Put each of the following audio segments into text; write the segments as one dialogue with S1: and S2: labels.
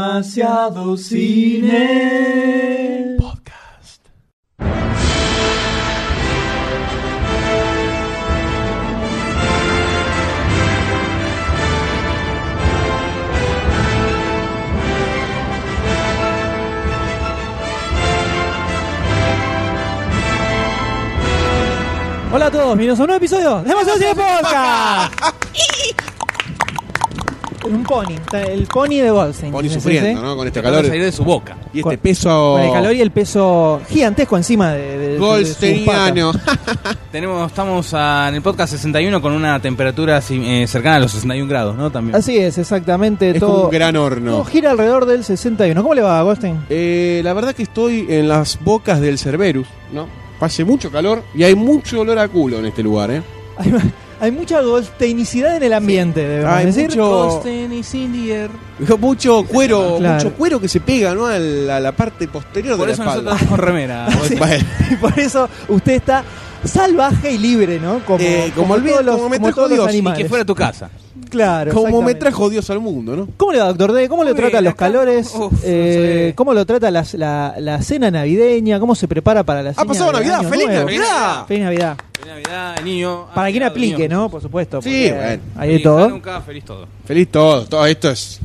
S1: Demasiado cine. Podcast.
S2: Hola a todos, bienvenidos a un nuevo episodio de Demasiado Cine Podcast. un pony, está el pony de Goldstein.
S3: Pony
S2: Sí, sí, sí.
S3: sufriendo, ¿no? Con este
S4: Acaba
S3: calor.
S4: de salir de su boca.
S3: Y este
S2: Con-
S3: peso.
S2: Con el calor y el peso gigantesco encima de, de- de- de sus
S3: Golsteiniano.
S4: Tenemos, estamos ah, en el podcast 61 con una temperatura así, eh, cercana a los 61 grados, ¿no? También.
S2: patas. Así es, exactamente.
S3: Es
S2: todo,
S3: como un gran
S2: todo
S3: horno.
S2: gira alrededor del 61. ¿Cómo le va a Goldstein?
S3: Eh, la verdad que estoy en las bocas del Cerberus, ¿no? Hace mucho calor y hay mucho olor a culo en este lugar, ¿eh?
S2: Hay, hay mucha Goldsteinicidad en el ambiente, debemos
S3: Hay
S2: decir.
S3: mucho-
S4: Goldstein is in the air.
S3: Mucho cuero,
S2: Ah, Claro.
S3: mucho cuero que se pega, ¿no? A la, a la parte posterior
S4: Por
S3: de
S4: eso
S3: la espalda.
S4: nosotros con remera. Goldstein.
S3: Bueno,
S2: Y por eso usted está salvaje y libre, ¿no? Como,
S3: Eh, como el-
S2: todos los,
S3: como me
S2: como
S3: trajo
S2: todos los
S3: Dios, y que
S2: animales.
S4: Que fuera tu casa.
S2: Claro,
S3: como me
S2: exactamente.
S3: trajo Dios al mundo, ¿no?
S2: ¿Cómo le va, doctor D? ¿Cómo le
S4: Muy
S2: trata
S4: bien,
S2: los
S4: acá-
S2: calores?
S4: Uf, no
S2: Eh,
S4: sé.
S2: ¿Cómo lo trata las- la, la cena navideña? ¿Cómo se prepara para
S4: Ah,
S2: la cena
S3: Ha pasado
S2: de
S3: Navidad,
S2: Año
S3: feliz
S2: Nuevo?
S3: Navidad.
S2: Feliz Navidad.
S4: Feliz Navidad, el niño.
S2: Para
S4: Ah,
S2: quien
S4: cuidado,
S2: aplique,
S4: niño.
S2: ¿no? Por supuesto.
S3: Sí,
S2: porque
S3: bueno.
S2: Hay de
S4: Feliz
S2: todo.
S4: Hanukkah, feliz todo.
S3: Feliz todo, todo esto es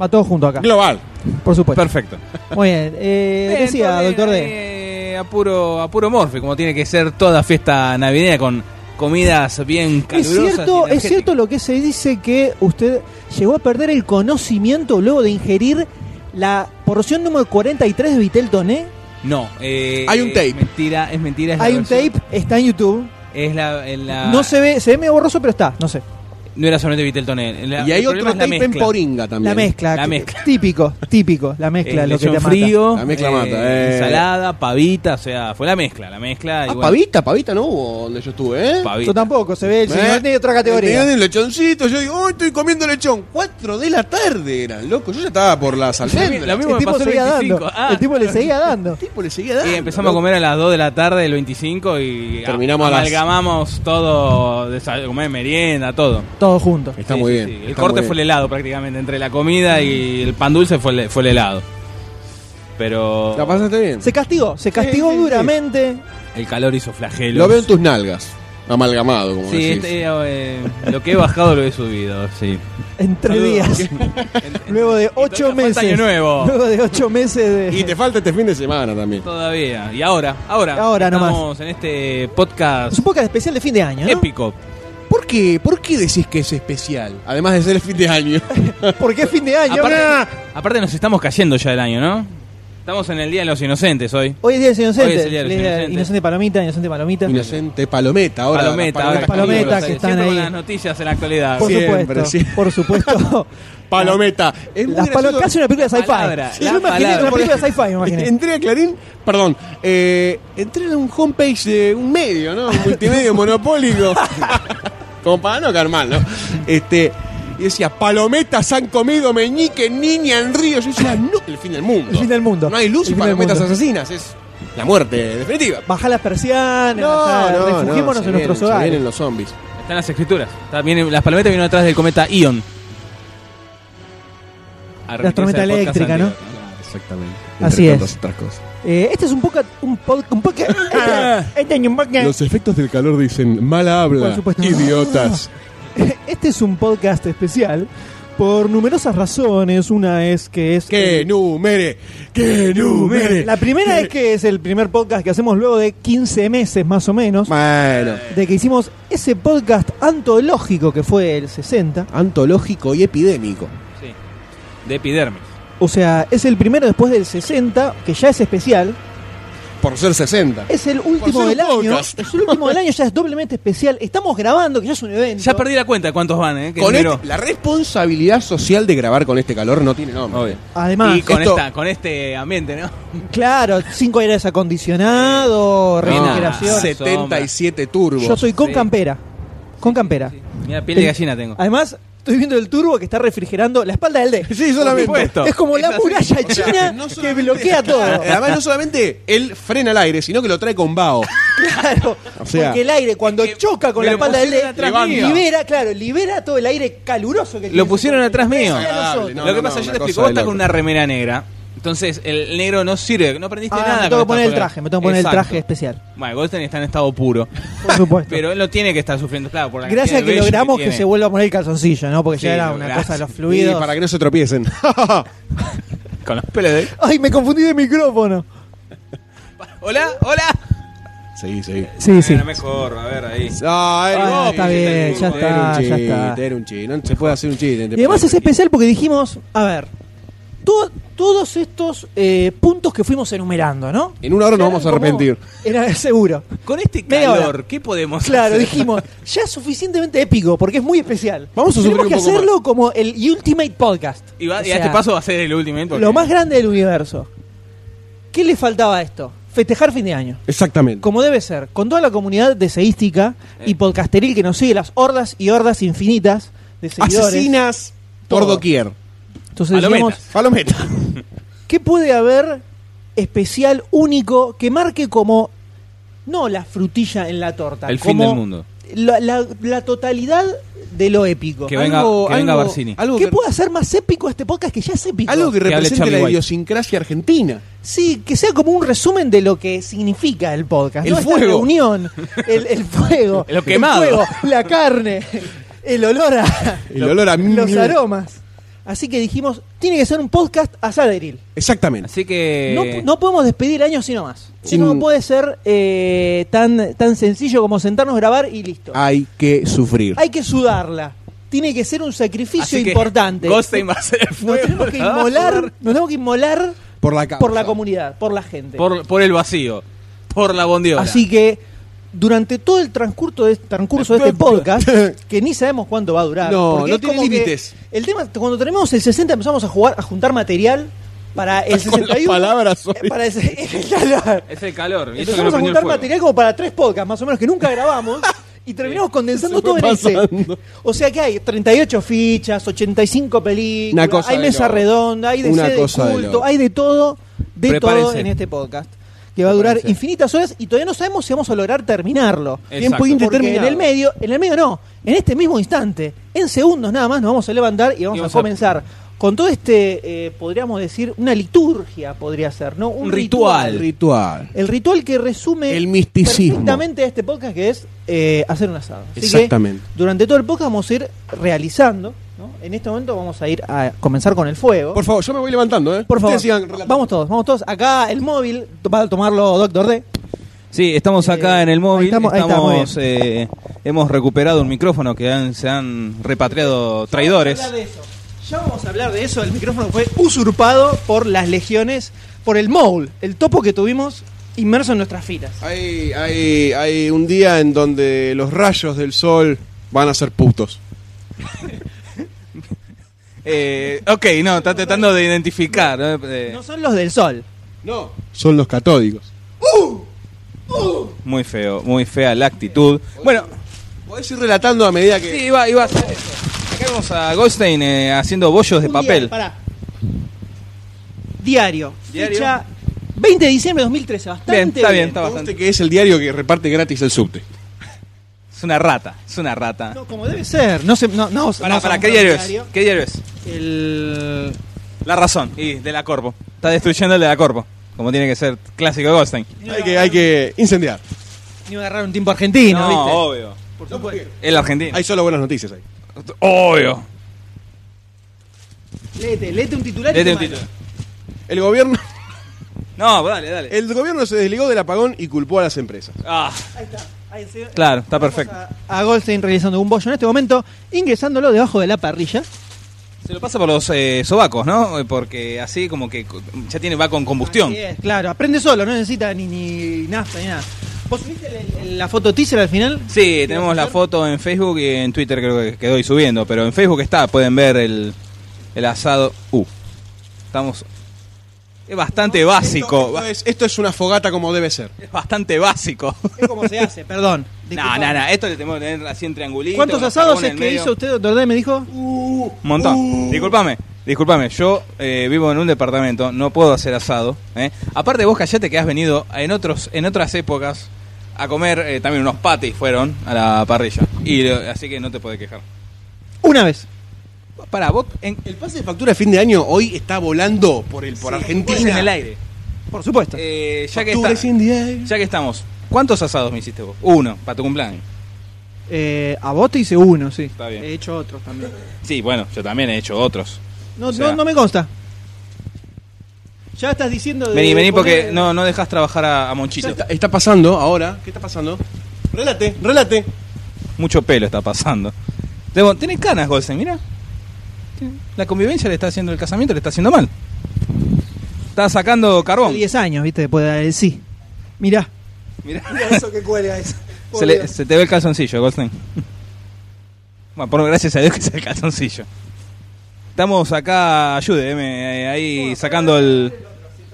S2: Va todo junto acá,
S3: global.
S2: por supuesto.
S4: Perfecto.
S2: Muy bien. Pues, Eh,
S4: Bien,
S2: decía,
S4: todo bien,
S2: doctor D.
S4: eh, a puro, a puro morfe, como tiene que ser toda fiesta navideña con comidas bien
S2: Es
S4: calurosas.
S2: cierto,
S4: y
S2: es cierto lo que se dice que usted llegó a perder el conocimiento luego de ingerir la porción número 43 de Vitel Toné.
S4: energéticas. No. eh,
S3: Hay un tape.
S4: Es mentira, es mentira. es la
S2: Hay un
S4: versión-
S2: tape, está en YouTube.
S4: Es la, en la-
S2: No se ve, se ve medio borroso, pero está, no sé.
S4: No era solamente Viteltoné. La-
S3: y hay
S4: el problema
S3: otro
S4: es la
S3: tape en
S4: mezcla.
S3: poringa también.
S2: La mezcla.
S4: La
S2: que-
S4: mezcla.
S2: Típico, típico. La mezcla,
S4: Eh,
S2: lo que
S4: lechón
S2: te mata.
S4: frío,
S3: La mezcla mata, eh.
S4: ensalada, pavita, o sea, fue la mezcla, la mezcla. y
S3: Ah,
S4: bueno,
S3: pavita, pavita no hubo donde yo estuve, ¿eh?
S4: pavita.
S2: Yo tampoco, se ve el señor
S3: ¿Eh?
S2: de otra categoría.
S3: Tenían el lechoncito, yo digo, "Uy, estoy comiendo lechón. 4 de la tarde eran, loco. Yo ya estaba por las almendras.
S4: lo mismo
S2: el
S4: me
S2: tipo
S4: pasó el
S2: seguía
S4: 25.
S2: dando.
S4: Ah.
S2: el tipo le seguía dando.
S3: El tipo le seguía dando.
S4: Y empezamos a comer a las 2 de la tarde del 25 y
S3: Terminamos a las-
S4: amalgamamos todo, desa- comer merienda, todo.
S2: Todo junto.
S3: Está
S4: Sí,
S3: muy
S4: sí,
S3: bien.
S4: sí. El
S3: está
S4: corte
S3: muy
S4: fue el
S3: bien.
S4: helado prácticamente, entre la comida y el pan dulce fue el, fue el helado. Pero
S3: ¿La pasaste bien?
S2: Se castigó, se castigó
S3: sí, sí.
S2: duramente.
S4: el calor hizo flagelos.
S3: Lo veo en tus nalgas. Amalgamado, como
S4: Sí,
S3: decís.
S4: este, eh, lo que he bajado lo he subido, sí.
S2: En tres
S4: Saludos.
S2: días.
S4: En- en-
S2: Luego de
S4: y todavía
S2: ocho
S4: falta
S2: meses.
S4: Año nuevo.
S2: Luego de ocho meses de.
S3: Y te falta este fin de semana también.
S4: Todavía. Y ahora, ahora.
S2: Ahora
S4: estamos
S2: nomás.
S4: en este
S2: Es
S4: podcast
S2: un podcast especial de fin de año, ¿no?
S4: épico.
S3: ¿Por qué? ¿Por qué decís que es especial? Además de ser el fin de año.
S2: Porque es fin de año.
S4: Aparte, aparte nos estamos cayendo ya del año, ¿no? Estamos en el Día de los Inocentes hoy.
S2: Hoy es día del inocente.
S4: Hoy es el día del inocente.
S2: inocente palomita, inocente palomita.
S3: Inocente palometa ahora.
S4: palometa, ahora
S2: Palometa,
S4: Carlos,
S2: que están
S4: siempre
S2: ahí.
S4: con las noticias en la actualidad.
S2: Por
S3: Siempre,
S2: supuesto.
S3: sí.
S2: Por supuesto.
S3: Palometa. Es muy
S2: Las palo-
S3: gracioso.
S2: casi una película de sci-fi.
S4: palabra,
S2: Sí, yo
S4: la
S2: imaginé
S4: palabra.
S2: una película de sci-fi, me imaginé.
S3: Entré a Clarín, perdón, eh, entré en un homepage de un medio, ¿no? Un multimedio monopólico. Como para no caer mal, ¿no? Este, y decía, palometas han comido meñique, niña en río. Yo decía, no, el fin del mundo.
S2: El fin del mundo.
S3: No hay luz
S2: El
S3: y
S2: fin del
S3: palometas
S2: mundo.
S3: asesinas. Es la muerte definitiva.
S2: Baja las persianas, bajá, refugiémonos
S3: se
S2: en nuestros
S3: vienen, se
S2: hogares.
S3: vienen los zombies.
S4: Están las escrituras. Está- viene- las palometas vienen atrás del cometa Ion. A repetirse
S2: tormenta
S4: del podcast
S2: eléctrica, ¿no?
S4: anterior,
S3: Exactamente.
S2: Así es.
S3: otras cosas.
S2: Eh, este es un poco un poco un poco este, este es un poco-
S3: Los efectos del calor dicen, mala
S2: Por
S3: habla,
S2: supuesto.
S3: idiotas.
S2: este es un podcast especial por numerosas razones. Una es que es
S3: ¡Que numere! ¡Que numere!
S2: la primera es que es el primer podcast que hacemos luego de 15 meses más o menos
S3: Bueno,
S2: de que hicimos ese podcast antológico que fue el 60.
S3: antológico y epidémico.
S4: Sí. De epidermis.
S2: O sea, es el primero después del 60 que ya es especial.
S3: Por ser 60.
S2: Es el último
S4: Pues
S3: ser un
S2: del año.
S3: podcast.
S2: Es el último del año ya es doblemente especial. Estamos grabando que ya es un evento.
S4: Ya perdí la cuenta de cuántos van, ¿eh? Que
S3: Con
S4: número.
S3: este- la responsabilidad social de grabar con este calor no tiene nombre.
S4: Obvio.
S2: Además,
S4: y con,
S3: esto-
S4: esta, con este ambiente, ¿no?
S2: Claro, cinco aires acondicionados,
S4: No,
S2: refrigeración.
S4: se-
S3: 77 turbos.
S2: Yo soy con
S4: Sí.
S2: campera. Con campera. Ah,
S4: Mira, piel de gallina tengo.
S2: Además, Estoy viendo el turbo que está refrigerando la espalda del D.
S3: Sí, solamente.
S4: Por supuesto.
S2: Es como
S3: Es
S2: la
S3: así.
S2: muralla
S3: O sea,
S2: china
S3: no
S2: que
S3: solamente-
S2: bloquea todo.
S3: Eh, Además, no solamente él frena el aire, sino que lo trae con vaho.
S2: Claro,
S3: sea,
S2: porque el aire cuando
S4: que
S2: choca con
S4: me
S2: la
S4: lo
S2: espalda del
S4: pusieron
S2: D,
S4: atrás
S3: mío.
S2: libera, claro, libera todo el aire caluroso que tiene
S4: Lo
S2: ese
S4: pusieron
S2: cuerpo.
S4: atrás mío.
S2: Sí, a los
S3: Agradable,
S2: otros.
S3: No,
S4: lo
S3: no,
S4: que pasa,
S3: no,
S4: yo
S3: una
S4: te
S3: cosa
S4: explico, vos
S3: de
S4: estás con
S3: loco.
S4: una remera negra. Entonces, el negro no sirve, no aprendiste
S2: Ah,
S4: nada.
S2: me tengo que
S4: con
S2: poner el
S4: esta polera.
S2: traje, me tengo que poner
S4: Exacto.
S2: el traje especial.
S4: Bueno, Goldstein está en estado puro.
S2: Por supuesto.
S4: Pero él lo tiene que estar sufriendo, claro. Por la cantidad
S2: Gracias a
S4: de
S2: que
S4: vello
S2: logramos que,
S4: tiene.
S2: se vuelva a poner el calzoncillo, ¿no? Porque
S4: Sí,
S2: ya era una
S4: gracias.
S2: cosa de los
S3: Y
S2: fluidos.
S3: para que no se tropiecen.
S4: Con los pelos de.
S2: Ay, me confundí de micrófono.
S4: ¡Hola! ¡Hola!
S3: sí, sí.
S2: Sí, sí.
S4: Era mejor, a ver ahí.
S3: Ah, era un
S2: Ah,
S3: chiste,
S2: está bien, ya
S3: Era
S2: está,
S3: un
S2: ya
S3: chiste,
S2: está.
S3: era un chiste. No se puede hacer un chiste.
S2: Y además es especial porque dijimos, a ver, to- todos estos eh, puntos que fuimos enumerando, ¿no?
S3: En una hora nos vamos a
S2: Eran como-
S3: arrepentir.
S2: Era seguro.
S4: Con este
S2: Media
S4: calor, ¿qué podemos
S2: Claro,
S4: hacer?
S2: dijimos, ya es suficientemente épico porque es muy especial.
S3: Vamos a
S2: Tenemos
S3: sufrir un
S2: que
S3: poco
S2: hacerlo como el Ultimate Podcast.
S4: Y, va-
S2: O
S4: y
S2: sea,
S4: a este paso va a ser el último. ¿eh? Porque-
S2: Lo más grande del universo. ¿Qué le faltaba a esto? Festejar fin de año.
S3: Exactamente.
S2: Como debe ser, con toda la comunidad deseística y
S4: Eh.
S2: podcasteril que nos sigue, las hordas y hordas infinitas de seguidores.
S3: Asesinas por
S2: Todo.
S3: doquier.
S2: Entonces
S4: Palometas.
S2: decíamos,
S3: Palometa.
S2: ¿qué puede haber especial, único, que marque como, no la frutilla en la torta,
S4: El fin
S2: como
S4: del mundo.
S2: La, la- la totalidad de lo épico.
S4: Que venga- que venga Barcini.
S3: Algo
S2: ¿Qué
S3: que,
S2: puede hacer más épico este podcast que ya es épico?
S3: algo que
S4: Que hable
S3: represente
S4: Charlie
S3: la
S4: White.
S3: idiosincrasia argentina.
S2: Sí, que sea como un resumen de lo que significa el podcast.
S3: El
S2: ¿no? Esta
S3: fuego.
S2: reunión, el, el fuego,
S4: Lo quemado.
S2: el fuego, la carne, el olor a
S3: El olor a
S2: los aromas. Así que dijimos, tiene que ser un podcast asaderil.
S3: Exactamente.
S4: Así que.
S2: No, pu- no podemos despedir años así nomás.
S3: Sin-
S4: Mm.
S2: No puede ser eh, tan, tan sencillo como sentarnos a grabar y listo.
S4: Ah.
S3: Hay que sufrir.
S2: Hay que sudarla. Tiene que ser un sacrificio
S4: Así que
S2: importante.
S4: Goldstein va a ser el fuego.
S2: Nos tenemos que
S4: ¿verdad?
S2: inmolar, nos tenemos que inmolar
S3: Por la causa.
S2: por la comunidad, por la gente.
S4: Por, por el vacío. Por la bondiola.
S2: Así que durante todo el transcurso de, transcurso de este podcast, que ni sabemos cuánto va a durar,
S3: No,
S2: porque
S3: no
S2: es
S3: tiene
S2: como que
S3: límites.
S2: El tema, cuando tenemos el 60 empezamos a jugar, a juntar material para el
S3: Con las
S2: 61.
S3: palabras,
S2: eh,
S3: sorry.
S2: para el se- claro.
S4: Es el calor. y eso
S2: Empezamos a
S4: que no prendió el
S2: juntar
S4: fuego.
S2: material como para tres podcasts, más o menos, que nunca grabamos. Y terminamos condensando
S3: Se fue
S2: todo en ese.
S3: pasando.
S2: O sea que hay 38 fichas, 85
S3: Una
S2: películas,
S3: cosa
S2: hay
S3: de
S2: mesa
S3: loco.
S2: redonda, hay de
S3: Una
S2: sede de
S3: cosa de
S2: culto,
S3: loco.
S2: hay de todo, de todo
S4: Prepárense.
S2: en este podcast. Que va a durar
S3: Prepárense.
S2: infinitas horas y todavía no sabemos si vamos a lograr terminarlo.
S4: Exacto.
S3: Tiempo
S2: Porque en
S3: indeterminado.
S2: el medio, en el medio no, en este mismo instante, en segundos nada más nos vamos a levantar y vamos,
S4: vamos
S2: a
S4: a-
S2: comenzar con todo este, eh, podríamos decir, una liturgia podría ser, ¿no?
S4: Un ritual.
S3: Ritual.
S2: El ritual que resume
S3: El misticismo.
S2: perfectamente a este podcast que es eh, hacer un asado. Así que
S3: Exactamente.
S2: durante todo el podcast vamos a ir realizando, ¿no? En este momento vamos a ir a comenzar con el fuego.
S3: Por favor, yo me voy levantando, ¿eh?
S2: Por favor,
S3: Ustedes sigan relatando.
S2: vamos todos, vamos todos. Acá el móvil to- va a tomarlo Doctor D.
S4: Sí, estamos acá
S2: Eh,
S4: en el móvil.
S2: ahí estamos-
S4: estamos,
S2: ahí está, muy bien.
S4: eh, hemos recuperado un micrófono que han- se han repatriado traidores.
S2: Ya vamos a hablar de eso. Ya vamos a hablar de eso. El micrófono fue usurpado por las legiones, por el Mole, el topo que tuvimos inmerso en nuestras filas.
S3: Hay, hay, hay un día en donde los rayos del sol van a ser putos.
S4: Eh, ok, no, está tratando de identificar. ¿no? Eh,
S2: No son los del sol.
S3: No. Son los catódicos.
S4: muy feo, muy fea la actitud. Bueno,
S3: Podés ir relatando a medida que.
S4: sí, iba, iba a hacer eso. Acá vemos a Goldstein eh, haciendo bollos de
S2: Un día,
S4: papel.
S2: pará. Diario.
S4: Diario.
S2: Fecha 20 de diciembre de 2013. Bastante
S4: Bien, está bien, está
S3: Me
S4: bastante.
S3: gusta que es el diario que reparte gratis el subte.
S4: Es una rata, es una rata.
S2: No, como debe ser. No, se, no, no,
S4: para,
S2: no
S4: para,
S2: somos
S4: ¿qué diario es?
S2: diario.
S4: ¿Qué diario es?
S2: El...
S4: La razón, y de la Corpo. Está destruyendo el de la Corpo, como tiene que ser clásico de Goldstein.
S3: Hay que, hay que incendiar.
S2: Ni va a agarrar un tiempo argentino, ¿viste?
S4: obvio.
S2: Por supuesto.
S4: El argentino.
S3: Hay solo buenas noticias ahí.
S4: Obvio.
S2: Léete, léete un titular. y
S4: Léete un
S2: tomalo.
S4: título.
S3: El gobierno,
S4: No, dale, dale.
S3: el gobierno se desligó del apagón y culpó a las empresas.
S4: Ah,
S2: Ahí está. Ahí se-
S4: claro, está
S2: Vamos
S4: perfecto.
S2: A, a Goldstein realizando un bollo en este momento, ingresándolo debajo de la parrilla.
S4: Se lo pasa por los eh, sobacos, ¿no? Eh, Porque así como que co- ya tiene va con combustión.
S2: Así es, claro, aprende solo, no necesita ni, ni nafta ni nada. ¿Vos subiste el- el- la foto teaser al final?
S4: Sí, tenemos la foto en Facebook y en Twitter creo que quedó y subiendo, pero en Facebook está, pueden ver el, el asado. Uh, estamos... Es bastante
S3: Esto,
S4: básico,
S3: esto es, esto es una fogata como debe ser.
S4: es bastante básico.
S2: Es como se hace, perdón. ¿De qué
S4: No, no,
S2: forma?
S4: no, esto le tenemos que tener así en triangulito.
S2: ¿Cuántos
S4: con
S2: asados
S4: carbón en
S2: es
S4: el
S2: que
S4: medio.
S2: hizo usted, doctor D? Me dijo.
S3: Uh,
S4: Un montón.
S3: uh.
S4: Disculpame, disculpame. Yo eh, vivo en un departamento, no puedo hacer asado. ¿eh? Aparte vos callate que has venido en otros en otras épocas a comer eh, también unos patis fueron a la parrilla. Y eh, así que no te podés quejar.
S2: Una vez.
S4: Para vos en,
S3: El pase de factura de fin de año hoy está volando por el por
S4: en
S3: Argentina.
S4: el aire.
S2: Por supuesto.
S4: Eh, ya que
S3: Octubre
S4: está-
S3: sin día.
S4: ya que estamos. ¿Cuántos asados me hiciste vos? Uno, para tu cumpleaños.
S2: Eh, a vos te hice uno, sí.
S4: Está bien.
S2: He hecho otros también.
S4: Sí, bueno, yo también he hecho otros.
S2: No,
S4: O sea-
S2: no, no me consta. Ya estás diciendo. de-
S4: Vení, vení porque
S2: poner-
S4: no, no dejas trabajar a, a
S3: Eh, Ya
S4: Monchito.
S3: Está, está pasando ahora. ¿Qué está pasando? Relate, relate.
S4: Mucho pelo está pasando. Debo, tiene canas, Golsen, mira. La convivencia le está haciendo, el casamiento le está haciendo mal. Está sacando carbón.
S2: 10 años, viste, después de dar el sí. Mirá.
S4: Mirá.
S2: eso que cuelga eso.
S4: Se, le- se te ve el calzoncillo, Goldstein. Bueno, por gracias a Dios que es el calzoncillo. Estamos acá, ayúdeme, eh, ahí sacando el,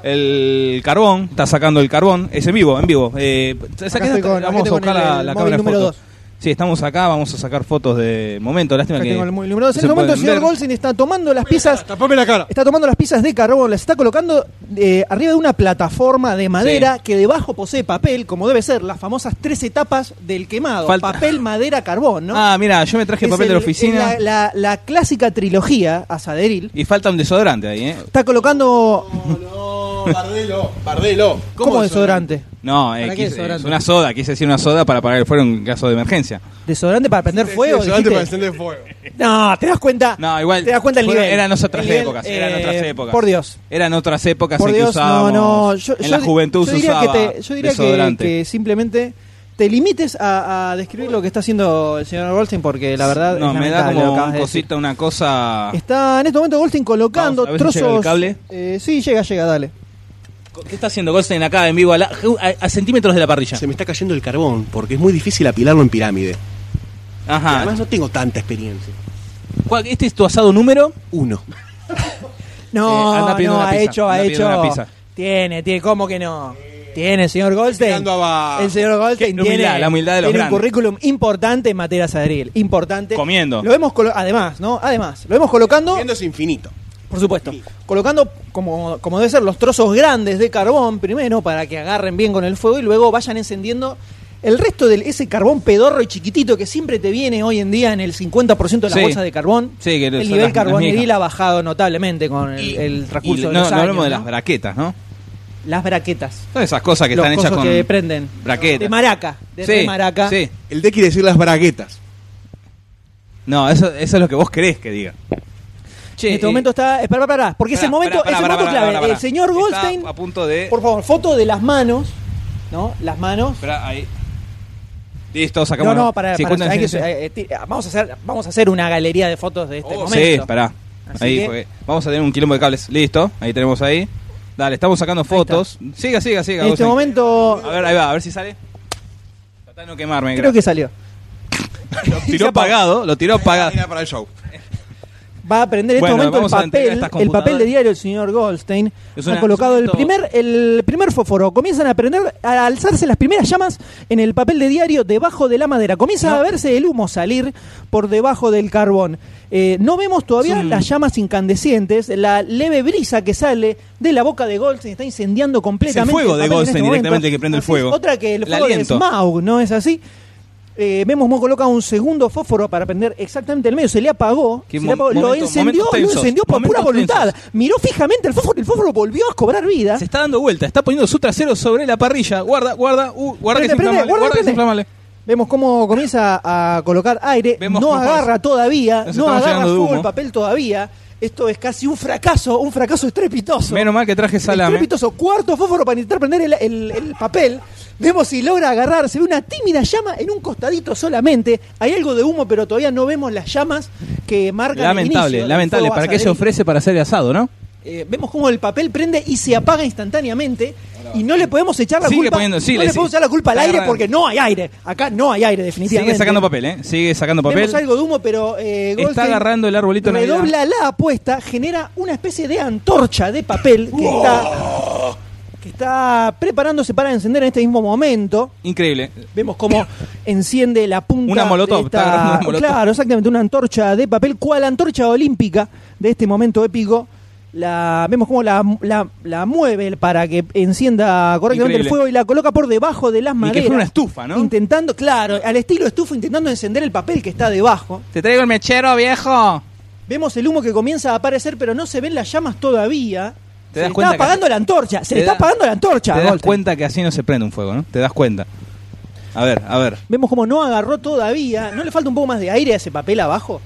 S4: el carbón. Está sacando el carbón. Es en vivo, en vivo. Eh, saqué-
S2: estoy con- acá
S4: vamos a
S2: estoy con
S4: buscar la,
S2: el móvil
S4: la cámara de
S2: número
S4: fotos. Sí, estamos acá, vamos a sacar fotos de momento. Lástima que.
S2: tengo el muy iluminado.
S4: no
S2: En
S4: se
S2: este momento el
S4: pueden
S2: señor
S4: ver.
S2: Golsen está tomando las piezas.
S3: Tapame la cara.
S2: Está tomando las piezas de carbón, las está colocando eh, arriba de una plataforma de madera
S4: Sí.
S2: que debajo posee papel, como debe ser, las famosas tres etapas del quemado.
S4: Falta-
S2: Papel, madera, carbón, ¿no?
S4: Ah, mira, yo me traje
S2: Es
S4: papel de la
S2: el-
S4: oficina.
S2: es La, la- la clásica trilogía asaderil.
S4: Y falta un desodorante ahí, ¿eh?
S2: Está colocando.
S3: No, no, Bardelo, Bardelo.
S2: ¿Cómo, desodorante?
S4: No, eh,
S2: ¿Para qué
S4: quise-
S2: desodorante?
S4: es una soda, quise decir una soda para parar el fuego en caso de emergencia.
S2: ¿Desodorante para prender fuego?
S3: Desodorante para
S2: dijiste?
S3: encender fuego.
S2: No, te das cuenta.
S4: No, igual.
S2: Te das cuenta el
S4: fueron-
S2: nivel.
S4: Eran otras
S2: El nivel,
S4: épocas. Eran
S2: eh,
S4: otras épocas.
S2: Por Dios.
S4: Eran otras épocas
S2: Por
S4: en que
S2: Dios, no,
S4: usábamos.
S2: no. Yo,
S4: en
S2: yo
S4: la
S2: di-
S4: juventud
S2: yo
S4: se
S2: diría
S4: usaba.
S2: Que te- yo diría que,
S4: desodorante.
S2: que simplemente te limites a, a describir lo que está haciendo el señor Goldstein porque la verdad.
S4: No,
S2: es
S4: me da
S2: lamentable lo
S4: como
S2: que acabas
S4: un
S2: de decir.
S4: cosita, una cosa.
S2: Está en este momento Goldstein colocando
S4: Vamos, a ver
S2: trozos.
S4: si llega el cable.
S2: Eh, sí, llega, llega, dale.
S4: ¿Qué está haciendo Goldstein acá en vivo a, la- a- a centímetros de la parrilla?
S3: Se me está cayendo el carbón porque es muy difícil apilarlo en pirámide.
S4: Ajá. Ah.
S3: Además no tengo tanta experiencia.
S4: ¿Cuál- ¿Este es tu asado número?
S3: Uno.
S2: No,
S4: Eh, anda pidiendo
S2: no,
S4: una
S2: ha
S4: pizza,
S2: hecho, ha
S4: anda pidiendo
S2: hecho.
S4: una pizza.
S2: Tiene, tiene, ¿cómo que no? Tiene, señor Goldstein.
S3: Tirando abajo.
S2: El señor Goldstein
S4: Qué humildad,
S2: tiene,
S4: la humildad de los
S2: tiene un
S4: grandes.
S2: currículum importante en materia asadril. Importante.
S4: Comiendo.
S2: Lo vemos colo- además, ¿no? Además, lo vemos colocando,
S3: Viendo es infinito.
S2: por supuesto, colocando como, como debe ser los trozos grandes de carbón primero para que agarren bien con el fuego y luego vayan encendiendo el resto de ese carbón pedorro y chiquitito que siempre te viene hoy en día en el 50% de las
S4: Sí.
S2: bolsas de carbón.
S4: Sí, que son
S2: el
S4: las-
S2: nivel
S4: las
S2: carboneril
S4: mijas.
S2: ha bajado notablemente con el, el
S4: Y
S2: transcurso
S4: no,
S2: de los
S4: no
S2: años,
S4: hablamos de
S2: ¿no?
S4: las braquetas, ¿no?
S2: Las braquetas.
S4: Todas esas cosas que
S2: Los
S4: están hechas
S2: cosos
S4: con.
S2: que prenden.
S4: braquetas.
S2: De maraca. De
S4: Sí,
S2: re maraca.
S4: Sí.
S3: El de quiere decir las braguetas.
S4: No, eso, eso es lo que vos querés que diga. Che,
S2: en este
S4: eh,
S2: momento está. Espera, espera, espera, Porque es el
S4: pará,
S2: momento,
S4: pará,
S2: es el
S4: pará,
S2: momento
S4: pará,
S2: clave.
S4: pará, pará.
S2: El señor
S4: Está
S2: Goldstein.
S4: A punto de.
S2: Por favor, foto de las manos. ¿No? Las manos.
S4: Esperá, ahí. Listo,
S2: No,
S4: sacamos.
S2: no, para,
S4: Sí,
S2: para-
S4: cuentan-
S2: hay que-
S4: sí, sí.
S2: eh, ti- vamos, a hacer, vamos a hacer una galería de fotos de este
S4: Oh,
S2: momento.
S4: Sí, pará.
S2: Así
S4: Ahí
S2: que-
S4: fue. Vamos a tener un quilombo de cables. Listo, ahí tenemos ahí. Dale, estamos sacando fotos. Siga, siga, siga.
S2: En este
S4: Gosen.
S2: momento.
S4: A ver, ahí va, a ver si sale. Tratá de no quemarme.
S2: Creo
S4: gra-
S2: que salió.
S4: Lo tiró apagado, lo tiró apagado.
S3: Era para el show.
S2: Va a prender en
S4: Bueno,
S2: este
S4: vamos
S2: momento
S4: a
S2: el
S4: entregar
S2: papel,
S4: estas
S2: el papel de
S4: computadoras.
S2: diario del señor Goldstein.
S4: Es una-
S2: ha colocado
S4: es
S2: el
S4: esto-
S2: primer, el primer fósforo. Comienzan a prender, a alzarse las primeras llamas en el papel de diario debajo de la madera. Comienza
S4: No.
S2: a verse el humo salir por debajo del carbón. Eh, no vemos todavía
S4: Es un-
S2: las llamas incandescentes, la leve brisa que sale de la boca de Goldstein está incendiando completamente.
S4: fuego
S2: papel
S4: de
S2: en este
S4: Goldstein
S2: momento.
S4: directamente que prende el
S2: Así es,
S4: fuego.
S2: otra que el
S4: El
S2: fuego de
S4: aliento.
S2: Smaug, ¿no es así? Eh, vemos cómo coloca un segundo fósforo para prender exactamente el medio. Se le apagó.
S4: Qué
S2: se le
S4: mo-
S2: apagó. lo
S4: momento-
S2: encendió,
S4: momentos
S2: lo
S4: tensos,
S2: encendió por pura
S4: momentos
S2: voluntad.
S4: tensos.
S2: Miró fijamente el fósforo. El fósforo volvió a cobrar vida.
S4: Se está dando vuelta, está poniendo su trasero sobre la parrilla. Guarda, guarda, uh, guarda
S2: Prende,
S4: que es
S2: prende,
S4: inflamable.
S2: guarda,
S4: Guarda que es
S2: prende.
S4: inflamable.
S2: Vemos cómo comienza a colocar aire.
S4: Vemos
S2: no
S4: cómo
S2: agarra
S4: parece-
S2: todavía.
S4: Nos
S2: No
S4: estamos
S2: agarra
S4: llenando de
S2: fuego
S4: humo.
S2: el papel todavía. Esto es casi un fracaso, un fracaso estrepitoso.
S4: Menos mal que traje salame.
S2: Estrepitoso. Cuarto fósforo para intentar prender el, el- el papel. Vemos si logra agarrar. Se ve una tímida llama en un costadito solamente. Hay algo de humo, pero todavía no vemos las llamas que marcan el inicio
S4: Lamentable,
S2: del
S4: lamentable.
S2: fuego
S4: ¿Para qué se
S2: asadero.
S4: ofrece para hacer el asado, no?
S2: Eh, vemos cómo el papel prende y se apaga instantáneamente y no le podemos echar la
S4: Sigue
S2: culpa
S4: poniendo- sí,
S2: no
S4: le
S2: le
S4: sigue.
S2: podemos echar la culpa al
S4: Está
S2: aire
S4: agarrando.
S2: porque no hay aire acá no hay aire definitivamente
S4: Sigue sacando papel, ¿eh? Sigue sacando papel.
S2: vemos algo de humo pero eh,
S4: Está
S2: Goldstein
S4: agarrando el arbolito de Navidad.
S2: redobla la apuesta genera una especie de antorcha de papel que está que está preparándose para encender en este mismo momento.
S4: Increíble.
S2: Vemos cómo enciende la punta.
S4: Una molotov,
S2: de esta-
S4: está agarrando una molotov.
S2: Claro, exactamente, una antorcha de papel, cual antorcha olímpica de este momento épico. La, vemos cómo la, la- la mueve para que encienda correctamente
S4: Increíble.
S2: el fuego y la coloca por debajo de las
S4: Y
S2: maderas.
S4: que fue una estufa, ¿no?
S2: Intentando, claro, al estilo estufa, intentando encender el papel que está debajo.
S4: Te traigo el mechero, viejo.
S2: Vemos el humo que comienza a aparecer, pero no se ven las llamas todavía.
S4: Te
S2: se
S4: das
S2: le
S4: cuenta
S2: está
S4: que-
S2: apagando la antorcha, se
S4: te
S2: le está
S4: da-
S2: apagando la antorcha.
S4: Te das
S2: Goldstein.
S4: cuenta que así no se prende un fuego, ¿no? Te das cuenta. A ver, a ver,
S2: Vemos como no agarró todavía. ¿No le falta un poco más de aire a ese papel abajo?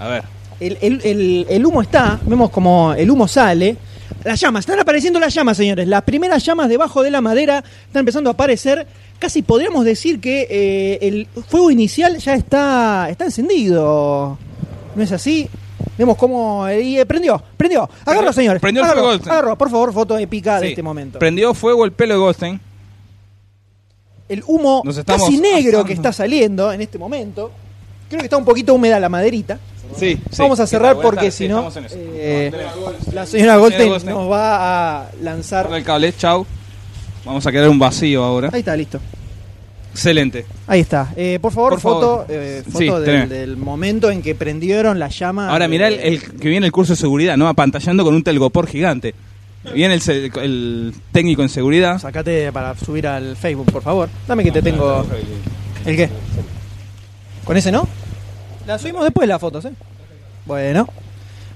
S4: a ver.
S2: El, el- el- el humo está, vemos como el humo sale. Las llamas, están apareciendo las llamas, señores. Las primeras llamas debajo de la madera están empezando a aparecer. Casi podríamos decir que eh, el fuego inicial ya está, está encendido. ¿No es así? Vemos cómo... Y eh, prendió, prendió. Agarro, señores.
S4: Prendió el
S2: agarro,
S4: fuego, Goldstein.
S2: agarro, por favor, foto épica de
S4: Sí.
S2: este momento.
S4: Prendió fuego el pelo de Goldstein.
S2: el humo
S4: Nos estamos
S2: casi negro
S4: asando.
S2: que está saliendo en este momento. Creo que está un poquito húmeda la maderita.
S4: Sí,
S2: Vamos a cerrar porque si no, eh, la señora Goldstein
S4: Goldstein.
S2: nos va a lanzar.
S4: el cable, chau. Vamos a crear un vacío ahora.
S2: Ahí está, listo.
S4: Excelente.
S2: Ahí está. Eh, por favor,
S4: Por
S2: foto,
S4: favor.
S2: eh,
S4: Sí,
S2: foto del,
S4: teneme.
S2: del momento en que prendieron la llama.
S4: Ahora
S2: de-
S4: mirá el, el que viene el curso de seguridad, ¿no? Apantallando con un telgopor gigante. Viene el, se- el técnico en seguridad.
S2: Sacate para subir al Facebook, por favor. Dame que te tengo. ¿El qué? ¿Con ese no? La subimos después las fotos, ¿eh? Bueno.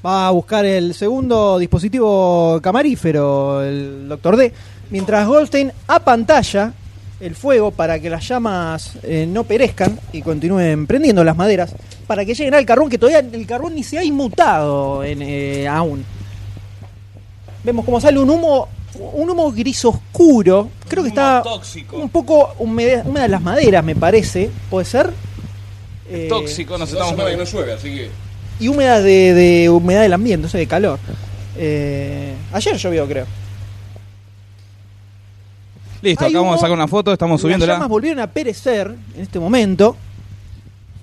S2: Va a buscar el segundo dispositivo camarífero, el Doctor D. Mientras Goldstein apantalla el fuego para que las llamas eh, no perezcan y continúen prendiendo las maderas para que lleguen al carbón, que todavía el carbón ni se ha inmutado en, eh, aún. Vemos cómo sale un humo, un humo gris oscuro. Creo que
S4: humo
S2: está
S4: tóxico.
S2: un poco humede- húmeda las maderas, me parece. ¿Puede ser? Eh,
S4: Tóxico, nos
S3: Hace
S4: estamos
S3: semana que no llueve, así que.
S2: y húmeda de, de humedad del ambiente, no sé, de calor. Eh, ayer llovió, creo.
S4: Listo,
S2: Hay
S4: acá vamos
S2: humo.
S4: a sacar una foto, estamos
S2: Las
S4: subiéndola.
S2: llamas volvieron a perecer en este momento.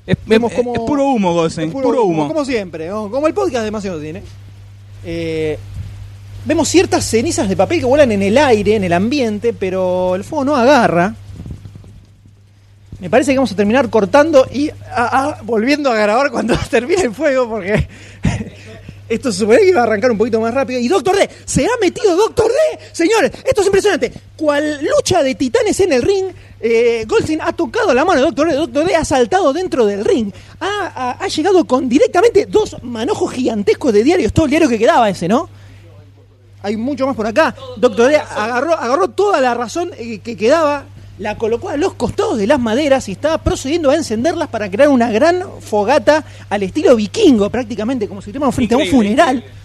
S4: Es,
S2: Vemos
S4: es-
S2: como-
S4: es puro humo, Goldstein,
S2: Es
S4: puro, humo.
S2: Como siempre, ¿no? como el podcast demasiado tiene. Eh, vemos ciertas cenizas de papel que vuelan en el aire, en el ambiente, pero el fuego no agarra. Me parece que vamos a terminar cortando y ah, ah, volviendo a grabar cuando termine el fuego, porque esto se supone que iba a arrancar un poquito más rápido. Y Doctor D, se ha metido Doctor D. Señores, esto es impresionante. Cual lucha de titanes en el ring, eh, Goldstein ha tocado la mano de Doctor D. Doctor D ha saltado dentro del ring. Ha, ha- ha llegado con directamente dos manojos gigantescos de diarios. Todo el diario que quedaba ese, ¿no? Hay mucho más por acá. Doctor D agarró, agarró toda la razón eh, que quedaba, la colocó a los costados de las maderas y estaba procediendo a encenderlas para crear una gran fogata al estilo vikingo, prácticamente, como si estuviéramos frente a un
S4: Increíble,
S2: funeral.
S4: increíble.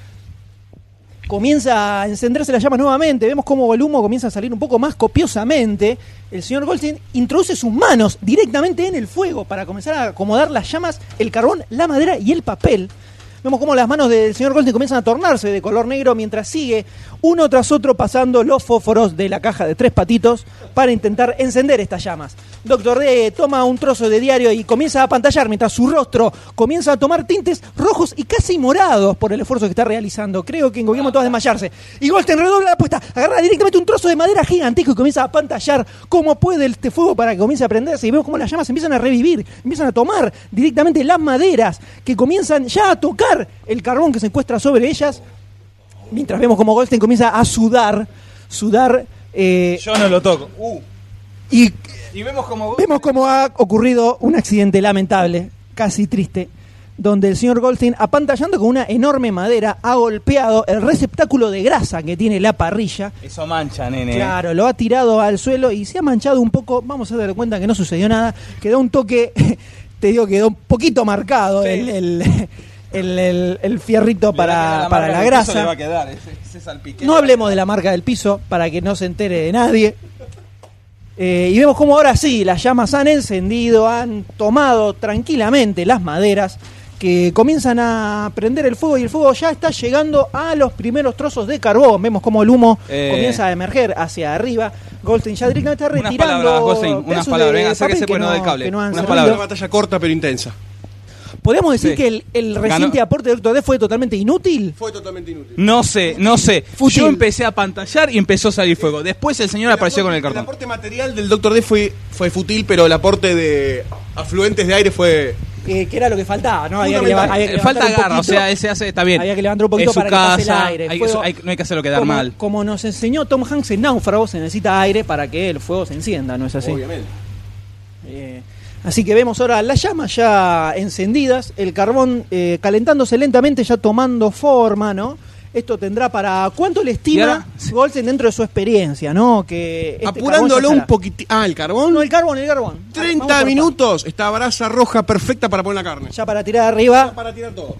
S2: Comienza a encenderse las llamas nuevamente, vemos cómo el humo comienza a salir un poco más copiosamente. El señor Goldstein introduce sus manos directamente en el fuego para comenzar a acomodar las llamas, el carbón, la madera y el papel. Vemos cómo las manos del señor Goldstein comienzan a tornarse de color negro mientras sigue uno tras otro pasando los fósforos de la caja de tres patitos para intentar encender estas llamas. Doctor D toma un trozo de diario y comienza a pantallar mientras su rostro comienza a tomar tintes rojos y casi morados por el esfuerzo que está realizando. Creo que en cualquier momento va a desmayarse. Y Goldstein redobla la apuesta, agarra directamente un trozo de madera gigantesco y comienza a pantallar como puede este fuego para que comience a prenderse. Y vemos cómo las llamas empiezan a revivir, empiezan a tomar directamente las maderas que comienzan ya a tocar el carbón que se encuentra sobre ellas. Mientras vemos como Goldstein comienza a sudar, sudar. eh,
S4: Yo no lo toco. Uh,
S2: y
S4: y vemos como
S2: Vemos cómo ha ocurrido un accidente lamentable, casi triste, donde el señor Goldstein, apantallando con una enorme madera, ha golpeado el receptáculo de grasa que tiene la parrilla.
S4: eso mancha, nene.
S2: Claro, lo ha tirado al suelo y se ha manchado un poco. Vamos a dar cuenta que no sucedió nada. Quedó un toque, te digo, quedó un poquito marcado
S4: Sí.
S2: el, el- el- el- el fierrito
S4: Le va a
S2: para,
S4: quedar
S2: para la
S4: marca que el piso
S2: grasa.
S4: le va a quedar, ese- ese salpiquete.
S2: No hablemos de la marca del piso para que no se entere de nadie. Eh, y vemos cómo ahora sí, las llamas han encendido, han tomado tranquilamente las maderas que comienzan a prender el fuego y el fuego ya está llegando a los primeros trozos de carbón. Vemos cómo el humo
S4: Eh.
S2: comienza a emerger hacia arriba. Goldstein ya directamente está
S4: Unas
S2: retirando
S4: palabras, Goldstein, unas
S2: pedazos
S4: palabras.
S2: de
S4: Venga, sáquese,
S2: papel que
S4: pues, no del cable.
S2: que no han
S4: Unas
S2: servido.
S3: Una
S4: palabras.
S3: batalla corta pero intensa.
S2: ¿Podríamos decir
S4: Sí.
S2: que el, el
S4: Ganó.
S2: reciente aporte de Doctor D fue totalmente inútil?
S3: Fue totalmente inútil.
S4: No sé, no sé.
S2: Fútil.
S4: Yo empecé a pantallar y empezó a salir fuego. Después el señor apareció con el
S3: aporte-
S4: cartón.
S3: aporte material del Doctor D fue, fue fútil, pero el aporte de afluentes de aire fue.
S2: Eh, que era lo que faltaba, ¿no? Había que,
S3: Fundamental.
S2: leva- había que
S4: Eh, Falta
S2: levantar un
S4: garra, o
S2: poquito.
S4: sea, ese hace, está bien.
S2: Había que levantar un poquito
S4: Es su
S2: para que
S4: casa,
S2: pase el aire.
S4: hay-
S2: Fuego-
S4: eso- hay- no hay que hacerlo quedar
S2: como,
S4: mal.
S2: Como nos enseñó Tom Hanks en Náufrago, se necesita aire para que el fuego se encienda, ¿no es así?
S3: Obviamente.
S2: Eh, así que vemos ahora las llamas ya encendidas, el carbón eh, calentándose lentamente, ya tomando forma, ¿no? Esto tendrá para. ¿Cuánto le
S4: Y
S2: estima
S4: ahora-
S2: Golsen dentro de su experiencia, ¿no? Que este
S3: Apurándolo
S2: carbón ya
S3: un
S2: será-
S3: poquitín. Ah, el carbón.
S2: No, el carbón, el carbón. Vamos
S3: 30
S2: por
S3: minutos. Esta brasa roja perfecta para poner la carne.
S2: partes. Ya para tirar arriba.
S3: Para tirar todo.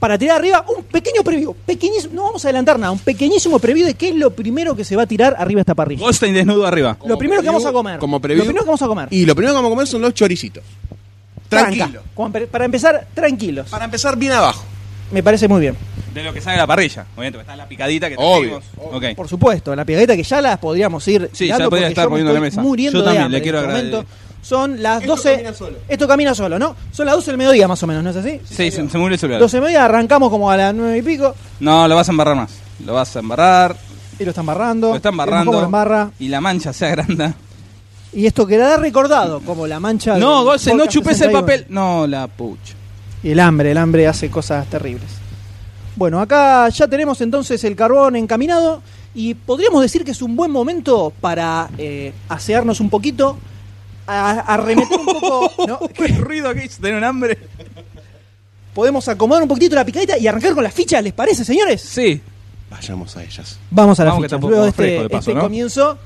S2: Para tirar arriba, un pequeño preview. Pequeñísimo, no vamos a adelantar nada. Un pequeñísimo preview de qué es lo primero que se va a tirar arriba de esta parrilla.
S4: Goldstein desnudo arriba.
S2: Lo primero que
S3: preview,
S2: vamos a comer.
S3: como
S2: Lo
S3: preview.
S2: primero que vamos a comer.
S3: Y lo primero que vamos a comer son los choricitos.
S2: Tranca.
S3: Tranquilo.
S2: Como per- Para empezar, tranquilos.
S3: Para empezar bien abajo.
S2: Me parece muy bien.
S4: De lo que sale la parrilla. Obviamente, está la picadita que
S3: Obvio,
S4: trajimos.
S3: obvio.
S4: Ok.
S2: Por supuesto, la piedrita que ya las podríamos ir.
S4: Sí, ya
S2: tirando
S4: podría
S2: porque
S4: estar
S2: yo me
S4: poniendo en la
S2: estoy
S4: mesa.
S2: Muriendo
S4: Yo
S2: de
S4: también
S2: hambre
S4: le quiero
S2: en este
S4: agradecer.
S2: momento. Son las
S3: Esto
S2: 12.
S3: camina solo.
S2: Esto camina solo, ¿no? Son las 12 del mediodía más o menos, ¿no es así?
S4: Sí, se, se murió el celular.
S2: 12 del mediodía, arrancamos como a las 9 y pico
S4: No, lo vas a embarrar más. Lo vas a embarrar.
S2: y lo están barrando.
S4: Lo están
S2: Vemos cómo
S4: barrando.
S2: lo embarra.
S4: Y la mancha se agranda.
S2: Y esto quedará recordado como la mancha.
S4: No,
S2: del
S4: Goldstein, no
S2: podcast
S4: chupes el
S2: 61.
S4: papel. No, la pucha.
S2: Y el hambre, el hambre hace cosas terribles. Bueno, acá ya tenemos entonces el carbón encaminado y podríamos decir que es un buen momento para eh, asearnos un poquito, a- arremeter un poco, ¿no?
S4: Qué ruido que hizo. ¿Tiene un hambre?
S2: Podemos acomodar un poquitito la picadita y arrancar con las fichas, ¿les parece, señores?
S4: Sí.
S3: Vayamos a ellas.
S2: Vamos a las
S4: Vamos, que
S2: fichas.
S4: tampoco
S2: Luego de
S4: fresco
S2: este,
S4: de paso,
S2: este
S4: ¿no?
S2: comienzo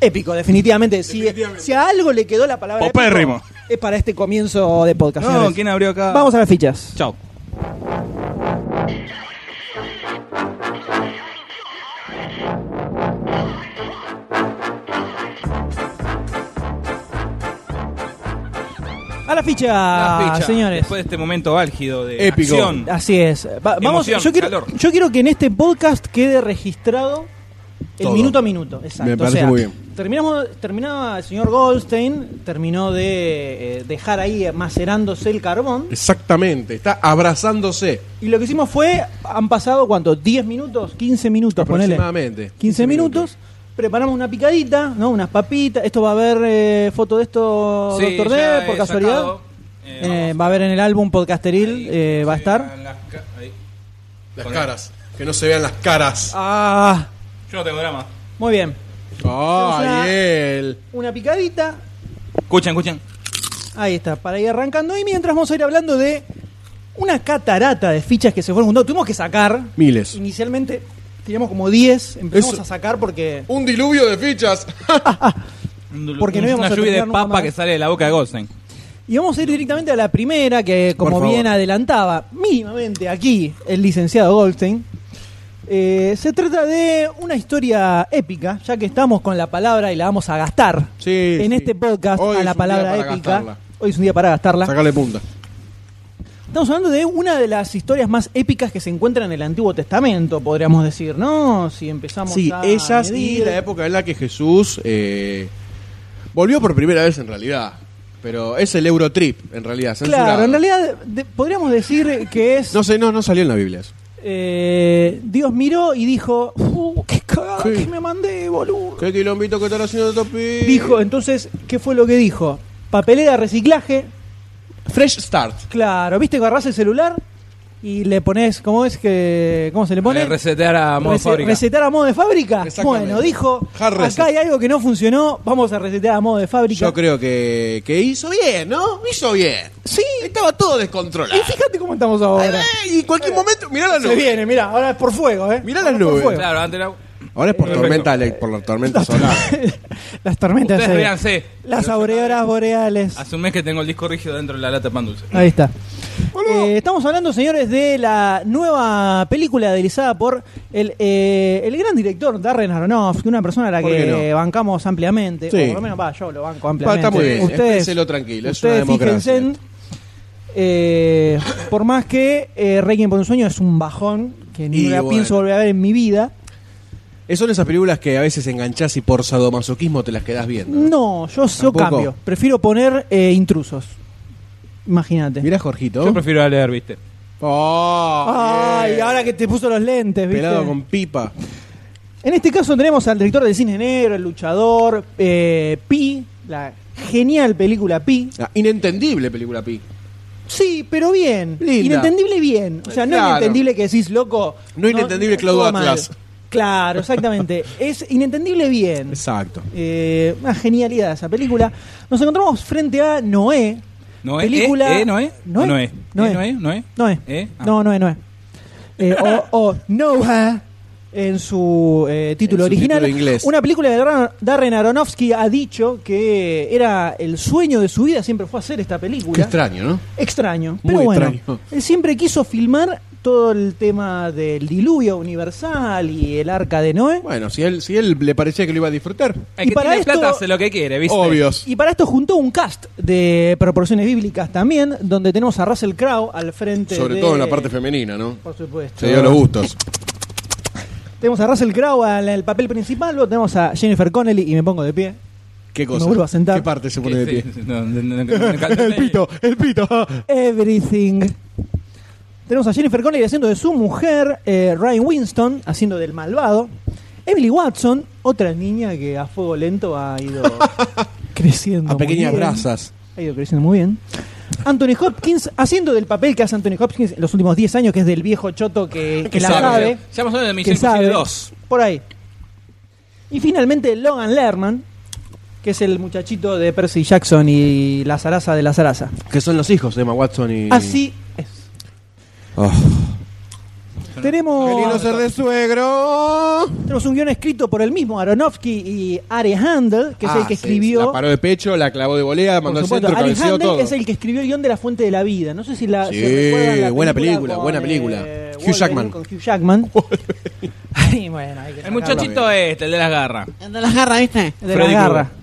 S2: épico, definitivamente. Si, si a algo le quedó la palabra épico,
S4: Popérrimo.
S2: es para este comienzo de podcast.
S4: No,
S2: señores.
S4: ¿quién abrió acá?
S2: Vamos a las fichas.
S4: Chao.
S2: A las fichas,
S4: La ficha.
S2: señores.
S4: Después de este momento álgido de
S3: Épico.
S4: acción.
S2: Así es. Va- vamos,
S4: Emoción,
S2: yo, quiero,
S4: calor.
S2: yo quiero que en este podcast quede registrado el
S3: Todo.
S2: minuto a minuto. Exacto.
S3: Me parece
S2: o sea,
S3: muy bien.
S2: Terminamos, terminaba el señor Goldstein, terminó de eh, dejar ahí macerándose el carbón.
S3: Exactamente. Está abrazándose.
S2: Y lo que hicimos fue, han pasado cuánto, 10 minutos, 15 minutos, ponele. 15,
S3: Aproximadamente.
S2: minutos. Preparamos una picadita, ¿no? Unas papitas. Esto va a haber eh, foto de esto,
S4: Sí,
S2: doctor
S4: ya
S2: D, por
S4: he
S2: casualidad.
S4: sacado. Eh,
S2: Eh,
S4: vamos.
S2: va a haber en el álbum podcasteril,
S4: Ahí,
S2: eh, va a
S4: se
S2: estar.
S4: vean las ca- ahí.
S3: Las caras. Que no se vean las caras.
S2: Ah,
S4: Yo no tengo drama.
S2: muy bien.
S3: Ay,
S2: una-
S3: él.
S2: Una picadita,
S4: Escuchen, escuchen.
S2: Ahí está, para ir arrancando. Y mientras vamos a ir hablando de una catarata de fichas que se fueron juntando. Tuvimos que sacar.
S3: Miles.
S2: Inicialmente teníamos como 10. Empezamos
S3: Eso-
S2: a sacar porque.
S3: Un diluvio de fichas.
S2: Porque no íbamos
S4: una
S2: a
S4: lluvia
S2: terminar
S4: de
S2: nunca
S4: papa
S2: más.
S4: que sale de la boca de Goldstein.
S2: Y vamos a ir directamente a la primera, que
S4: Por
S2: como
S4: favor.
S2: bien adelantaba, mínimamente aquí el licenciado Goldstein. Eh, se trata de una historia épica, ya que estamos con la palabra y la vamos a gastar
S3: Sí,
S2: en
S3: sí.
S2: este podcast
S3: Hoy
S2: a
S3: es
S2: la
S3: un
S2: palabra
S3: día para
S2: épica.
S3: gastarla.
S2: Hoy es un día para gastarla.
S3: Sacale punta.
S2: Estamos hablando de una de las historias más épicas que se encuentran en el Antiguo Testamento, podríamos decir, ¿no? Si empezamos
S3: Sí,
S2: a
S3: ellas y
S2: medir.
S3: la época en la que Jesús eh, volvió por primera vez en realidad. Pero es el Eurotrip, en realidad. censurado.
S2: Claro, en realidad de- podríamos decir que es...
S3: No sé, no, no salió en la Biblia eso.
S2: eh, Dios miró y dijo, "Uh, qué cagada
S3: Sí.
S2: que me mandé, boludo!
S3: ¿Qué quilombito que están haciendo estos pibes?
S2: Dijo, entonces, ¿qué fue lo que dijo? Papelera, reciclaje,
S3: Fresh Start.
S2: claro, ¿viste que agarrás el celular? Y le pones, ¿cómo es que...? ¿Cómo se le pone?
S4: Le resetear a modo
S2: Rece-
S4: fábrica.
S2: ¿Recetar a modo de fábrica?
S3: Exactamente.
S2: Bueno, dijo,
S3: Hard reset.
S2: acá hay algo que no funcionó, vamos a recetar a modo de fábrica.
S3: Yo creo que, que hizo bien, ¿no? Hizo bien.
S2: Sí,
S3: Estaba todo
S2: y
S3: descontrolado.
S2: fíjate cómo estamos
S3: Ay,
S2: ahora.
S3: ay, Y cualquier momento, mirá la
S2: Se
S3: nube.
S2: viene, mirá, ahora es por fuego, ¿eh?
S3: Mirá las
S2: Ahora es por
S3: nubes.
S2: fuego.
S4: Claro, antes era...
S3: Ahora es por
S4: Perfecto.
S3: tormenta, elec- por la tormenta solar.
S2: Las tormentas.
S4: Ustedes
S2: eh.
S4: véanse.
S2: Las aureoras boreales.
S4: Hace un mes que tengo el disco rígido dentro de la lata de pan dulce.
S2: Ahí está. Eh, estamos hablando, señores, de la nueva película realizada por el, eh, el gran director Darren Aronofsky, una persona a la
S3: ¿Por
S2: que
S3: qué no?
S2: bancamos ampliamente.
S3: Sí.
S2: O por lo menos, va, yo lo banco ampliamente.
S3: está muy bien,
S2: Ustedes,
S3: expréselo tranquilo, es
S2: ustedes
S3: una democracia.
S2: fíjense en, eh, por más que eh, Requiem por un sueño es un bajón que no
S3: Y
S2: la
S3: bueno.
S2: pienso volver a ver en mi vida.
S3: Eh, Son esas películas que a veces enganchás y por sadomasoquismo te las quedás viendo.
S2: No, yo, yo
S3: ¿Tampoco?
S2: cambio. Prefiero poner eh, intrusos. Imagínate.
S3: Mirá, Jorgito.
S4: Yo prefiero a leer, viste.
S3: Oh,
S2: Ay,
S3: bien.
S2: ahora que te puso los lentes, ¿viste?
S3: Pelado con pipa.
S2: En este caso tenemos al director del cine negro, el luchador, eh, Pi, la genial película Pi.
S3: Ah, inentendible película Pi.
S2: Sí, pero bien.
S3: Linda.
S2: Inentendible bien. O sea, no
S3: Claro.
S2: inentendible que decís, loco.
S3: No inentendible
S2: estuvo
S3: Claudio
S2: mal.
S3: Atlas.
S2: Claro, exactamente. es inentendible bien.
S3: Exacto.
S2: Eh, una genialidad esa película. Nos encontramos frente a Noé.
S4: ¿No es?
S2: película...
S4: ¿Eh? ¿Eh? ¿No es?
S2: Noé.
S4: ¿No
S2: Noé.
S4: es? ¿Eh? ¿No es? ¿No es?
S2: Noé.
S4: ¿Eh? Ah.
S2: No, Noé, Noé. Eh, o, o Noah en su eh, título
S3: En su
S2: original.
S3: título inglés.
S2: Una película de Darren- Darren Aronofsky ha dicho que era el sueño de su vida, siempre fue hacer esta película.
S3: Qué extraño, ¿no?
S2: Extraño,
S3: Muy
S2: pero bueno.
S3: extraño.
S2: Él siempre quiso filmar todo el tema del diluvio universal y el arca de Noé.
S3: Bueno, si él, si él le parecía que lo iba a disfrutar.
S4: El
S2: Y
S4: que
S2: para
S4: tiene
S2: esto-
S4: plata hace lo que quiere, ¿viste?
S3: Obvios.
S2: Y para esto juntó un cast de proporciones bíblicas también, donde tenemos a Russell Crowe al frente. este
S3: Sobre
S2: de-
S3: todo en la parte femenina, ¿no? Ah.
S2: Por supuesto.
S3: Se dio los gustos.
S2: Tenemos a Russell Crowe al el papel principal, luego tenemos a Jennifer Connelly y me pongo de pie.
S3: ¿Qué
S2: Me vuelvo a sentar.
S3: ¿Qué parte se
S4: Que-
S3: pone de
S4: sí,
S3: pie?
S4: sí, no, no, no, no, no,
S3: el pito, el pito.
S2: Everything. Tenemos a Jennifer Connelly haciendo de su mujer, eh, Ryan Winston haciendo del malvado, Emily Watson, otra niña que a fuego lento ha ido creciendo.
S3: A pequeñas
S2: muy bien.
S3: brasas.
S2: Ha ido creciendo muy bien. Anthony Hopkins haciendo del papel que hace Anthony Hopkins en los últimos 10 años, que es del viejo choto que, que la
S4: Ya-
S2: sabe.
S4: Ya más o menos de Misión
S2: que sabe.
S4: Imposible 2.
S2: Por ahí. Y finalmente Logan Lerman, que es el muchachito de Percy Jackson y la zaraza de la zaraza.
S3: Que son los hijos de Emma Watson y.
S2: Así es.
S3: Oh. Querido
S2: Tenemos,
S3: ser de suegro.
S2: tenemos un guión escrito por el mismo Aronofsky y Ari Handel, que es
S3: Ah,
S2: el que
S3: sí,
S2: escribió.
S3: La paró de pecho, la clavó de volea,
S2: por
S3: mandó al
S2: supuesto,
S3: centro,
S2: Ari
S3: cabeció
S2: Handel
S3: todo.
S2: es el que escribió el guión de La Fuente de la Vida. No sé si la. si
S3: Sí,
S2: recuerdan la
S3: buena película,
S2: con,
S3: buena película.
S2: eh,
S3: Hugh Jackman.
S2: Wolverine con Hugh Jackman. Ay, bueno, hay que
S4: El
S2: sacarlo.
S4: muchachito este, el de las garras.
S5: Anda las garras, ¿viste?
S2: de la
S4: Freddy
S2: garra.
S4: Krueger.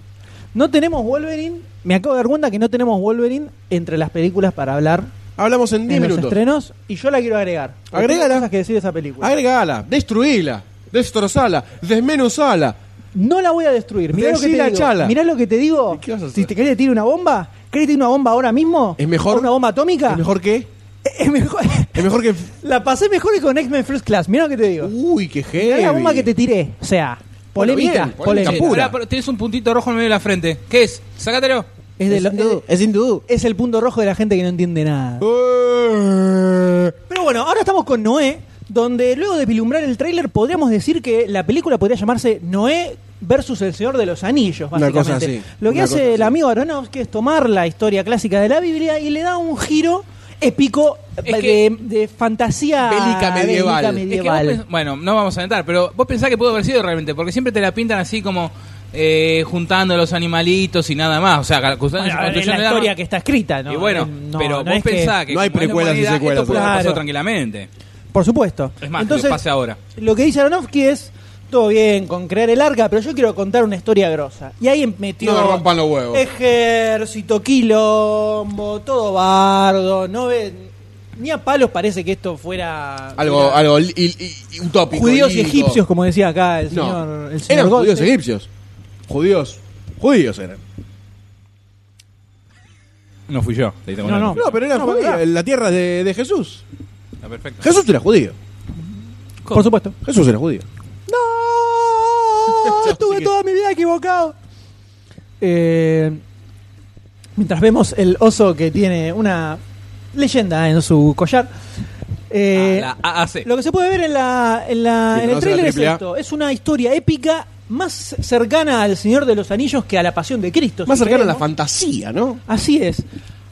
S2: No tenemos Wolverine. Me acabo de dar cuenta que no tenemos Wolverine entre las películas para hablar
S3: Hablamos en 10
S2: en los
S3: minutos.
S2: estrenos. Y yo la quiero agregar. Porque
S3: Agrégala.
S2: tengo cosas que decir de esa película.
S3: Agregala, destruíla, destrozala, desmenuzala.
S2: no la voy a destruir. Mirá lo, que
S3: Decila,
S2: te digo.
S3: chala.
S2: Mirá lo que te digo.
S3: ¿Y qué vas a hacer?
S2: Si te querés tirar una bomba, ¿querés tirar una bomba ahora mismo?
S3: ¿Es mejor?
S2: ¿Una bomba atómica?
S3: ¿Es mejor qué?
S2: Es mejor-
S3: Es mejor que.
S2: la pasé mejor que con X-Men First Class. Mirá lo que te digo.
S3: Uy, qué
S2: Mirá
S3: heavy.
S2: la bomba que te tiré. O sea,
S3: Bueno,
S2: polémica.
S3: bien, polémica
S2: polémica.
S3: pura.
S4: Pará, pará, Tienes un puntito rojo en medio de la frente. ¿Qué es? Sácatelo.
S2: Es, de lo-
S5: hindú,
S2: es-
S5: es hindú.
S2: es el punto rojo de la gente que no entiende nada.
S3: Eh,
S2: Pero bueno, ahora estamos con Noé, donde luego de vislumbrar el tráiler podríamos decir que la película podría llamarse Noé versus el Señor de los Anillos,
S3: Una
S2: básicamente.
S3: cosa así,
S2: Lo que
S3: una cosa
S2: hace el
S3: así.
S2: amigo Aronofsky es tomar la historia clásica de la Biblia y le da un giro épico
S4: Es
S2: de,
S4: que-
S2: de fantasía
S3: Bélica medieval.
S2: bélica
S4: Es que vos
S2: medieval.
S4: pens- bueno, no vamos a inventar, pero vos pensás que pudo haber sido realmente, porque siempre te la pintan así como eh, juntando los animalitos y nada más. O sea, la
S2: Bueno,
S4: construcción
S2: es
S4: construcción
S2: la
S4: de la-
S2: historia que está escrita, ¿no?
S4: Y bueno,
S2: No,
S4: pero
S2: no
S4: vos
S2: es que-
S4: pensás que,
S3: No hay
S4: como es la
S3: precuelas y
S4: humanidad,
S3: secuelas,
S4: Esto pudo haber
S2: claro.
S4: pasado tranquilamente.
S2: Por supuesto.
S4: Es más,
S2: Entonces,
S4: que pase ahora.
S2: Lo que dice Aronofsky es todo bien con crear el arca, pero yo quiero contar una historia grosa. Y ahí em- metió
S3: No me rompan los huevos.
S2: ejército, quilombo, todo bardo, no ve- ni a palos parece que esto fuera
S3: Algo,
S2: era-
S3: algo li- li- utópico.
S2: judíos y
S3: lírico.
S2: egipcios, como decía acá el
S3: No,
S2: señor, el señor
S3: eran
S2: Goldstein.
S3: judíos egipcios. Judíos. Judíos eran.
S4: No fui yo. le diste
S2: No, no.
S4: una-
S3: No, pero eran
S2: No,
S3: judíos.
S2: verdad.
S3: En la tierra de, de Jesús.
S4: Ah, perfecto.
S3: Jesús era judío.
S2: Por supuesto.
S3: Jesús era judío.
S2: No, estuve toda mi vida equivocado. Eh, mientras vemos el oso que tiene una leyenda en su collar. eh,
S4: Ah, la AAC.
S2: Lo que se puede ver en, la, en, la-
S3: Sí,
S2: en el
S3: conoce la
S2: trailer es
S3: triple A.
S2: esto. Es una historia épica más cercana al Señor de los Anillos que a la Pasión de Cristo.
S3: Más
S2: si
S3: cercano a la
S2: queremos.
S3: fantasía, ¿no?
S2: Así es.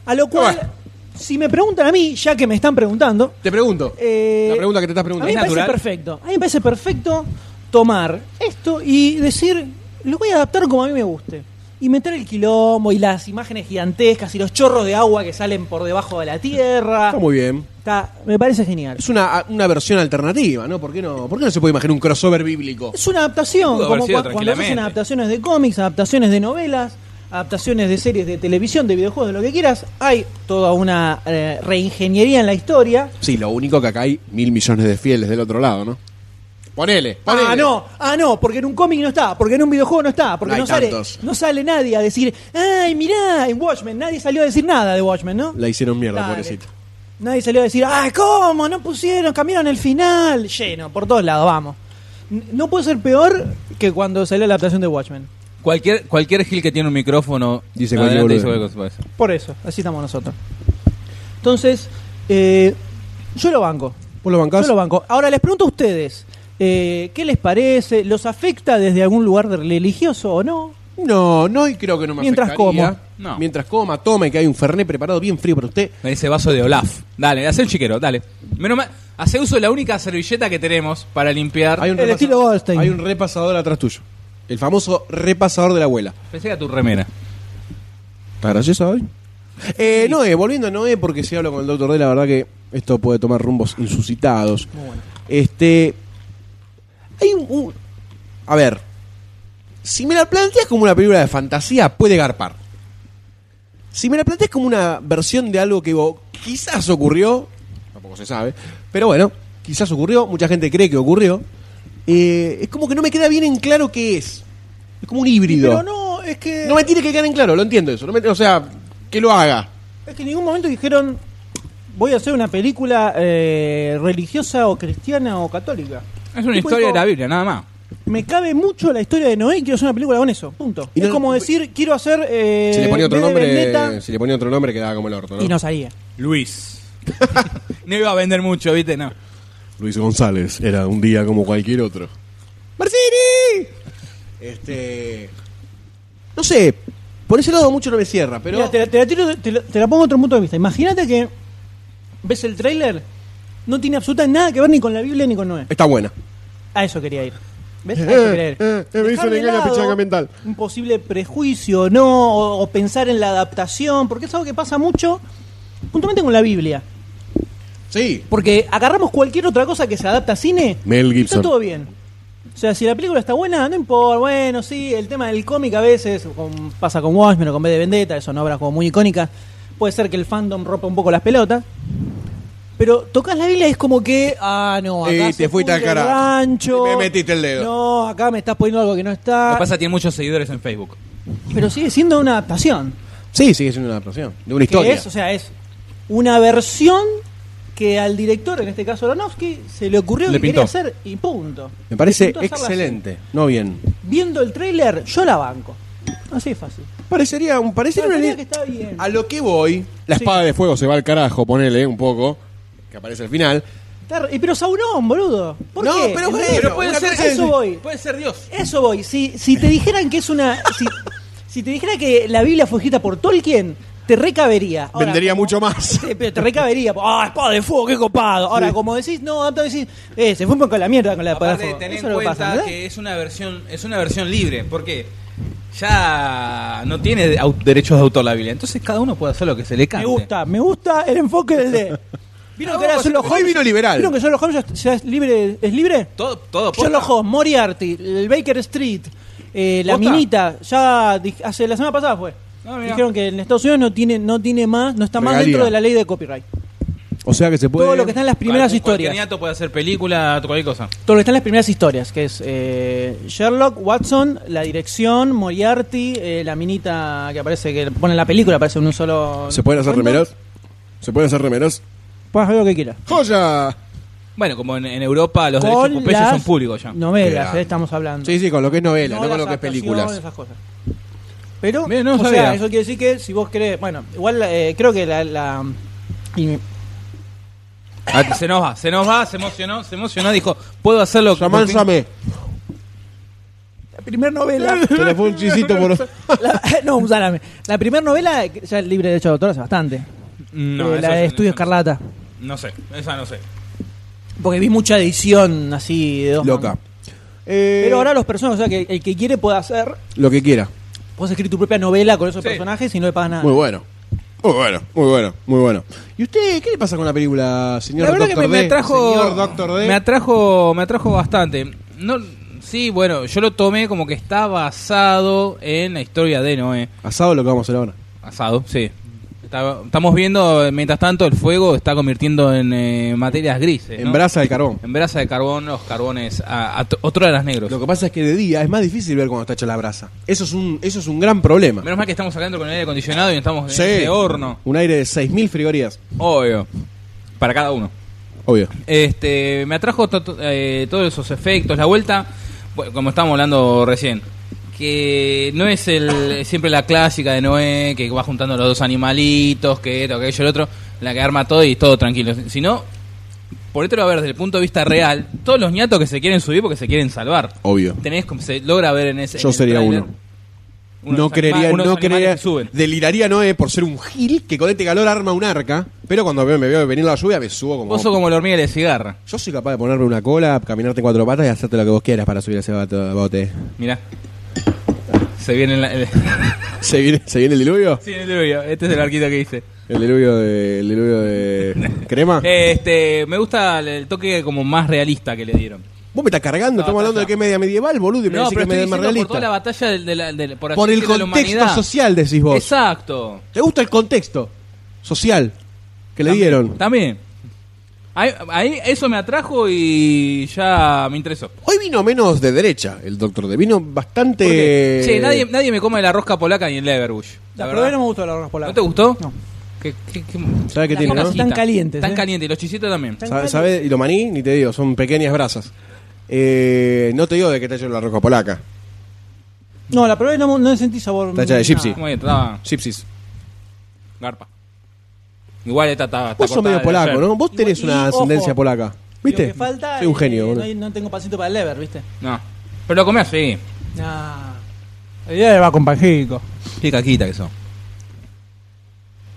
S2: A lo cual,
S3: Bueno.
S2: si me preguntan a mí, ya que me están preguntando,
S3: Te pregunto.
S2: eh,
S3: la pregunta que te estás
S2: a
S3: preguntando.
S2: mí me
S4: ¿Es
S2: parece
S4: natural?
S2: perfecto. A mí me parece perfecto tomar esto y decir, lo voy a adaptar como a mí me guste. Y meter el quilombo y las imágenes gigantescas y los chorros de agua que salen por debajo de la tierra.
S3: Está muy bien.
S2: Está- me parece genial.
S3: Es una, una versión alternativa, ¿no? ¿Por qué no, por qué no se puede imaginar un crossover bíblico?
S2: Es una adaptación,
S4: Pudo haber
S2: como
S4: sido
S2: cua- cuando
S4: tranquilamente.
S2: hacen adaptaciones de cómics, adaptaciones de novelas, adaptaciones de series de televisión, de videojuegos, de lo que quieras. Hay toda una eh, reingeniería en la historia.
S3: Sí, lo único que acá hay mil millones de fieles del otro lado, ¿no? Ponele, ponele.
S2: Ah, no, ah, no, porque en un cómic no está, porque en un videojuego no está, porque
S3: No hay
S2: no, sale,
S3: tantos.
S2: no sale nadie a decir, ay, mirá, en Watchmen, nadie salió a decir nada de Watchmen, ¿no?
S3: La hicieron mierda,
S2: Dale.
S3: pobrecito.
S2: Nadie salió a decir, ay, ¿cómo? No pusieron, cambiaron el final. Lleno, por todos lados, vamos. N- No puede ser peor que cuando salió la adaptación de Watchmen.
S4: Cualquier, cualquier Gil que tiene un micrófono
S3: Dice
S4: adelante
S3: cualquier
S4: dice
S3: boludez.
S4: cualquier cosa. pues.
S2: Por eso, así estamos nosotros. Entonces, eh, yo lo banco.
S3: ¿Vos lo bancás?
S2: Yo lo banco. Ahora les pregunto a ustedes, eh, ¿qué les parece? ¿Los afecta desde algún lugar religioso o no?
S3: No, no, y creo que no me
S2: Mientras
S3: afectaría.
S2: como.
S4: No.
S3: Mientras coma, tome, que hay un Fernet preparado bien frío para usted.
S4: Me dice vaso de Olaf. Dale, hace un chiquero, dale. Menos mal, hace uso de la única servilleta que tenemos para limpiar.
S3: Hay un,
S2: El
S3: repasa-
S2: estilo Goldstein.
S3: hay un repasador atrás tuyo. El famoso repasador de la abuela.
S4: Pensé que era tu remera.
S3: ¿Está graciosa hoy? Eh, Noé, volviendo a Noé, porque si hablo con el doctor D, la verdad que esto puede tomar rumbos insuscitados.
S2: Muy bueno.
S3: Este. Hay un, un- A ver. Si me la planteas como una película de fantasía, puede garpar. Si me la planteas como una versión de algo que o- quizás ocurrió, tampoco se sabe, pero bueno, quizás ocurrió, mucha gente cree que ocurrió, eh, es como que no me queda bien en claro qué es. Es como un híbrido.
S2: Pero no, es que...
S3: No me tiene que quedar en claro, lo entiendo eso. no me- o sea, que lo haga.
S2: Es que en ningún momento dijeron voy a hacer una película eh, religiosa o cristiana o católica.
S4: Es una
S2: Tipo
S4: historia de
S2: dijo,
S4: la Biblia, nada más.
S2: Me cabe mucho la historia de Noé y quiero hacer una película con eso. Punto.
S3: Y
S2: es
S3: no-
S2: como decir quiero hacer. Eh,
S3: Si le ponía otro
S2: V de
S3: nombre,
S2: Vendetta,
S3: si le ponía otro nombre quedaba como el orto, ¿no?
S2: y no salía.
S4: Luis. no iba a vender mucho, ¿viste? No.
S3: Luis González era un día como cualquier otro. ¡Marcini! Este. No sé. Por ese lado mucho no me cierra, pero.
S2: Mirá, te, la- te la tiro- te la- te la pongo otro punto de vista. Imagínate que ves el tráiler, no tiene absolutamente nada que ver ni con la Biblia ni con Noé.
S3: Está buena.
S2: A eso quería ir. ¿Ves? A eso
S3: Eh,
S2: quería ir.
S3: eh, eh, me hizo
S2: Dejar de
S3: negar la
S2: lado
S3: pichanga mental.
S2: Un posible prejuicio, ¿no? O, o pensar en la adaptación, porque es algo que pasa mucho, puntualmente con la Biblia.
S3: Sí.
S2: Porque agarramos cualquier otra cosa que se adapta a cine,
S3: Mel Gibson.
S2: está todo bien. O sea, si la película está buena, no importa. Bueno, sí, el tema del cómic a veces con- pasa con Watchmen o con B de Vendetta, son obras como muy icónicas. Puede ser que el fandom rompa un poco las pelotas. Pero tocas la Biblia y es como que, ah, no, acá
S3: Eh,
S2: se
S3: te fuiste al
S2: pudre el
S3: carajo.
S2: rancho.
S3: Me metiste el dedo.
S2: No, acá me estás poniendo algo que no
S4: Lo
S2: está.
S4: que pasa es que tiene muchos seguidores en Facebook.
S2: Pero sigue siendo una adaptación.
S3: Sí, sigue siendo una adaptación. De
S2: Que
S3: una historia.
S2: es, o sea, es una versión que al director, en este caso Aronofsky, se le ocurrió
S4: Le
S2: que quería
S4: pintó.
S2: hacer y punto.
S3: me parece
S2: Le pintó hacerla así.
S3: excelente. No bien.
S2: Viendo el tráiler, yo la banco. Así es fácil.
S3: Parecería un. Parecería una
S2: Parecería
S3: li-
S2: que está bien.
S3: A lo que voy. La
S2: Sí.
S3: espada de fuego se va al carajo, ponele un poco. Que aparece al final.
S2: Está re- y Pero Sauron, boludo. ¿Por
S3: No,
S2: qué?
S3: pero
S2: ¿Entendés?
S3: bueno,
S4: Pero puede
S3: una
S4: ser
S3: cosa
S2: es- Eso voy.
S4: Puede ser Dios.
S2: Eso voy. Si, si te dijeran que es una. Si, si te dijera que la Biblia fue escrita por Tolkien, te recabería. Ahora,
S3: Vendería
S2: como-
S3: mucho más.
S2: Sí, pero te recabería. Ah, espada de fuego, qué copado. Ahora, como decís, no, apto decís, eh, se fue un poco a la mierda con la espada de
S4: Aparte,
S2: fuego.
S4: ten en
S2: Eso es lo que
S4: cuenta
S2: pasa, ¿eh? ¿entendés?
S4: que es una versión, es una versión libre, porque ya no tiene de- au- derechos de autor la Biblia. Entonces cada uno puede hacer lo que se le
S2: Me
S4: cante.
S2: gusta, me gusta el enfoque del de. ¿Vieron que ahora Sherlock
S3: Hoy
S2: Holmes?
S3: vino liberal.
S2: ¿Vieron que Sherlock Holmes ya- ya es libre? ¿Es libre?
S4: Todo, todo posta.
S2: Sherlock Holmes, Moriarty, el Baker Street, eh, la
S4: ¿Posta?
S2: minita, ya di- hace la semana pasada fue.
S4: Ah, mirá.
S2: Dijeron que en Estados Unidos no tiene, no tiene más, no está más
S3: Regalía.
S2: dentro de la ley de copyright.
S3: O sea que se puede.
S2: Todo lo que está en las primeras
S4: Cual- cualquier
S2: historias.
S4: niato puede hacer película, cualquier cosa.
S2: Todo lo que está en las primeras historias, que es eh, Sherlock, Watson, la dirección, Moriarty, eh, la minita que aparece, que pone en la película, aparece en un solo.
S3: ¿Se pueden hacer
S2: cuento.
S3: remeros? ¿Se pueden hacer remeros?
S2: Puedes hacer lo que quieras.
S3: ¡Joya!
S4: Bueno, como en, en Europa los
S2: Con
S4: derechos popeyes
S2: las
S4: son públicos ya.
S3: Qué
S2: Novelas,
S3: grande.
S2: eh, estamos hablando.
S3: Sí, sí, con lo que es novela, no,
S2: las
S3: con lo que es películas.
S2: adaptaciones, esas cosas. Pero,
S4: Bien, no
S2: o
S4: sabía.
S2: sea, eso quiere decir que si vos querés. Bueno, igual eh, creo que la. la- y-
S4: Ah, se nos va, se nos va, se emocionó, se emocionó, dijo, puedo hacerlo. por fin.
S3: Samánzame.
S2: la primera novela.
S3: Se le fue un chisito por.
S2: la- no, un salame. La primera novela, eh, que ya es libre de derecho de autor hace bastante.
S4: No,
S2: Eh,
S4: eso
S2: la de
S4: sí,
S2: Estudio
S4: eso no
S2: Escarlata.
S4: sé. No sé, esa no sé.
S2: Porque vi mucha edición así de dos
S3: Loca.
S2: manos.
S3: Eh,
S2: Pero ahora los personajes, o sea, que el que quiere puede hacer.
S3: Lo que quiera.
S2: Puedes escribir tu propia novela con esos
S4: Sí.
S2: personajes y no le pagas
S4: Ah.
S2: nada.
S3: Muy bueno. Muy bueno, muy bueno, muy bueno. ¿Y usted qué le pasa con la película, señor
S4: la verdad
S3: Doctor
S4: que me, me
S3: D?
S4: atrajo,
S3: Señor Doctor D.
S4: me atrajo, me atrajo bastante. No, sí, bueno, yo lo tomé como que está basado en la historia de Noé.
S3: Asado lo que vamos a hacer ahora.
S4: Asado, sí. Está- estamos viendo, mientras tanto, el fuego está convirtiendo en eh, materias grises.
S3: En
S4: ¿no?
S3: brasa de carbón.
S4: En brasa de carbón, los carbones, a, a- otro de las negros.
S3: Lo que pasa es que de día es más difícil ver cuando está hecha la brasa. Eso es un, eso es un gran problema.
S4: Menos mal que estamos sacando con el aire acondicionado y estamos
S3: Sí.
S4: en ese horno.
S3: Un aire de 6.000 frigorías.
S4: Obvio. Para cada uno.
S3: Obvio.
S4: Este, me atrajo to- to- eh, todos esos efectos, la vuelta, bueno, como estábamos hablando recién, que no es el siempre la clásica de Noé, que va juntando los dos animalitos, que esto, aquello, el otro, la que arma todo y todo tranquilo, sino, por otro lado, a ver, desde el punto de vista real, todos los ñatos que se quieren subir porque se quieren salvar.
S3: Obvio.
S4: Tenés, como se logra ver en ese...
S3: Yo
S4: en el
S3: sería
S4: tráiler,
S3: uno.
S4: uno de
S3: no
S4: los
S3: creería,
S4: anima- uno de
S3: no
S4: los animales
S3: creería.
S4: que Suben.
S3: Deliraría Noé por ser un gil que con este calor arma un arca. Pero cuando veo- me veo venir la lluvia me subo como.
S4: Vos sos como la hormiga de cigarra.
S3: Yo soy capaz de ponerme una cola, caminarte en cuatro patas y hacerte lo que vos quieras para subir a ese bato- bote.
S4: Mirá. Se viene la... el-
S3: ¿Se viene, se viene el diluvio?
S4: Sí, el diluvio. Este es el arquito que hice.
S3: ¿El diluvio de, el diluvio de crema?
S4: Este, me gusta el- el toque como más realista que le dieron.
S3: Vos me estás cargando, estamos hablando de qué media medieval, boludo, y me
S4: No,
S3: decís
S4: pero
S3: que
S4: estoy
S3: media más
S4: diciendo por toda la
S3: realista.
S4: batalla del, del- del- por, así
S3: Por el
S4: decirlo, de la
S3: contexto
S4: humanidad.
S3: social, decís vos.
S4: Exacto.
S3: ¿Te gusta el contexto social que le
S4: También-
S3: dieron?
S4: También. Ahí, ahí eso me atrajo y ya me interesó.
S3: Hoy vino menos de derecha el doctor D. Vino bastante.
S4: Porque, che, nadie, nadie me come la rosca polaca ni el Leverbush.
S6: La
S4: La, verdad.
S6: probé no me gustó la hornos polaca.
S4: ¿No te gustó?
S6: No.
S4: ¿Qué, qué, qué-
S3: ¿Sabe qué
S4: la
S3: tiene, no?
S4: casita.
S6: Están calientes,
S4: Están
S6: eh.
S4: calientes. Y los chisitos también.
S6: Están
S3: ¿Sabes?
S6: calientes.
S3: Y lo maní, ni te digo, son pequeñas brasas. Eh, no te digo de qué está hecho la roca polaca.
S6: No, la probé no, no sentí sabor.
S3: Tacha de gypsy.
S6: nada.
S4: Muy bien, estaba
S3: Gypsies.
S4: garpa. Igual esta está. está
S3: Vos sos
S4: cortada
S3: medio
S4: de
S3: polaco,
S4: ayer.
S3: ¿no? Vos tenés
S6: Y-
S3: una
S6: y, ojo,
S3: ascendencia polaca.
S6: Lo
S3: ¿Viste?
S6: que falta
S3: Soy un
S6: es-
S3: genio,
S6: no,
S3: boludo.
S6: hay- no tengo paciente para el lever, ¿viste?
S4: No. Pero lo comí así.
S6: Ah. La idea va con panjico.
S4: Qué caquita que son.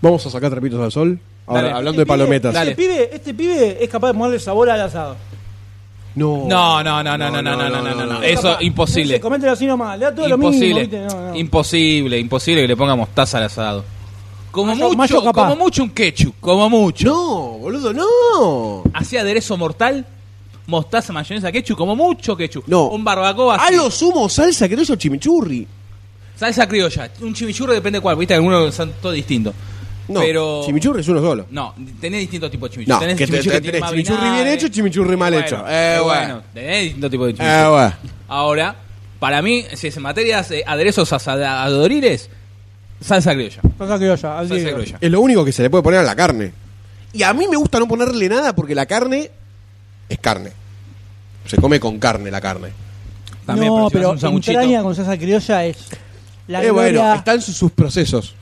S3: Vamos a sacar trapitos al sol. Ahora,
S4: Dale.
S3: hablando de palometas.
S4: Dale.
S6: Este pibe, este pibe es capaz de ponerle sabor al asado.
S3: No.
S4: No, no, no, no, no, no, no, no, no, no, no. Eso
S6: Capaz. No
S4: imposible.
S6: sé, coméntelo así nomás. Le da todo
S4: Imposible.
S6: lo mismo. ¿viste? No, no.
S4: Imposible, imposible que le ponga mostaza al asado. Como
S6: Mayo-
S4: mucho,
S6: mayo capaz.
S4: como mucho un ketchup, como mucho.
S3: No, boludo, no.
S4: Así aderezo mortal, mostaza, mayonesa, ketchup, como mucho ketchup.
S3: No.
S4: Un barbacoa
S3: A
S4: así.
S3: lo sumo salsa que no es chimichurri.
S4: Salsa criolla, un chimichurri depende cuál, viste, algunos son todos distintos.
S3: No,
S4: Pero
S3: chimichurri es uno solo.
S4: no, tenés distintos tipos de chimichurri.
S3: No,
S4: tenés
S3: que te-
S4: chimichurri,
S3: te- tenés
S4: que tiene más
S3: chimichurri bien
S4: vinagre.
S3: hecho, chimichurri mal
S4: Bueno,
S3: hecho. Eh,
S4: eh,
S3: bueno.
S4: bueno, tenés distintos tipos de chimichurri.
S3: Eh, bueno.
S4: Ahora, para mí, si es en materias eh, aderezos asadoriles, salsa criolla.
S6: Salsa criolla, así
S4: Salsa
S6: digo.
S4: criolla.
S3: Es lo único que se le puede poner a la carne. Y a mí me gusta no ponerle nada porque la carne es carne. Se come con carne la carne.
S4: También,
S6: no,
S4: si vas a
S6: pero,
S4: un sanguchito,
S6: entraña con salsa criolla es la
S3: Eh, bueno,
S6: gloria,
S3: están sus, sus procesos.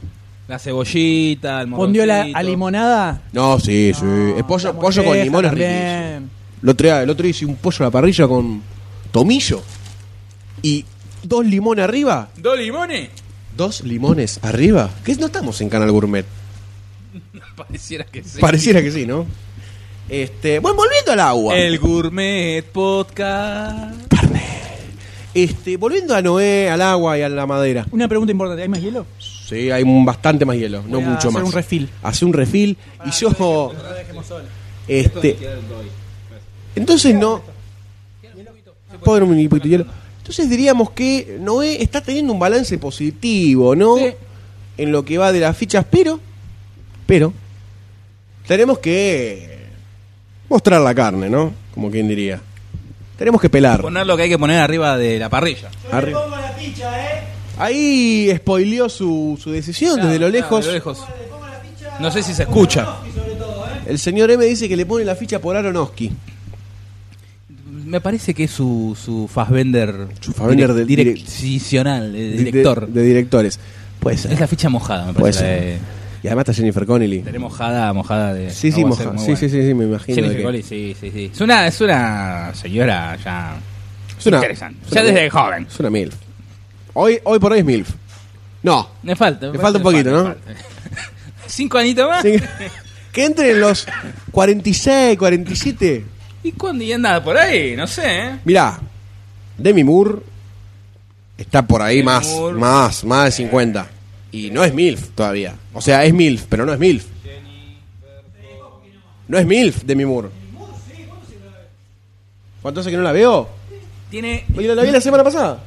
S4: la cebollita, el
S6: pondiola
S4: morroncito.
S6: a limonada.
S3: No, sí, sí.
S6: No,
S2: Ah,
S3: El pollo,
S6: la
S3: pollo con
S6: molleja
S3: limón es riquísimo.
S6: también.
S3: El otro, día- el otro día hice un pollo a la parrilla con tomillo y dos limones arriba.
S4: ¿Dos limones?
S3: ¿Dos limones arriba? Que no estamos en Canal Gourmet.
S4: Pareciera que sí.
S3: Pareciera que sí, ¿no? Este, bueno, volviendo al agua.
S4: el Gourmet Podcast.
S3: Este, volviendo a Noé, al agua y a la madera.
S6: Una pregunta importante, ¿hay más hielo?
S3: Sí, hay un bastante más hielo, no
S6: Voy a
S3: mucho
S6: hacer
S3: más.
S6: un refill.
S3: Hace un refill y yo este entonces no poner un poquito de hielo. Entonces diríamos que Noé está teniendo un balance positivo, ¿no?
S4: Sí.
S3: En lo que va de las fichas, pero pero tenemos que mostrar la carne, ¿no? Como quien diría. Tenemos que pelar.
S4: Poner lo que hay que poner arriba de la parrilla.
S3: Arriba.
S6: la ficha, ¿eh?
S3: Ahí spoileó su, su decisión desde lo
S4: Claro,
S3: lejos.
S4: desde lo lejos. No sé si se escucha.
S3: El señor M dice que le pone la ficha por Aronofsky.
S4: Me parece que es su, su Fassbender.
S3: Su Fassbender del- direc-
S4: direccional, de
S3: de-
S4: director.
S3: De, directores. Puede
S4: es
S3: ser.
S4: la ficha mojada, me
S3: Puede
S4: parece. la
S3: ser. Y además está Jennifer Connelly.
S4: de- de mojada, mojada de.
S3: Sí, sí,
S4: agua
S3: moja.
S4: seca, muy
S3: Sí,
S4: buena.
S3: sí, sí, sí, me imagino. de
S4: Jennifer
S3: que-
S4: Connelly, sí, sí, sí. Es una, es una señora ya
S3: Es una-
S4: interesante.
S3: es
S4: ya
S3: una-
S4: desde joven.
S3: Es una MILF. Hoy, hoy por hoy es MILF. No.
S4: Me falta.
S3: Le falta un poquito, ¿no?
S4: falta. Cinco anitos más.
S3: Sí. que entre en los 46, 47.
S4: ¿Y cuándo y andaba por ahí? No sé, ¿eh?
S3: Mirá, Demi Moore está por ahí
S4: Demi
S3: más,
S4: Moore.
S3: más, más de 50. Y no es MILF todavía. O sea, es MILF, pero no es MILF. No es MILF, Demi Moore. ¿Cuánto hace que no la veo?
S4: Tiene.
S3: Mira, la vi la semana pasada.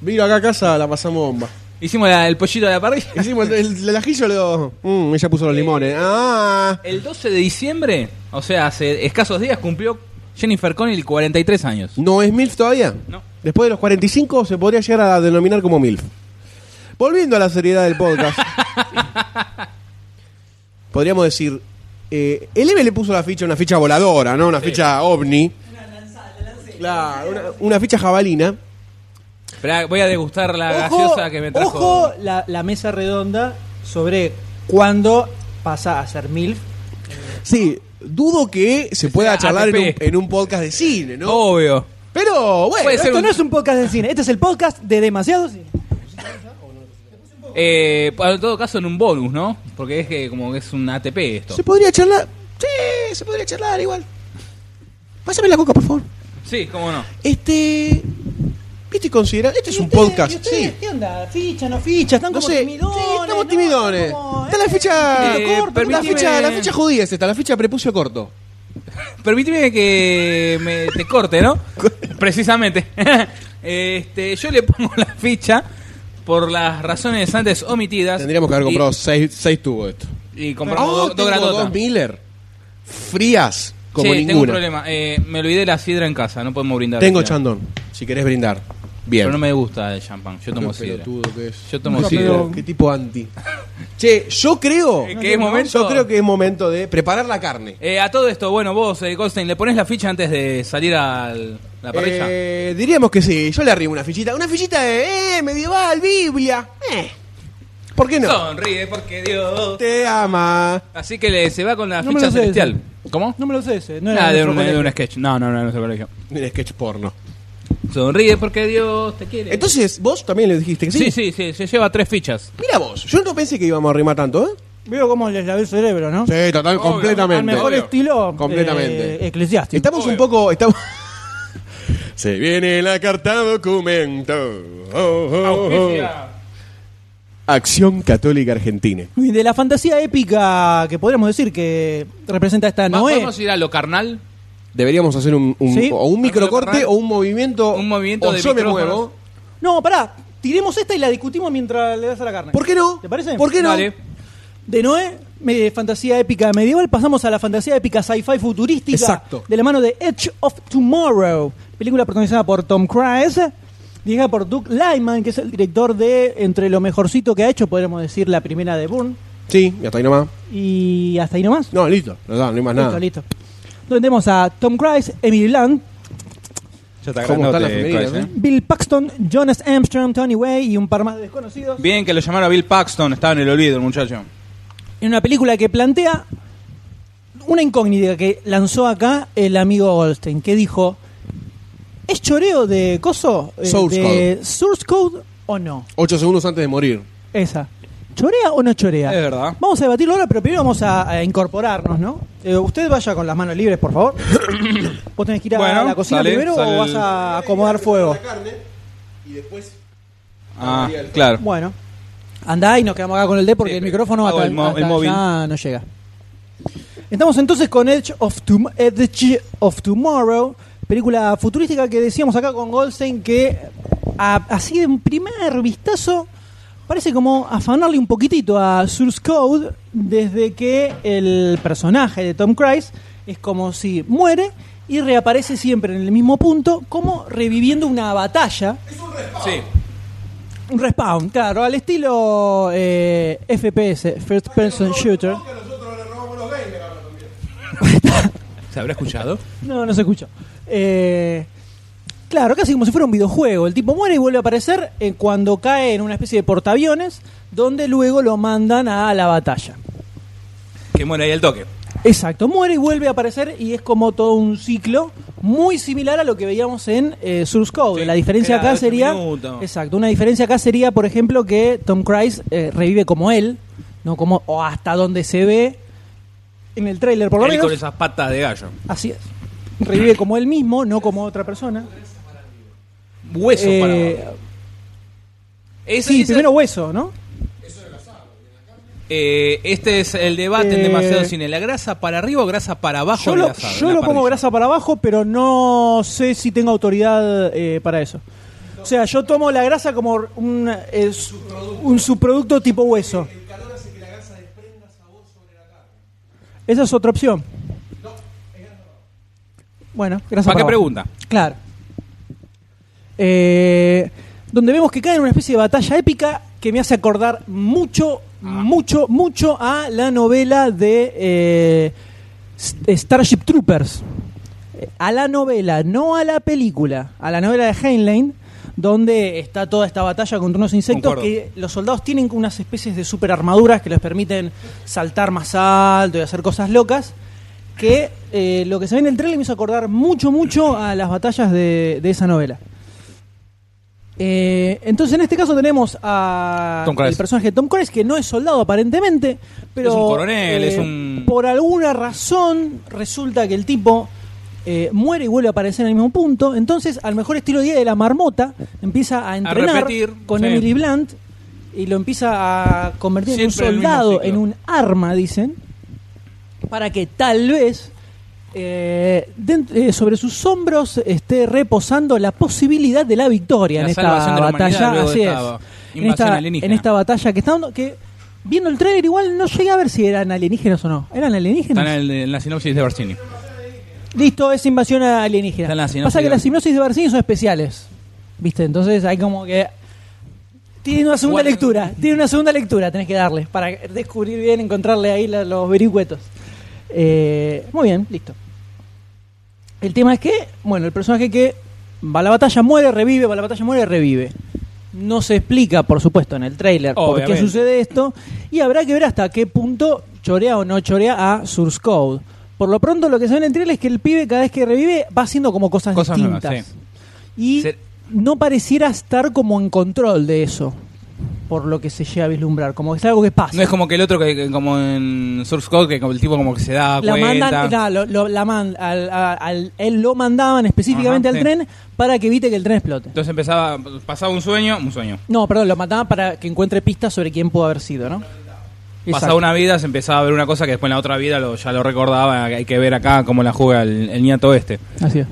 S3: Vino acá a casa, la pasamos bomba.
S4: Hicimos la- el pollito de la parrilla.
S3: Hicimos el, el- el ajillo, lo... Mm, ella puso los limones. Ah,
S4: El 12 de diciembre, o sea, hace escasos días, cumplió Jennifer Connelly 43 años.
S3: ¿no es MILF todavía?
S4: No.
S3: Después de los 45 se podría llegar a denominar como MILF. Volviendo a la seriedad del podcast. podríamos decir... eh, el M le puso la ficha, una ficha voladora, ¿no? Una ficha ovni. Claro, una, una ficha jabalina.
S4: Esperá, voy a degustar la gaseosa que me trajo.
S2: ojo la, la mesa redonda sobre cuándo pasa a ser MILF.
S3: Sí, dudo que se pueda
S4: sea,
S3: charlar en un,
S4: ATP.
S3: en un podcast de cine, ¿no?
S4: Obvio.
S3: Pero bueno,
S4: Oh. Puede ser
S2: Esto
S4: un-
S2: no es un podcast de cine, este es el podcast de demasiados.
S4: Eh, en todo caso, en un bonus, ¿no? Porque es que como que es un ATP esto.
S3: se podría charlar. Sí, se podría charlar igual. Pásame la coca, por favor.
S4: Sí, cómo no.
S3: Este. ¿Viste considerar? Este es un podcast, sí.
S2: ¿Qué onda? ¿Ficha, no ficha? Están
S3: No
S2: como
S3: sé,
S2: timidones.
S3: sí, estamos
S2: ¿no?
S3: timidones.
S2: Como,
S3: Está la
S2: eh,
S3: ficha,
S4: eh,
S2: corto,
S3: la
S4: permitime-
S3: ficha, la ficha judía es esta, la ficha prepucio corto.
S4: Permíteme que me te corte, ¿no? Precisamente. este, yo le pongo la ficha por las razones antes omitidas.
S3: Tendríamos que haber
S4: Y-
S3: comprado seis, seis tubos de esto. Ah,
S4: Y compramos dos- dos
S3: tengo
S4: grandotas.
S3: dos Miller. Frías como
S4: Che,
S3: ninguna.
S4: tengo un problema. Eh, me olvidé la sidra en casa, no podemos brindar.
S3: Tengo
S4: sidra.
S3: chandón, si querés brindar. Bien.
S4: Pero no me gusta el champán, yo tomo
S3: Qué
S4: sidra.
S3: pelotudo que es.
S4: Yo tomo
S3: Qué
S4: sidra.
S3: pedo, Qué tipo anti. Che, yo creo.
S4: Eh, ¿qué es momento?
S3: Yo creo que es momento de preparar la carne.
S4: Eh, a todo esto, bueno, vos, eh, Goldstein, ¿le pones la ficha antes de salir a la parrilla?
S3: Eh, diríamos que sí. Yo le arribo una fichita. Una fichita de eh, medieval, Biblia. Eh. ¿Por qué no?
S4: Sonríe porque Dios.
S3: Te ama.
S4: Así que le- se va con la
S2: No me
S4: ficha
S2: lo sé
S4: celestial. ¿Cómo?
S2: No me lo sé ese. No era
S4: Nada, de
S2: nuestro
S4: un, de
S2: colegio.
S4: un sketch. No, no, no, no, nuestro colegio.
S3: Mira, sketch porno.
S4: Sonríe porque Dios te quiere.
S3: Entonces, vos también le dijiste que sí.
S4: sí, sí, sí, se lleva tres fichas.
S3: Mira vos, yo no pensé que íbamos a rimar tanto, ¿eh?
S2: Veo cómo les lavé el cerebro, ¿no?
S3: Sí, total,
S4: Obvio, completamente.
S2: Al mejor
S4: Obvio.
S2: estilo
S3: Completamente.
S2: eh, eclesiástico.
S3: Estamos
S4: Obvio.
S3: un poco. Estamos... Se viene la carta documento. Oh, oh, oh. Acción Católica Argentina.
S2: Y De la fantasía épica que podríamos decir que representa esta
S4: Va-
S2: Noé.
S4: Vamos a ir a lo carnal.
S3: Deberíamos hacer un, un-
S2: Sí.
S3: o un microcorte o un movimiento.
S4: Un movimiento
S3: o
S4: de
S3: yo me
S4: micrófonos.
S3: muevo.
S2: No, pará. Tiremos esta y la discutimos mientras le das a la carne.
S3: ¿Por qué no?
S2: ¿Te parece?
S3: ¿Por qué no?
S4: Dale.
S2: De Noé, me- fantasía épica medieval, pasamos a la fantasía épica sci-fi futurística.
S3: Exacto.
S2: De la mano de Edge of Tomorrow, película protagonizada por Tom Cruise, dirigida por Doug Lyman, que es el director de, entre lo mejorcito que ha hecho, podríamos decir, la primera de Bourne.
S3: Sí, y hasta ahí nomás.
S2: Y hasta ahí nomás.
S3: No, listo. No, no hay más
S4: Ah.
S3: nada.
S2: Listo, listo. Donde tenemos a Tom Cruise, Emily Blunt,
S4: Ya está
S3: ¿Cómo está la
S4: grandote,
S3: femenina,
S4: Christ,
S3: no?
S4: eh.
S2: Bill Paxton, Jonas Armstrong, Tony Way y un par más de desconocidos.
S4: Bien que lo llamaron a Bill Paxton, estaba en el olvido el muchacho.
S2: En una película que plantea una incógnita que lanzó acá el amigo Goldstein, que dijo: ¿Es choreo de coso? eh,
S3: Source
S2: de Source Code o no?
S3: Ocho segundos antes de morir.
S2: Esa. ¿Chorea o no chorea?
S4: Es verdad.
S2: Vamos a debatirlo ahora, pero primero vamos a, a incorporarnos, ¿no? Eh, usted vaya con las manos libres, por favor. ¿Vos tenés que ir a
S4: Bueno,
S2: la cocina
S4: sale-
S2: primero
S4: sale
S2: o
S4: el-
S2: vas a acomodar fuego?
S3: Y después.
S4: Ah, claro.
S2: Bueno, andá y nos quedamos acá con el D porque
S4: Sí,
S2: el
S4: pero
S2: micrófono
S4: hago
S2: hasta,
S4: el mo-
S2: hasta
S4: el móvil.
S2: allá no llega. Estamos entonces con Edge of, Tom- Edge of Tomorrow, película futurística que decíamos acá con Goldstein que a- así de un primer vistazo parece como afanarle un poquitito a Source Code desde que el personaje de Tom Cruise es como si muere y reaparece siempre en el mismo punto como reviviendo una batalla
S4: Sí.
S2: un respawn, claro, al estilo eh, FPS, First Person Shooter.
S4: ¿Se habrá escuchado?
S2: No, no se escuchó. Eh, claro, casi como si fuera un videojuego. El tipo muere y vuelve a aparecer eh, cuando cae en una especie de portaaviones, donde luego lo mandan a la batalla.
S4: Que muere ahí el toque.
S2: Exacto, muere y vuelve a aparecer y es como todo un ciclo muy similar a lo que veíamos en eh, Source Code.
S4: Sí,
S2: la diferencia
S4: era
S2: acá
S4: ocho
S2: sería,
S4: minutos.
S2: exacto, una diferencia acá sería, por ejemplo, que Tom Cruise eh, revive como él, no como o hasta donde se ve en el tráiler, por lo
S4: Él
S2: menos.
S4: con esas patas de gallo.
S2: Así es, revive como él mismo, no como otra persona.
S4: Huesos para
S2: Eh,
S4: abajo. Ese-
S2: sí,
S4: ese-
S2: primero hueso, ¿no?
S4: eh, este es el debate en
S2: Eh,
S4: demasiado cine. ¿La grasa para arriba o grasa para abajo?
S2: Yo
S4: del
S2: lo,
S4: asado,
S2: yo
S4: en la
S2: lo pongo
S4: parrilla?
S2: grasa para abajo, pero no sé si tengo autoridad eh, para eso. O sea, yo tomo la grasa como un, es un subproducto tipo hueso. Esa es otra opción. Bueno, gracias.
S4: ¿Para qué
S2: Pablo.
S4: pregunta?
S2: Claro. Eh, donde vemos que cae en una especie de batalla épica que me hace acordar mucho,
S4: Ah.
S2: mucho, mucho a la novela de eh, S- Starship Troopers. Eh, A la novela, no a la película, a la novela de Heinlein, donde está toda esta batalla contra unos insectos
S4: Concuerdo.
S2: que los soldados tienen unas especies de superarmaduras que les permiten saltar más alto y hacer cosas locas que eh, lo que se ve en el trailer me hizo acordar mucho, mucho a las batallas de, de esa novela. Eh, entonces, en este caso tenemos a
S4: Tom Cruise.
S2: el personaje de Tom Cruise, que no es soldado aparentemente, pero... eh,
S4: Es un coronel, es un-
S2: Por alguna razón resulta que el tipo eh, muere y vuelve a aparecer en el mismo punto. Entonces, al mejor estilo de día de la marmota, empieza a entrenar
S4: repetir,
S2: con
S4: sí.
S2: Emily Blunt y lo empieza a convertir
S4: Siempre
S2: en
S4: el
S2: un
S4: mismo
S2: soldado,
S4: ciclo.
S2: en un arma, dicen para que tal vez eh, dent- eh, sobre sus hombros esté reposando la posibilidad de la victoria
S4: La
S2: en esta
S4: salvación de la humanidad
S2: batalla.
S4: luego de
S2: así
S4: esta
S2: es. En
S4: invasión
S2: esta,
S4: alienígena.
S2: en esta batalla que está dando- que viendo el trailer igual no llegué a ver si eran alienígenas o no. ¿Eran
S4: Está
S2: alienígenas?
S4: en, el- en la sinopsis de Barcini.
S2: Listo, es invasión alienígena.
S4: Está en la sinopsis
S2: Pasa que
S4: de-
S2: las hipnosis de Barcini son especiales. ¿Viste? Entonces hay como que. Tiene una segunda
S4: Bueno.
S2: lectura. Tiene una segunda lectura, tenés que darle. Para descubrir bien, encontrarle ahí la- los vericuetos. Eh, muy bien, listo. El tema es que, bueno, el personaje que va a la batalla muere, revive, va a la batalla muere, revive. No se explica, por supuesto, en el tráiler por qué
S4: Obviamente.
S2: sucede esto. Y habrá que ver hasta qué punto chorea o no chorea a Source Code. Por lo pronto, lo que se ve en el tráiler es que el pibe, cada vez que revive, va haciendo como cosas,
S4: Cosas nuevas,
S2: distintas. Y
S4: Se-
S2: no pareciera estar como en control de eso, por lo que se llega a vislumbrar. Como que es algo que pasa.
S4: No es como que el otro, que, que como en Source Code, que como el tipo como que se da
S2: la
S4: cuenta.
S2: mandan, no, lo, lo- la man- al, a- al- él lo mandaban específicamente
S4: Ajá,
S2: al
S4: sí.
S2: tren para que evite que el tren explote.
S4: Entonces empezaba, pasaba un sueño, un sueño.
S2: No, perdón, lo mataban para que encuentre pistas sobre quién pudo haber sido, ¿no?
S4: Pasaba una vida, se empezaba a ver una cosa que después en la otra vida lo- ya lo recordaba. Hay que ver acá cómo la juega el, el niato este.
S2: Así es.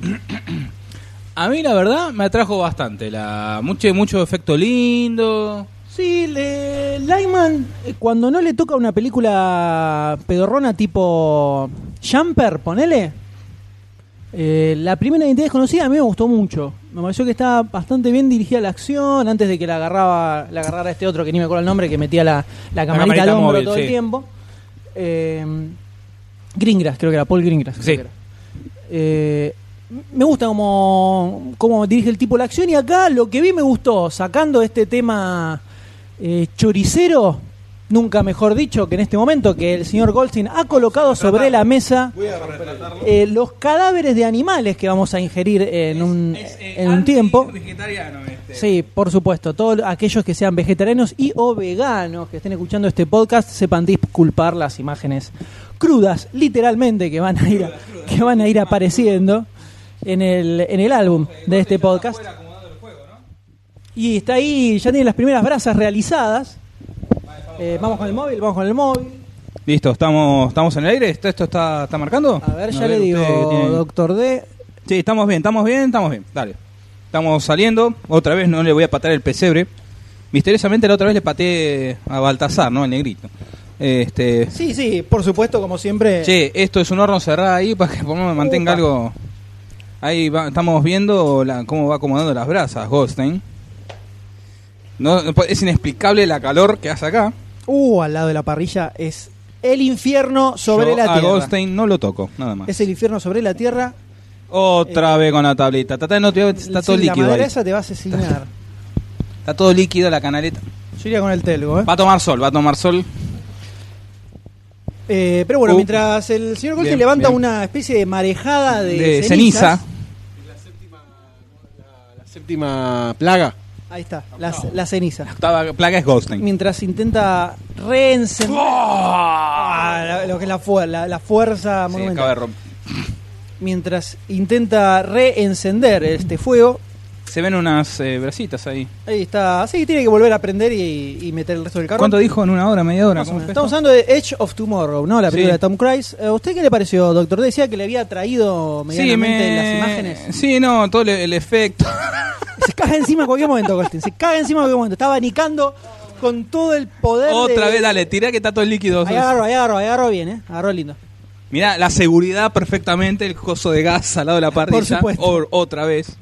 S4: A mí, la verdad, me atrajo bastante. La, mucho, mucho efecto lindo.
S2: Sí, le, Lyman, eh, cuando no le toca una película pedorrona tipo Jumper, ponele. eh, la primera identidad desconocida a mí me gustó mucho. Me pareció que estaba bastante bien dirigida la acción antes de que la agarraba, la agarrara este otro que ni me acuerdo el nombre, que metía la, la camarita,
S4: camarita
S2: al hombro
S4: móvil,
S2: todo el
S4: sí.
S2: tiempo. Eh, Greengrass, creo que era Paul Greengrass. creo
S4: Sí.
S2: que era. Eh, me gusta cómo, cómo dirige el tipo la acción y acá lo que vi me gustó, sacando este tema eh, choricero, nunca mejor dicho que en este momento, que el señor Goldstein ha colocado sobre la mesa eh, los cadáveres de animales que vamos a ingerir en un, en un tiempo.
S4: eh, vegetariano este.
S2: Sí, por supuesto. Todos aquellos que sean vegetarianos y o veganos que estén escuchando este podcast sepan disculpar las imágenes crudas, literalmente, que van a ir, que van a ir apareciendo en el, en el álbum de este podcast. Y está ahí, ya tiene las primeras brasas realizadas. Eh, vamos con el móvil, vamos con el móvil.
S4: Listo, estamos, estamos en el aire. ¿Esto, esto está, está marcando?
S2: A ver, ya le digo,
S4: usted que tiene-
S2: doctor D.
S4: Sí, estamos bien, estamos bien, estamos bien. Dale. Estamos saliendo. Otra vez no le voy a patear el pesebre. Misteriosamente la otra vez le pateé a Baltasar, ¿no? Al negrito. Este.
S2: Sí, sí, por supuesto, como siempre.
S4: Che, esto es un horno cerrado ahí para que por lo menos mantenga
S2: Upa.
S4: algo. Ahí va- estamos viendo la- cómo va acomodando las brasas Goldstein. No, no po- es inexplicable la calor que hace acá.
S2: Uh, al lado de la parrilla es el infierno sobre
S4: Yo
S2: la
S4: a
S2: tierra.
S4: Goldstein no lo toco, nada más.
S2: Es el infierno sobre la tierra.
S4: Otra vez con la tablita. Tata, no te- está
S2: Sí,
S4: todo
S2: La
S4: líquido.
S2: madera
S4: ahí.
S2: esa te va a asesinar.
S4: Está todo líquido la canaleta.
S2: Yo iría con el telgo, ¿eh?
S4: Va a tomar sol, va a tomar sol.
S2: Eh, pero bueno,
S4: Uh.
S2: mientras el señor Goldstein
S4: Bien,
S2: levanta
S4: bien.
S2: una especie de marejada de,
S4: de
S2: cenizas,
S4: ceniza.
S3: La séptima plaga.
S2: Ahí está, la, la ceniza.
S4: Octava placa es Goldstein.
S2: Mientras intenta reencender Ah, la- lo que es la, fu- la, la fuerza
S4: Sí,
S2: monumental.
S4: acaba de romper.
S2: Mientras intenta reencender este fuego,
S4: Se ven unas eh, brasitas ahí.
S2: ahí está. Sí, tiene que volver a aprender y, y meter el resto del carro.
S4: ¿Cuánto dijo? ¿En una hora, media hora?
S2: Más o
S4: ¿Cómo
S2: menos.
S4: fue
S2: Estamos
S4: esto?
S2: hablando de Edge of Tomorrow, ¿no? La
S4: Sí.
S2: película de Tom Cruise. Eh, ¿Usted qué le pareció, doctor? D? Decía que le había traído medianamente las imágenes.
S4: Sí, no, todo el, el efecto.
S2: Se cae caga encima en cualquier momento, Goldstein. Se caga encima en cualquier momento. Está abanicando con todo el poder.
S4: Otra
S2: de-
S4: vez, dale, tirá que está todo el líquido.
S2: Ahí agarro, ahí agarro, ahí agarro bien, ¿eh? Agarro lindo.
S4: Mirá, la seguridad perfectamente, el coso de gas al lado de la parrilla.
S2: Por supuesto.
S4: O- otra vez.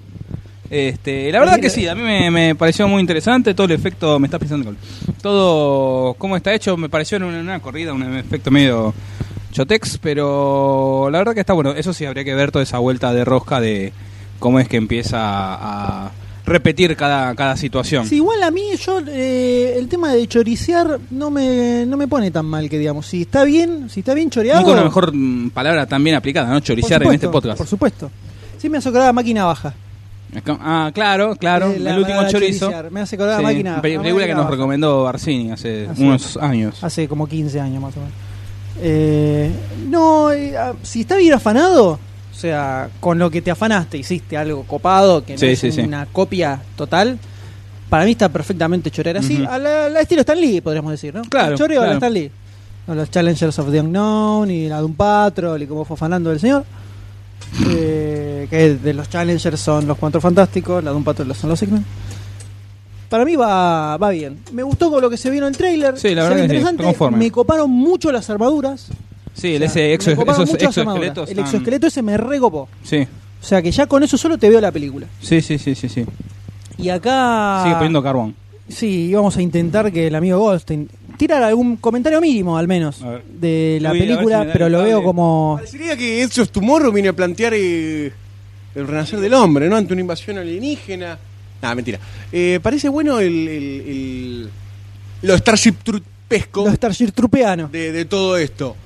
S4: Este, la verdad que sí, a mí me, me pareció muy interesante todo el efecto, me está pensando con todo cómo está hecho, me pareció en una, en una corrida un efecto medio chotex, pero la verdad que está bueno, eso sí habría que ver toda esa vuelta de rosca de cómo es que empieza a repetir cada, cada situación.
S2: Sí, igual a mí, yo, eh, el tema de choricear no me, no me pone tan mal que digamos. Si está bien, si está bien choreado.
S4: Nunca una mejor mm, palabra tan bien aplicada, ¿no?
S2: por
S4: Choriciar en
S2: supuesto,
S4: este podcast.
S2: Por supuesto. Sí, me hace acordar a máquina baja.
S4: Ah, claro, claro,
S2: Eh, la
S4: el último
S2: palabra
S4: chorizo.
S2: choriciar. Me hace acordar a máquina-
S4: pe-
S2: a
S4: película que
S2: máquina
S4: nos
S2: baja. Ah,
S4: recomendó Barcini hace
S2: Hace-
S4: unos años.
S2: Hace como 15 años más o menos. Eh, no, eh, ah, si está bien afanado, o sea, con lo que te afanaste, hiciste algo copado, que no
S4: Sí,
S2: es
S4: sí, sí.
S2: una copia total. Para mí está perfectamente chorear así.
S4: Ujú.
S2: a la, a la estilo Stan Lee, podríamos decir, ¿no?
S4: Claro,
S2: El Choreo a la
S4: claro.
S2: Stan Lee. O los Challengers of the Unknown y la Doom Patrol y como fue afanando el señor. Eh, que de los Challengers son los Cuatro Fantásticos, la Doom Patrol son los X-Men. Para mí va, va bien. Me gustó con lo que se vio en el trailer.
S4: Sí, la
S2: se
S4: verdad
S2: ve
S4: que sí,
S2: interesante.
S4: conforme.
S2: Me coparon mucho las armaduras.
S4: Sí, el
S2: O sea,
S4: ese exo,
S2: me coparon
S4: esos
S2: mucho las armaduras.
S4: exoesqueletos.
S2: El
S4: tan-
S2: exoesqueleto ese me recopó.
S4: Sí,
S2: O sea que ya con eso solo te veo la película.
S4: sí, sí, sí, sí. sí.
S2: Y acá.
S4: Sigue poniendo carbón.
S2: Sí, vamos a intentar que el amigo Goldstein. Tirar algún comentario mínimo, al menos,
S4: A ver.
S2: de la
S4: Uy, a ver si
S2: película,
S4: me da
S2: pero
S4: el
S2: lo veo
S4: cable.
S2: como.
S3: Parecería que Edge of Tomorrow viene a plantear eh, el renacer del hombre, ¿no? Ante una invasión alienígena. Nada, mentira. Eh, parece bueno el, el, el- lo Starship Trupesco
S2: Los Starship Trupeano.
S3: de, de todo esto.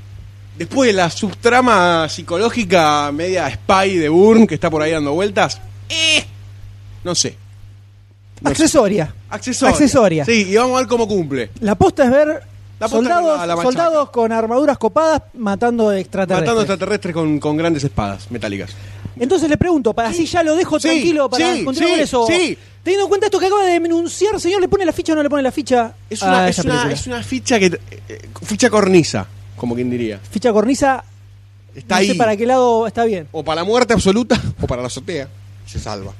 S3: Después de la subtrama psicológica media spy de Burn que está por ahí dando vueltas. Eh, no sé. No sé.
S2: Accesoria.
S3: Accesoria.
S2: Accesoria.
S3: Sí, y vamos a ver cómo cumple.
S2: La posta es ver
S3: La posta
S2: soldados,
S3: es la- la machaca.
S2: soldados con armaduras copadas matando extraterrestres.
S3: Matando extraterrestres con, con grandes espadas metálicas.
S2: Entonces le pregunto, para así ya lo dejo
S3: Sí,
S2: tranquilo, para
S3: sí,
S2: continuar
S3: sí,
S2: con eso.
S3: sí.
S2: Teniendo en cuenta esto que acaba de denunciar, señor, ¿le pone la ficha o no le pone la ficha?
S3: Es
S2: a
S3: una, es
S2: Ah, esa
S3: una,
S2: película?
S3: es una ficha que. eh, ficha cornisa, como quien diría.
S2: Ficha cornisa,
S3: Está
S2: no
S3: ahí.
S2: sé para qué lado está bien.
S3: O para la muerte absoluta o para la azotea. Se salva.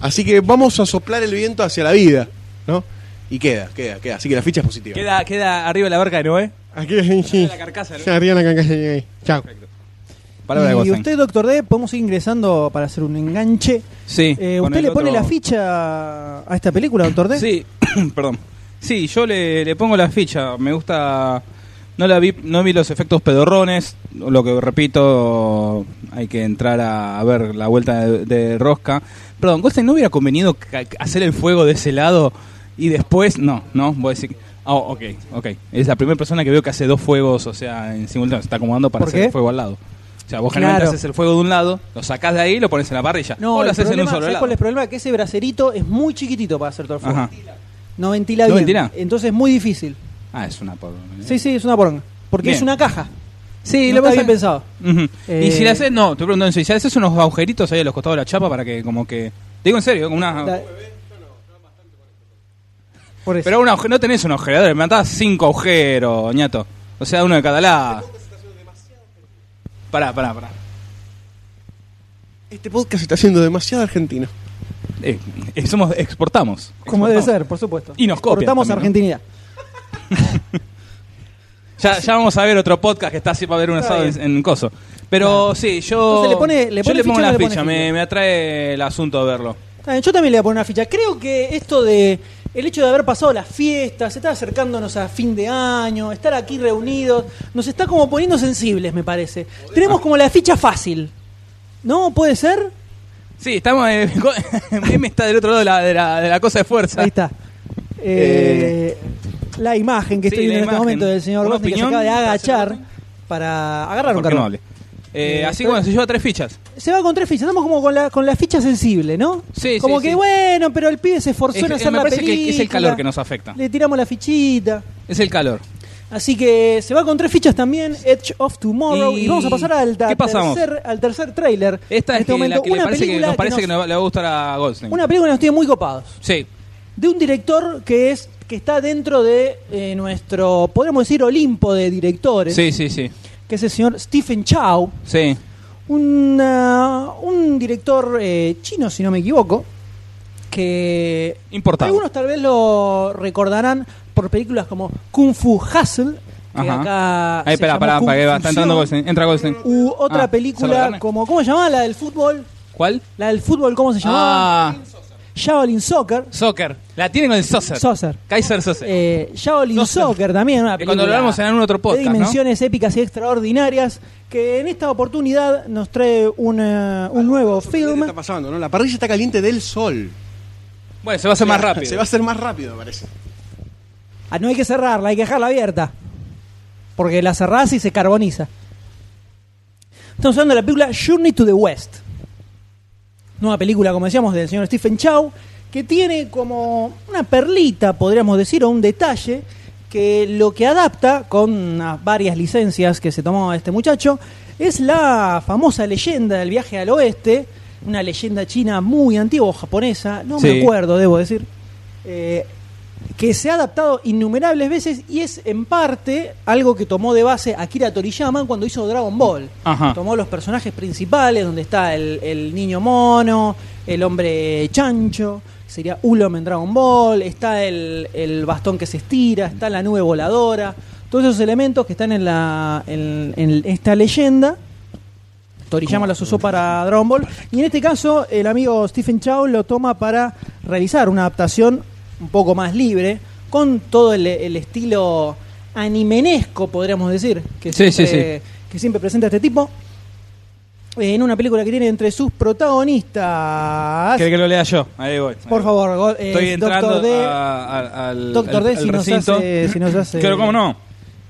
S3: Así que vamos a soplar el viento hacia la vida, ¿no? Y queda, queda, queda. Así que la ficha es positiva.
S4: Queda, queda arriba la barca de Noé.
S3: Aquí es sí.
S4: La carcasa, ¿no?
S3: Se haría la carcasa de ahí. Chao.
S4: Palabra de
S2: y
S4: Goldstein.
S2: usted, doctor D, podemos ir ingresando para hacer un enganche.
S4: Sí.
S2: Eh,
S4: con
S2: ¿Usted
S4: el
S2: le pone
S4: otro-
S2: la ficha a esta película, doctor D?
S4: Sí, perdón. Sí, yo le, le pongo la ficha. Me gusta. No la vi, no vi los efectos pedorrones. Lo que repito, hay que entrar a, a ver la vuelta de, de rosca. Perdón, Goldstein, ¿no hubiera convenido ca- hacer el fuego de ese lado y después? No, no, voy a decir. Ah, ok, ok. Es la primera persona que veo que hace dos fuegos, o sea, en simultáneo. Se está acomodando para
S2: ¿Por
S4: hacer
S2: qué?
S4: el fuego al lado. O sea, vos generalmente
S2: Claro.
S4: haces el fuego de un lado, lo sacás de ahí y lo pones en la parrilla.
S2: No,
S4: o lo
S2: el
S4: haces en un
S2: problema,
S4: solo
S2: ¿sabes
S4: lado.
S2: cuál es el problema? Que ese bracerito es muy chiquitito para hacer todo el fuego.
S4: Ajá.
S2: No ventila
S4: ¿No
S2: bien.
S4: ventila?
S2: Entonces es muy difícil.
S4: Ah, es una por...
S2: Sí, sí, es una poronga. Porque
S4: Bien.
S2: es una caja.
S4: Sí,
S2: no
S4: lo
S2: está
S4: pasa-
S2: bien pensado.
S4: Ujú.
S2: Eh,
S4: y si le haces, no, te pregunto, en serio, si le haces unos agujeritos ahí a los costados de la chapa para que, como que. Te digo en serio, como una.
S2: La- Por eso.
S4: Pero una, oje- no tenés un agujerador, le matás cinco agujeros, ñato. O sea, uno de cada lado. Pará, pará, pará.
S3: Este podcast está siendo demasiado argentino.
S4: Eh, eh, somos, exportamos.
S2: Como debe
S4: Exportamos.
S2: ser, por supuesto.
S4: Y nos copian
S2: Cortamos
S4: también, ¿no?
S2: argentinidad.
S4: Ya, ya vamos a ver otro podcast que está así para ver un
S2: Está
S4: asado en,
S2: bien.
S4: en coso. Pero sí, yo.
S2: Entonces, ¿le pone- le
S4: yo
S2: pone
S4: le pongo
S2: ficha o
S4: la
S2: no le pone
S4: ficha,
S2: ficha?
S4: me, me atrae el asunto de verlo.
S2: Está bien, Yo también le voy a poner una ficha. Creo que esto de el hecho de haber pasado las fiestas, estar acercándonos a fin de año, estar aquí reunidos, nos está como poniendo sensibles, me parece. Tenemos como la ficha fácil. ¿No? ¿Puede ser?
S4: Sí, estamos. eh, M está del otro lado de la, de la, de la cosa de fuerza.
S2: Ahí está. Eh, la imagen que
S4: Sí,
S2: estoy
S4: la
S2: viendo en este
S4: imagen.
S2: momento del señor
S4: ¿Una
S2: Gosling que se
S4: opinión?
S2: acaba de
S4: ¿Para
S2: agachar
S4: hacer
S2: para agarrar un
S4: Porque no
S2: carro.
S4: hable. Eh,
S2: Eh,
S4: así
S2: pero-
S4: bueno, se lleva tres fichas.
S2: Se va con tres fichas, estamos como con la, con la ficha sensible, ¿no?
S4: Sí,
S2: Como
S4: sí,
S2: que
S4: sí.
S2: bueno, pero el pibe se esforzó
S4: Es-
S2: en
S4: eh,
S2: hacer
S4: me
S2: la
S4: parece
S2: película.
S4: que es el calor que nos afecta.
S2: Le tiramos la fichita.
S4: Es el calor.
S2: Así que se va con tres fichas también, Edge of Tomorrow. Y,
S4: Y-
S2: vamos a pasar al, ta-
S4: ¿qué pasamos?
S2: tercer, al tercer trailer.
S4: Esta
S2: en
S4: es
S2: este
S4: que
S2: momento.
S4: la que le
S2: una
S4: parece que
S2: película
S4: nos parece que,
S2: nos-
S4: nos... le va a gustar a Goldstein.
S2: Una película que nos tiene muy copados.
S4: Sí.
S2: De un director que es que está dentro de eh, nuestro, podríamos decir, Olimpo de directores,
S4: sí, sí, sí,
S2: que es el señor Stephen Chow,
S4: sí.
S2: un, ah, un director eh, chino, si no me equivoco, que
S4: Importado.
S2: algunos tal vez lo recordarán por películas como Kung Fu Hustle, que
S4: Ajá.
S2: acá
S4: Ahí,
S2: se
S4: espera,
S2: llamó
S4: pará,
S2: Kung
S4: para que va.
S2: Fusión,
S4: Está entrando Goldstein. Entra Goldstein.
S2: U otra
S4: Ah, ¿salva
S2: película
S4: carne?
S2: como ¿cómo se llamaba la del fútbol?
S4: ¿Cuál?
S2: La del fútbol, ¿cómo se llamaba?
S4: Ah,
S2: Shaolin Soccer.
S4: soccer. La tiene con el soccer.
S2: Soccer.
S4: Kaiser soccer.
S2: Eh, Shaolin
S4: Soccer.
S2: Soccer, también, una
S4: Que cuando lo
S2: película
S4: hablamos en otro podcast,
S2: De
S4: ¿no?
S2: dimensiones épicas y extraordinarias, que en esta oportunidad nos trae una- un nuevo
S3: ¿Qué
S2: film.
S3: está pasando? no? La parrilla está caliente del sol.
S4: Bueno, se va a hacer más rápido.
S3: Se va a hacer más rápido, parece.
S2: Ah, no hay que cerrarla, hay que dejarla abierta. Porque la cerrás y se carboniza. Estamos hablando de la película Journey to the West. Nueva película, como decíamos, del señor Stephen Chow, que tiene como una perlita, podríamos decir, o un detalle, que lo que adapta, con unas varias licencias que se tomó este muchacho, es la famosa leyenda del viaje al oeste, una leyenda china muy antigua, o japonesa, no
S4: Sí.
S2: me acuerdo, debo decir. Eh, que se ha adaptado innumerables veces y es en parte algo que tomó de base Akira Toriyama cuando hizo Dragon Ball.
S4: Ajá.
S2: Tomó los personajes principales, donde está el, el niño mono, el hombre chancho, sería Ulom en Dragon Ball, está el, el bastón que se estira, está la nube voladora, todos esos elementos que están en, la, en- en esta leyenda. Toriyama los usó para Dragon Ball. Y en este caso, el amigo Stephen Chow lo toma para realizar una adaptación un poco más libre, con todo el, el estilo animenesco, podríamos decir, que
S4: Sí,
S2: siempre,
S4: sí,
S2: que siempre presenta este tipo. En una película que tiene entre sus protagonistas.
S4: ¿Querés que lo lea yo? Ahí voy.
S2: Por favor, go- eh,
S4: Estoy entrando
S2: Doctor D.
S4: a- a- al,
S2: Doctor
S4: al-
S2: D,
S4: al
S2: si nos
S4: recinto.
S2: hace- si nos hace-
S4: Claro, ¿cómo no?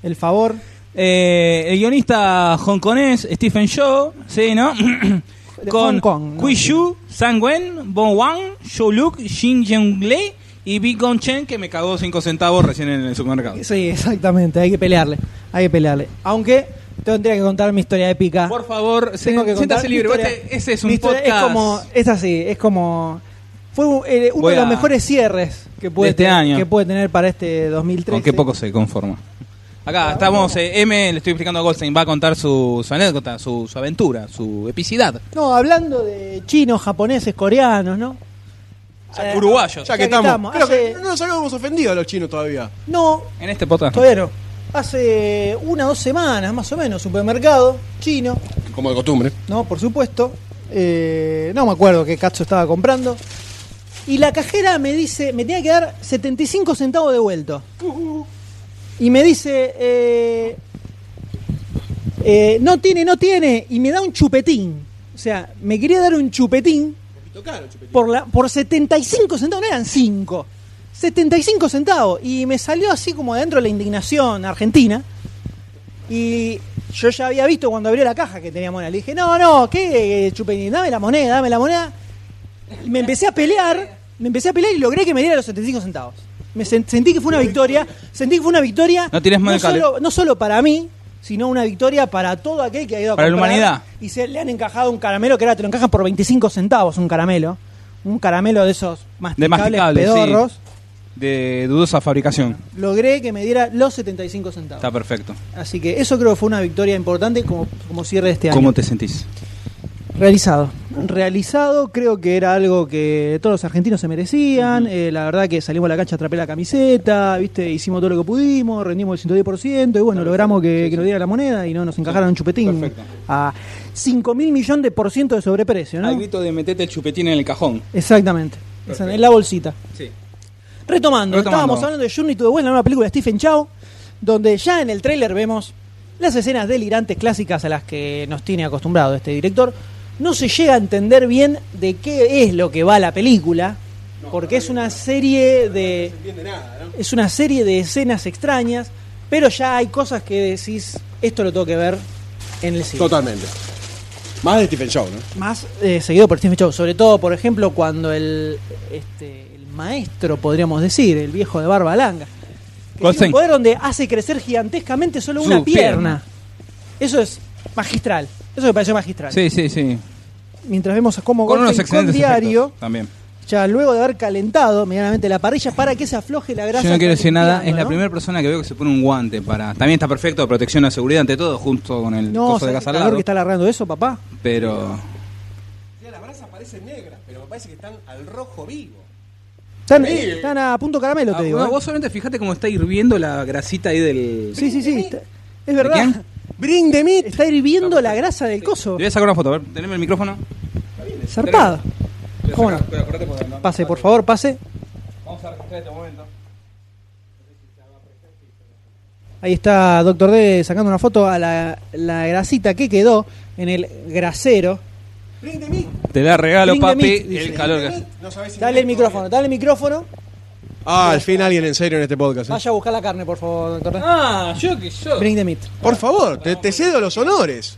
S2: El favor.
S4: Eh, el guionista hongkonés Stephen Shaw, ¿sí, no? Con
S2: Hong Kong, ¿no?
S4: Kui Shu, Sang Wen, Bon Wang, Zhou Luk, Xin Jiang Lei y Big Gong Chen, que me cagó 5 centavos recién en el supermercado.
S2: Sí, exactamente, hay que pelearle. Hay que pelearle. Aunque tendría que contar mi historia épica.
S4: Por favor, se-
S2: Tengo que
S4: siéntase
S2: contar
S4: libre.
S2: mi historia.
S4: Este- ese es un
S2: Mi historia
S4: podcast.
S2: Es, como, es así, es como. Fue un- eh, uno
S4: Voy
S2: de los
S4: a-
S2: mejores cierres que puede,
S4: de este
S2: tener,
S4: año.
S2: que puede tener para este 2013.
S4: Con qué poco se conforma. Acá estamos, eh, M, le estoy explicando a Goldstein, va a contar su, su anécdota, su, su aventura, su epicidad.
S2: No, hablando de chinos, japoneses, coreanos, ¿no? Eh,
S4: Uruguayos.
S3: Ya que estamos. Creo que
S2: hace-
S3: no nos habíamos ofendido a los chinos todavía.
S2: No,
S4: En este podcast.
S2: todavía no. Hace una o dos semanas, más o menos, supermercado chino,
S3: Como de costumbre.
S2: ¿no? Por supuesto. Eh, no me acuerdo qué cacho estaba comprando. Y la cajera me dice, me tenía que dar 75 centavos de vuelto. Y me dice, eh, eh, no tiene, no tiene. Y me da un chupetín. O sea, me quería dar un chupetín por, la, por 75 centavos, no eran 5. 75 centavos. Y me salió así como adentro la indignación argentina. Y yo ya había visto cuando abrió la caja que tenía moneda. Le dije, no, no, ¿qué chupetín? Dame la moneda, dame la moneda. Y me empecé a pelear, me empecé a pelear y logré que me diera los 75 centavos. Me sen- sentí que fue una victoria, sentí que fue una victoria
S4: No tienes mal cale.
S2: solo, no solo para mí, sino una victoria para todo aquel que ha ido a
S4: Para la
S2: comprar
S4: humanidad.
S2: y se le han encajado un caramelo que ahora te lo encajan por 25 centavos un caramelo. Un caramelo de esos masticables,
S4: masticables, sí.
S2: pedorros.
S4: De dudosa fabricación.
S2: Logré que me diera los 75 centavos.
S4: Está perfecto.
S2: Así que eso creo que fue una victoria importante como, como cierre de este año.
S4: ¿Cómo te sentís?
S2: Realizado. Realizado, creo que era algo que todos los argentinos se merecían. Eh, la verdad que salimos a la cancha, atrapé la camiseta, viste, hicimos todo lo que pudimos, rendimos el 110% y bueno, logramos que, que nos diera la moneda y no nos encajaran un chupetín
S4: perfecto.
S2: a 5 mil millones de por ciento de sobreprecio, ¿no?
S4: Al grito de metete el chupetín en el cajón.
S2: Exactamente. Esa- en la bolsita.
S4: Sí.
S2: Retomando,
S4: Retomando.
S2: estábamos hablando de Journey to the West, la nueva película de Stephen Chow, donde ya en el tráiler vemos las escenas delirantes clásicas a las que nos tiene acostumbrado este director. No se llega a entender bien de qué es lo que va la película, porque es una serie de es una serie de escenas extrañas, pero ya hay cosas que decís esto lo tengo que ver en el cine
S3: Totalmente. Más de Stephen Shaw, ¿no?
S2: más eh, seguido por Stephen Chow, sobre todo, por ejemplo, cuando el, este, el maestro, podríamos decir, el viejo de barba larga, que tiene
S4: Goldstein.
S2: un poder donde hace crecer gigantescamente solo
S4: Su
S2: una pierna.
S4: pierna.
S2: Eso es magistral. Eso me pareció magistral.
S4: Sí, sí, sí.
S2: Mientras vemos cómo
S4: Con unos
S2: Goldstein con
S4: excelentes
S2: diario,
S4: efectos también.
S2: ya luego de haber calentado medianamente la parrilla para que se afloje la grasa.
S4: Yo no quiero
S2: que
S4: decir
S2: está
S4: nada,
S2: tirando,
S4: es la
S2: ¿no?
S4: primera persona que veo que se pone un guante para... También está perfecto, protección a seguridad ante todo, junto con el
S2: No,
S4: coso
S2: ¿sabes
S4: de gas
S2: el
S4: al
S2: calor
S4: lado,
S2: que está alargando eso, papá?
S4: Pero...
S3: Las brasas parecen negras, pero me parece que están al rojo vivo.
S2: Están,
S3: Sí.
S2: están a punto caramelo, te
S4: Ah,
S2: digo.
S4: no,
S2: ¿eh?
S4: vos solamente fijate cómo está hirviendo la grasita ahí del.
S2: Sí, sí, sí. está- es
S4: ¿De
S2: verdad.
S4: quién?
S3: Bring the meat.
S2: Está hirviendo la grasa del coso.
S4: Te voy a sacar una foto, a ver, teneme el micrófono.
S2: Zarpado.
S4: Voy a
S2: ¿Cómo
S4: sacar-
S2: no?
S4: voy a acordarte porque no-
S2: Pase, por favor, pase.
S4: Vamos a registrar este momento.
S2: Ahí está Doctor D sacando una foto a la, la grasita que quedó en el grasero.
S3: Bring the meat.
S4: Te la regalo,
S2: Bring the
S4: papi,
S2: meat, dice.
S4: el calor que hace.
S3: No sabés si
S2: Dale el micrófono, dale el micrófono.
S3: Ah, al fin alguien en serio en este podcast. ¿eh?
S2: Vaya a buscar la carne, por favor, Doctor D.
S4: Ah, yo que yo.
S2: Bring the meat.
S3: Por favor, te, te cedo los honores.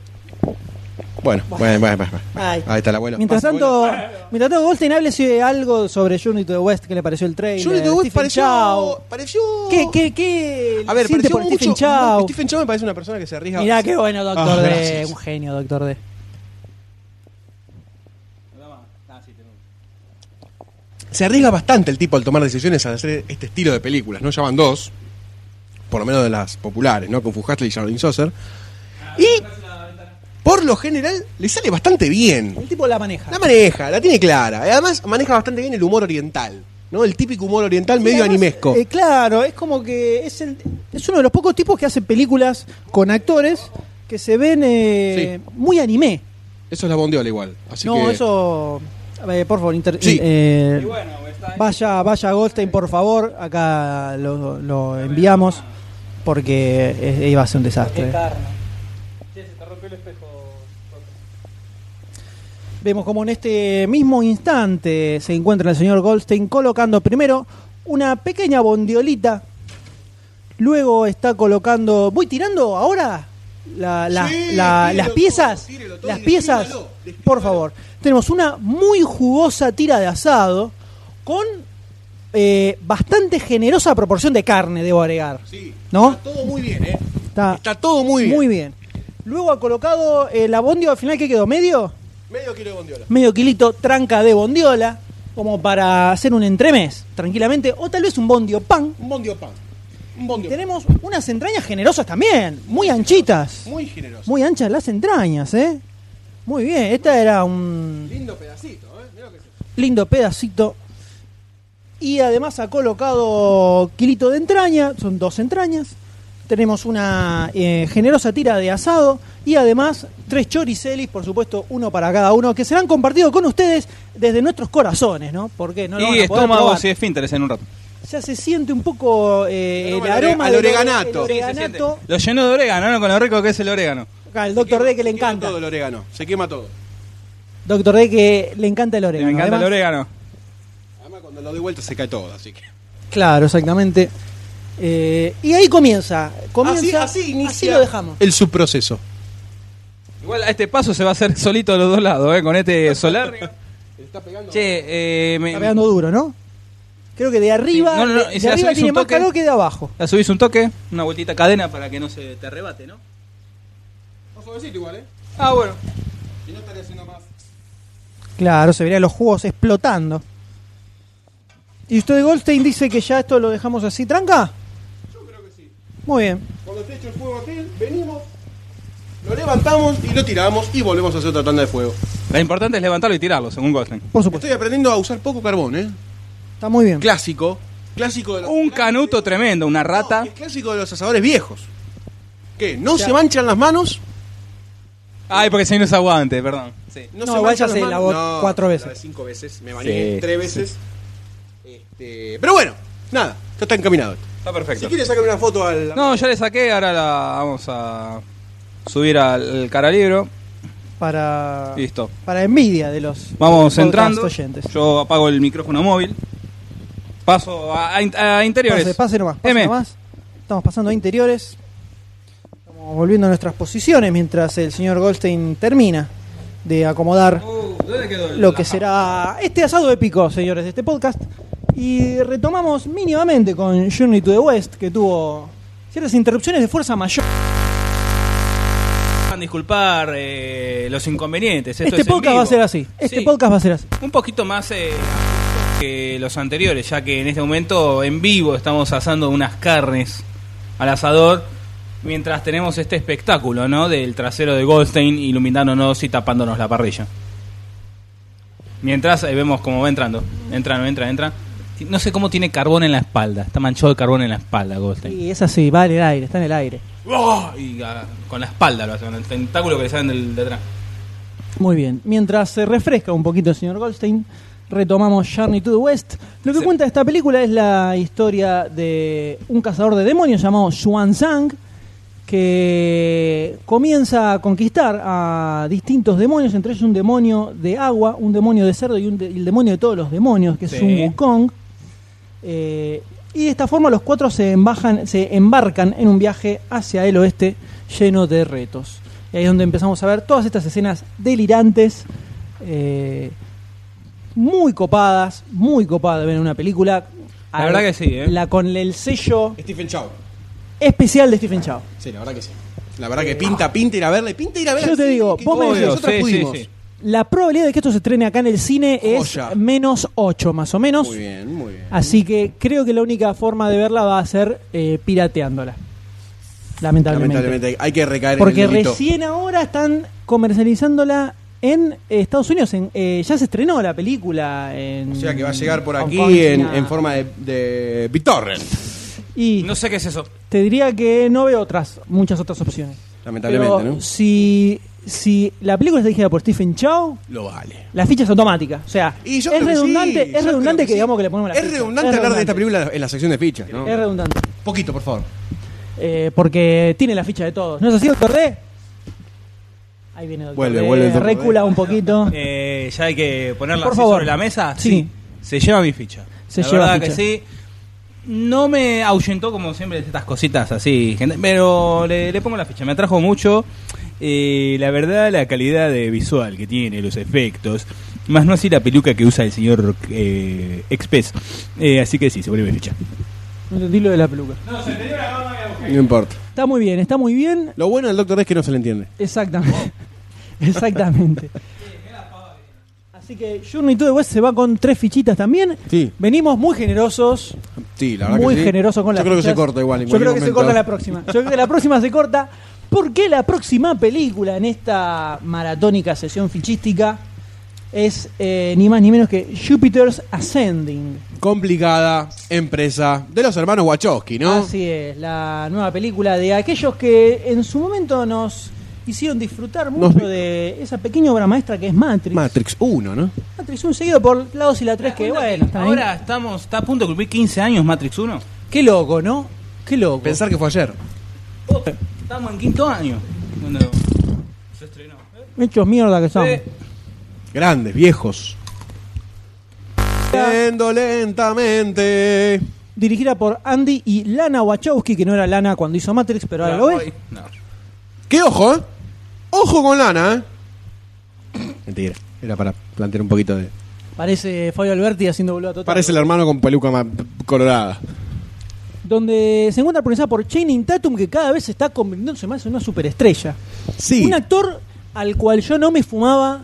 S3: Bueno, bueno, bueno, bueno.
S2: Ay.
S3: Ahí está el abuelo.
S2: Mientras
S3: Pasa,
S2: tanto,
S3: abuelo.
S2: mientras tanto, Goldstein hable si- algo sobre Journey to the West, que le pareció el trailer.
S3: Johnny Depp
S2: eh, Stephen
S3: pareció,
S2: Chow.
S3: pareció.
S2: ¿Qué, qué, qué
S3: A ver,
S2: siente
S3: pareció
S2: por
S3: mucho,
S2: Stephen Chow?
S3: Stephen Chow me parece una persona que se arriesga.
S2: Mirá qué bueno, Doctor
S3: Ah,
S2: D.
S3: gracias.
S2: Un genio, Doctor D.
S3: Se arriesga bastante el tipo al tomar decisiones al hacer este estilo de películas, ¿no? Ya van dos, por lo menos de las populares, ¿no? Con Fujatli y Jardín Saucer. Y, por lo general, le sale bastante bien.
S2: El tipo la maneja.
S3: La maneja, la tiene clara. Y Además, maneja bastante bien el humor oriental, ¿no? El típico humor oriental
S2: Y
S3: medio
S2: además,
S3: animesco.
S2: eh, claro, es como que es, el- es uno de los pocos tipos que hace películas con actores que se ven eh, muy anime.
S3: Eso es la bondiola igual. Así
S2: no,
S3: que-
S2: eso. a ver, por favor, inter-
S3: Sí.
S2: eh,
S4: Y bueno, está
S2: vaya, vaya Goldstein, por favor. Acá lo, lo enviamos porque eh, iba a ser un desastre.
S4: Che, se te rompió el espejo.
S2: Vemos como en este mismo instante se encuentra el señor Goldstein colocando primero una pequeña bondiolita. Luego está colocando. Voy tirando ahora la- la-
S3: Sí,
S2: la-
S3: tírelo
S2: las
S3: todo,
S2: piezas.
S3: tírelo todo
S2: las
S3: y
S2: piezas.
S3: describalo, describalo.
S2: Por favor. Tenemos una muy jugosa tira de asado con eh, bastante generosa proporción de carne, debo agregar.
S3: Sí,
S2: ¿No?
S3: Está todo muy bien, ¿eh?
S2: Está,
S3: Está todo muy bien.
S2: muy bien. Luego ha colocado eh, la bondi al final que quedó medio.
S3: Medio kilo de bondiola.
S2: medio kilito tranca de bondiola, como para hacer un entremés, tranquilamente, o tal vez un bondio pan.
S3: Un bondio pan. Un bondio pan.
S2: Tenemos unas entrañas generosas también, muy anchitas,
S3: Muy generoso.
S2: muy anchas las entrañas, ¿eh? Muy bien, esta era un
S3: Lindo pedacito, ¿eh? Mirá lo que es eso.
S2: lindo pedacito. Y además ha colocado kilito de entraña, son dos entrañas. Tenemos una eh, generosa tira de asado y además tres choricelis, por supuesto, uno para cada uno, que serán compartidos con ustedes desde nuestros corazones, ¿no? Porque no lo van
S4: y
S2: a poder probar.
S4: estómagos y esfínteres en un rato.
S2: Ya se siente un poco eh, el
S3: El aroma,
S2: aroma
S3: al
S2: del ore-
S3: oreganato.
S2: el
S3: Sí, se
S2: oreganato.
S4: Lo llenó de orégano, ¿no? Con lo rico que es el orégano.
S2: Acá el doctor D que le
S3: Se quema
S2: encanta.
S3: todo el orégano. Se quema todo.
S2: Doctor D que le encanta el
S4: Me
S2: orégano.
S4: encanta el
S2: Además-
S4: orégano.
S3: Además, cuando lo doy vuelta se cae todo, así que.
S2: Claro, exactamente. Eh, y ahí comienza. Comienza.
S3: Así- así inicia-
S2: así lo dejamos.
S3: El subproceso.
S4: Igual a este paso se va a hacer solito a los dos lados, ¿eh? Con este solar. Che, eh, me-
S2: Está pegando duro, ¿no? Creo que de arriba,
S4: no, no, no,
S2: de-
S4: y
S2: de
S4: si la
S2: arriba
S4: subís
S2: tiene
S4: un
S2: más
S4: toque-
S2: calor que de abajo.
S4: la subís un toque, una vueltita cadena para que no se te arrebate, ¿no?
S3: igual, ¿eh?
S4: Ah, bueno.
S3: Y no estaría haciendo más.
S2: Claro, se verían los jugos explotando. ¿Y usted Goldstein dice que ya esto lo dejamos así tranca?
S3: Yo creo que sí.
S2: Muy bien.
S3: Cuando esté hecho el fuego aquel, venimos, lo levantamos y lo tiramos y volvemos a hacer otra tanda de fuego.
S4: Lo importante es levantarlo y tirarlo, según Goldstein.
S2: Por supuesto.
S3: Estoy aprendiendo a usar poco carbón, ¿eh?
S2: Está muy bien.
S3: Clásico. Clásico de los.
S4: Un canuto tremendo, una
S3: No,
S4: rata.
S3: es clásico de los asadores viejos. Que no
S2: Ya.
S3: se manchan las manos.
S4: Ay, porque si no se aguante, perdón. Sí.
S3: No,
S2: No,
S3: se
S2: igual
S3: manchan
S2: ya
S3: las
S2: se
S3: manos.
S2: lavó
S3: No,
S2: cuatro
S3: me
S2: veces.
S3: lavé cinco veces. Me bañé
S4: Sí,
S3: tres veces. Este, pero bueno, nada. Ya está encaminado.
S4: Está
S3: Si
S4: perfecto.
S3: quieres sacar una foto al.
S4: No, ya le saqué, ahora la vamos a subir al, al caralibro.
S2: Para,
S4: Listo.
S2: para envidia de los
S4: Vamos
S2: podcast
S4: entrando.
S2: oyentes.
S4: Yo apago el micrófono móvil. Paso a, a in- a interiores.
S2: Pase, pase nomás, pase
S4: M.
S2: nomás. Estamos pasando a interiores. Estamos volviendo a nuestras posiciones mientras el señor Goldstein termina de acomodar
S4: Uh, ¿dónde quedó el-
S2: lo que
S4: la-
S2: será este asado épico, señores, de este podcast. Y retomamos mínimamente con Journey to the West, que tuvo ciertas interrupciones de fuerza mayor.
S4: Van a Disculpar eh, los inconvenientes. Esto
S2: este
S4: es en
S2: podcast va a
S4: vivo.
S2: ser así. Este
S4: Sí,
S2: podcast va a ser así.
S4: Un poquito más eh, que los anteriores, ya que en este momento en vivo estamos asando unas carnes al asador. Mientras tenemos este espectáculo, ¿no? Del trasero de Goldstein iluminándonos y tapándonos la parrilla. Mientras eh, vemos cómo va entrando. Entra, no entra, entra. No sé cómo tiene carbón en la espalda. Está manchado de carbón en la espalda, Goldstein.
S2: Y es así, va en el aire, está en el aire.
S4: ¡Oh! Y ah, con la espalda lo hace, con el tentáculo que le salen del, de atrás.
S2: Muy bien. Mientras se refresca un poquito el señor Goldstein, retomamos Journey to the West. Lo que
S4: Sí.
S2: cuenta esta película es la historia de un cazador de demonios llamado Xuan Zhang que comienza a conquistar a distintos demonios, entre ellos un demonio de agua, un demonio de cerdo y, un de- y el demonio de todos los demonios, que es
S4: Sí.
S2: un Wukong. Eh, y de esta forma los cuatro se, embajan, se embarcan en un viaje hacia el oeste lleno de retos. Y ahí es donde empezamos a ver todas estas escenas delirantes, eh, muy copadas, muy copadas de ver en una película.
S4: La verdad que sí, ¿eh?
S2: La con el sello
S3: Stephen Chow.
S2: especial de Stephen Chow.
S3: Sí, la verdad que sí. La verdad que pinta, pinta ir a verla y pinta ir a verla.
S2: Yo te
S3: sí,
S2: digo,
S3: que
S2: vos me
S3: obvio,
S2: decís-
S3: nosotros
S4: Sí, sí,
S3: pudimos.
S4: sí.
S2: La probabilidad de que esto se estrene acá en el cine
S3: Joya.
S2: es menos 8 más o menos.
S3: Muy bien, muy bien.
S2: Así que creo que la única forma de verla va a ser eh, pirateándola. Lamentablemente.
S3: Lamentablemente hay que recaer
S2: Porque
S3: en el delito.
S2: recién ahora están comercializándola en eh, Estados Unidos. En, eh, ya se estrenó la película. En
S3: O sea que va a llegar por
S2: Hong Kong,
S3: aquí en,
S2: China.
S3: en forma de, de BitTorrent.
S2: Y
S4: No sé qué es eso.
S2: te diría que no veo otras, muchas otras opciones.
S3: Lamentablemente,
S2: Pero
S3: ¿no?
S2: Si, si la película está dirigida por Stephen Chow,
S3: Lo vale.
S2: la ficha es automática. O sea,
S3: Y yo
S2: es
S3: creo que sí,
S2: redundante,
S3: yo
S2: es
S3: creo
S2: redundante que,
S3: sí.
S2: digamos que le ponemos la
S3: Es
S2: ficha.
S3: redundante
S2: Es
S3: hablar de
S2: redundante.
S3: esta película en la sección de fichas, ¿no?
S2: Es redundante.
S3: Poquito, por favor.
S2: Eh, porque tiene la ficha de todos. ¿No es así, doctor D? Ahí viene doctor
S3: Vuelve,
S2: D.
S3: vuelve el Dr. D.
S2: Recula un poquito.
S4: Eh, ya hay que ponerla
S2: Por
S4: así
S2: favor.
S4: sobre la mesa.
S2: Sí.
S4: Se lleva mi ficha.
S2: Se
S4: la
S2: lleva
S4: verdad
S2: ficha.
S4: que sí. No me ahuyentó como siempre de estas cositas así, gente, pero le, le pongo la ficha. Me atrajo mucho. eh, la verdad, la calidad de visual que tiene, los efectos. Más no así la peluca que usa el señor eh, Expes. Eh, así que sí, se vuelve mi ficha.
S2: No entendí lo de la peluca.
S3: No importa.
S2: Está muy bien, está muy bien.
S3: Lo bueno del doctor es que no se le entiende.
S2: Exactamente. Exactamente. Así que Journey to the West se va con tres fichitas también.
S3: Sí.
S2: Venimos muy generosos,
S3: Sí, la verdad
S2: muy
S3: que sí.
S2: generosos con
S3: Yo
S2: las
S3: creo que se
S2: fichas.
S3: corta igual. en
S2: Yo creo que
S3: cualquier
S2: se corta en la
S3: momento.
S2: próxima. Yo creo que la próxima se corta porque la próxima película en esta maratónica sesión fichística es eh, ni más ni menos que Jupiter's Ascending.
S3: Complicada empresa de los hermanos Wachowski, ¿no?
S2: Así es, la nueva película de aquellos que en su momento nos hicieron disfrutar mucho
S3: Nos-
S2: de esa pequeña obra maestra que es Matrix.
S3: Matrix 1, ¿no?
S2: Matrix un seguido por la 2 y la 3 que bueno, están ahí.
S4: Ahora estamos, está a punto de cumplir 15 años Matrix 1.
S2: qué loco, ¿no? Qué loco.
S3: Pensar que fue ayer.
S2: Oh.
S4: Estamos en quinto año. Cuando se estrenó.
S2: Hechos mierda que son.
S4: Eh,
S3: Grandes, viejos. Yendo lentamente.
S2: Dirigida por Andy y Lana Wachowski, que no era Lana cuando hizo Matrix, pero ahora lo es.
S4: No.
S3: Que ojo, ¿eh? Ojo con lana, ¿eh? Mentira. Era para plantear un poquito de.
S2: Parece Fabio Alberti haciendo boludo total.
S3: Parece el hermano con peluca ma- colorada.
S2: Donde se encuentra protagonizada por Channing Tatum, que cada vez se está convirtiéndose más en una superestrella.
S3: Sí.
S2: Un actor al cual yo no me fumaba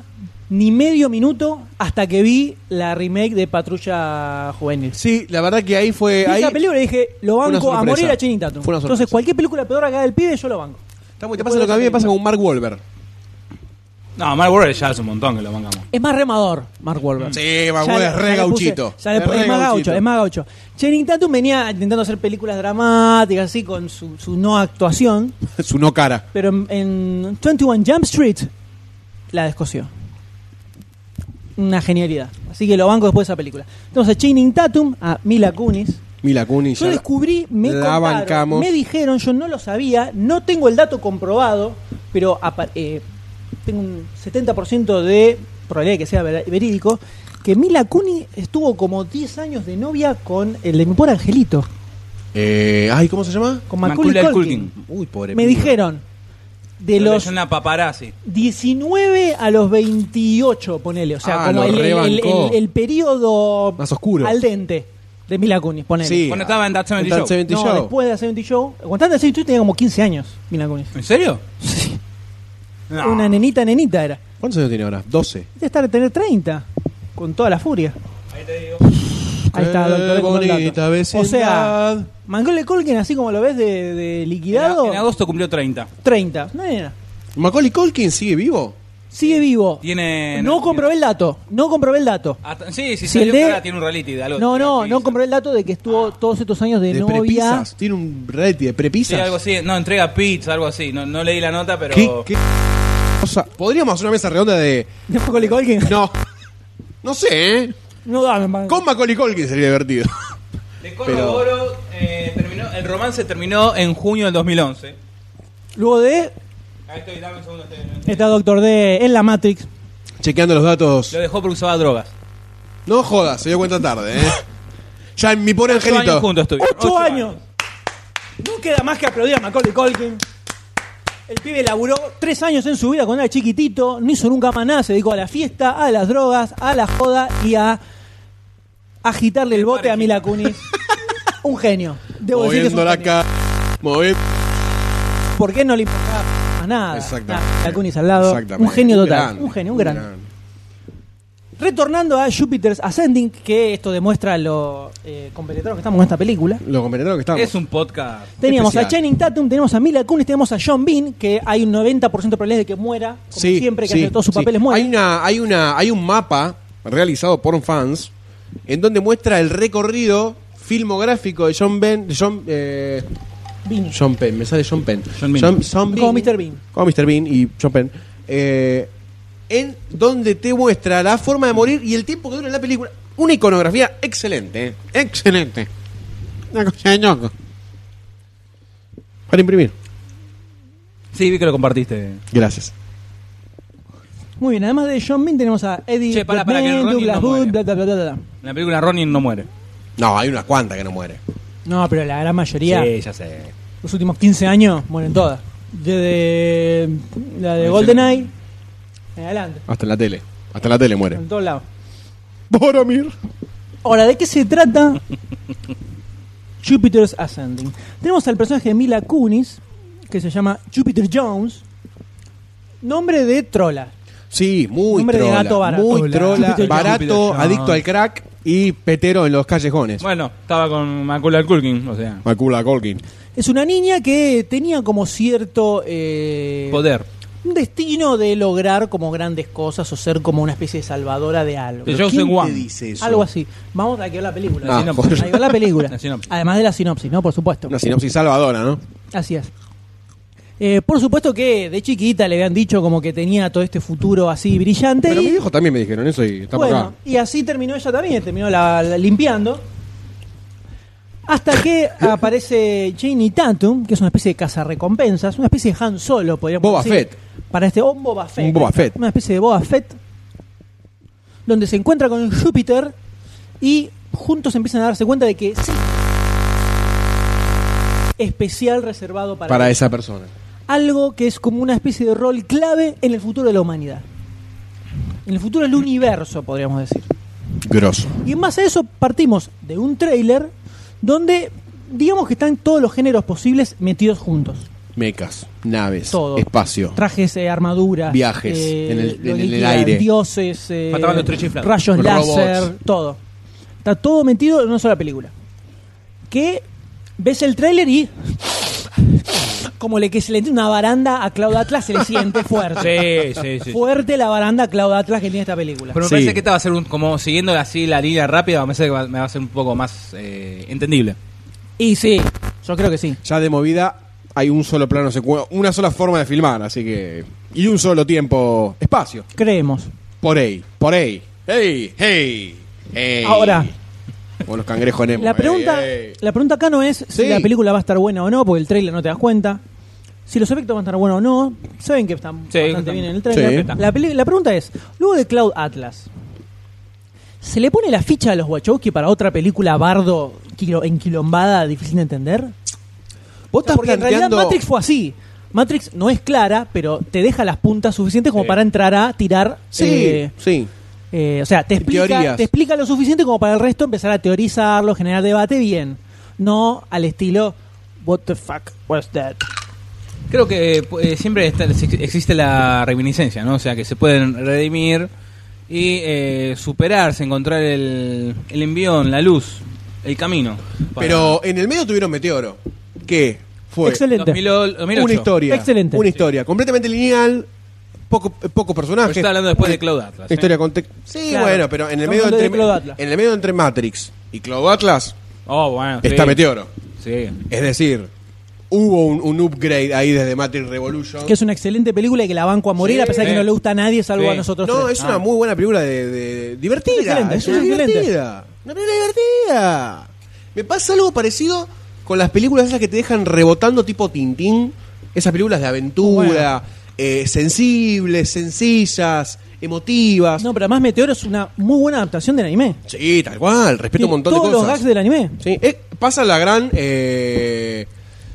S2: ni medio minuto hasta que vi la remake de Patrulla Juvenil.
S3: Sí, la verdad que ahí fue.
S2: Vi
S3: Ahí...
S2: esa película y dije, lo
S3: Fue una
S2: banco a
S3: sorpresa.
S2: morir a Channing Tatum.
S3: Fue una sorpresa.
S2: Entonces, cualquier película peor acá del pibe, yo lo banco.
S3: Está muy- te pasa lo que a mí me pasa con Mark Wahlberg.
S4: No, Mark Wahlberg ya hace un montón que lo bancamos.
S2: Es más remador, Mark Wahlberg.
S3: Sí, Mark
S2: Ya le-
S3: Wahlberg Ah, es re
S2: ya le puse-
S3: gauchito.
S2: ya le
S3: Es
S2: puse-
S3: re
S2: es más
S3: gauchito.
S2: gaucho, es más gaucho. Channing Tatum venía intentando hacer películas dramáticas, así, con su, su no actuación,
S3: Su no cara.
S2: pero en, en 21 Jump Street la descosió. Una genialidad. Así que lo banco después de esa película. Entonces, Channing Tatum, a Mila Kunis.
S3: Mila Kunis.
S2: Yo
S3: ya-
S2: descubrí, me
S3: la
S2: contaron,
S3: bancamos.
S2: me dijeron, yo no lo sabía, no tengo el dato comprobado, pero apa- eh, tengo un 70% de probabilidad de que sea ver- verídico, que Mila Kuni estuvo como 10 años de novia con el de mi pobre angelito,
S3: Eh, ay, ¿cómo se llama?
S2: con Macaulay
S4: Macaulay
S2: Culkin.
S4: Culkin.
S3: Uy, pobre.
S2: Me
S3: pibe.
S2: dijeron, de los
S4: una paparazzi.
S2: 19 a los 28, ponele, o sea,
S3: Ah,
S2: como
S3: lo
S2: el, el- el-
S3: rebancó.
S2: el- el periodo
S3: Más oscuro.
S2: al dente de Mila Kunis, ponele.
S3: Sí.
S4: Cuando estaba en That 70
S3: That
S4: Show.
S3: 70
S2: No,
S3: Show.
S2: después de Seventy Show. Aguantando el Seventy Show tenía como 15 años, Mila Kunis.
S4: ¿En serio? Sí.
S2: Una nenita, nenita era.
S3: ¿Cuántos años tiene ahora? 12.
S2: Debe estar a tener 30. Con toda la furia. Ahí está,
S3: Qué
S2: doctor. con el dato.
S3: bonita
S2: O sea,
S3: vecindad.
S2: Mangle Colkin, así como lo ves de, de
S4: En,
S2: liquidado,
S4: en agosto cumplió 30.
S2: 30. No, nena.
S3: ¿Macaulay Culkin sigue vivo?
S2: Sigue vivo.
S4: Tiene. Ah,
S2: No comprobé el dato. No comprobé el dato.
S4: Hasta- sí, sí,
S2: Si
S4: salió
S2: el de-
S4: que ahora tiene un reality de algo.
S2: No, no, no
S4: compré
S2: comprobé el dato de que
S4: Ah.
S2: estuvo todos estos años de,
S3: De
S2: novia.
S3: prepisas. Tiene un reality de prepisas.
S4: Sí, algo así. No, entrega pizza, algo así. No, no leí la nota, pero.
S3: ¿Qué, qué cosa? Podríamos hacer una mesa redonda de.
S2: ¿De Macaulay Culkin?
S3: No. No sé, ¿eh?
S2: No dame más.
S3: Con Macaulay Culkin sería divertido.
S4: Le corroboro, eh, terminó, el romance terminó en junio del 2011.
S2: Luego de
S4: Ahí estoy, dame un segundo. estoy- no entiendo.
S2: está Doctor D en la Matrix.
S3: Chequeando los datos.
S4: Lo dejó porque usaba drogas.
S3: No jodas, se dio cuenta tarde, ¿eh? Ya en mi pobre
S4: Ocho años
S3: angelito.
S4: juntos estuvieron.
S2: ¡Ocho años! No queda más que aplaudir a Macaulay Culkin. El pibe laburó tres años en su vida cuando era chiquitito, no hizo nunca más nada, se dedicó a la fiesta, a las drogas, a la joda y a agitarle el bote a Mila Kunis. Un genio. Debo decir que es un
S3: Moviendo la
S2: genio.
S3: cara. Moviendo.
S2: ¿Por qué no le importaba más nada?
S3: Exactamente.
S2: Nada, Mila Kunis al lado.
S3: Exactamente.
S2: Un genio total.
S3: grande,
S2: un genio, un gran. Retornando a Jupiter's Ascending, que esto demuestra lo eh, compenetrados que estamos con esta película.
S3: Lo compenetrado que estamos.
S4: Es un podcast.
S2: Teníamos a
S3: Especial.
S2: Channing Tatum, tenemos a Mila Kunis, tenemos a John Bean, que hay un 90% de probabilidades de que muera, como
S3: Sí,
S2: siempre que
S3: sí,
S2: hace todos sus
S3: sí.
S2: papeles muere.
S3: Hay, una, hay, una, hay un mapa realizado por fans en donde muestra el recorrido filmográfico de John Ben. de John, eh,
S2: Bean.
S3: John Penn, me sale John Penn.
S4: John Bean.
S3: John
S2: Como Mr. Bean.
S3: Como Mr. Bean y John Penn. Eh, en donde te muestra la forma de morir y el tiempo que dura la película. Una iconografía excelente, eh. excelente. Una cosa de loco. Para imprimir.
S4: Sí, vi que lo compartiste.
S3: Gracias.
S2: Muy bien, además de John Bean tenemos a Eddie
S4: Che, pará, pará, que
S2: Redmayne,
S4: Ronnie
S2: Douglas
S4: no
S2: Wood,
S4: muere.
S2: bla, bla, bla, bla, bla.
S4: En la película Ronin no muere.
S3: No, hay unas cuantas que no muere.
S2: No, pero la gran mayoría,
S4: ya sé.
S2: los últimos 15 años, mueren todas. Desde la de GoldenEye, en adelante,
S3: Hasta en la tele. Hasta en la tele muere.
S2: en todos lados.
S3: Boromir.
S2: Ahora, ¿de qué se trata Jupiter's Ascending? Tenemos al personaje de Mila Kunis, que se llama Jupiter Jones, nombre de trola.
S3: Sí, muy
S2: Nombre de
S3: trola.
S2: gato barato.
S3: Muy
S2: Hola.
S3: trola.
S2: Júpiter
S3: Barato,
S4: Jones.
S3: adicto al crack y petero en los callejones.
S4: Bueno, estaba con Macula Culkin, o sea,
S3: Macula Colkin.
S2: Es una niña que tenía como cierto eh,
S4: poder.
S2: un destino de lograr como grandes cosas o ser como una especie de salvadora de algo.
S4: De Johnson Wong.
S2: Algo así. Vamos a que la película.
S3: Ah,
S2: La sinopsis.
S3: joder.
S2: Ahí va la película.
S4: La sinopsis.
S2: Además de la sinopsis, ¿no? Por supuesto.
S3: Una sinopsis salvadora, ¿no?
S2: Así es. Eh, por supuesto que de chiquita le habían dicho como que tenía todo este futuro así brillante.
S3: Pero
S2: y,
S3: mis viejos también me dijeron eso y estamos
S2: bueno,
S3: acá.
S2: y así terminó ella también, terminó la, la- limpiando. Hasta que aparece Janie Tatum, que es una especie de cazarrecompensas, una especie de Han Solo, podríamos
S3: Boba
S2: decir.
S3: Fett.
S2: Para este, o un Boba Fett.
S3: Un Boba Fett.
S2: Una especie de Boba Fett. Donde se encuentra con Júpiter y juntos empiezan a darse cuenta de que sí. Especial reservado para,
S3: Para
S2: ellos
S3: esa persona.
S2: algo que es como una especie de rol clave en el futuro de la humanidad. En el futuro del universo, podríamos decir.
S3: Grosso.
S2: Y en base a eso partimos de un tráiler donde digamos que están todos los géneros posibles metidos juntos.
S3: Mecas, naves,
S2: Todo.
S3: espacio.
S2: Trajes, eh, armaduras. eh,
S3: Viajes en el-
S2: lo
S3: en el
S2: liquidan,
S3: aire.
S2: Dioses. eh,
S4: Mataban los tres chiflados.
S2: Rayos
S3: Robots.
S2: láser, todo. Está todo metido en una sola película. Que ves el tráiler y... Como le que se le entra una baranda a Cloud Atlas, se le siente fuerte.
S4: Sí, sí, sí.
S2: Fuerte la baranda a Cloud Atlas que tiene esta película.
S4: Pero me
S3: Sí.
S4: parece que esta va a ser un- como siguiendo así la línea rápida, me parece que va, me va a ser un poco más eh, entendible.
S2: Y sí, yo creo que sí.
S3: Ya de movida hay un solo plano secu- una sola forma de filmar, así que. Y un solo tiempo. Espacio.
S2: Creemos.
S3: Por ahí. Por ahí. ¡Hey! ¡Hey! ¡Hey!
S2: Ahora.
S3: O los cangrejos Nemo.
S2: La
S3: ¡Hey,
S2: pregunta,
S3: hey!
S2: la pregunta acá no es si
S3: Sí.
S2: la película va a estar buena o no, porque el trailer no te das cuenta. Si los efectos van a estar buenos o no, saben que están
S4: Sí,
S2: bastante
S4: están-
S2: bien en el trailer.
S3: Sí.
S2: La, peli- la pregunta es, luego de Cloud Atlas, ¿se le pone la ficha a los Wachowski para otra película bardo quilo- enquilombada, difícil de entender?
S3: Vos estás
S2: Porque en realidad
S3: planteando-
S2: Matrix fue así. Matrix no es clara, pero te deja las puntas suficientes como
S4: Sí.
S2: para entrar a tirar
S3: Sí,
S2: eh,
S3: sí.
S2: eh, o sea, te explica,
S3: Teorías.
S2: te explica lo suficiente como para el resto empezar a teorizarlo, generar debate bien. No al estilo, what the fuck was that?
S4: Creo que eh, siempre está- existe la reminiscencia, ¿no? O sea, que se pueden redimir y eh, superarse, encontrar el, el envión, la luz, el camino. Para-
S3: Pero en el medio tuvieron Meteoro. ¿Qué? Fue
S2: Excelente.
S4: 2008.
S3: una historia.
S2: Excelente.
S3: Una historia completamente lineal, poco, eh, poco
S4: Pero
S3: personaje.
S4: Pues está hablando después de Cloud Atlas. ¿eh?
S3: Una historia con te- Sí,
S2: Claro.
S3: bueno, pero en el,
S2: Estamos
S3: medio
S2: hablando
S3: entre,
S2: de Cloud Atlas.
S3: en el medio entre Matrix y Cloud Atlas
S4: Oh, bueno. sí.
S3: está Meteoro.
S4: Sí.
S3: Es decir, hubo un, un upgrade ahí desde Matrix Revolution.
S2: Que es una excelente película y que la banco a morir,
S3: Sí,
S2: a pesar de que
S4: sí.
S2: no le gusta a nadie, salvo
S4: Sí.
S2: a nosotros.
S3: No,
S2: tres.
S3: es una muy buena película de, de- divertida.
S2: Excelente,
S3: Es una
S2: es excelente.
S3: divertida. Una película divertida. Me pasa algo parecido con las películas esas que te dejan rebotando tipo Tintín. Esas películas de aventura, eh, sensibles, sencillas, emotivas.
S2: No, pero además Meteoro es una muy buena adaptación del anime.
S3: Sí, tal cual. Respeto
S2: Tiene
S3: un montón de
S2: todos
S3: cosas.
S2: los gags del anime.
S3: Sí, eh, pasa la gran eh,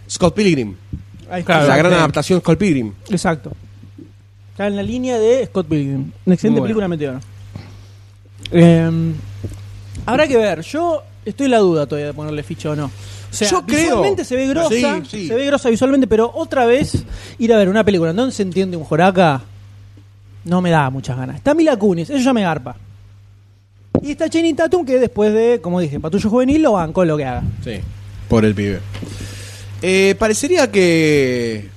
S3: Scott Pilgrim.
S2: Ahí está.
S4: Claro,
S3: la gran
S4: sí.
S3: adaptación Scott Pilgrim.
S2: Exacto. Está en la línea de Scott Pilgrim. Una excelente
S4: Muy
S2: película
S4: bueno.
S2: Meteoro. Eh, habrá que ver. Yo estoy en la duda todavía de ponerle ficha o no. O sea,
S3: Yo creo.
S2: visualmente se ve grosa,
S3: Sí, sí.
S2: se ve grosa visualmente, pero otra vez ir a ver una película en donde se entiende un joraca no me da muchas ganas. Está Mila Kunis, eso ya me garpa. Y está Jenny Tatum que después de, como dije, Patullo Juvenil lo banco lo que haga.
S3: Sí, por el pibe. Eh, parecería que.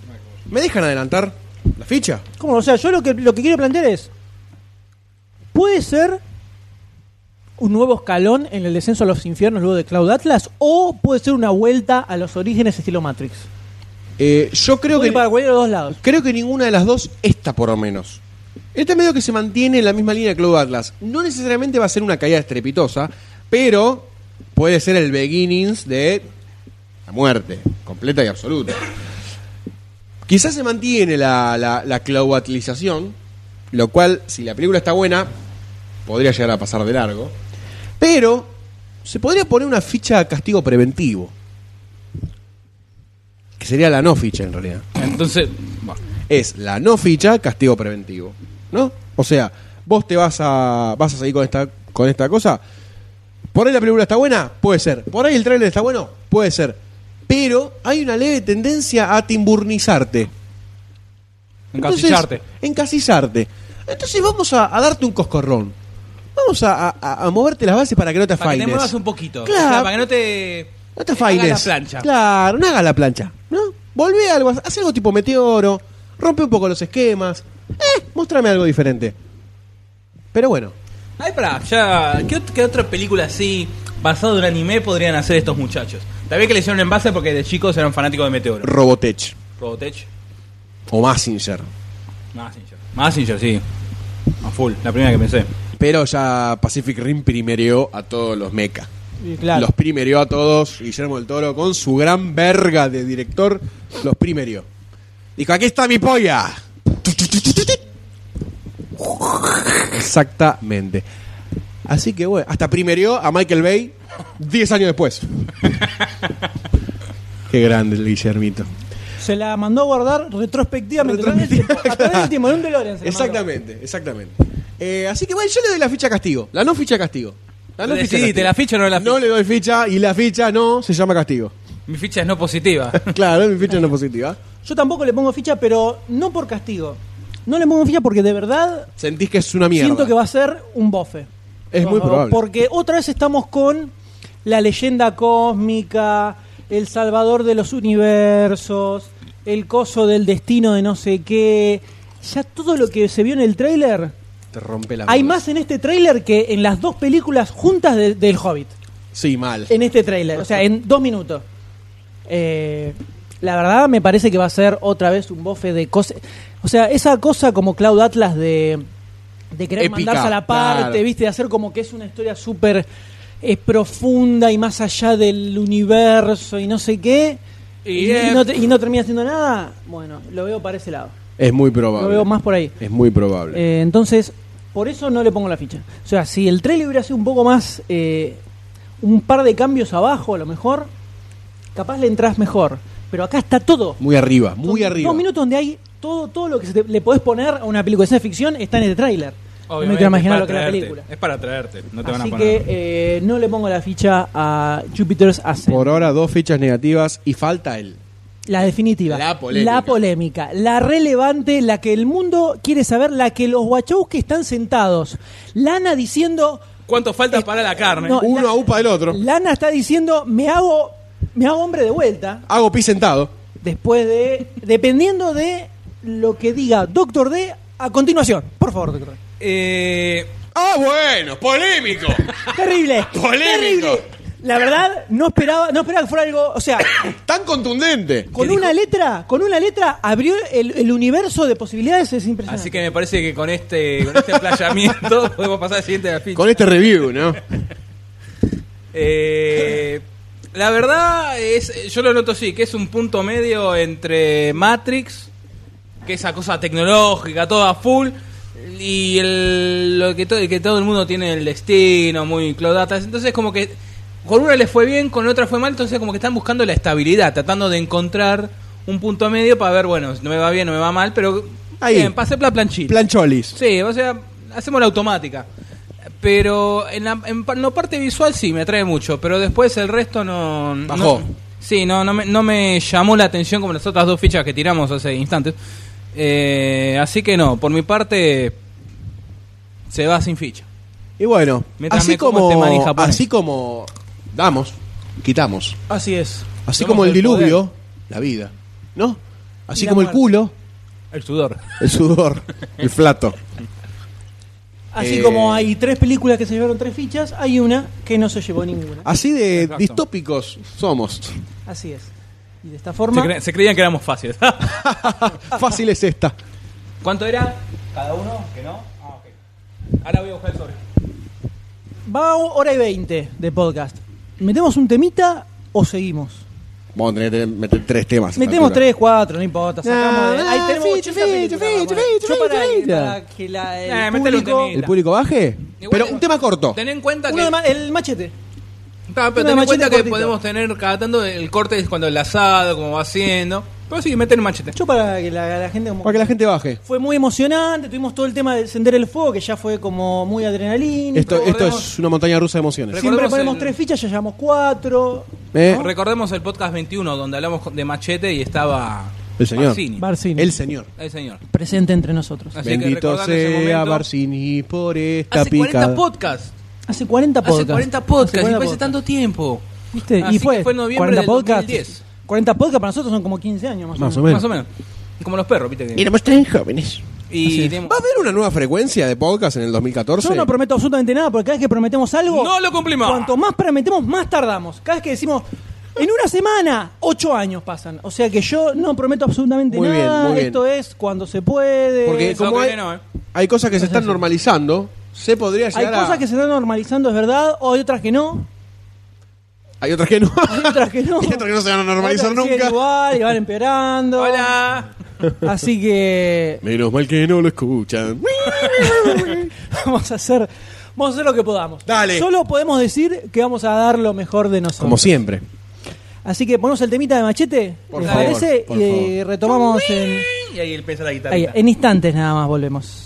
S3: ¿Me dejan adelantar la ficha?
S2: ¿Cómo? O sea, yo lo que, lo que quiero plantear es. ¿Puede ser un nuevo escalón en el descenso a los infiernos luego de Cloud Atlas? ¿O puede ser una vuelta a los orígenes estilo Matrix?
S3: Eh, yo creo
S2: Puede
S3: que.
S2: ir para cualquiera de los dos lados.
S3: Creo que ninguna de las dos, esta por lo menos. Esta medio que se mantiene en la misma línea de Cloud Atlas. No necesariamente va a ser una caída estrepitosa, pero puede ser el beginnings de la muerte, completa y absoluta. Quizás se mantiene la, la, la Cloud Atlización, lo cual, si la película está buena, podría llegar a pasar de largo. Pero se podría poner una ficha a castigo preventivo. Que sería la no ficha en realidad
S4: Entonces, bueno,
S3: es la no ficha, castigo preventivo. ¿No? O sea, vos te vas a. vas a seguir con esta, con esta cosa. Por ahí la película está buena, puede ser. Por ahí el trailer está bueno, puede ser. Pero hay una leve tendencia a timburnizarte. Entonces,
S4: encasillarte.
S3: Encasillarte. Entonces vamos a, a darte un coscorrón. Vamos a, a- a moverte las bases para que no te
S4: Para que te
S3: afaines.
S4: muevas un poquito.
S3: Claro.
S4: O sea, para que no te.
S3: No te
S4: hagas
S3: afaines.
S4: la plancha.
S3: Claro, no hagas la plancha. ¿no? Volvé a algo, haz algo tipo meteoro, rompe un poco los esquemas. Eh, mostrame algo diferente. Pero bueno,
S4: Ay, pará, ya. ¿Qué, ot- qué otra película así, basada en un anime, podrían hacer estos muchachos? Tal vez que le hicieron en base porque de chicos eran fanáticos de Meteoro.
S3: Robotech
S4: Robotech.
S3: o Massinger.
S4: Massinger. Massinger, sí. A full, la primera que pensé.
S3: Pero ya Pacific Rim primereó a todos los mecha.
S2: Y claro.
S3: Los primerió a todos, Guillermo del Toro, con su gran verga de director, los primerió. Dijo, aquí está mi polla. Exactamente. Así que bueno, hasta primerió a Michael Bay 10 años después. Qué grande el Guillermito.
S2: Se la mandó a guardar retrospectivamente.
S3: Retrospectiva,
S2: a través del tiempo, en un DeLorean se la mandó.
S3: Exactamente, exactamente. Eh, así que bueno, yo le doy la ficha castigo. La no ficha castigo. La no
S4: Decidite,
S3: ficha castigo.
S4: ¿la ficha o no la
S3: No
S4: ficha?
S3: le doy ficha y la ficha no se llama castigo.
S4: Mi ficha es no positiva.
S3: Claro, mi ficha no es positiva.
S2: Yo tampoco le pongo ficha, pero no por castigo. No le pongo ficha porque de verdad
S3: Sentís que es una mierda.
S2: siento que va a ser un bofe.
S3: Es muy probable.
S2: Porque otra vez estamos con la leyenda cósmica, el salvador de los universos, el coso del destino de no sé qué. Ya todo lo que se vio en el tráiler,
S3: Te rompe la
S2: hay
S3: bola.
S2: más en este tráiler que en las dos películas juntas de- del Hobbit.
S3: Sí, mal.
S2: En este tráiler, o sea, en dos minutos. Eh, la verdad me parece que va a ser otra vez un bofe de cosas. O sea, esa cosa como Cloud Atlas de, de querer
S3: Épica,
S2: mandarse a la parte,
S3: claro.
S2: viste, de hacer como que es una historia súper eh, profunda y más allá del universo y no sé qué.
S4: Y,
S2: Y,
S4: eh,
S2: no, te- y no termina haciendo nada. Bueno, lo veo para ese lado.
S3: Es muy probable.
S2: Lo veo más por ahí.
S3: Es muy probable.
S2: Eh, entonces, por eso no le pongo la ficha. O sea, si el trailer hubiera sido un poco más. eh, un par de cambios abajo, a lo mejor. Capaz le entras mejor. Pero acá está todo.
S3: muy arriba, muy
S2: Son
S3: arriba.
S2: Dos minutos donde hay todo, todo lo que se te- le podés poner a una película de ciencia ficción está en este tráiler. No me
S4: Obviamente,
S2: quiero imaginar
S4: es
S2: lo que
S4: para
S2: es la
S4: atraerte.
S2: película.
S4: Es para traerte, no te van
S2: Así
S4: a poner.
S2: que eh, no le pongo la ficha a Jupiter's Ascent.
S3: Por ahora dos fichas negativas y falta el
S2: La definitiva.
S3: La polémica.
S2: La polémica, la relevante, la que el mundo quiere saber, la que los Wachowski están sentados. Lana diciendo,
S4: ¿Cuánto falta para la carne?
S2: no,
S3: uno
S2: la-
S3: a upa del otro.
S2: Lana está diciendo, me hago, me hago hombre de vuelta
S3: Hago pis sentado.
S2: después de, dependiendo de lo que diga Doctor D A continuación, por favor, doctor.
S4: Eh,
S3: Ah, bueno, polémico.
S2: Terrible.
S3: Polémico.
S2: Terrible. La verdad, no esperaba, no esperaba que fuera algo. O sea,
S3: Tan contundente.
S2: con una letra, con una letra abrió el, el universo de posibilidades, es impresionante.
S4: así que me parece que con este, con este playamiento podemos pasar al siguiente grafito.
S3: Con este review, ¿no?
S4: Eh, la verdad es, yo lo noto sí, que es un punto medio entre Matrix, que esa cosa tecnológica, toda full, y el, lo que, todo, que todo el mundo tiene el destino, muy clodatas. Entonces como que con una les fue bien, con otra fue mal, entonces como que están buscando la estabilidad, tratando de encontrar un punto medio para ver, bueno, no me va bien, no me va mal, pero
S3: Ahí.
S4: bien, pasé la planchita.
S3: Plancholis.
S4: Sí, o sea, hacemos la automática. Pero en la, en pa- en la parte visual sí me atrae mucho, pero después el resto no. no-
S3: Bajó.
S4: sí, no, no, me, no me llamó la atención como las otras dos fichas que tiramos hace instantes. Eh, así que no, por mi parte se va sin ficha.
S3: Y bueno,
S4: Mientras
S3: así
S4: me como
S3: como,
S4: este maní japonés.
S3: así como damos, quitamos.
S2: Así es.
S3: Así
S4: Somos
S3: como el
S4: el
S3: diluvio, la vida, ¿no? Así
S2: Y la
S3: como el
S2: muerte.
S3: culo,
S4: El sudor.
S3: el sudor, el flato.
S2: Así
S3: Eh.
S2: como hay tres películas que se llevaron tres fichas, hay una que no se llevó ninguna.
S3: Así de
S7: Exacto.
S3: distópicos somos.
S2: Así es. Y de esta
S4: Se,
S2: forma,
S4: cre- se creían que éramos fáciles.
S3: Fácil es esta.
S4: ¿Cuánto era? Cada uno, que no. Ah, ok. Ahora voy a buscar el sobre.
S2: va hora y veinte de podcast. ¿Metemos un temita o seguimos?
S3: Vamos a tener que meter tres temas. a esta
S2: Metemos
S3: altura.
S2: tres, cuatro, no importa. Sacamos de-
S3: nah,
S2: ahí tenemos
S3: ficha,
S2: 80
S3: ficha,
S2: películas,
S3: ficha,
S2: bueno.
S3: ficha,
S2: Yo para,
S3: ficha.
S2: para que la, el
S4: Eh, métele un
S2: público...
S4: temita.
S3: ¿El público baje?
S4: Igual
S3: Pero
S4: te-
S3: un tema corto.
S4: Ten en cuenta
S2: Uno
S4: que.
S2: de ma- el machete.
S4: Ta, pero
S2: Una
S4: ten en
S2: machete
S4: cuenta que
S2: cortito.
S4: podemos tener cada tanto el corte es cuando el asado, como va haciendo. Pero sí, meten machete.
S2: Yo para que la, la gente... como-
S3: Para que la gente baje.
S2: Fue muy emocionante, tuvimos todo el tema de encender el fuego, que ya fue como muy adrenalina.
S3: Esto, esto
S4: recordemos-
S3: es una montaña rusa de emociones.
S4: Recor-
S2: Siempre
S4: recordemos
S2: ponemos
S4: el-
S2: tres fichas, ya llevamos cuatro.
S3: Eh,
S4: Recordemos el podcast 21 donde hablamos de machete y estaba.
S3: El señor.
S4: Barcini.
S2: Barcini.
S3: El señor.
S4: El señor.
S2: presente entre nosotros.
S4: Así que
S3: Bendito
S4: recordando ese
S3: sea
S4: momento-
S3: Barcini por esta
S4: Hace 40
S3: picada.
S4: podcasts.
S2: Hace 40 podcasts.
S4: Hace 40 podcasts.
S2: Hace
S4: y
S2: 40
S4: fue hace tanto tiempo.
S2: ¿Viste?
S4: Así
S2: y
S4: que
S2: fue,
S4: fue en noviembre
S2: 40
S4: del
S2: podcasts.
S4: 2010.
S2: 40 podcasts para nosotros son como 15 años más,
S3: Más o
S2: o menos.
S3: menos.
S4: Más o menos. Como los perros, viste. que-
S3: Éramos tres jóvenes.
S4: Y tenemos-
S3: ¿Va a haber una nueva frecuencia de podcast en el 2014?
S2: Yo no prometo absolutamente nada porque cada vez que prometemos algo,
S4: No lo cumplimos.
S2: cuanto más prometemos, más tardamos. Cada vez que decimos, en una semana, 8 años pasan. O sea que yo no prometo absolutamente
S3: Muy bien,
S2: nada.
S3: muy bien.
S2: Esto es cuando se puede.
S3: Porque
S4: Eso
S3: como
S4: creo
S3: hay,
S4: que no, ¿eh?
S3: hay cosas que se están normalizando, se podría
S2: hay
S3: llegar a-
S2: cosas que se están normalizando, es verdad, o hay otras que no.
S3: Hay otras que no.
S2: Hay otras que no.
S3: Hay otras que no se van a normalizar
S2: Otras que siguen
S3: nunca.
S2: Igual, y van empeorando.
S4: Hola.
S2: Así que
S3: Menos mal que no lo escuchan.
S2: vamos a hacer vamos a hacer lo que podamos.
S3: Dale.
S2: Solo podemos decir que vamos a dar lo mejor de nosotros.
S3: Como siempre.
S2: Así que ponemos el temita de machete,
S3: Por
S2: ¿les
S3: favor,
S2: parece?
S3: por
S2: y eh,
S3: favor.
S2: retomamos en,
S4: Y ahí empieza la guitarra.
S2: ahí, en instantes nada más volvemos.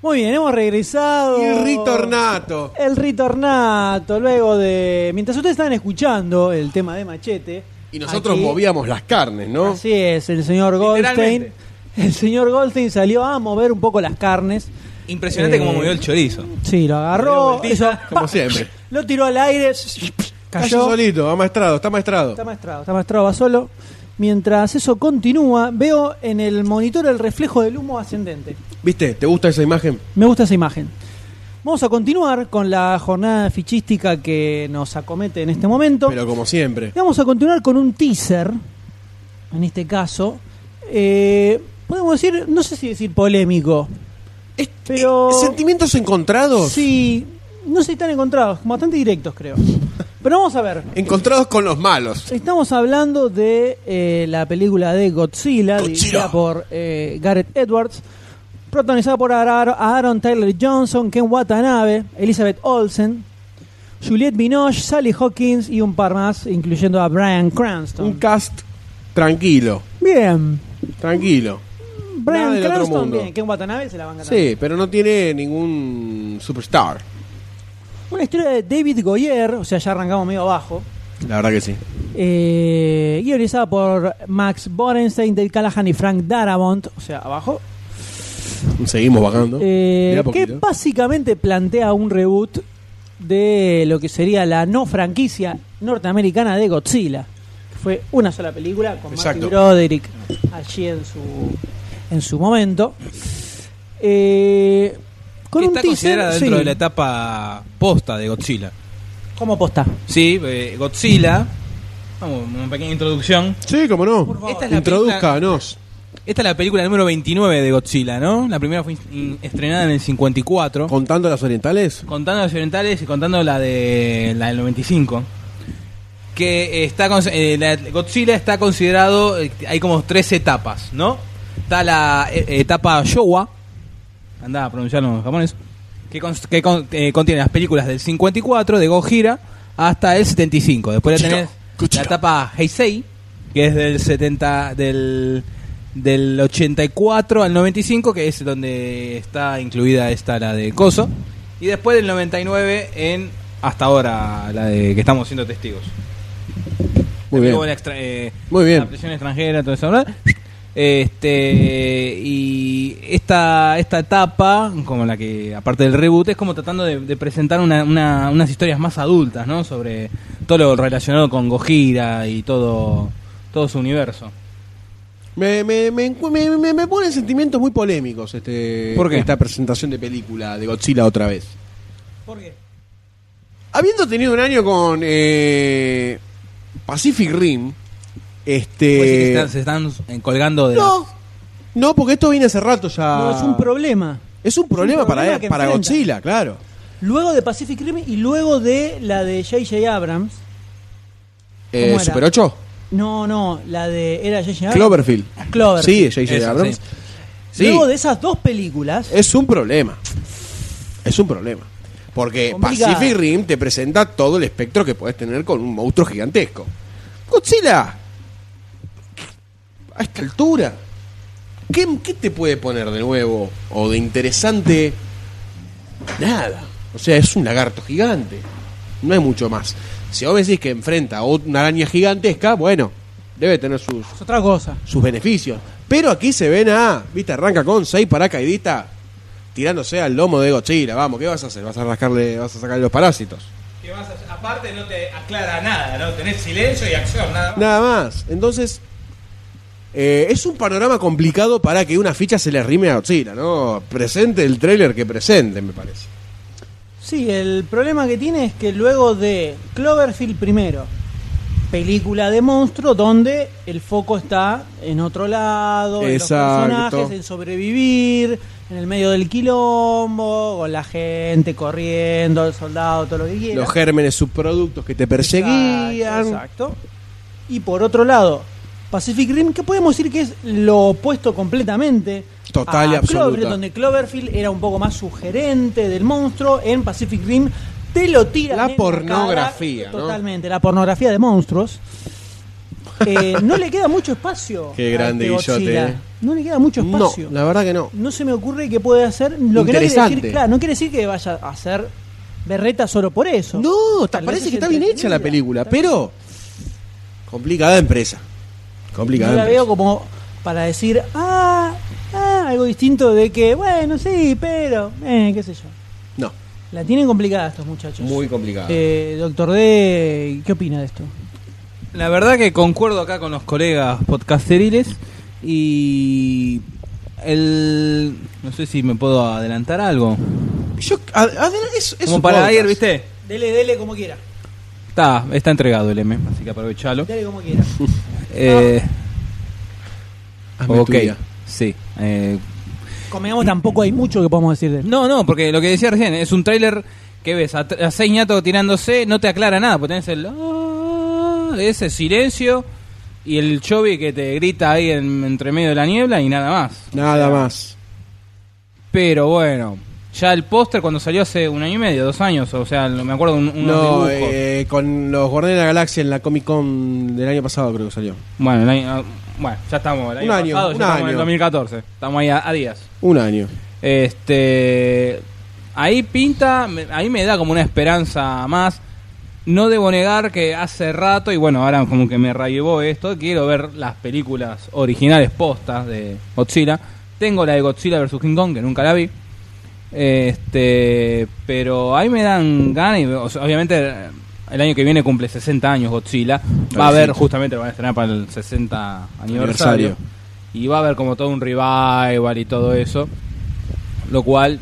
S2: Muy bien, hemos regresado.
S3: Y ritornato.
S2: El ritornato, luego de. Mientras ustedes estaban escuchando el tema de Machete.
S3: Y nosotros
S2: aquí-
S3: movíamos las carnes, ¿no?
S2: Así es, el señor Goldstein.
S1: Literalmente.
S2: El señor Goldstein salió a mover un poco las carnes.
S4: Impresionante
S2: Eh,
S4: cómo movió el chorizo.
S2: Sí, lo agarró. eso,
S3: Como siempre.
S2: lo tiró al aire.
S3: Cayó
S2: Cayó.
S3: solito, amaestrado, está maestrado.
S2: Está maestrado, está maestrado, va solo. Mientras eso continúa, veo en el monitor el reflejo del humo ascendente.
S3: ¿Viste? ¿Te gusta esa imagen?
S2: Me gusta esa imagen. Vamos a continuar con la jornada fichística que nos acomete en este momento.
S3: Pero como siempre.
S2: Y Vamos a continuar con un teaser, en este caso. Eh, podemos decir, no sé si decir polémico.
S3: Es-
S2: Pero-
S3: eh, ¿Sentimientos encontrados?
S2: Sí, no sé si están encontrados, como bastante directos creo. Pero vamos a ver.
S3: Encontrados con los malos.
S2: Estamos hablando de eh, la película de Godzilla, dirigida por eh, Gareth Edwards, protagonizada por Aaro- Aaron Taylor Johnson, Ken Watanabe, Elizabeth Olsen, Juliette Binoche, Sally Hawkins y un par más, incluyendo a Brian
S3: Un
S2: Cranston.
S3: cast tranquilo,
S2: Bien,
S3: tranquilo. Nada
S2: Brian
S3: del otro
S2: Cranston,
S3: mundo.
S2: bien, Ken Watanabe se la van a ganar.
S3: Sí, pero no tiene ningún superstar.
S2: Una historia de David Goyer, o sea, ya arrancamos medio abajo.
S3: La verdad que sí.
S2: Eh, guionizada por Max Borenstein, Del Callahan y Frank Darabont, o sea, abajo.
S3: Seguimos bajando.
S2: Eh,
S3: De a
S2: que
S3: poquito.
S2: básicamente plantea un reboot de lo que sería la no franquicia norteamericana de Godzilla. Que fue una sola película con Martin
S3: Exacto.
S2: Broderick allí en su, en su momento. Eh, con
S4: Que
S2: un
S4: está considerada
S2: teaser,
S4: dentro
S2: sí,
S4: de la etapa posta de Godzilla.
S2: como posta.
S4: Sí, eh, Godzilla. Vamos, una pequeña introducción.
S3: Sí, como no.
S4: favor. Esta es la
S3: Introduzcanos.
S4: Esta es la película número 29 de Godzilla, ¿no? La primera fue in- estrenada en el 54.
S3: Contando las orientales.
S4: contando las orientales y contando la de la del 95 que está con- eh, la- Godzilla está considerado eh, hay como tres etapas no está la eh, etapa Showa andaba a pronunciarlo en japonés que, cons- que con- eh, contiene las películas del 54 de Gojira hasta el 75 después de
S3: Kuchiro,
S4: tener
S3: Kuchiro.
S4: la etapa Heisei que es del 70 del del 84 al 95 que es donde está incluida esta la de Coso y después del 99 en hasta ahora la de que estamos siendo testigos
S3: Muy
S4: Luego la
S3: bien.
S4: extra- eh,
S3: Muy bien.
S4: la presión extranjera, todo eso, ¿verdad? Este, y esta, esta etapa, como la que, aparte del reboot, es como tratando de, de presentar una- una- unas historias más adultas, ¿no? Sobre todo lo relacionado con Gojira y todo, todo su universo.
S3: Me, me, me, encu- me- me- me ponen sentimientos muy polémicos este,
S4: ¿Por qué?
S3: esta presentación de película de Godzilla otra vez.
S2: ¿Por qué?
S3: Habiendo tenido un año con eh, Pacific Rim,
S4: Puede ser que
S3: este.
S4: están- se están eh, colgando de...
S3: No, no, porque esto viene hace rato ya.
S2: No, es un problema.
S3: Es un problema,
S2: problema que
S3: para, para
S2: enfrenta.
S3: Godzilla, claro.
S2: Luego de Pacific Rim y luego de la de J.J. Abrams.
S3: Eh,
S2: era? ¿Ah?
S3: ¿Super 8?
S2: No, no, la de. ¿Era J.J. Abrams?
S3: Cloverfield.
S2: Clover.
S3: Sí, J.J.
S4: Eso,
S3: Abrams.
S4: sí.
S3: Sí.
S2: Luego de esas dos películas.
S3: Es un problema. Es un problema. Porque
S2: Complicado.
S3: Pacific Rim te presenta todo el espectro que puedes tener con un monstruo gigantesco. Godzilla. A esta altura. ¿Qué, qué te puede poner de nuevo o de interesante? Nada. O sea, es un lagarto gigante. No es mucho más. Si vos me decís que enfrenta a una araña gigantesca, bueno, debe tener sus,
S2: Es otra cosa.
S3: sus beneficios. Pero aquí se ven a, viste, arranca con seis paracaidistas tirándose al lomo de Godzilla. Vamos, ¿qué vas a hacer? ¿Vas a rascarle, vas a sacarle los parásitos?
S4: aparte no te aclara nada, ¿no? Tenés silencio y acción, nada
S3: Nada más. Entonces, eh, es un panorama complicado para que una ficha se le rime a Godzilla, ¿no? Presente el tráiler que presente, me parece.
S2: Sí, el problema que tiene es que luego de Cloverfield primero, película de monstruo donde el foco está en otro lado,
S3: Exacto.
S2: en los personajes, en sobrevivir, en el medio del quilombo, con la gente corriendo, el soldado, todo lo que quiera.
S3: Los gérmenes subproductos que te
S2: Exacto,
S3: perseguían.
S2: Exacto. Y por otro lado, Pacific Rim, que podemos decir que es lo opuesto completamente.
S3: Total y
S2: a
S3: absoluta.
S2: Cloverfield, donde Cloverfield era un poco más sugerente del monstruo, en Pacific Rim te lo tira
S3: La pornografía, ¿no?
S2: Totalmente, la pornografía de monstruos. Eh, no le queda mucho espacio.
S3: Qué
S2: a
S3: grande
S2: este Godzilla.
S3: Guillote, eh.
S2: No le queda mucho
S3: No,
S2: espacio. No,
S3: la verdad que no.
S2: se me ocurre que puede hacer. Lo que no quiere
S3: Interesante.
S2: decir, claro, no quiere decir que vaya a hacer berreta solo por eso.
S3: No, ta-
S2: Tal vez
S3: parece
S2: es
S3: que está bien hecha la
S2: entretenida.
S3: película,
S2: Está bien.
S3: pero. Complicada empresa. Complicada
S2: Yo la
S3: empresa.
S2: veo como para decir, ah, ah, algo distinto de que, bueno, sí, pero, eh, qué sé yo.
S3: No,
S2: La tienen complicada estos muchachos.
S3: muy complicada.
S2: Eh, Doctor D, ¿qué opina de esto?
S4: La verdad que concuerdo acá con los colegas podcasteriles y el no sé si me puedo adelantar algo.
S3: Yo, a- a ver, es, es
S4: Como
S3: un
S4: para
S3: podcast.
S4: ayer, ¿viste?
S2: Dele, dele como quiera.
S4: Está, está entregado el M, así que aprovechalo.
S3: Ah,
S2: Dele como quiera.
S4: Eh,
S3: Hazme
S4: ok,
S3: Ah, tuya.
S4: sí. eh,
S2: Convengamos, tampoco hay mucho que podamos decir de él.
S4: no, no, porque lo que decía recién es un tráiler que ves a, t- a seis ñatos tirándose, no te aclara nada, porque tenés el ah, ese silencio y el chovi que te grita ahí en- entre medio de la niebla y nada más.
S3: Nada más.
S4: Pero bueno, ya el póster cuando salió hace un año y medio, dos años, o sea, lo- me acuerdo un, unos
S3: No,
S4: dibujos.
S3: eh, con los Guardianes de la Galaxia en la Comic Con del año pasado creo que salió.
S4: Bueno, el año- ah, bueno, ya estamos, el año
S3: Un año,
S4: pasado, ya
S3: un
S4: estamos en el
S3: año.
S4: 2014, estamos ahí a, a días.
S3: Un año.
S4: Este, ahí pinta, me- ahí me da como una esperanza más. No debo negar que hace rato, y bueno, ahora como que me rayevó esto, quiero ver las películas originales postas de Godzilla. Tengo la de Godzilla vs. King Kong, que nunca la vi. Este, pero ahí me dan ganas, y, o sea, obviamente el año que viene cumple 60 años Godzilla. Va a haber,
S3: Felicito.
S4: justamente lo van a estrenar para el 60
S3: Aniversario.
S4: aniversario. Y va a haber como todo un revival y todo eso. Lo cual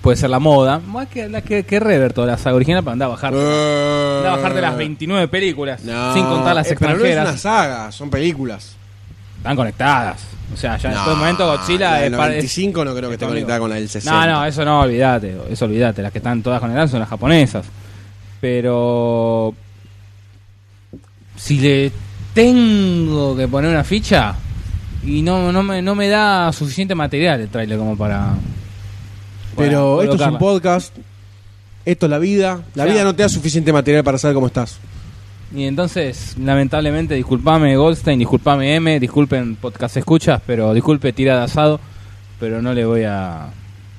S4: puede ser la moda. Más que, la que, que rever toda la saga original para andar a bajar. Andar a bajarte las 29 películas.
S3: Eh. No,
S4: sin contar las
S3: eh, pero no
S4: extranjeras.
S3: es una saga, son películas.
S4: Están conectadas. O sea, ya en todo momento
S3: la
S4: Godzilla
S3: del
S4: es par- es-
S3: 95 no creo que esté
S4: conmigo.
S3: conectada con la del 60.
S4: No, no, eso no, olvídate, eso olvídate. Las que están todas conectadas son las japonesas. Pero. Si le tengo que poner una ficha. Y no, no, me, no me da suficiente material el trailer como para.
S3: Pero
S4: para
S3: esto es un
S4: colocarla.
S3: podcast. Esto es la vida. La
S4: O sea,
S3: vida no te da suficiente material para saber cómo estás.
S4: Y entonces, lamentablemente, disculpame Goldstein, disculpame M, disculpen podcast escuchas, pero disculpe tira de asado. Pero no le voy a.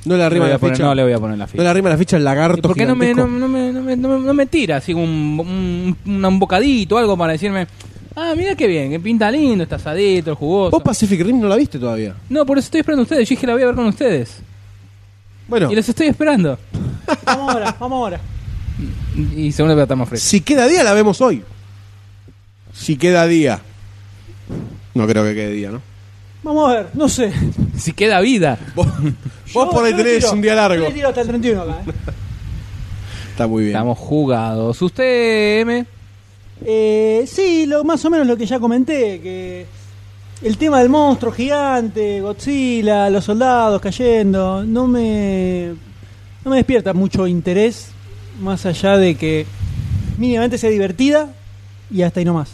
S3: No le
S4: No le
S3: arrima
S4: voy
S3: la
S4: a poner,
S3: ficha.
S4: no le voy a poner la ficha.
S3: No le arrima la ficha al
S4: ¿Y
S3: lagarto
S4: ¿Por qué no me, no,
S3: gigantesco.
S4: no me, no, me, no me- no me tira así un, un, un- un bocadito o algo para decirme, ah, mira qué bien, que pinta lindo, está asadito, jugoso?
S3: Vos Pacific Rim no la viste todavía.
S4: No, por eso estoy esperando a ustedes, yo dije la voy a ver con ustedes.
S3: Bueno,
S4: Y los estoy esperando.
S2: Vamos ahora, vamos ahora.
S4: Y seguro que está más fresco.
S3: si queda día la vemos hoy. Si queda día. No creo que quede día, ¿no?
S2: Vamos a ver, no sé.
S4: Si queda vida.
S3: Vos, vos
S2: Yo-
S3: por ahí
S2: yo le
S3: tenés
S2: tiro,
S3: un día
S2: yo
S3: largo.
S2: le tiro hasta el 31 acá, ¿eh?
S3: Está muy bien.
S4: Estamos jugados. Usted, M.
S2: Eh, sí, lo, más o menos lo que ya comenté, que el tema del monstruo gigante, Godzilla, los soldados cayendo, no me, no me despierta mucho interés, más allá de que mínimamente sea divertida y hasta ahí nomás.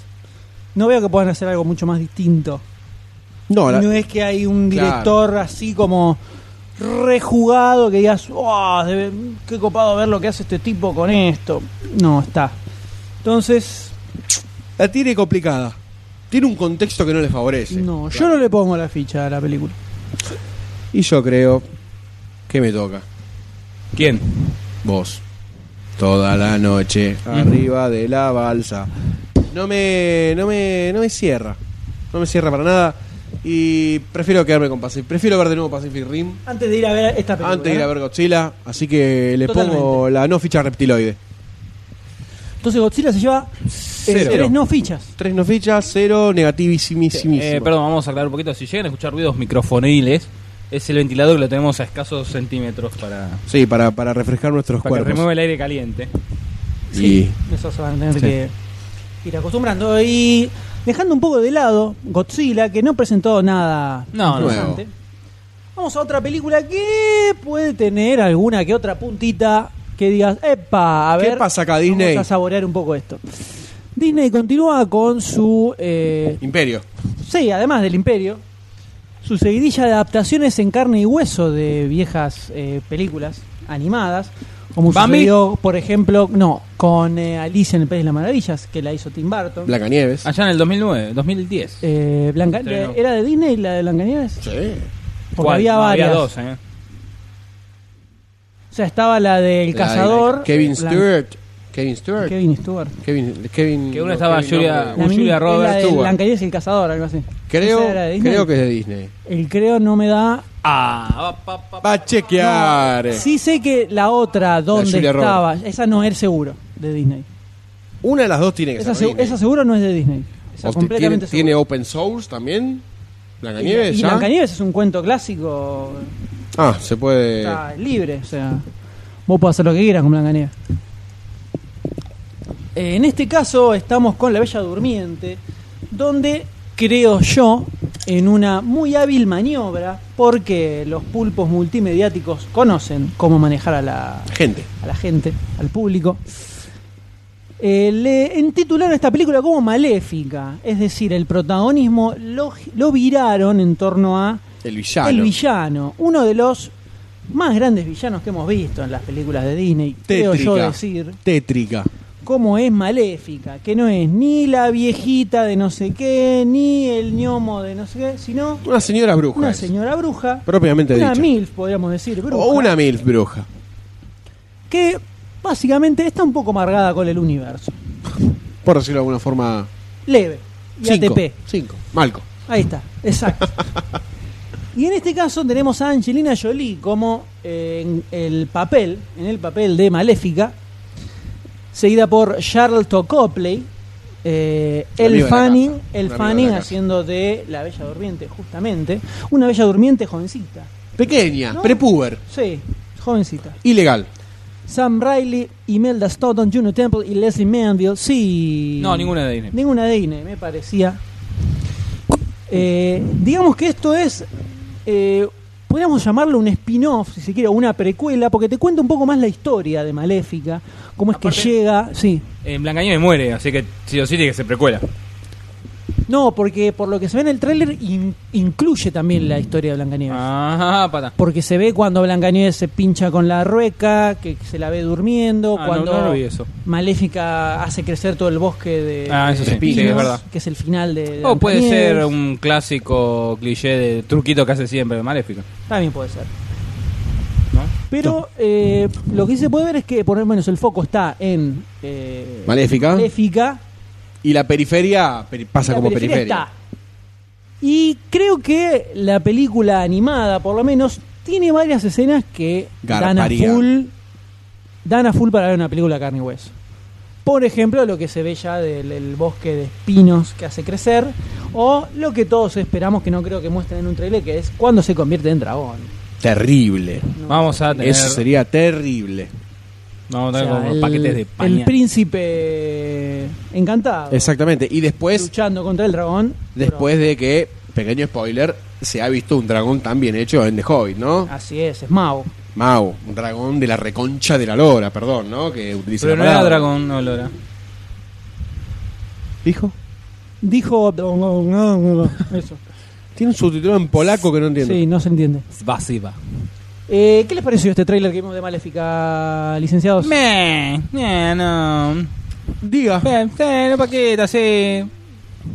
S2: No veo que puedan hacer algo mucho más distinto.
S3: No, la-
S2: No es que hay un
S3: Claro.
S2: director así como rejugado que digas, "Wow, debe- qué copado ver lo que hace este tipo con esto. No, está. Entonces,
S3: la tiene complicada. Tiene un contexto que no le favorece.
S2: No, yo no le pongo la ficha a la película.
S3: Y yo creo que me toca.
S4: ¿Quién?
S3: Vos. Toda la noche arriba de la balsa. No me, no me, no me cierra. No me cierra para nada. Y prefiero quedarme con Pacific. Prefiero ver de nuevo Pacific Rim
S2: Antes de ir a ver esta película.
S3: antes de ir
S2: ¿eh?
S3: a ver Godzilla. Así que le
S2: Totalmente.
S3: pongo la no ficha reptiloide.
S2: Entonces Godzilla se lleva eh, tres no fichas.
S3: Tres no fichas, cero negativísimísimo.
S4: Eh, perdón, vamos a aclarar un poquito. Si llegan a escuchar ruidos microfoniles, es el ventilador que lo tenemos a escasos centímetros para,
S3: Sí, para, para refrescar nuestros
S4: para que
S3: cuerpos.
S4: remueva el aire caliente.
S3: Y-
S2: Eso se van a tener que ir acostumbrando. Y dejando un poco de lado Godzilla, que no presentó nada
S4: No, no.
S2: interesante. Vamos a otra película que puede tener alguna que otra puntita que digas, epa, a
S3: ¿Qué
S2: ver.
S3: pasa acá, Disney?
S2: Vamos a saborear un poco esto. Disney continúa con su eh,
S3: Imperio.
S2: Sí, además del Imperio. Su seguidilla de adaptaciones en carne y hueso de viejas eh, películas animadas. Como
S4: Bambi.
S2: sucedió, por ejemplo, no, con eh, Alicia en el País de las Maravillas, que la hizo Tim Burton.
S3: Blancanieves.
S2: Ah,
S4: Allá en el 2009, 2010.
S2: Eh, Blanca-
S4: Estrenó.
S2: ¿Era de Disney la de Blancanieves?
S3: Sí.
S2: Porque
S4: ¿Cuál?
S2: había
S4: No,
S2: varias.
S4: dos, eh.
S2: O sea, estaba la del
S3: La-
S2: cazador.
S3: Kevin
S2: Blan-
S3: Stewart. Kevin Stewart. Kevin.
S2: Kevin Stewart.
S3: Kevin, Kevin-
S4: Que una
S3: no,
S4: estaba
S3: Kevin,
S4: Julia-
S3: no,
S4: Como
S2: mini-
S4: Julia
S2: es
S4: Roberts,
S2: la de
S4: Stewart.
S2: Blancanieves y el cazador, algo así. Esa era de
S3: Creo,
S2: Disney.
S3: creo que es de Disney.
S2: El creo no me da.
S4: Ah, pa, pa, pa,
S3: Va a chequear.
S2: Sí sé que la otra donde
S3: Julia
S2: estaba, esa no es seguro de Disney.
S3: Una de las dos tiene que
S2: Esa,
S3: ser.
S2: segu-
S3: Disney.
S2: esa seguro no es de Disney. Esa
S3: O te-
S2: completamente
S3: tiene, tiene
S2: seguro.
S3: Open Source también.
S2: Y-
S3: Blancanieves
S2: y
S3: ya.
S2: Blancanieves es un cuento clásico,
S3: Ah, se puede.
S2: está libre, o sea, vos podés hacer lo que quieras con Blancanieves. Eh, en este caso estamos con La Bella Durmiente, donde creo yo, en una muy hábil maniobra, porque los pulpos multimediáticos conocen cómo manejar a la,
S3: Gente.
S2: a la gente, al público. Eh, le entitularon esta película como Maléfica, es decir, el protagonismo lo, lo viraron en torno a
S3: El villano.
S2: el villano, uno de los más grandes villanos que hemos visto en las películas de Disney, creo yo
S3: Tétrica.
S2: decir,
S3: Tétrica.
S2: como es Maléfica, que no es ni la viejita de no sé qué, ni el gnomo de no sé qué, sino
S3: Una señora bruja.
S2: una
S3: es,
S2: señora bruja,
S3: Propiamente
S2: una
S3: dicho.
S2: MILF, podríamos decir, bruja.
S3: O una MILF bruja.
S2: que básicamente está un poco amargada con el universo.
S3: Por decirlo de alguna forma.
S2: Leve. Y
S3: Cinco.
S2: ATP.
S3: Cinco. Malco.
S2: Ahí está, exacto. y en este caso tenemos a Angelina Jolie como eh, en el papel, en el papel de Maléfica, seguida por Charlton Copley, eh,
S3: Un amigo
S2: el
S3: de la
S2: Fanning,
S3: casa, un
S2: el
S3: amigo
S2: Fanning
S3: de la casa.
S2: haciendo de la Bella Durmiente, justamente. Una Bella Durmiente jovencita.
S3: Pequeña.
S2: No.
S3: Prepuber.
S2: Sí, jovencita.
S3: Ilegal.
S2: Sam Riley, Imelda Staunton, Juno Temple y Leslie Manville. Sí.
S4: No, ninguna de Disney.
S2: Ninguna de INE, me parecía. Eh, digamos que esto es, eh, podríamos llamarlo un spin-off, si se quiere, o una precuela, porque te cuenta un poco más la historia de Maléfica, cómo es
S4: Aparte-
S2: que llega, sí.
S4: En Blancanieves muere, así que sí o sí tiene que ser precuela.
S2: No, porque por lo que se ve en el tráiler in- incluye también la historia de
S4: Ah,
S2: Blancanieves.
S4: Ajá, pata.
S2: Porque se ve cuando Blancanieves se pincha con la rueca, que se la ve durmiendo,
S4: Ah, no,
S2: cuando
S4: no lo vi eso.
S2: Maléfica hace crecer todo el bosque de
S4: Ah, eso sí,
S2: de
S4: sí, es verdad.
S2: que es el final de, de
S4: O Oh, puede ser
S2: Blancanieves.
S4: un clásico cliché de truquito que hace siempre de Maléfica.
S2: También puede ser.
S4: ¿No?
S2: Pero eh, lo que sí se puede ver es que por lo menos el foco está en eh,
S3: Maléfica.
S2: Maléfica.
S3: Y la periferia peri- pasa
S2: La
S3: como
S2: periferia
S3: periferia.
S2: está. Y creo que la película animada, por lo menos, tiene varias escenas que dan a
S3: Garparía.
S2: full. Dan a full para ver una película de carne y hueso. Por ejemplo, lo que se ve ya del el bosque de espinos que hace crecer. O lo que todos esperamos que no creo que muestren en un trailer, que es cuando se convierte en dragón.
S3: Terrible.
S4: Vamos a tener,
S3: Eso sería terrible.
S4: vamos
S2: O
S4: a tener
S2: sea,
S4: como
S2: el,
S4: paquetes de
S2: el
S4: pañal.
S2: príncipe encantado.
S3: Exactamente. Y después,
S2: Luchando contra el dragón.
S3: después de que, pequeño spoiler, se ha visto un dragón tan bien hecho en The Hobbit, ¿no?
S2: Pero- Así es, es Mao.
S3: Mau, un dragón de la reconcha de la lora, perdón, ¿no? Que utiliza
S4: Pero
S3: la
S4: no era
S3: palabra.
S4: dragón, no lo era.
S3: ¿Dijo?
S2: Dijo. Eso.
S3: Tiene un subtítulo en polaco que no entiendo.
S2: Sí, no se entiende.
S4: Vasiva.
S2: Eh, ¿Qué les pareció este tráiler que vimos de Maléfica, licenciados?
S4: Me, me, no.
S3: Diga.
S4: Me, sí, no paquita, sí.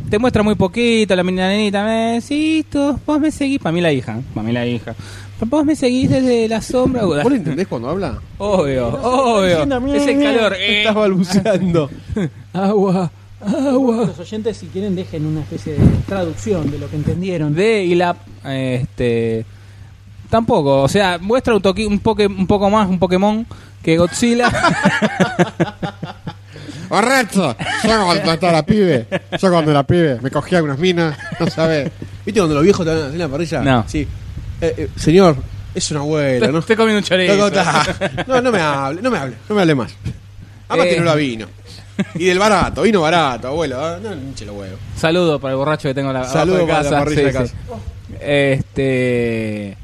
S4: Te muestra muy poquito la menina Me sí, tú, vos me seguís. Para mí la hija, para mí la hija. Vos me seguís desde la sombra.
S3: ¿Vos lo entendés cuando habla?
S4: Obvio,
S2: diciendo,
S4: obvio.
S2: mie,
S4: Es el
S2: mie.
S4: calor. eh.
S3: Estás balbuceando.
S4: Agua, agua.
S2: Los oyentes, si quieren, dejen una especie de traducción de lo que entendieron.
S4: de y la este tampoco o sea muestra un, toqui- un, poque- un poco más un Pokémon que Godzilla
S3: ¡Correcto! Yo cuando estaba la pibe, yo cuando era pibe, me cogía unas minas, no sabes. ¿Viste cuando los viejos te dan en la parrilla?
S4: No.
S3: Sí. Eh, eh, señor, es una abuela, ¿no?
S4: estoy comiendo un chorizo
S3: No, No, no me hable, no me hable, no me hable más. Aparte
S4: Eh.
S3: no lo vino. Y del barato, vino barato, abuelo. ah, No, hinche los huevos.
S4: saludo para el borracho que tengo la abajo
S3: Saludo
S4: de
S3: para la
S4: casa,
S3: parrilla
S4: sí,
S3: de
S4: sí.
S3: casa.
S4: este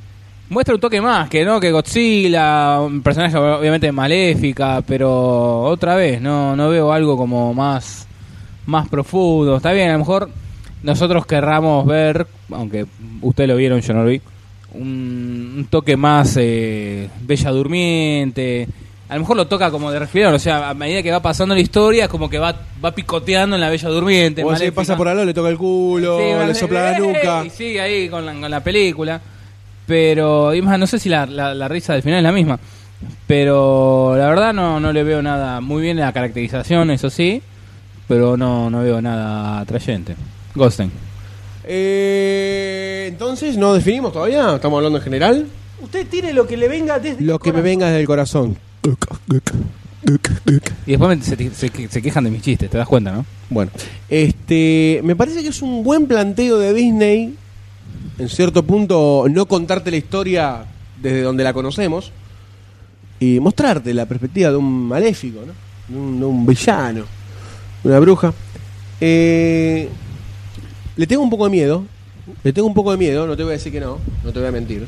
S4: muestra un toque más que no que Godzilla un personaje obviamente maléfica pero otra vez no no veo algo como más más profundo está bien a lo mejor nosotros querramos ver aunque ustedes lo vieron yo no lo vi un, un toque más eh, bella durmiente
S1: a lo mejor lo toca como de refilón, o sea, a medida que va pasando la historia, es como que va, va picoteando en la Bella Durmiente.
S3: O si
S1: Maléfica.
S3: pasa por al lado, le toca el culo,
S1: Sí,
S3: le
S1: Maléfica,
S3: sopla la
S1: ¡eh!
S3: nuca.
S1: Y sigue ahí con la, con la película. Pero, y más, no sé si la, la- la risa del final es la misma. Pero la verdad no, no le veo nada muy bien la caracterización, eso sí. Pero no, no veo nada atrayente. Goldstein.
S3: Eh, entonces, ¿no definimos todavía? ¿Estamos hablando en general?
S2: Usted tiene lo que le venga desde.
S3: Lo que me venga del corazón.
S1: Y después me- se, te- se que- se quejan de mis chistes, te das cuenta, ¿no?
S3: Bueno, este, me parece que es un buen planteo de Disney, en cierto punto, no contarte la historia desde donde la conocemos y mostrarte la perspectiva de un maléfico, ¿no? De un, de un villano, de una bruja. Eh, le tengo un poco de miedo, le tengo un poco de miedo, no te voy a decir que no, no te voy a mentir.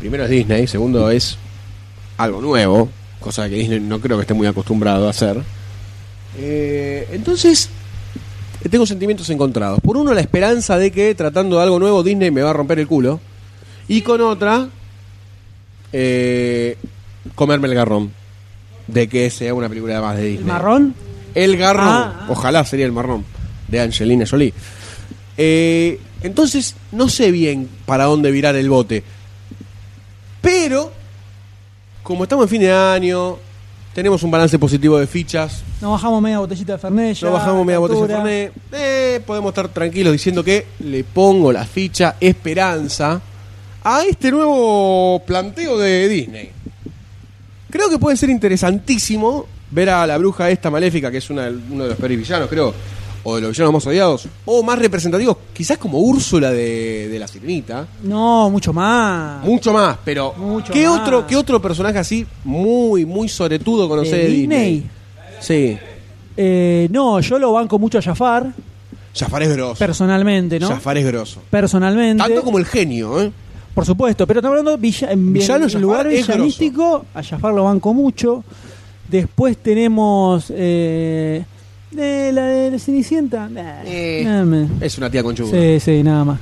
S3: Primero es Disney, segundo es algo nuevo, cosa que Disney no creo que esté muy acostumbrado a hacer. Eh, entonces, tengo sentimientos encontrados. Por uno, la esperanza de que tratando de algo nuevo Disney me va a romper el culo. Y con otra, eh, comerme el garrón. De que sea una película más de Disney.
S2: ¿El marrón?
S3: El garrón.
S2: Ah, ah.
S3: Ojalá sería el marrón. De Angelina Jolie. Eh, entonces, no sé bien para dónde virar el bote. Pero, como estamos en fin de año, tenemos un balance positivo de fichas.
S2: Nos bajamos media botellita de Fernet. ya,
S3: No bajamos media botella de
S2: altura.
S3: Fernet. Eh, podemos estar tranquilos diciendo que le pongo la ficha esperanza a este nuevo planteo de Disney. Creo que puede ser interesantísimo ver a la bruja esta maléfica, que es una, del- uno de los peores villanos, creo, o de los villanos más odiados, o más representativos, quizás como Úrsula de, de la Sirenita.
S2: No, mucho más.
S3: Mucho más, pero
S2: Mucho
S3: ¿qué,
S2: más.
S3: Otro, ¿qué otro personaje así muy, muy soretudo
S2: ¿De
S3: conocés de, Disney?
S2: Disney?
S3: Sí.
S2: Eh, no, yo lo banco mucho a Jafar,
S3: Jafar es grosso.
S2: personalmente, ¿no?
S3: Jafar es grosso.
S2: Personalmente.
S3: Tanto como el genio, ¿eh?
S2: Por supuesto, pero estamos hablando villa, en,
S3: Villano
S2: en
S3: Jafar
S2: lugar
S3: es
S2: villanístico, a Jafar lo banco mucho. Después tenemos eh, eh, la de la Cenicienta. Nah,
S3: Eh,
S2: nah, me-
S3: Es una tía conchuda.
S2: Sí, sí, nada más.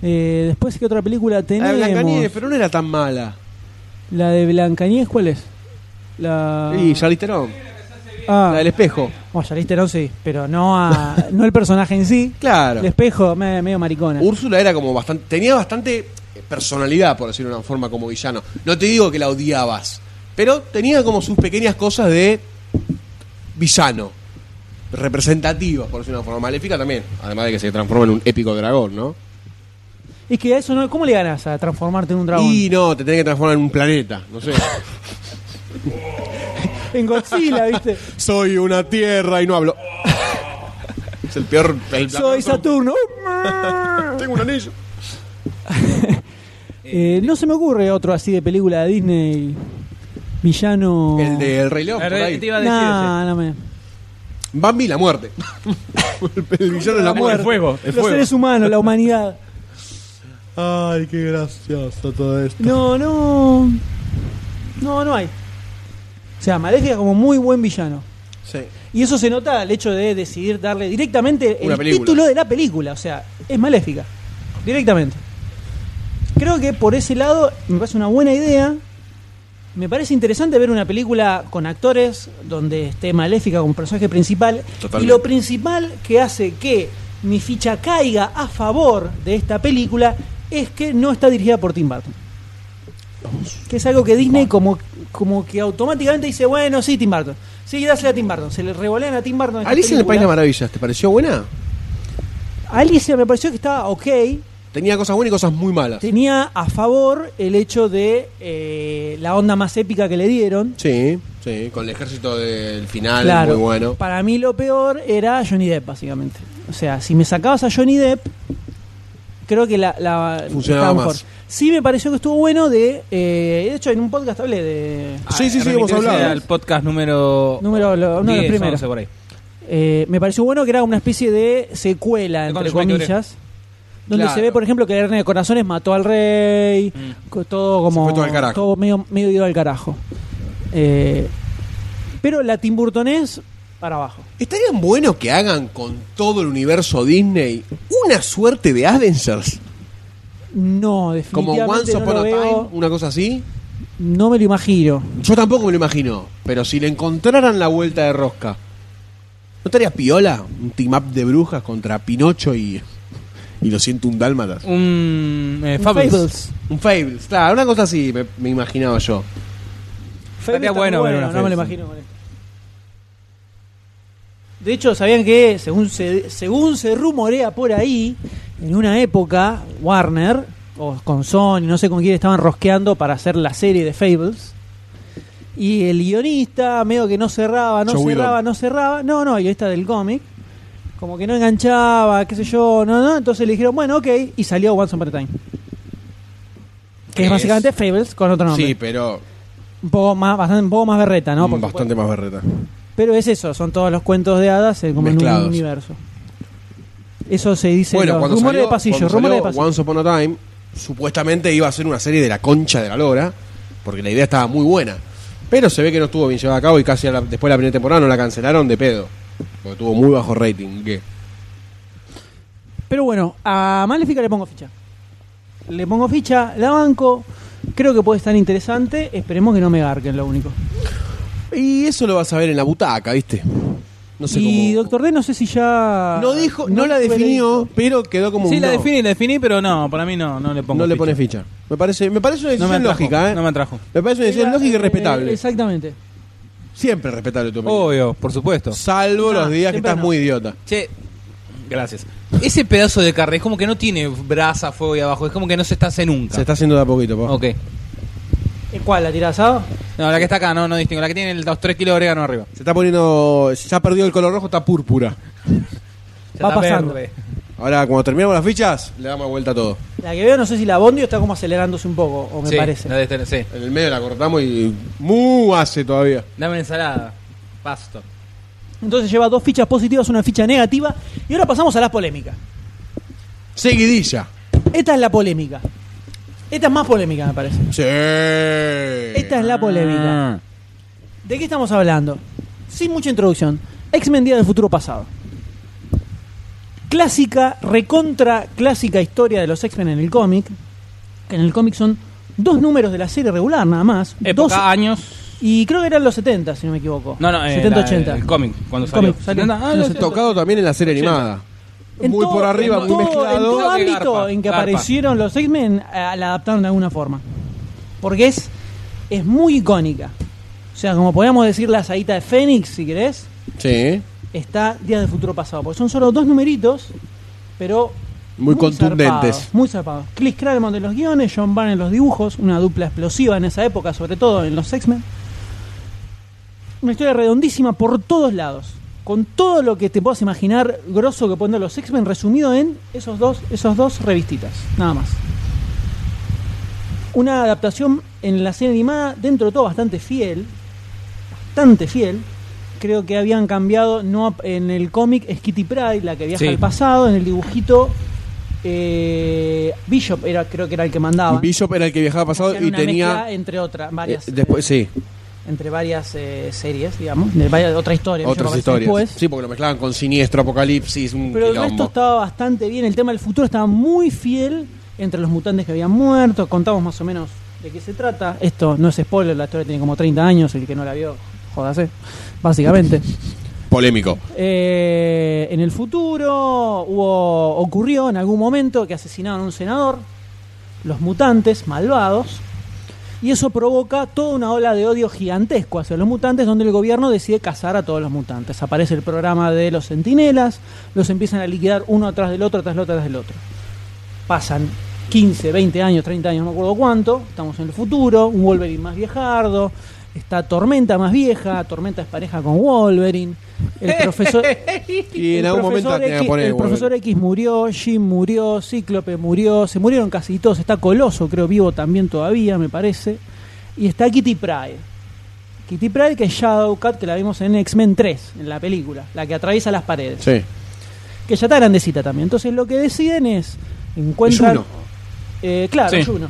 S2: Eh, después, ¿qué otra película
S3: La de
S2: tenemos?
S3: Blancanieves, pero no era tan mala.
S2: ¿La de Blancanieves cuál es? La...
S3: Y Charlize Theron,
S2: Ah,
S3: la del espejo.
S2: oh, Charlize Theron sí, pero no, a, no el personaje en sí.
S3: Claro.
S2: El espejo, me- medio maricona.
S3: Úrsula era como bastante. Tenía bastante personalidad, por decirlo de una forma, como villano. No te digo que la odiabas, pero tenía como sus pequeñas cosas de villano. Representativas, por decirlo de una forma. Maléfica también. Además de que se transforma en un épico dragón, ¿no?
S2: Es que a eso no... ¿Cómo le ganas a transformarte en un dragón?
S3: Y no, te tenés que transformar en un planeta. No sé.
S2: En Godzilla, ¿viste?
S3: Soy una tierra y no hablo. es el peor. el-
S2: Soy Saturno.
S3: Tengo un anillo.
S2: Eh, no se me ocurre otro así de película de Disney. Villano.
S3: El de El Rey León.
S1: La
S3: por
S1: verdad
S3: ahí.
S1: que te iba a decir
S2: Nah, no me.
S3: Bambi, la muerte. el villano de la
S1: ese.
S3: muerte.
S1: El fuego, el
S2: Los
S1: fuego.
S2: seres humanos, la humanidad.
S3: Ay, qué gracioso todo esto.
S2: No, no. No, no hay. O sea, Maléfica como muy buen villano.
S3: Sí.
S2: Y eso se nota al hecho de decidir darle directamente
S3: Una
S2: el
S3: película.
S2: título de la película. O sea, es maléfica. Directamente. Creo que por ese lado me parece una buena idea. Me parece interesante ver una película con actores donde esté maléfica como personaje principal.
S3: Totalmente.
S2: Y lo principal que hace que mi ficha caiga a favor de esta película es que no está dirigida por Tim Burton. Que es algo que Disney como, como que automáticamente dice, bueno, sí, Tim Burton. Sí, dásela a Tim Burton. Se le revolean a Tim Burton. esta
S3: Alicia en el País de
S2: película.
S3: las Maravillas, ¿te pareció buena?
S2: Alicia me pareció que estaba ok.
S3: Tenía cosas buenas y cosas muy malas.
S2: Tenía a favor el hecho de eh, la onda más épica que le dieron.
S3: Sí, sí, con el ejército del final,
S2: Claro.
S3: Ah, muy bueno.
S2: Para mí lo peor era Johnny Depp, básicamente. O sea, si me sacabas a Johnny Depp, creo que la, la
S3: Funcionaba
S2: estaba
S3: más.
S2: Sí me pareció que estuvo bueno de... eh, de hecho, en un podcast hablé de...
S3: Sí, sí, sí,
S1: Remítese
S3: hemos hablado.
S1: al podcast número.
S2: Número, lo- uno de los
S1: 10,
S2: primeros.
S1: 11 por ahí.
S2: Eh, me pareció bueno que era una especie de secuela,
S1: De
S2: entre
S1: cuando yo me
S2: comillas. Donde
S3: Claro.
S2: se ve, por ejemplo, que Herne de Corazones mató al rey.
S1: Mm.
S2: co- Todo como.
S3: fue todo al carajo.
S2: todo medio, medio ido al carajo. Eh, pero la Tim Burtonés para abajo.
S3: ¿Estarían bueno que hagan con todo el universo Disney una suerte de Avengers?
S2: No,
S3: Como
S2: definitivamente.
S3: Once
S2: no
S3: Upon
S2: lo
S3: a Time,
S2: veo.
S3: una cosa así.
S2: No me lo imagino.
S3: Yo tampoco me lo imagino. Pero si le encontraran la vuelta de rosca, ¿no estaría piola? Un team up de brujas contra Pinocho y. Y lo siento, un Dálmatas.
S1: Un. eh, Fables.
S2: Fables.
S3: Un Fables, claro, una cosa así me, me imaginaba yo.
S2: Fables está
S1: bueno
S2: muy
S1: ver una
S2: no me lo
S1: Fables.
S2: imagino con esto. De hecho, ¿sabían que según se, según se rumorea por ahí, en una época, Warner, o con Sony, no sé con quién estaban rosqueando para hacer la serie de Fables? Y el guionista, medio que no cerraba, no
S3: Joe Whedon.
S2: cerraba, no cerraba. No, no, el guionista del cómic. Como que no enganchaba, qué sé yo, no, no. Entonces le dijeron, bueno, ok. Y salió Once Upon a Time. Que
S1: Es-
S2: es básicamente Fables con otro nombre
S3: Sí, pero
S2: un poco más bastante un poco más berreta no
S3: mm,
S2: Por
S3: bastante
S2: supuesto.
S3: más berreta.
S2: pero es eso son todos los cuentos de hadas eh, como en
S3: Mezclados.
S2: un universo eso se dice
S3: Bueno,
S2: los
S3: cuando
S2: rumores
S3: salió,
S2: de pasillo
S3: cuando
S2: rumores de
S3: salió
S2: pasillo
S3: Once Upon a Time, supuestamente iba a ser una serie de la concha de la lora, porque la idea estaba muy buena. Pero se ve que no estuvo bien llevada a cabo y casi a la- después de la primera temporada no la cancelaron de pedo. Porque tuvo muy bajo rating. ¿Qué?
S2: pero bueno a Maléfica le pongo ficha le pongo ficha la banco creo que puede estar interesante esperemos que no me garquen lo único
S3: Y eso lo vas a ver en la butaca, ¿viste? No sé
S2: y
S3: cómo-
S2: Doctor D no sé si ya
S3: No dijo, no, la definió, pero quedó como
S1: Sí,
S3: un
S1: la
S3: no.
S1: definí, la definí, pero no, para mí no, no le pongo
S3: No le
S1: ficha.
S3: pone ficha. Me parece, me parece una
S1: No me
S3: decisión
S1: atrajo,
S3: lógica, ¿eh?
S1: no me atrajo. eh,
S3: Me parece una decisión lógica y respetable.
S2: eh, exactamente
S3: Siempre respetable tu opinión.
S4: Obvio, por supuesto.
S1: Ah,
S3: Salvo
S2: No,
S3: los días que
S2: siempre
S3: estás
S2: no.
S3: muy idiota.
S1: Che, gracias. Ese pedazo de carne es como que no tiene brasa, fuego y abajo, es como que no se está hace nunca.
S3: Se está haciendo de a poquito, po.
S1: Ok.
S2: ¿Eh, ¿cuál? ¿la tirada asado?
S1: No, la que está acá, no, no distingo. La que tiene los 3 kilos de orégano arriba.
S3: Se está poniendo. Ya perdió el color rojo, está púrpura.
S1: Ya
S2: Va
S1: está
S2: pasando.
S1: verde.
S3: Ahora, cuando terminamos las fichas, le damos vuelta a todo.
S2: la que veo no sé si la Bondio está como acelerándose un poco o me
S1: Sí,
S2: parece
S1: la de este- sí.
S3: En el medio la cortamos y. ¡Mu! Hace todavía.
S1: Dame una ensalada. Pasto.
S2: Entonces lleva dos fichas positivas, una ficha negativa. Y ahora pasamos a las polémicas.
S3: Seguidilla.
S2: Esta es la polémica. Esta es más polémica, me parece.
S3: Sí.
S2: Esta es la
S1: Ah.
S2: polémica. ¿De qué estamos hablando? Sin mucha introducción. X-Men Día del Futuro Pasado. Clásica, recontra clásica historia de los X-Men en el cómic. Que en el cómic son dos números de la serie regular, nada más.
S1: Época,
S2: Dos-
S1: años.
S2: y creo que eran los 70, si no me equivoco.
S1: No, no, eh,
S2: 70,
S1: la-
S2: 80.
S1: El cómic, cuando
S2: El
S1: salió.
S2: cómic, salió.
S1: Ah,
S2: No
S1: no,
S2: sé.
S1: sí.
S3: Tocado también en la serie animada.
S2: En
S3: Muy
S2: todo-
S3: por arriba,
S2: en
S3: muy
S2: todo- En
S3: mezclado.
S2: todo
S1: Creo que
S2: ámbito
S1: garpa,
S2: en que
S1: garpa.
S2: aparecieron los X-Men, a- la adaptaron de alguna forma. Porque es, es muy icónica. O sea, como podríamos decir la saída de Fénix, si querés,
S3: Sí.
S2: está Días del Futuro Pasado. Porque son solo dos numeritos, pero...
S3: Muy contundentes.
S2: zarpados, muy zarpados. Chris Claremont en los guiones, John Byrne en los dibujos, una dupla explosiva en esa época, sobre todo en los X-Men. Una historia redondísima por todos lados. Con todo lo que te puedas imaginar, grosso que ponen los X-Men, resumido en esos dos, esos dos revistitas, nada más. Una adaptación en la serie animada, dentro de todo bastante fiel. Bastante fiel. Creo que habían cambiado no ap- en el cómic es Kitty Pryde, la que viaja
S1: Sí.
S2: al pasado, en el dibujito eh, Bishop era, creo que era el que mandaba.
S3: Bishop era el que viajaba pasado y tenía.
S2: entre otras,
S3: eh,
S2: varias.
S3: después,
S2: eh,
S3: sí,
S2: entre varias eh, series, digamos, de varias, otra historia. que
S3: otras
S2: aparece
S3: historias.
S2: después.
S3: Sí, porque lo mezclaban con Siniestro, Apocalipsis, un
S2: pero el
S3: quilombo.
S2: resto estaba bastante bien. El tema del futuro estaba muy fiel entre los mutantes que habían muerto. Contamos más o menos de qué se trata. Esto no es spoiler, la historia tiene como 30 años. El que no la vio, jodase, básicamente.
S3: Polémico.
S2: Eh, en el futuro hubo, ocurrió en algún momento que asesinaron a un senador, los mutantes malvados, y eso provoca toda una ola de odio gigantesco hacia los mutantes, donde el gobierno decide cazar a todos los mutantes. Aparece el programa de los centinelas, los empiezan a liquidar uno atrás del otro, tras del otro, tras del otro. Pasan 15, 20 años, 30 años, no me acuerdo cuánto, estamos en el futuro, un Wolverine más viejardo. Está Tormenta más vieja, Tormenta es pareja con Wolverine. El profesor,
S3: Y en
S2: el
S3: algún momento la
S2: profesor
S3: tenía que
S2: X-
S3: poner.
S2: el
S3: Wolverine.
S2: profesor X murió, Jim murió, Cíclope murió, se murieron casi todos. Está Coloso, creo, vivo también todavía, me parece. Y está Kitty Pryde. Kitty Pryde, que es Shadowcat, que la vimos en X-Men 3, en la película, la que atraviesa las paredes.
S3: Sí.
S2: Que ya está grandecita también. Entonces lo que deciden es. Encuentran.
S3: Yuno.
S2: Eh, claro,
S1: Sí.
S2: Juno.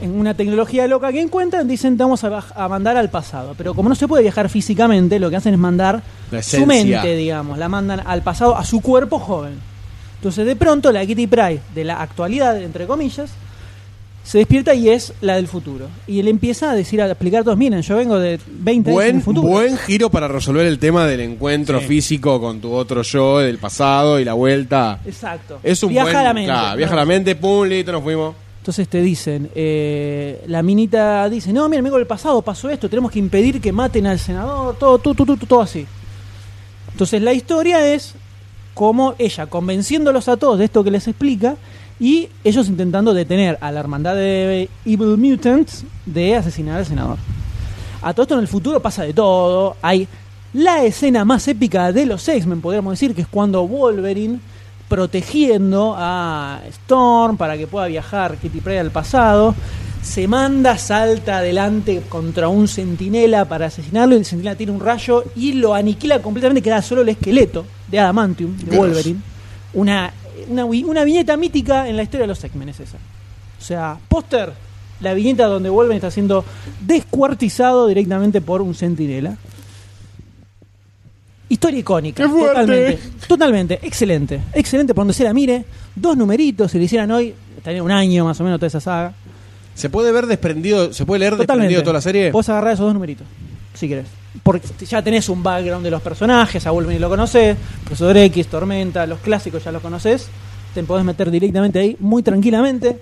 S2: En una tecnología loca que encuentran, dicen vamos a, baj- a mandar al pasado. Pero como no se puede viajar físicamente, lo que hacen es mandar
S3: La
S2: su
S3: esencia.
S2: mente, digamos, la mandan al pasado, a su cuerpo joven. Entonces de pronto la Kitty Pryde de la actualidad, entre comillas, se despierta y es la del futuro. Y él empieza a decir, a explicar todos, miren, yo vengo de 20 años en
S3: Buen,
S2: el futuro.
S3: buen giro para resolver el tema del encuentro físico con tu otro yo del pasado y la vuelta.
S2: Exacto.
S3: Es un
S2: viaja
S3: buen-
S2: a la mente.
S3: claro, viaja a
S2: ¿no?
S3: la mente, pum, listo, nos fuimos.
S2: Entonces te dicen, eh, la minita dice, no, mira, amigo del pasado pasó esto, tenemos que impedir que maten al senador, todo, todo, todo, todo, todo así. Entonces la historia es como ella convenciéndolos a todos de esto que les explica y ellos intentando detener a la hermandad de Evil Mutants de asesinar al senador. A todo esto en el futuro pasa de todo. Hay la escena más épica de los X-Men, podríamos decir, que es cuando Wolverine protegiendo a Storm para que pueda viajar Kitty Pryde al pasado, se manda, salta adelante contra un centinela para asesinarlo y el centinela tiene un rayo y lo aniquila completamente, queda solo el esqueleto de Adamantium, de Wolverine. Una, una, vi- una viñeta mítica en la historia de los X-Men es esa. O sea, póster, la viñeta donde Wolverine está siendo descuartizado directamente por un centinela. Historia icónica.
S3: ¡Qué fuerte!
S2: Totalmente. Totalmente. Excelente. Excelente por donde se la mire. Dos numeritos, si lo hicieran hoy, estaría un año más o menos toda esa saga.
S3: ¿Se puede ver desprendido, se puede leer
S2: Totalmente.
S3: desprendido toda la serie?
S2: Podés agarrar esos dos numeritos, si querés. Porque ya tenés un background de los personajes, a Wolverine lo conocés, Profesor X, Tormenta, los clásicos ya los conocés. Te podés meter directamente ahí muy tranquilamente.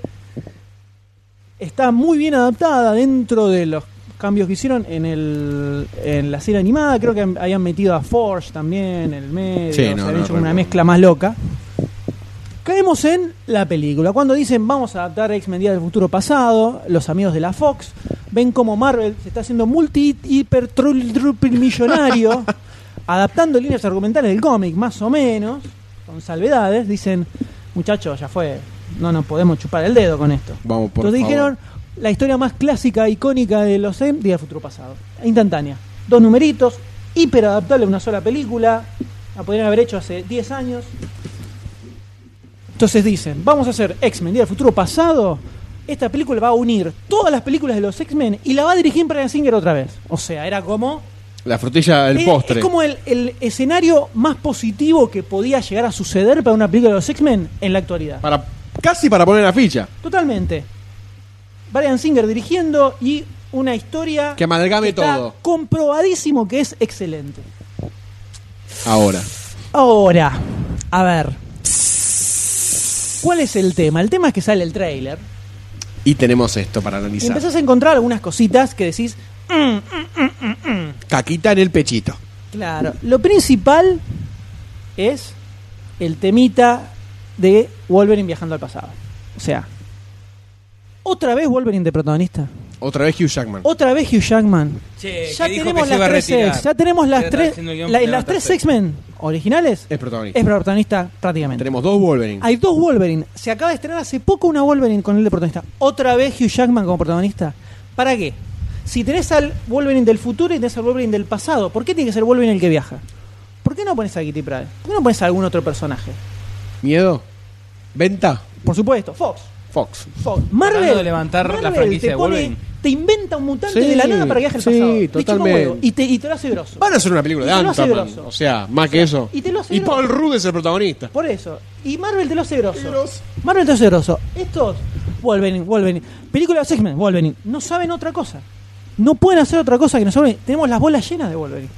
S2: Está muy bien adaptada dentro de los cambios que hicieron en, el, en la serie animada. Creo que han- habían metido a Forge también en el medio.
S3: Sí,
S2: o sea,
S3: no,
S2: habían
S3: no,
S2: hecho como una
S3: recuerdo.
S2: mezcla más loca. Caemos en la película. Cuando dicen vamos a adaptar X-Men Día del Futuro Pasado, los amigos de la Fox ven como Marvel se está haciendo multi hiper trul- trupil millonario, adaptando líneas argumentales del cómic, más o menos, con salvedades. Dicen, muchachos, ya fue, no nos podemos chupar el dedo con esto.
S3: Vamos, por
S2: Entonces
S3: favor.
S2: dijeron la historia más clásica, icónica de los M, Día del Futuro Pasado. Instantánea. Dos numeritos, hiper adaptable a una sola película. La podrían haber hecho hace 10 años. Entonces dicen, vamos a hacer X-Men, Día del Futuro Pasado. Esta película va a unir todas las películas de los X-Men y la va a dirigir Brian Singer otra vez. O sea, era como...
S3: La frutilla, el
S2: es,
S3: postre.
S2: es como el, el escenario más positivo que podía llegar a suceder para una película de los X-Men en la actualidad.
S3: Para, casi para poner la ficha.
S2: Totalmente. Brian Singer dirigiendo y una historia
S3: Que amalgame
S2: está
S3: todo.
S2: comprobadísimo que es excelente.
S3: Ahora.
S2: Ahora, a ver. ¿Cuál es el tema? El tema es que sale el tráiler
S3: Y tenemos esto para
S2: y
S3: analizar.
S2: empezás a encontrar algunas cositas que decís,
S3: Caquita en el pechito.
S2: claro, lo principal es el temita de Wolverine viajando al pasado. O sea, otra vez Wolverine de protagonista.
S3: Otra vez Hugh Jackman.
S2: Otra vez Hugh Jackman.
S1: Che,
S2: ya
S1: Eh, que dijo
S2: tenemos
S1: que se iba a
S2: las tres
S1: retirar.
S2: X, ya tenemos
S1: Ya
S2: las
S1: está
S2: tres,
S1: haciendo el guión
S2: la-
S1: de
S2: las
S1: la
S2: tres
S1: tercera.
S2: X-Men originales
S3: Es protagonista.
S2: es protagonista prácticamente.
S3: Tenemos dos Wolverine.
S2: Hay dos Wolverine. Se acaba de estrenar hace poco una Wolverine con él de protagonista. Otra vez Hugh Jackman como protagonista. ¿Para qué? Si tenés al Wolverine del futuro y tenés al Wolverine del pasado, ¿por qué tiene que ser Wolverine el que viaja? ¿Por qué no pones a Kitty Pryde? ¿Por qué no pones a algún otro personaje?
S3: Miedo. Venta.
S2: Por supuesto, Fox.
S3: Fox.
S2: Fox. Marvel.
S1: de levantar la
S2: Marvel
S1: franquicia
S2: te
S1: de
S2: pone-
S1: Wolverine.
S2: Te inventa un mutante
S3: Sí,
S2: de la nada para que viaje al
S3: sí,
S2: pasado. Le chupa un
S3: totalmente.
S2: huevo Y te, y te lo hace grosso.
S3: Van a hacer una película de
S2: Y te lo hace
S3: Ant-Man.
S2: grosso.
S3: O sea, más que eso.
S2: y te lo hace
S3: Y
S2: grosso.
S3: Paul Rudd es el protagonista.
S2: Por eso. Y Marvel te lo hace grosso. Marvel te lo hace grosso. Estos, Wolverine, Wolverine. Película de los X-Men, Wolverine. No saben otra cosa. No pueden hacer otra cosa que nosotros. Tenemos las bolas llenas de Wolverine.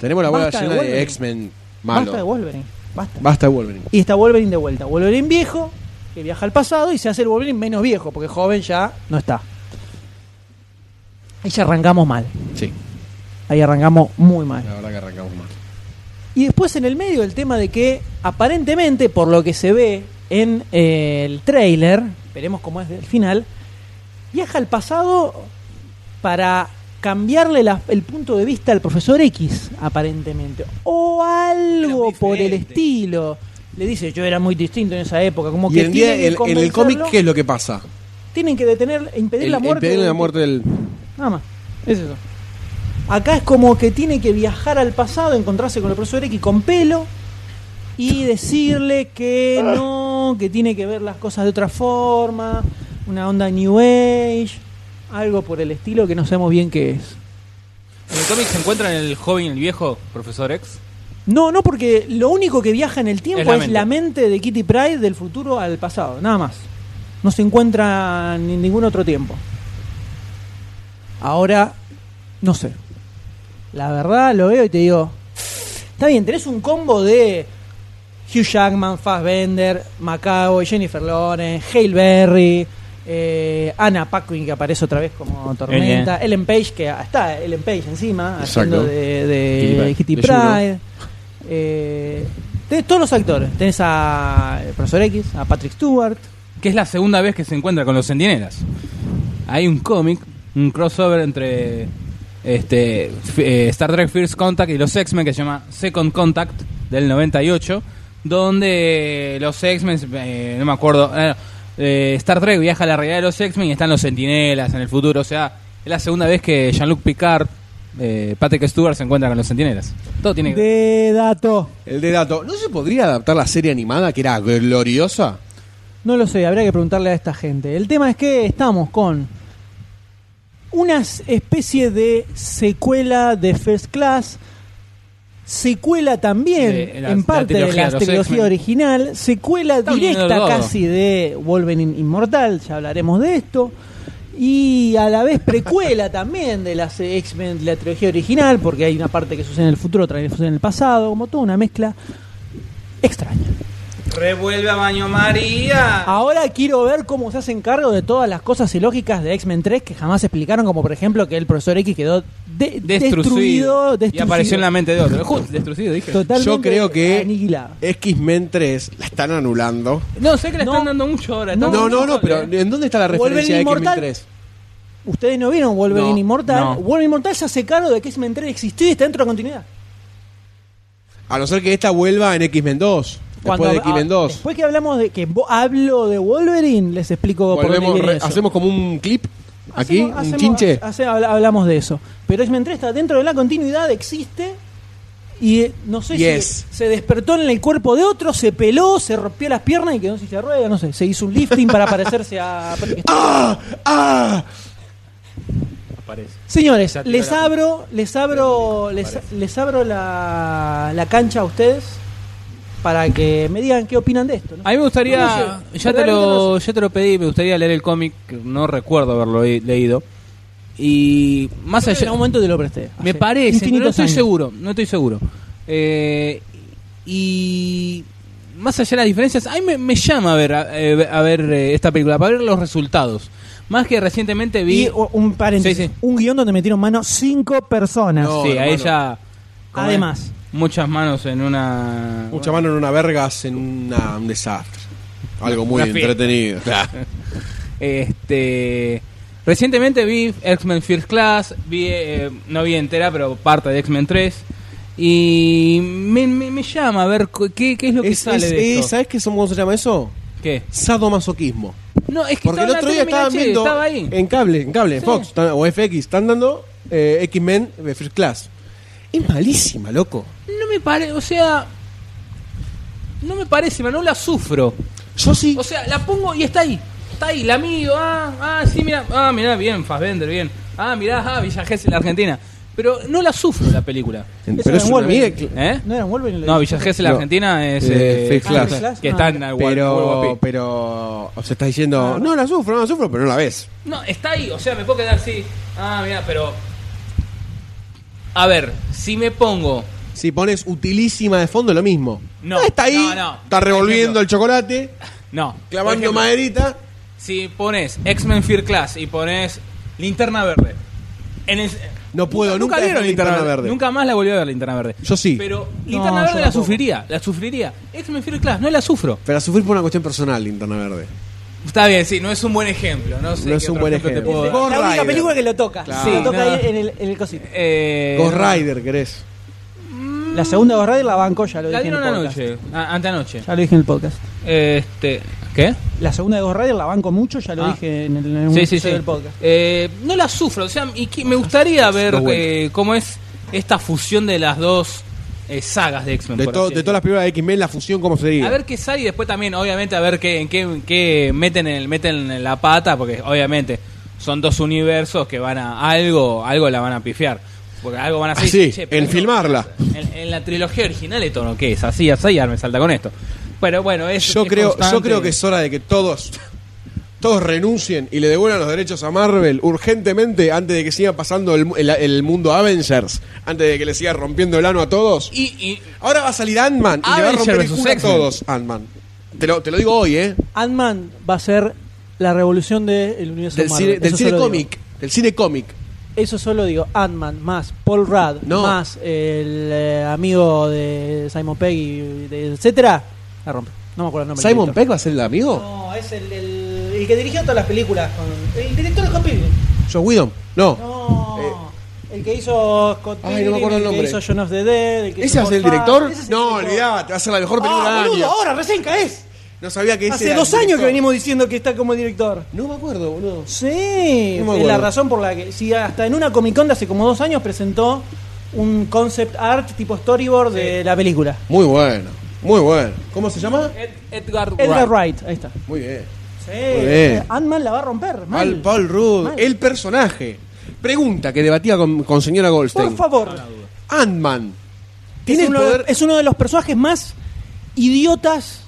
S3: Tenemos la bola
S2: Basta de
S3: llena de,
S2: Wolverine.
S3: X-Men malo.
S2: Basta de Wolverine. Basta.
S3: Basta de Wolverine.
S2: Y está Wolverine de vuelta. Wolverine viejo, que viaja al pasado y se hace el Wolverine menos viejo, porque joven ya no está. Ahí ya arrancamos mal.
S3: Sí,
S2: Ahí arrancamos muy mal.
S3: la verdad que arrancamos mal.
S2: Y después en el medio el tema de que aparentemente, por lo que se ve en eh, el trailer, veremos cómo es el final, viaja al pasado para cambiarle la- el punto de vista al profesor X, aparentemente. O algo
S1: muy
S2: por el
S1: diferente.
S2: estilo. Le dice, yo era muy distinto en esa época, como
S3: Y
S2: que
S3: en, día-
S2: tienen que
S3: en- en el cómic,
S2: convencerlo,
S3: ¿qué es lo que pasa?
S2: tienen que detener, impedir
S3: El-
S2: la muerte.
S3: impedir la
S2: del-
S3: muerte del.
S2: Nada más. Es eso. Acá es como que tiene que viajar al pasado, encontrarse con el profesor X con pelo y decirle que no, que tiene que ver las cosas de otra forma, una onda New Age, algo por el estilo que no sabemos bien qué es.
S1: ¿En el cómic se encuentran el joven y el viejo, profesor X?
S2: No, no, porque lo único que viaja en el tiempo es
S1: Es la
S2: la mente, de Kitty Pryde del futuro al pasado, nada más. no se encuentra en ningún otro tiempo. Ahora, no sé. La verdad lo veo y te digo, está bien, tenés un combo de Hugh Jackman, Fassbender, McAvoy, Jennifer Lawrence, Hale Berry, eh, Anna Paquin que aparece otra vez como Tormenta, Ellen Page que ah, está Ellen Page encima, haciendo
S3: Exacto.
S2: de, de
S3: Kitty
S2: Eh, Kitty
S3: Pryde.
S2: Pryde. Eh, tenés todos los actores, tenés a el Profesor X, a Patrick Stewart,
S4: que es la segunda vez que se encuentra con los centinelas. Hay un cómic, un crossover entre este f- eh, Star Trek First Contact y los X-Men que se llama Second Contact del 98, donde los X-Men, eh, no me acuerdo, eh, eh, Star Trek viaja a la realidad de los X-Men y están los centinelas en el futuro, o sea, es la segunda vez que Jean-Luc Picard, eh, Patrick Stewart se encuentra con los centinelas. Todo tiene que ver.
S2: de dato.
S3: El de dato. ¿No se podría adaptar la serie animada que era gloriosa?
S2: No lo sé, habría que preguntarle a esta gente. El tema es que estamos con una especie de secuela de First Class, secuela también
S4: De la-
S2: en
S4: la
S2: parte de
S4: trilogía
S2: la
S4: de los
S2: trilogía
S4: X-Men.
S2: original, secuela
S4: Está uniendo
S2: directa
S4: todo.
S2: casi de Wolverine Inmortal, ya hablaremos de esto. Y a la vez precuela también de las eh, X-Men, de la trilogía original, porque hay una parte que sucede en el futuro, otra que sucede en el pasado, como toda una mezcla extraña.
S4: Revuelve a Baño María.
S2: Ahora quiero ver cómo se hacen cargo de todas las cosas ilógicas de X-Men 3 que jamás explicaron, como por ejemplo que el profesor X quedó de- destruido,
S4: Destrucido, Y
S2: destruido.
S4: apareció en la mente de otro. Justo, destrucido, dije.
S2: Totalmente
S3: Yo creo que-
S2: aniquilado.
S3: X-Men 3 la están anulando.
S4: No, sé que le
S2: No.
S4: están dando mucho ahora.
S2: No,
S3: No,
S4: están
S3: no, no,
S4: dando mucho,
S3: pero
S4: eh.
S3: ¿en dónde está la referencia
S2: Wolverine
S3: de X-Men
S2: Inmortal.
S3: 3?
S2: Ustedes no vieron Wolverine
S3: No,
S2: Inmortal.
S4: no.
S2: Wolverine Inmortal se hace cargo de que X-Men 3 existió y está dentro de la continuidad.
S3: A no ser que esta vuelva en X-Men 2. Después de
S2: Cuando-
S3: X-Men
S2: ah,
S3: 2.
S2: Después que hablamos de que vo- hablo de Wolverine, les explico por dónde
S3: Volvemos,
S2: viene
S3: re-
S2: eso.
S3: hacemos como un clip aquí,
S2: Hacemos-
S3: un
S2: hacemos-
S3: chinche.
S2: hace- habla- hablamos de eso. Pero X-Men 3 está dentro de la continuidad, existe. Y eh, no sé
S3: Yes.
S2: si se despertó en el cuerpo de otro, se peló, se rompió las piernas y quedó en silla de ruedas, no sé. Se hizo un lifting para parecerse a.
S3: ¡Ah!
S2: Señores,
S4: Ya tiró
S2: les
S4: la-
S2: abro, les abro, les, les abro la, la cancha a ustedes para que me digan qué opinan de esto. ¿no?
S4: A mí me gustaría.
S2: No lo sé,
S4: ya, te
S2: realmente no
S4: lo,
S2: lo
S4: ya te lo pedí, me gustaría leer el cómic. que No recuerdo haberlo he- leído. Y más
S2: En
S4: allá.
S2: algún momento te lo presté.
S4: Me
S2: hace
S4: parece, pero no
S2: infinitos
S4: estoy
S2: años.
S4: seguro, no estoy seguro. Eh, y más allá de las diferencias, a mí me, me llama a ver, a, eh, a ver eh, esta película, para ver los resultados. Más que recientemente vi...
S2: Y uh, o- un paréntesis,
S4: Sí, sí.
S2: un guión donde metieron mano cinco personas.
S3: No,
S4: sí, a
S3: hermano.
S4: ella... ¿cómo es?
S2: Además.
S4: Muchas manos en una...
S3: Mucha mano en una vergas en una- un desastre. Algo muy
S4: Una fiesta.
S3: entretenido.
S4: Este. Recientemente vi X-Men First Class, vi, eh, no vi entera, pero parte de X-Men 3. Y me, me- me llama a ver cu- qué, qué es lo que
S3: Es-
S4: sale
S3: es-
S4: de
S3: es-
S4: esto.
S3: ¿Sabes qué somos- cómo se llama eso?
S4: ¿Qué?
S3: Sadomasoquismo.
S4: No, es que
S3: Porque el
S4: estaba
S3: otro
S4: en la
S3: día
S4: tele, mirá,
S3: estaban
S4: che,
S3: viendo
S4: estaba ahí.
S3: en cable, en cable, en
S4: Sí.
S3: Fox están- o FX, están dando eh, X-Men de First Class. Es malísima, loco.
S4: No me parece, o sea. No me parece, pero no la sufro.
S3: Yo sí.
S4: O sea, la pongo y está ahí. Está ahí, la amigo. Ah, ah, sí, mira. Ah, mira, bien, Fassbender, bien. Ah, mirá, ah, Villa Gesell, la Argentina. Pero no la sufro la película.
S3: pero
S2: era
S3: es una
S2: Wolverine.
S3: mierda.
S4: ¿Eh?
S2: No era un Wolverine. lo
S4: No,
S2: dije.
S4: Villa Gesell, la
S3: No.
S4: Argentina es.
S3: Eh,
S4: eh,
S3: First Class.
S2: First Class.
S4: Que
S2: Ah,
S4: está en
S2: mira.
S4: Algu-
S3: Pero,
S4: Algu-
S3: pero, o sea, estás diciendo, no la sufro, no la sufro, pero no la ves.
S4: No, está ahí, o sea, me puedo quedar así. Ah, mira, pero. A ver, si me pongo.
S3: Si pones utilísima de fondo, lo mismo.
S4: No,
S3: Ah, está ahí,
S4: no, no.
S3: está revolviendo
S4: Por ejemplo.
S3: el chocolate,
S4: No. por
S3: clavando
S4: ejemplo,
S3: maderita.
S4: Si pones X-Men Fear Class y pones Linterna Verde. En el-
S3: No puedo, nunca
S4: vi
S3: vieron Linterna Verde.
S4: Nunca más la volví a ver Linterna Verde.
S3: Yo sí.
S4: Pero
S2: No,
S4: Linterna
S2: yo
S4: Verde la
S2: tampoco.
S4: sufriría, la sufriría. X-Men Fear Class, no la sufro.
S3: Pero a sufrir por una cuestión personal, Linterna Verde.
S4: Está bien, sí, no es un buen ejemplo. No, sé
S3: No es
S4: qué
S3: un
S4: otro
S3: buen
S4: te puedo
S3: ejemplo.
S4: dar.
S3: Ghost
S2: La única
S3: Rider.
S2: película que lo toca.
S3: Claro.
S2: Lo toca
S4: Sí,
S2: ahí
S4: no.
S2: en el, en el cosito.
S4: Eh,
S3: Ghost Rider, querés.
S2: La segunda Ghost Rider la bancó, ya lo
S4: La
S2: dije en
S4: dieron
S2: el podcast.
S4: anoche, a- anteanoche.
S2: Ya lo dije en el podcast.
S4: Este, ¿Qué?
S2: La segunda de Ghost Rider la banco mucho, ya lo
S4: Ah.
S2: dije en el, en un
S4: Sí, sí, sí.
S2: episodio del podcast.
S4: Eh, no la sufro, o sea, y que- me gustaría ver eh, cómo es esta fusión de las dos eh, sagas de X-Men.
S3: De,
S4: por
S3: to-
S4: así
S3: de
S4: decirlo.
S3: todas las películas de X-Men, la fusión, ¿cómo sería?
S4: A ver qué sale y después también, obviamente, a ver qué, en qué, en qué meten, el, meten en la pata, porque obviamente son dos universos que van a algo, algo la van a pifiar. Porque algo van a hacer. y
S3: Así,
S4: dicen, "Che, pero
S3: en
S4: esto-
S3: filmarla.
S4: En, en la trilogía original esto no que es, así, así, ahora me salta con esto. Pero bueno, es.
S3: yo
S4: es
S3: creo, yo
S4: constante.
S3: creo que es hora de que todos, todos renuncien y le devuelvan los derechos a Marvel urgentemente antes de que siga pasando el, mu- el- el mundo Avengers, antes de que le siga rompiendo el ano a todos.
S1: Y, y-
S3: Ahora va a salir Ant-Man y le va a
S1: Avengers
S3: romper el
S1: versus
S3: culo a
S1: X-Men.
S3: todos, Ant-Man. Te lo, te lo digo hoy, ¿eh?
S2: Ant-Man va a ser la revolución del universo
S3: Del
S2: Marvel.
S3: cine, del
S2: Eso
S3: cine
S2: solo digo.
S3: cómic. Del cine cómic.
S2: Eso solo digo. Ant-Man más Paul Rudd
S3: No.
S2: más el eh, amigo de Simon Pegg, y de- etcétera. La rompe. No me acuerdo el nombre. del
S3: ¿Simon
S2: director.
S3: Peck va a ser el amigo?
S6: No, es el, el- el que dirigió todas las películas. con- el director de Scott Pilgrim.
S3: John Whedon. No.
S6: No.
S2: El que hizo Scott
S3: Eh, Ay, no me acuerdo el
S2: Pilgrim, el,
S3: nombre.
S2: que hizo Shaun of the Dead. El que
S3: ¿Ese
S2: hizo
S3: va a ser el
S2: Godfather, ese
S3: director?
S2: es el
S3: No,
S2: director.
S3: olvidate, va a ser la mejor película
S6: Ah,
S3: del
S6: boludo,
S3: año.
S6: ahora recién caes.
S3: No sabía que ese
S6: Hace
S3: era el
S6: dos años que
S3: director.
S6: venimos diciendo que está como director.
S3: No me acuerdo, boludo.
S2: Sí.
S3: No me
S6: Es la
S3: acuerdo.
S6: razón por la que, si hasta en una Comic Con de hace como dos años presentó un concept art tipo storyboard de la película.
S3: Muy bueno, muy bueno. ¿Cómo se llama?
S1: Ed- Edgar,
S2: Edgar
S1: Wright.
S2: Wright. Ahí está.
S3: Muy bien.
S6: Sí. Eh,
S3: bien.
S2: Ant-Man la va a romper. mal.
S3: Al Paul Rudd,
S2: Mal.
S3: el personaje. Pregunta que debatía con, con señora Goldstein.
S6: Por favor.
S3: Ant-Man.
S2: Es
S3: Tiene el
S2: uno,
S3: poder.
S2: es uno de los personajes más idiotas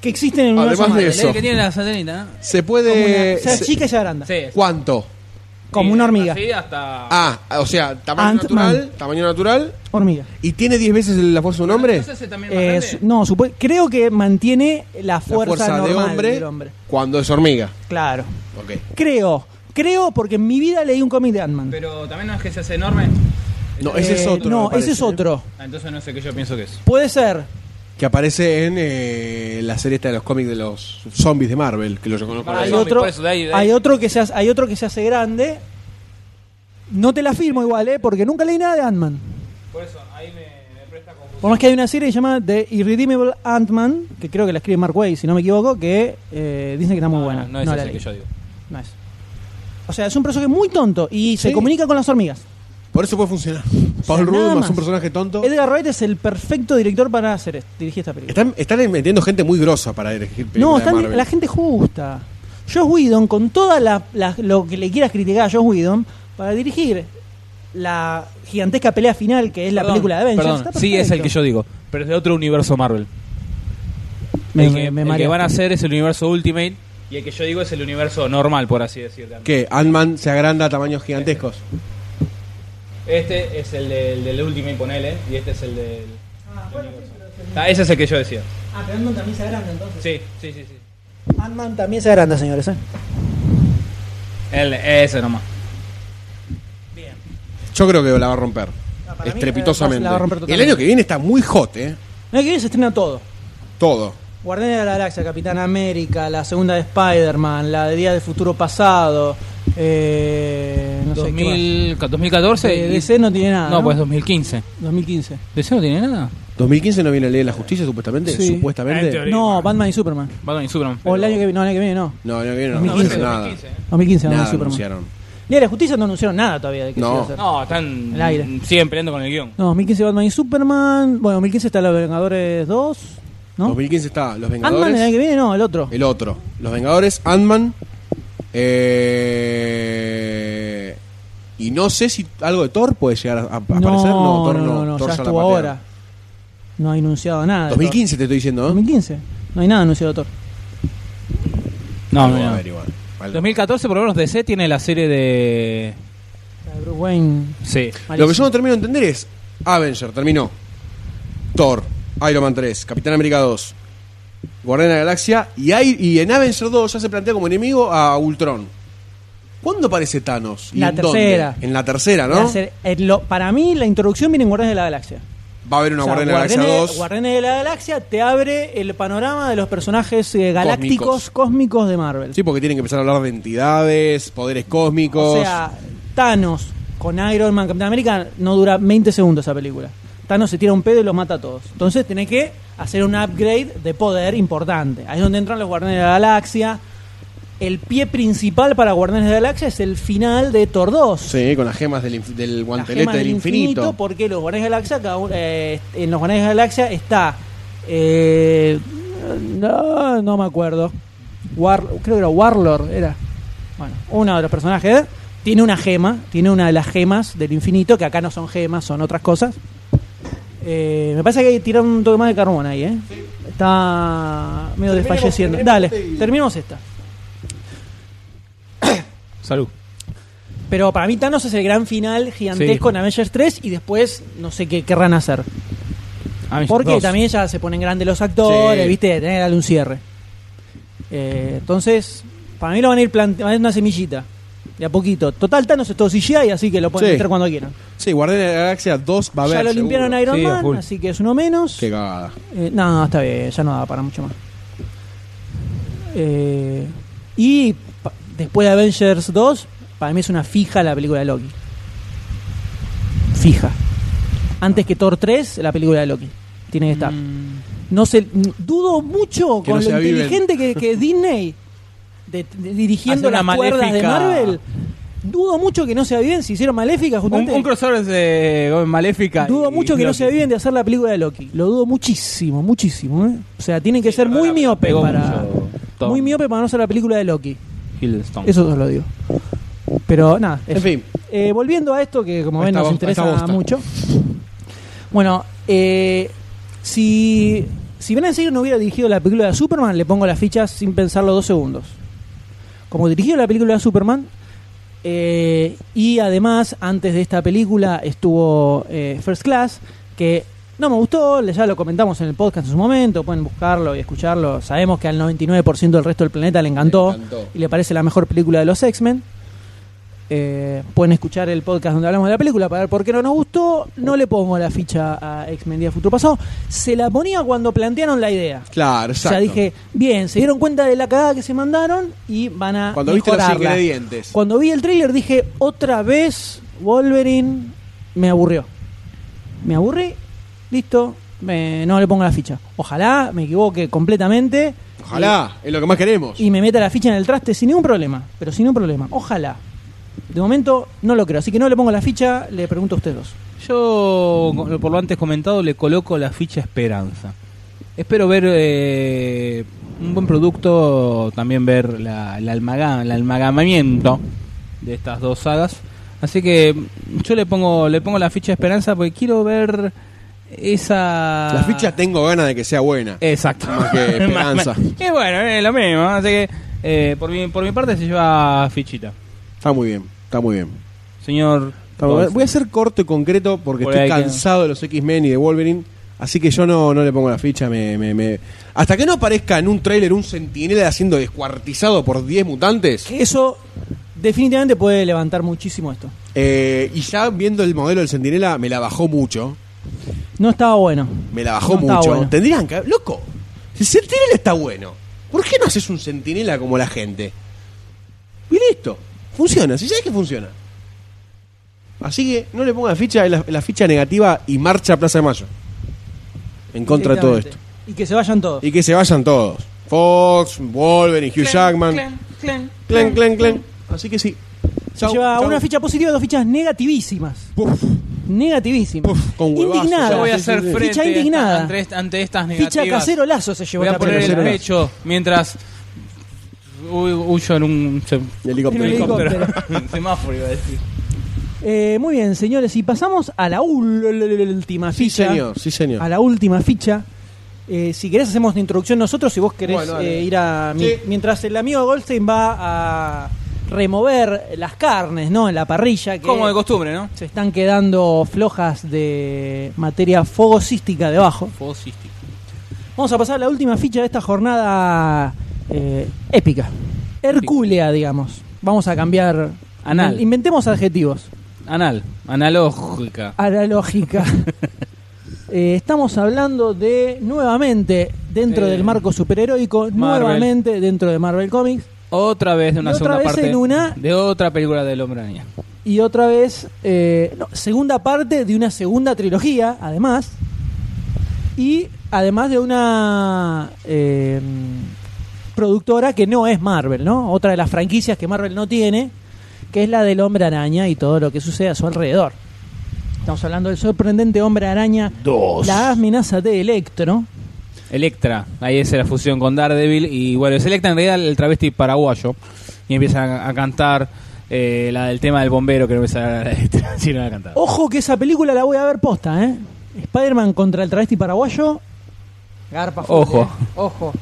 S2: que existen en el universo
S3: Además de
S2: Marvel.
S1: El
S3: eso.
S1: que tiene la satelita, ¿no?
S3: Se
S2: Como una-
S3: puede.
S2: o sea,
S3: se-
S2: chica y ya grande.
S1: Sí.
S3: ¿Cuánto?
S2: Como una hormiga.
S1: Sí, hasta.
S3: Ah, o sea, tamaño
S2: Ant-Man.
S3: natural. Tamaño natural.
S2: Hormiga.
S3: ¿Y tiene 10 veces la fuerza de un hombre?
S1: ¿No es ese también más
S2: Eh,
S1: grande?
S2: su- no, supo- creo que mantiene la
S3: La
S2: fuerza,
S3: fuerza de
S2: normal
S3: hombre,
S2: del hombre.
S3: cuando es hormiga.
S2: Claro.
S3: Ok.
S2: Creo. Creo porque en mi vida leí un cómic de Ant-Man.
S1: Pero también no es que se hace enorme.
S3: No, ese es
S2: Eh,
S3: otro. me
S2: No,
S3: parece.
S2: ese es otro.
S1: Ah, entonces no sé qué yo pienso que es.
S2: Puede ser.
S3: Que aparece en eh, la serie esta de los cómics de los zombies de Marvel, que lo yo conozco.
S1: Para
S2: Hay
S1: el zombie,
S2: otro,
S1: por eso, de ahí, de ahí.
S2: hay otro que se hace, hay otro que se hace grande. No te la firmo igual, eh, porque nunca leí nada de Ant-Man.
S1: Por eso, ahí me, me presta confusión.
S2: Por más que hay una serie que se llama The Irredeemable Ant-Man, que creo que la escribe Mark Way, si no me equivoco, que eh, dicen que está muy buena.
S1: Ah, No, no es
S2: la
S1: ese que
S2: leí.
S1: yo digo.
S2: No es. O sea, es un personaje muy tonto y se
S3: Sí.
S2: comunica con las hormigas.
S3: Por eso puede funcionar. Paul
S2: nada
S3: Rudd más
S2: más.
S3: un personaje tonto.
S2: Edgar Wright es el perfecto director para hacer esto, dirigir esta película.
S3: Están, están metiendo gente muy grosa para dirigir películas
S2: no,
S3: de
S2: están-
S3: Marvel.
S2: la gente justa. Josh Whedon, con toda la, la- lo que le quieras criticar a Josh Whedon, para dirigir la gigantesca pelea final que es la
S1: Perdón,
S2: película de Avengers.
S1: Perdón,
S2: está
S1: sí es el
S2: perfecto.
S1: que yo digo, pero es de otro universo Marvel.
S2: Me-
S1: el
S2: me-
S1: que,
S2: me
S1: el que
S2: mareaste.
S1: van a hacer es el universo Ultimate y el que yo digo es el universo normal, por así decirlo.
S3: Que Ant-Man se agranda a tamaños gigantescos.
S1: Este es el del, del Ultimate, ponele, y este es el del... Ah, ese es el que yo decía.
S2: Ah, pero Ant-Man también se agranda entonces.
S1: Sí, sí, sí. sí.
S2: Ant-Man también se agranda, señores. ¿eh?
S1: El, ese nomás.
S3: Yo creo que la va a romper.
S2: Ah, para mí,
S3: estrepitosamente.
S2: eh, la va a romper
S3: el
S2: totalmente.
S3: año que viene está muy hot, ¿eh?
S2: No hay que ir, se estrena todo.
S3: Todo.
S2: Guardianes de la Galaxia, Capitán América, la segunda de Spider-Man, la de Día del Futuro Pasado, eh, no sé qué
S1: 2000
S2: más.
S1: 2014
S2: Eh,
S1: y-
S2: DC no tiene nada.
S1: No, pues 2015.
S2: 2015.
S1: ¿DC no tiene nada?
S3: 2015 no viene la ley de la justicia, supuestamente.
S2: Sí.
S1: En
S3: Supuestamente.
S1: teoría.
S2: No, Batman y Superman.
S1: Batman y Superman.
S2: O el año que viene, no, el año que viene no.
S3: No, el año que viene no
S2: 2015.
S3: anunciaron nada.
S1: 2015, ¿eh?
S2: 2015 Batman
S3: Nada
S2: y Superman.
S3: anunciaron.
S2: Liga de la Justicia no anunciaron nada todavía de que
S3: No.
S2: se iba a hacer.
S1: No, están...
S2: El aire.
S1: Siguen peleando con el guión.
S2: No, 2015 Batman y Superman. Bueno, 2015 está Los Vengadores 2, ¿no?
S3: 2015 está Los
S2: Ant-Man el año
S3: Vengadores. Eh,
S2: que viene, no, el otro.
S3: El otro. Los Vengadores, Ant-Man. eh, Y no sé si algo de Thor puede llegar a, a aparecer. No, Thor no. Thor
S2: ya
S3: la
S2: estuvo
S3: patearon.
S2: ahora. No ha anunciado nada. de Thor.
S3: 2015 te estoy diciendo, ¿no?
S2: 2015. No hay nada anunciado de Thor.
S1: No,
S3: Algo va a
S1: no.
S3: haber igual. Algo.
S1: 2014 por lo menos DC tiene la serie de...
S2: La de Bruce Wayne.
S1: Sí.
S3: Lo que yo no termino de entender es Avenger, terminó. Thor, Iron Man 3, Capitán América 2, Guardián de la Galaxia y, hay- y en Avenger 2 ya se plantea como enemigo a Ultron. ¿Cuándo aparece Thanos? ¿Y
S2: La
S3: en dónde?
S2: tercera.
S3: En la tercera,
S2: Va
S3: ¿no?
S2: a ser- eh, lo- para mí, la introducción viene en Guardianes de la Galaxia.
S3: Va a haber una
S2: O sea,
S3: Guardián de la Galaxia
S2: Guardianes-
S3: 2.
S2: Guardianes de la Galaxia te abre el panorama de los personajes eh, galácticos, cósmicos.
S3: Cósmicos.
S2: de Marvel.
S3: Sí, porque tienen que empezar a hablar de entidades, poderes cósmicos.
S2: o sea, Thanos con Iron Man, Capitán América, no dura 20 segundos esa película. Thanos se tira un pedo y los mata a todos. Entonces tenés que hacer un upgrade de poder importante. Ahí es donde entran los Guardianes de la Galaxia. El pie principal para Guardianes de la Galaxia es el final de Thor 2.
S3: sí, con las gemas del, inf- del
S2: La
S3: guantelete
S2: gema
S3: del infinito.
S2: porque los Guardianes de la Galaxia cada un- eh, en los Guardianes de la Galaxia está eh, no, no me acuerdo War- creo que era Warlord era bueno uno de los personajes tiene una gema tiene una de las gemas del infinito que acá no son gemas son otras cosas Eh, me parece que hay que tirar un toque más de carbón
S3: este
S2: ahí eh está medio desfalleciendo dale terminemos esta
S4: Salud.
S2: Pero para mí Thanos es el gran final gigantesco
S1: Sí.
S2: en Avengers 3 y después no sé qué querrán hacer. Porque
S4: Dos.
S2: también ya se ponen grandes los actores,
S3: Sí.
S2: ¿viste? Tener que darle un cierre. Eh, entonces, para mí lo van a ir planteando una semillita. De a poquito. Total, Thanos es todo CGI, así que lo pueden
S3: Sí.
S2: meter cuando quieran.
S3: Sí, Guardianes de la Galaxia 2 va a haber.
S2: ya lo limpiaron
S3: seguro.
S2: Iron
S4: Sí, a
S2: Man,
S4: full.
S2: así que es uno menos.
S3: Qué cagada.
S2: Eh, no, está bien, ya no da para mucho más. Eh, y pa- después de Avengers 2, para mí es una fija la película de Loki. Fija. Antes que Thor 3, la película de Loki. Tiene que
S3: Mm.
S2: estar.
S1: Mm.
S2: No sé, n- dudo mucho
S3: Que
S2: con
S3: no se
S2: lo
S3: aviven.
S2: inteligente que, que es Disney de- de-
S1: Hace
S2: dirigiendo
S1: una
S2: las cuerdas de
S1: maléfica.
S2: Marvel. Dudo mucho que no se aviven si hicieron maléfica
S1: Un,
S2: justamente.
S1: un crossover de con Maléfica.
S2: Dudo
S1: y-
S2: mucho que
S1: y
S2: no
S1: Loki.
S2: se bien de hacer la película de Loki. Lo dudo muchísimo, muchísimo. ¿eh? O sea, tienen que ser
S4: pero
S2: muy
S4: la-
S2: miope
S4: pegó
S2: para.
S4: mucho Tom
S2: Muy miope para no hacer la película de Loki.
S4: Hiddleston.
S2: Eso os lo digo. Pero nada. eso.
S3: En fin.
S2: Eh, volviendo a esto, que como
S3: Ahí
S2: ven
S3: está
S2: nos
S3: Bosta,
S2: interesa
S3: ahí está Bosta.
S2: mucho. Bueno, eh, si, si Ben Affleck no hubiera dirigido la película de Superman, le pongo las fichas sin pensarlo dos segundos. Como dirigió la película de Superman, eh, y además, antes de esta película estuvo eh, First Class, que no me gustó, le- ya lo comentamos en el podcast en su momento, pueden buscarlo y escucharlo. Sabemos que al 99% del resto del planeta le encantó,
S3: Le encantó.
S2: y le parece la mejor película de los X-Men. Eh, pueden escuchar el podcast donde hablamos de la película para ver por qué no nos gustó. No le pongo la ficha a X-Men Día de Futuro Pasado. Se la ponía cuando plantearon la idea.
S3: Claro, exacto.
S2: O sea, dije, bien, se dieron cuenta de la cagada que se mandaron y van a
S3: Cuando viste los
S2: mejorarla.
S3: ingredientes.
S2: Cuando vi el tráiler dije, otra vez Wolverine me aburrió. Me aburrí, listo, me- no le pongo la ficha. Ojalá me equivoque completamente
S3: Ojalá, es lo que más queremos.
S2: y me meta la ficha en el traste sin ningún problema, pero sin ningún problema. Ojalá. De momento no lo creo, así que no le pongo la ficha, le pregunto a ustedes dos.
S4: Yo, con- por lo antes comentado, le coloco la ficha Esperanza. Espero ver eh, un buen producto, también ver la, el, almaga- el almagamamiento de estas dos sagas. Así que yo le pongo le pongo la ficha Esperanza porque quiero ver esa...
S3: La ficha tengo ganas de que sea buena.
S2: Eh.
S4: Exacto.
S3: Más que Esperanza.
S4: y bueno, es lo mismo. Así que eh, por, mi, por mi parte se lleva fichita.
S3: Está muy bien, está muy bien.
S4: Señor...
S3: Está muy bien. Voy a ser corto y concreto porque
S4: Por
S3: estoy
S4: ahí que-
S3: cansado de los X-Men y de Wolverine. Así que yo no, no le pongo la ficha. Me, me- me- Hasta que no aparezca en un tráiler un sentinela siendo descuartizado por 10 mutantes.
S2: Que eso definitivamente puede levantar muchísimo esto.
S3: eh, y ya viendo el modelo del sentinela me la bajó mucho.
S2: No estaba bueno.
S3: Me la bajó
S2: No estaba
S3: mucho.
S2: bueno.
S3: Tendrían que. Loco, si el sentinela está bueno, ¿por qué no haces un sentinela como la gente? Y listo. Funciona, si sabes que funciona. Así que no le pongan ficha, es la, la ficha negativa y marcha a Plaza de Mayo. En contra de todo esto.
S2: Directamente. Y que se vayan todos.
S3: Y que se vayan todos. Fox, Wolverine, Hugh Jackman. Clan, clan, clan. Así que sí.
S2: Se
S3: Chau,
S2: lleva
S3: chau.
S2: una ficha positiva y dos fichas negativísimas.
S3: Puf,
S2: Negativísimas.
S3: puf, con huevazos.
S2: Indignada.
S1: Yo voy a
S3: Sí, sí,
S1: hacer
S3: sí.
S1: frente
S2: Ficha indignada.
S1: Ante, est- ante estas negativas.
S2: Ficha casero lazo se llevó
S1: Voy a
S2: esta
S1: poner el
S2: película.
S3: Casero.
S1: pecho mientras hu- huyo en un se-
S3: Y helicóptero.
S2: En un helicóptero.
S1: semáforo, iba a decir.
S2: Eh, muy bien, señores. Y pasamos a la última
S3: Sí,
S2: ficha.
S3: señor, sí, señor.
S2: A la última ficha. Eh, si querés hacemos la introducción nosotros, si vos querés
S3: Bueno, dale.
S2: eh, ir a... mi-
S3: Sí.
S2: Mientras el amigo Goldstein va a remover las carnes, ¿no? En la parrilla. Que
S1: Como de costumbre, ¿no?
S2: se están quedando flojas de materia fogocística debajo.
S1: Fuego cístico.
S2: Vamos a pasar a la última ficha de esta jornada eh, épica. Hercúlea, digamos. Vamos a cambiar.
S4: Anal.
S2: Inventemos adjetivos.
S4: Anal. Analógica.
S2: A la lógica. Eh, estamos hablando de, nuevamente, dentro
S4: Eh,
S2: del marco superheroico,
S4: Marvel.
S2: nuevamente dentro de Marvel Comics,
S4: Otra vez de una
S2: Y otra
S4: segunda
S2: vez
S4: parte
S2: en una-
S4: de otra película del Hombre Araña.
S2: y otra vez, eh, no, segunda parte de una segunda trilogía, además, y además de una eh, productora que no es Marvel, ¿no? Otra de las franquicias que Marvel no tiene, que es la del Hombre Araña y todo lo que sucede a su alrededor. Estamos hablando del sorprendente Hombre Araña, la amenaza de Electro,
S4: Electra, ahí es la fusión con Daredevil y bueno, es Electra en realidad el travesti paraguayo y empiezan a, a cantar eh, la del tema del bombero que no me sale la letra, si no la cantaba.
S2: Ojo que esa película la voy a ver posta, ¿eh? Spider-Man contra el travesti paraguayo. Garpa. fuerte,
S4: Ojo.
S2: ¿eh? Ojo.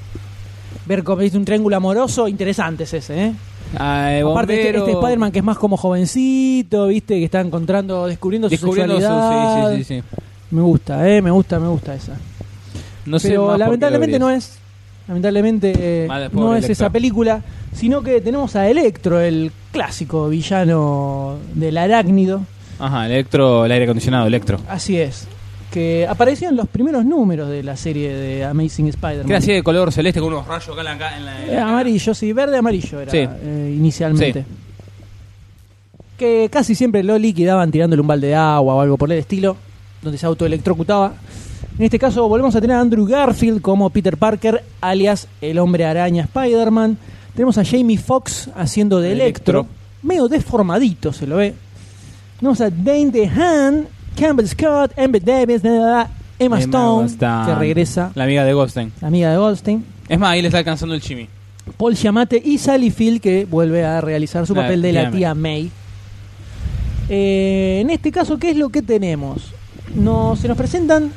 S2: Ver cómo viste un triángulo amoroso, interesante es ese, ¿eh?
S1: Ay,
S2: Aparte, este-
S1: bombero.
S2: este, Spider-Man que es más como jovencito, ¿viste? Que está encontrando, descubriendo,
S1: Descubriendo
S2: su
S1: su-
S2: sexualidad.
S1: sí, sí, sí, sí.
S2: Me gusta, eh, me gusta, me gusta esa.
S1: No sé
S2: Pero
S1: más por qué
S2: lamentablemente
S1: lo
S2: no es. Lamentablemente eh,
S1: Más después
S2: no
S1: de
S2: es
S1: Electro.
S2: esa película, sino que tenemos a Electro, el clásico villano del arácnido.
S4: Ajá, electro, el aire acondicionado, electro.
S2: Así es. Que apareció en los primeros números de la serie de Amazing Spider-Man.
S1: Que era así de color celeste con unos rayos acá en la. En la, en la
S2: Eh, amarillo, sí, verde amarillo era
S1: Sí.
S2: eh, inicialmente. Que casi siempre lo liquidaban tirándole un balde de agua o algo por el estilo, donde se autoelectrocutaba. En este caso volvemos a tener a Andrew Garfield como Peter Parker, alias el hombre araña Spider-Man. Tenemos a Jamie Foxx haciendo de Electro,
S1: Electro.
S2: medio deformadito se lo ve. Tenemos a Dane DeHaan, Campbell Scott, Amber Davis, da, da, da,
S1: Emma
S2: Emma, Stone,
S1: Stone.
S2: que regresa,
S1: La amiga de Goldstein.
S2: la amiga de Goldstein.
S1: Es más, ahí le está alcanzando el chimi.
S2: Paul Giamatti y Sally Field, que vuelve a realizar su
S1: La
S2: papel de la
S1: tía
S2: tía May. Eh, en este caso, ¿qué es lo que tenemos? No- se nos presentan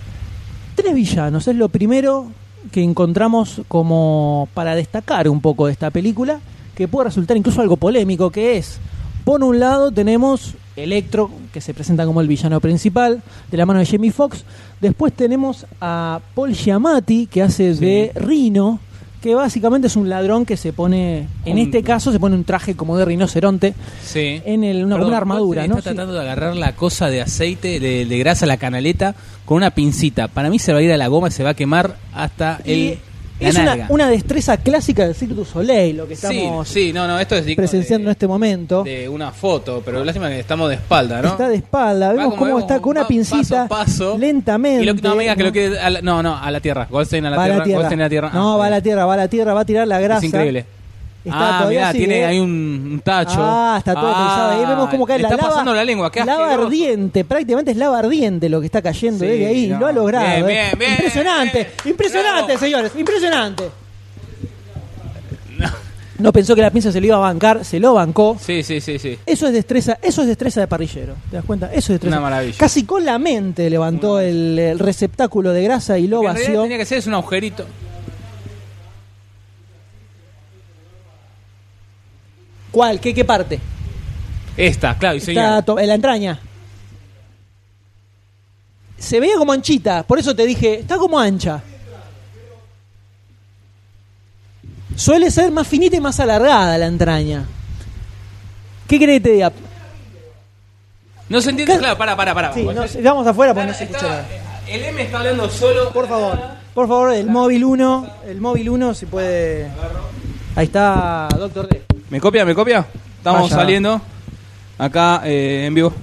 S2: tres villanos. Es lo primero que encontramos como para destacar un poco de esta película, que puede resultar incluso algo polémico, que es, por un lado tenemos Electro, que se presenta como el villano principal, de la mano de Jamie Foxx. Después tenemos a Paul Giamatti, que hace de Rino, que básicamente es un ladrón que se pone, en
S1: Un-
S2: este caso, se pone un traje como de rinoceronte,
S1: Sí.
S2: en el, una,
S1: Perdón,
S2: una armadura,
S1: Goldstein
S2: ¿no?
S1: Está
S2: Sí.
S1: tratando de agarrar la cosa de aceite, de, de grasa, la canaleta, con una pincita. Para mí se va a ir a la goma y se va a quemar hasta
S2: Y
S1: el, la
S2: es una,
S1: nalga.
S2: una destreza clásica del Cirque du Soleil, lo que estamos
S1: Sí, sí, no, no, esto es digno
S2: presenciando en
S1: de,
S2: este momento.
S1: de una foto, pero lástima que estamos de espalda, ¿no?
S2: Está de espalda,
S1: Va
S2: vemos
S1: como
S2: cómo
S1: vemos,
S2: está con una
S1: va paso a
S2: pincita
S1: paso.
S2: lentamente.
S1: Y lo que no me digas que lo
S2: ¿no?
S1: que a la- no, no, a la tierra. Goldstein a la
S2: va
S1: tierra,
S2: a la tierra.
S1: Goldstein a la tierra.
S2: No,
S1: Ah,
S2: va a la
S1: es
S2: tierra, va a la tierra, va a tirar la grasa.
S1: increíble.
S2: Está
S1: ah,
S2: todavía
S1: mirá,
S2: así,
S1: tiene
S2: ¿eh?
S1: ahí un, un tacho.
S2: Ah, está todo
S1: Ah,
S2: atravesado. Ahí vemos cómo cae
S1: le
S2: la
S1: Está
S2: lava.
S1: pasando la lengua, qué
S2: lava
S1: asqueroso.
S2: ardiente, prácticamente es lava ardiente lo que está cayendo
S1: Sí,
S2: desde ahí.
S1: no.
S2: Lo ha logrado.
S1: Bien,
S2: ¿eh?
S1: bien, bien,
S2: impresionante,
S1: bien.
S2: impresionante,
S1: Bravo.
S2: señores, impresionante. No. pensó que la pinza se lo iba a bancar, se lo bancó.
S1: Sí, sí, sí, sí.
S2: Eso es destreza, eso es destreza de parrillero. ¿Te das cuenta? Eso es destreza.
S1: Una maravilla.
S2: Casi con la mente levantó el, el receptáculo de grasa y lo
S1: Lo que en realidad
S2: vació.
S1: tenía que ser es un agujerito.
S2: ¿Cuál? ¿Qué, qué parte?
S1: Esta, claro, y
S2: Está
S1: señal.
S2: to- en la entraña. Se veía como anchita, por eso te dije, está como ancha. Suele ser más finita y más alargada la entraña. ¿Qué crees que te diga?
S1: No se entiende, claro, para, para, para.
S2: Sí, no, vamos afuera porque no se escucha nada.
S1: el M está hablando solo.
S2: Por favor, por favor, el móvil 1, el móvil 1 si puede. Ahí está, doctor D.
S4: ¿Me copia? ¿Me copia? Estamos
S2: Vaya.
S4: saliendo acá eh, en vivo.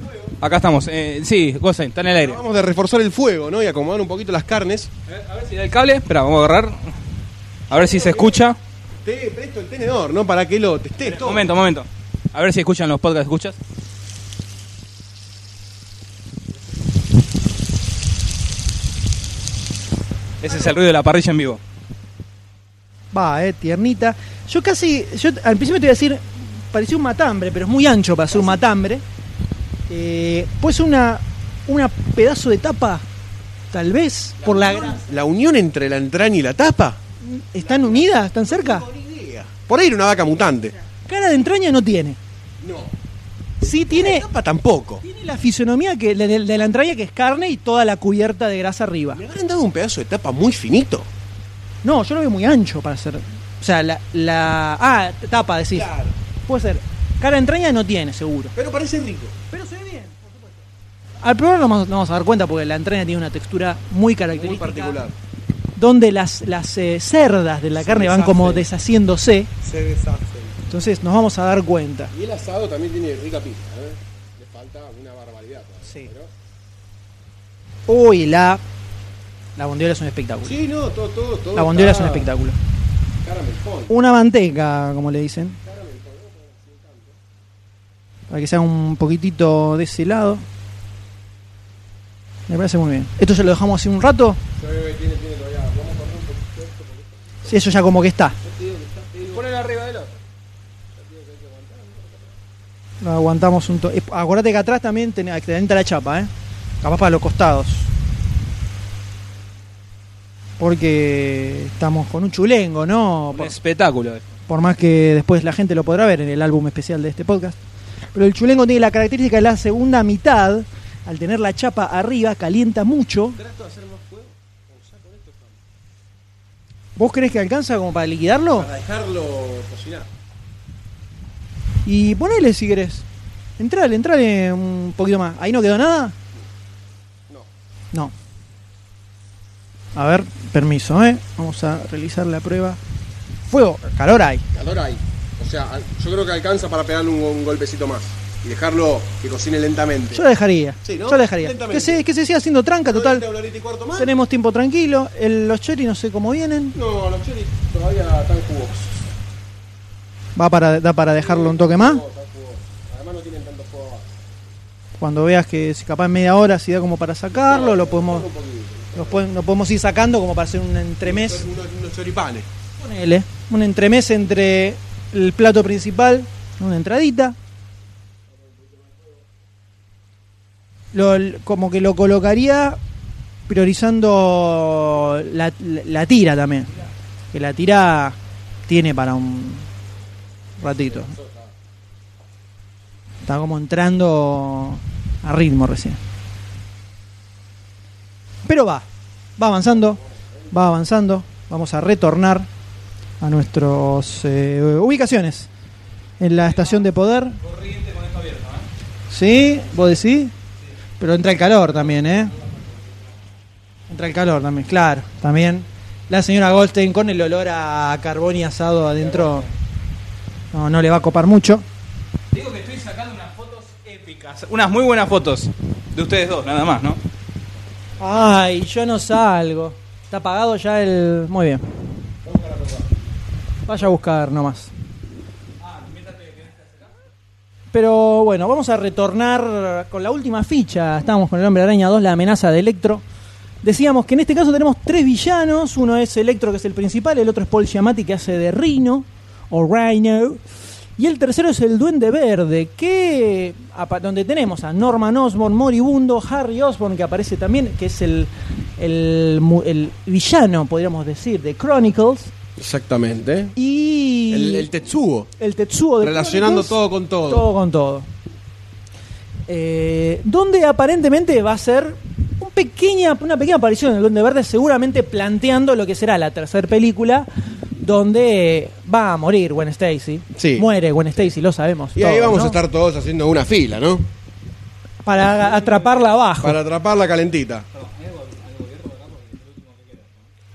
S4: Acá estamos. Eh, sí, Goldstein, está en el aire.
S3: Vamos de reforzar el fuego, ¿no? Y acomodar un poquito las carnes.
S4: A ver si da el cable. Espera, vamos a agarrar. A ver si se escucha.
S3: Te presto el tenedor, ¿no? Para que lo testes
S2: este
S3: todo.
S4: Momento, momento. A ver si escuchan los podcasts. ¿Escuchas? Ese es el ruido de la parrilla en vivo.
S2: Va, eh, tiernita. Yo casi, yo al principio te iba a decir, parecía un matambre, pero es muy ancho para ser un matambre. Eh, pues una, una pedazo de tapa, tal vez, por la grasa.
S3: ¿La unión entre la entraña y la tapa?
S2: ¿Están unidas? ¿Están cerca?
S3: Por ahí era una vaca mutante.
S2: Cara de entraña no tiene.
S3: No.
S2: Sí
S3: La
S2: tiene,
S3: tapa tampoco.
S2: tiene la fisonomía que, de, de- de la entraña que es carne y toda la cubierta de grasa arriba.
S3: Me habrán dado un pedazo de tapa muy finito.
S2: No, yo lo veo muy ancho para ser. O sea, la. la ah, tapa, decís. Puede ser. Cara de entraña no tiene, seguro.
S3: Pero parece rico.
S2: Pero se ve bien, por supuesto. Al probar no vamos, no vamos a dar cuenta porque la entraña tiene una textura muy
S3: Muy
S2: característica.
S3: particular.
S2: Donde las, las eh, cerdas de la carne van como deshaciéndose.
S3: Se deshace.
S2: Entonces nos vamos a dar cuenta.
S3: Y el asado también tiene rica pizza, ¿eh? Le falta una barbaridad.
S2: Sí. Uy, la. La bondiola es un espectáculo.
S3: Sí, ah. no, todo, todo, todo.
S2: La bondiola es un espectáculo. Una manteca, como le dicen. Para que sea un poquitito de ese lado. Me parece muy bien. Esto ya lo dejamos hace un rato. Sí, eso ya como que está. Lo aguantamos un to- eh, Acordate que atrás también ten- que te entra la chapa, ¿eh? Capaz para los costados. Porque estamos con un chulengo, ¿no?
S4: Un
S2: Por-
S4: espectáculo.
S2: por más que después la gente lo podrá ver en el álbum especial de este podcast. Pero el chulengo tiene la característica de la segunda mitad, al tener la chapa arriba, calienta mucho. ¿Vos crees que alcanza como para liquidarlo?
S3: dejarlo cocinar.
S2: Y ponele si querés. Entrale, entrale un poquito más. ¿Ahí no quedó nada? No. No. A ver, permiso, ¿eh? Vamos a realizar la prueba. Fuego, calor hay.
S3: Calor hay. O sea, al- yo creo que alcanza para pegarle un, un golpecito más. Y dejarlo que cocine lentamente.
S2: Yo la dejaría.
S3: Sí, ¿no?
S2: Yo la dejaría.
S3: Lentamente.
S2: Que se, que se siga haciendo tranca, total.
S3: Una horita y este cuarto más.
S2: Tenemos tiempo tranquilo. El- los cherry no sé cómo vienen.
S3: No, los chelis todavía están jugosos.
S2: Va para, da para dejarlo un toque más.
S3: Además no tienen tanto fuego abajo.
S2: Cuando veas que si capaz en media hora si da como para sacarlo, lo podemos, los pueden- lo podemos ir sacando como para hacer un entremés.
S3: Unos, unos choripanes.
S2: Ponele, un entremés entre el plato principal, una entradita. Lo- l- como que lo colocaría priorizando la, la- la tira también. Que la tira tiene para un ratito. Está como entrando a ritmo recién. Pero va, va avanzando, va avanzando. Vamos a retornar a nuestras ubicaciones. En la estación de poder. Sí, vos decís. Pero entra el calor también, ¿eh? Entra el calor también, claro. También la señora Goldstein con el olor a carbón y asado adentro. No, no le va a copar mucho.
S1: Digo que estoy sacando unas fotos épicas.
S4: Unas muy buenas fotos de ustedes dos, nada más, ¿no?
S2: Ay, yo no salgo. Está apagado ya el. Muy bien. Vaya a buscar nomás. Pero bueno, vamos a retornar con la última ficha. Estábamos con el Hombre Araña 2, la amenaza de Electro. Decíamos que en este caso tenemos tres villanos. Uno es Electro, que es el principal. El otro es Paul Giamatti, que hace de Rhino o Rhino. Y el tercero es el Duende Verde, que apa- donde tenemos a Norman Osborn, moribundo, Harry Osborn, que aparece también, que es el, el, mu- el villano, podríamos decir, de Chronicles.
S3: Exactamente.
S2: Y
S3: El, el Tetsuo.
S2: el Tetsuo de
S3: Relacionando
S2: Chronicles,
S3: todo con todo.
S2: todo con todo. Eh, donde aparentemente va a ser un pequeña, una pequeña aparición del Duende Verde, seguramente planteando lo que será la tercera película, donde va a morir Gwen Stacy.
S3: Sí.
S2: Muere Gwen Stacy, lo sabemos.
S3: Y ahí
S2: todos,
S3: vamos
S2: ¿no?
S3: a estar todos haciendo una fila, ¿no?
S2: Para atraparla abajo.
S3: Para atrapar la calentita.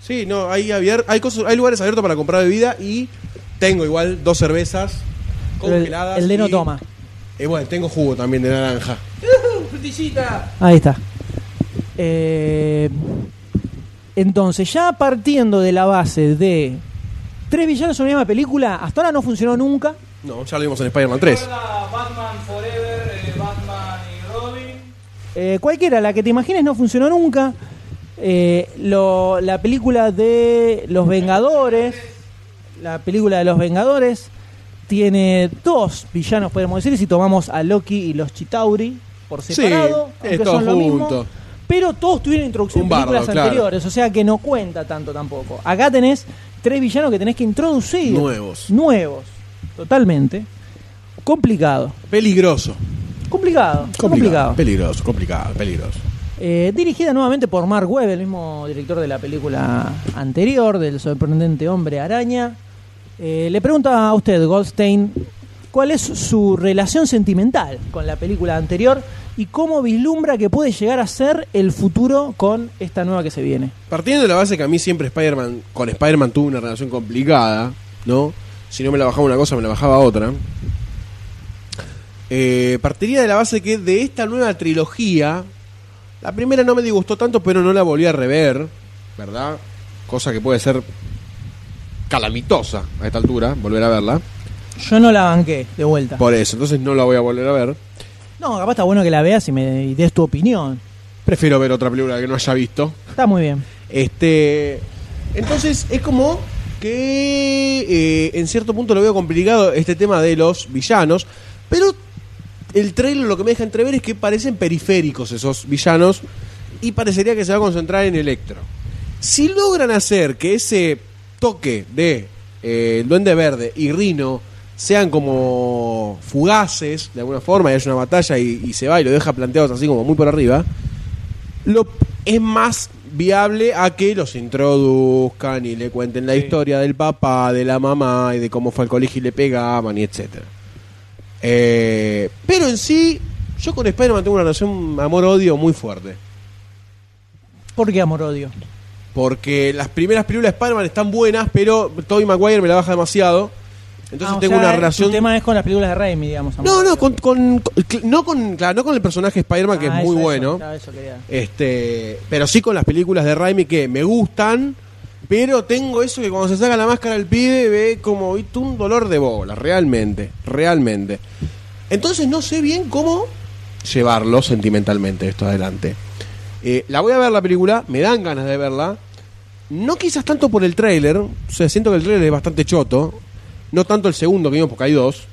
S3: Sí, no, hay, abier- hay, cosas, hay lugares abiertos para comprar bebida y tengo igual dos cervezas
S2: Pero el,
S3: congeladas.
S2: el de no
S3: y-
S2: toma.
S3: Y bueno, tengo jugo también de naranja.
S2: Ahí está. Eh, entonces, ya partiendo de la base de tres villanos en una misma película, hasta ahora no funcionó nunca.
S3: No, ya lo vimos en Spider-Man 3.
S1: Batman Forever, eh, Batman y Robin.
S2: Eh, cualquiera, la que te imagines no funcionó nunca. Eh, lo- la película de Los Vengadores, la película de Los Vengadores, tiene dos villanos, podemos decir, si tomamos a Loki y los Chitauri por
S3: Sí,
S2: separado,
S3: es
S2: aunque
S3: todo
S2: son lo mismo,
S3: junto.
S2: pero todos tuvieron introducción
S3: Un
S2: en
S3: bardo,
S2: películas
S3: claro.
S2: anteriores, o sea que no cuenta tanto tampoco. Acá tenés tres villanos que tenés que introducir.
S3: Nuevos.
S2: Nuevos, totalmente. Complicado,
S3: Peligroso.
S2: complicado, complicado.
S3: Peligroso, complicado, peligroso.
S2: Eh, dirigida nuevamente por Mark Webb, el mismo director de la película anterior, del sorprendente hombre araña. Eh, le pregunta a usted, Goldstein, cuál es su relación sentimental con la película anterior y cómo vislumbra que puede llegar a ser el futuro con esta nueva que se viene.
S3: Partiendo de la base que a mí siempre Spider-Man, con Spider-Man tuve una relación complicada, ¿no? Si no me la bajaba una cosa, me la bajaba otra. Eh, partiría de la base que de esta nueva trilogía, la primera no me disgustó tanto, pero no la volví a rever, ¿verdad? Cosa que puede ser calamitosa a esta altura, volver a verla.
S2: Yo no la banqué de vuelta.
S3: Por eso, entonces no la voy a volver a ver.
S2: No, capaz está bueno que la veas y me y des tu opinión.
S3: Prefiero ver otra película que no haya visto.
S2: Está muy bien.
S3: Este, entonces es como que eh, en cierto punto lo veo complicado este tema de los villanos, pero el trailer lo que me deja entrever es que parecen periféricos esos villanos y parecería que se va a concentrar en Electro. Si logran hacer que ese toque de eh, el Duende Verde y Rino sean como fugaces de alguna forma y hay una batalla y, y se va y lo deja planteados así como muy por arriba, lo, es más viable a que los introduzcan y le cuenten la historia del papá, de la mamá y de cómo fue al colegio y le pegaban y etcétera. Eh, pero en sí, yo con Spider-Man tengo una relación amor-odio muy fuerte.
S2: ¿Por qué amor-odio?
S3: Porque las primeras películas de Spider-Man están buenas, pero Tobey Maguire me la baja demasiado. Entonces
S2: Ah, o
S3: tengo
S2: sea,
S3: una
S2: tu
S3: relación.
S2: tema es con las películas de Raimi, digamos.
S3: No,
S2: amor-odio.
S3: no, con, con- con- cl- no, con, claro, no con el personaje de Spider-Man, que
S2: Ah,
S3: es muy
S2: eso,
S3: bueno.
S2: Eso, eso quería.
S3: Este, pero sí con las películas de Raimi que me gustan, pero tengo eso que cuando se saca la máscara el pibe ve como "Viste, un dolor de bola, realmente, realmente. Entonces no sé bien cómo llevarlo sentimentalmente esto adelante. Eh, la voy a ver la película, me dan ganas de verla. No quizás tanto por el tráiler, o sea, siento que el tráiler es bastante choto. No tanto el segundo que vimos, porque hay dos.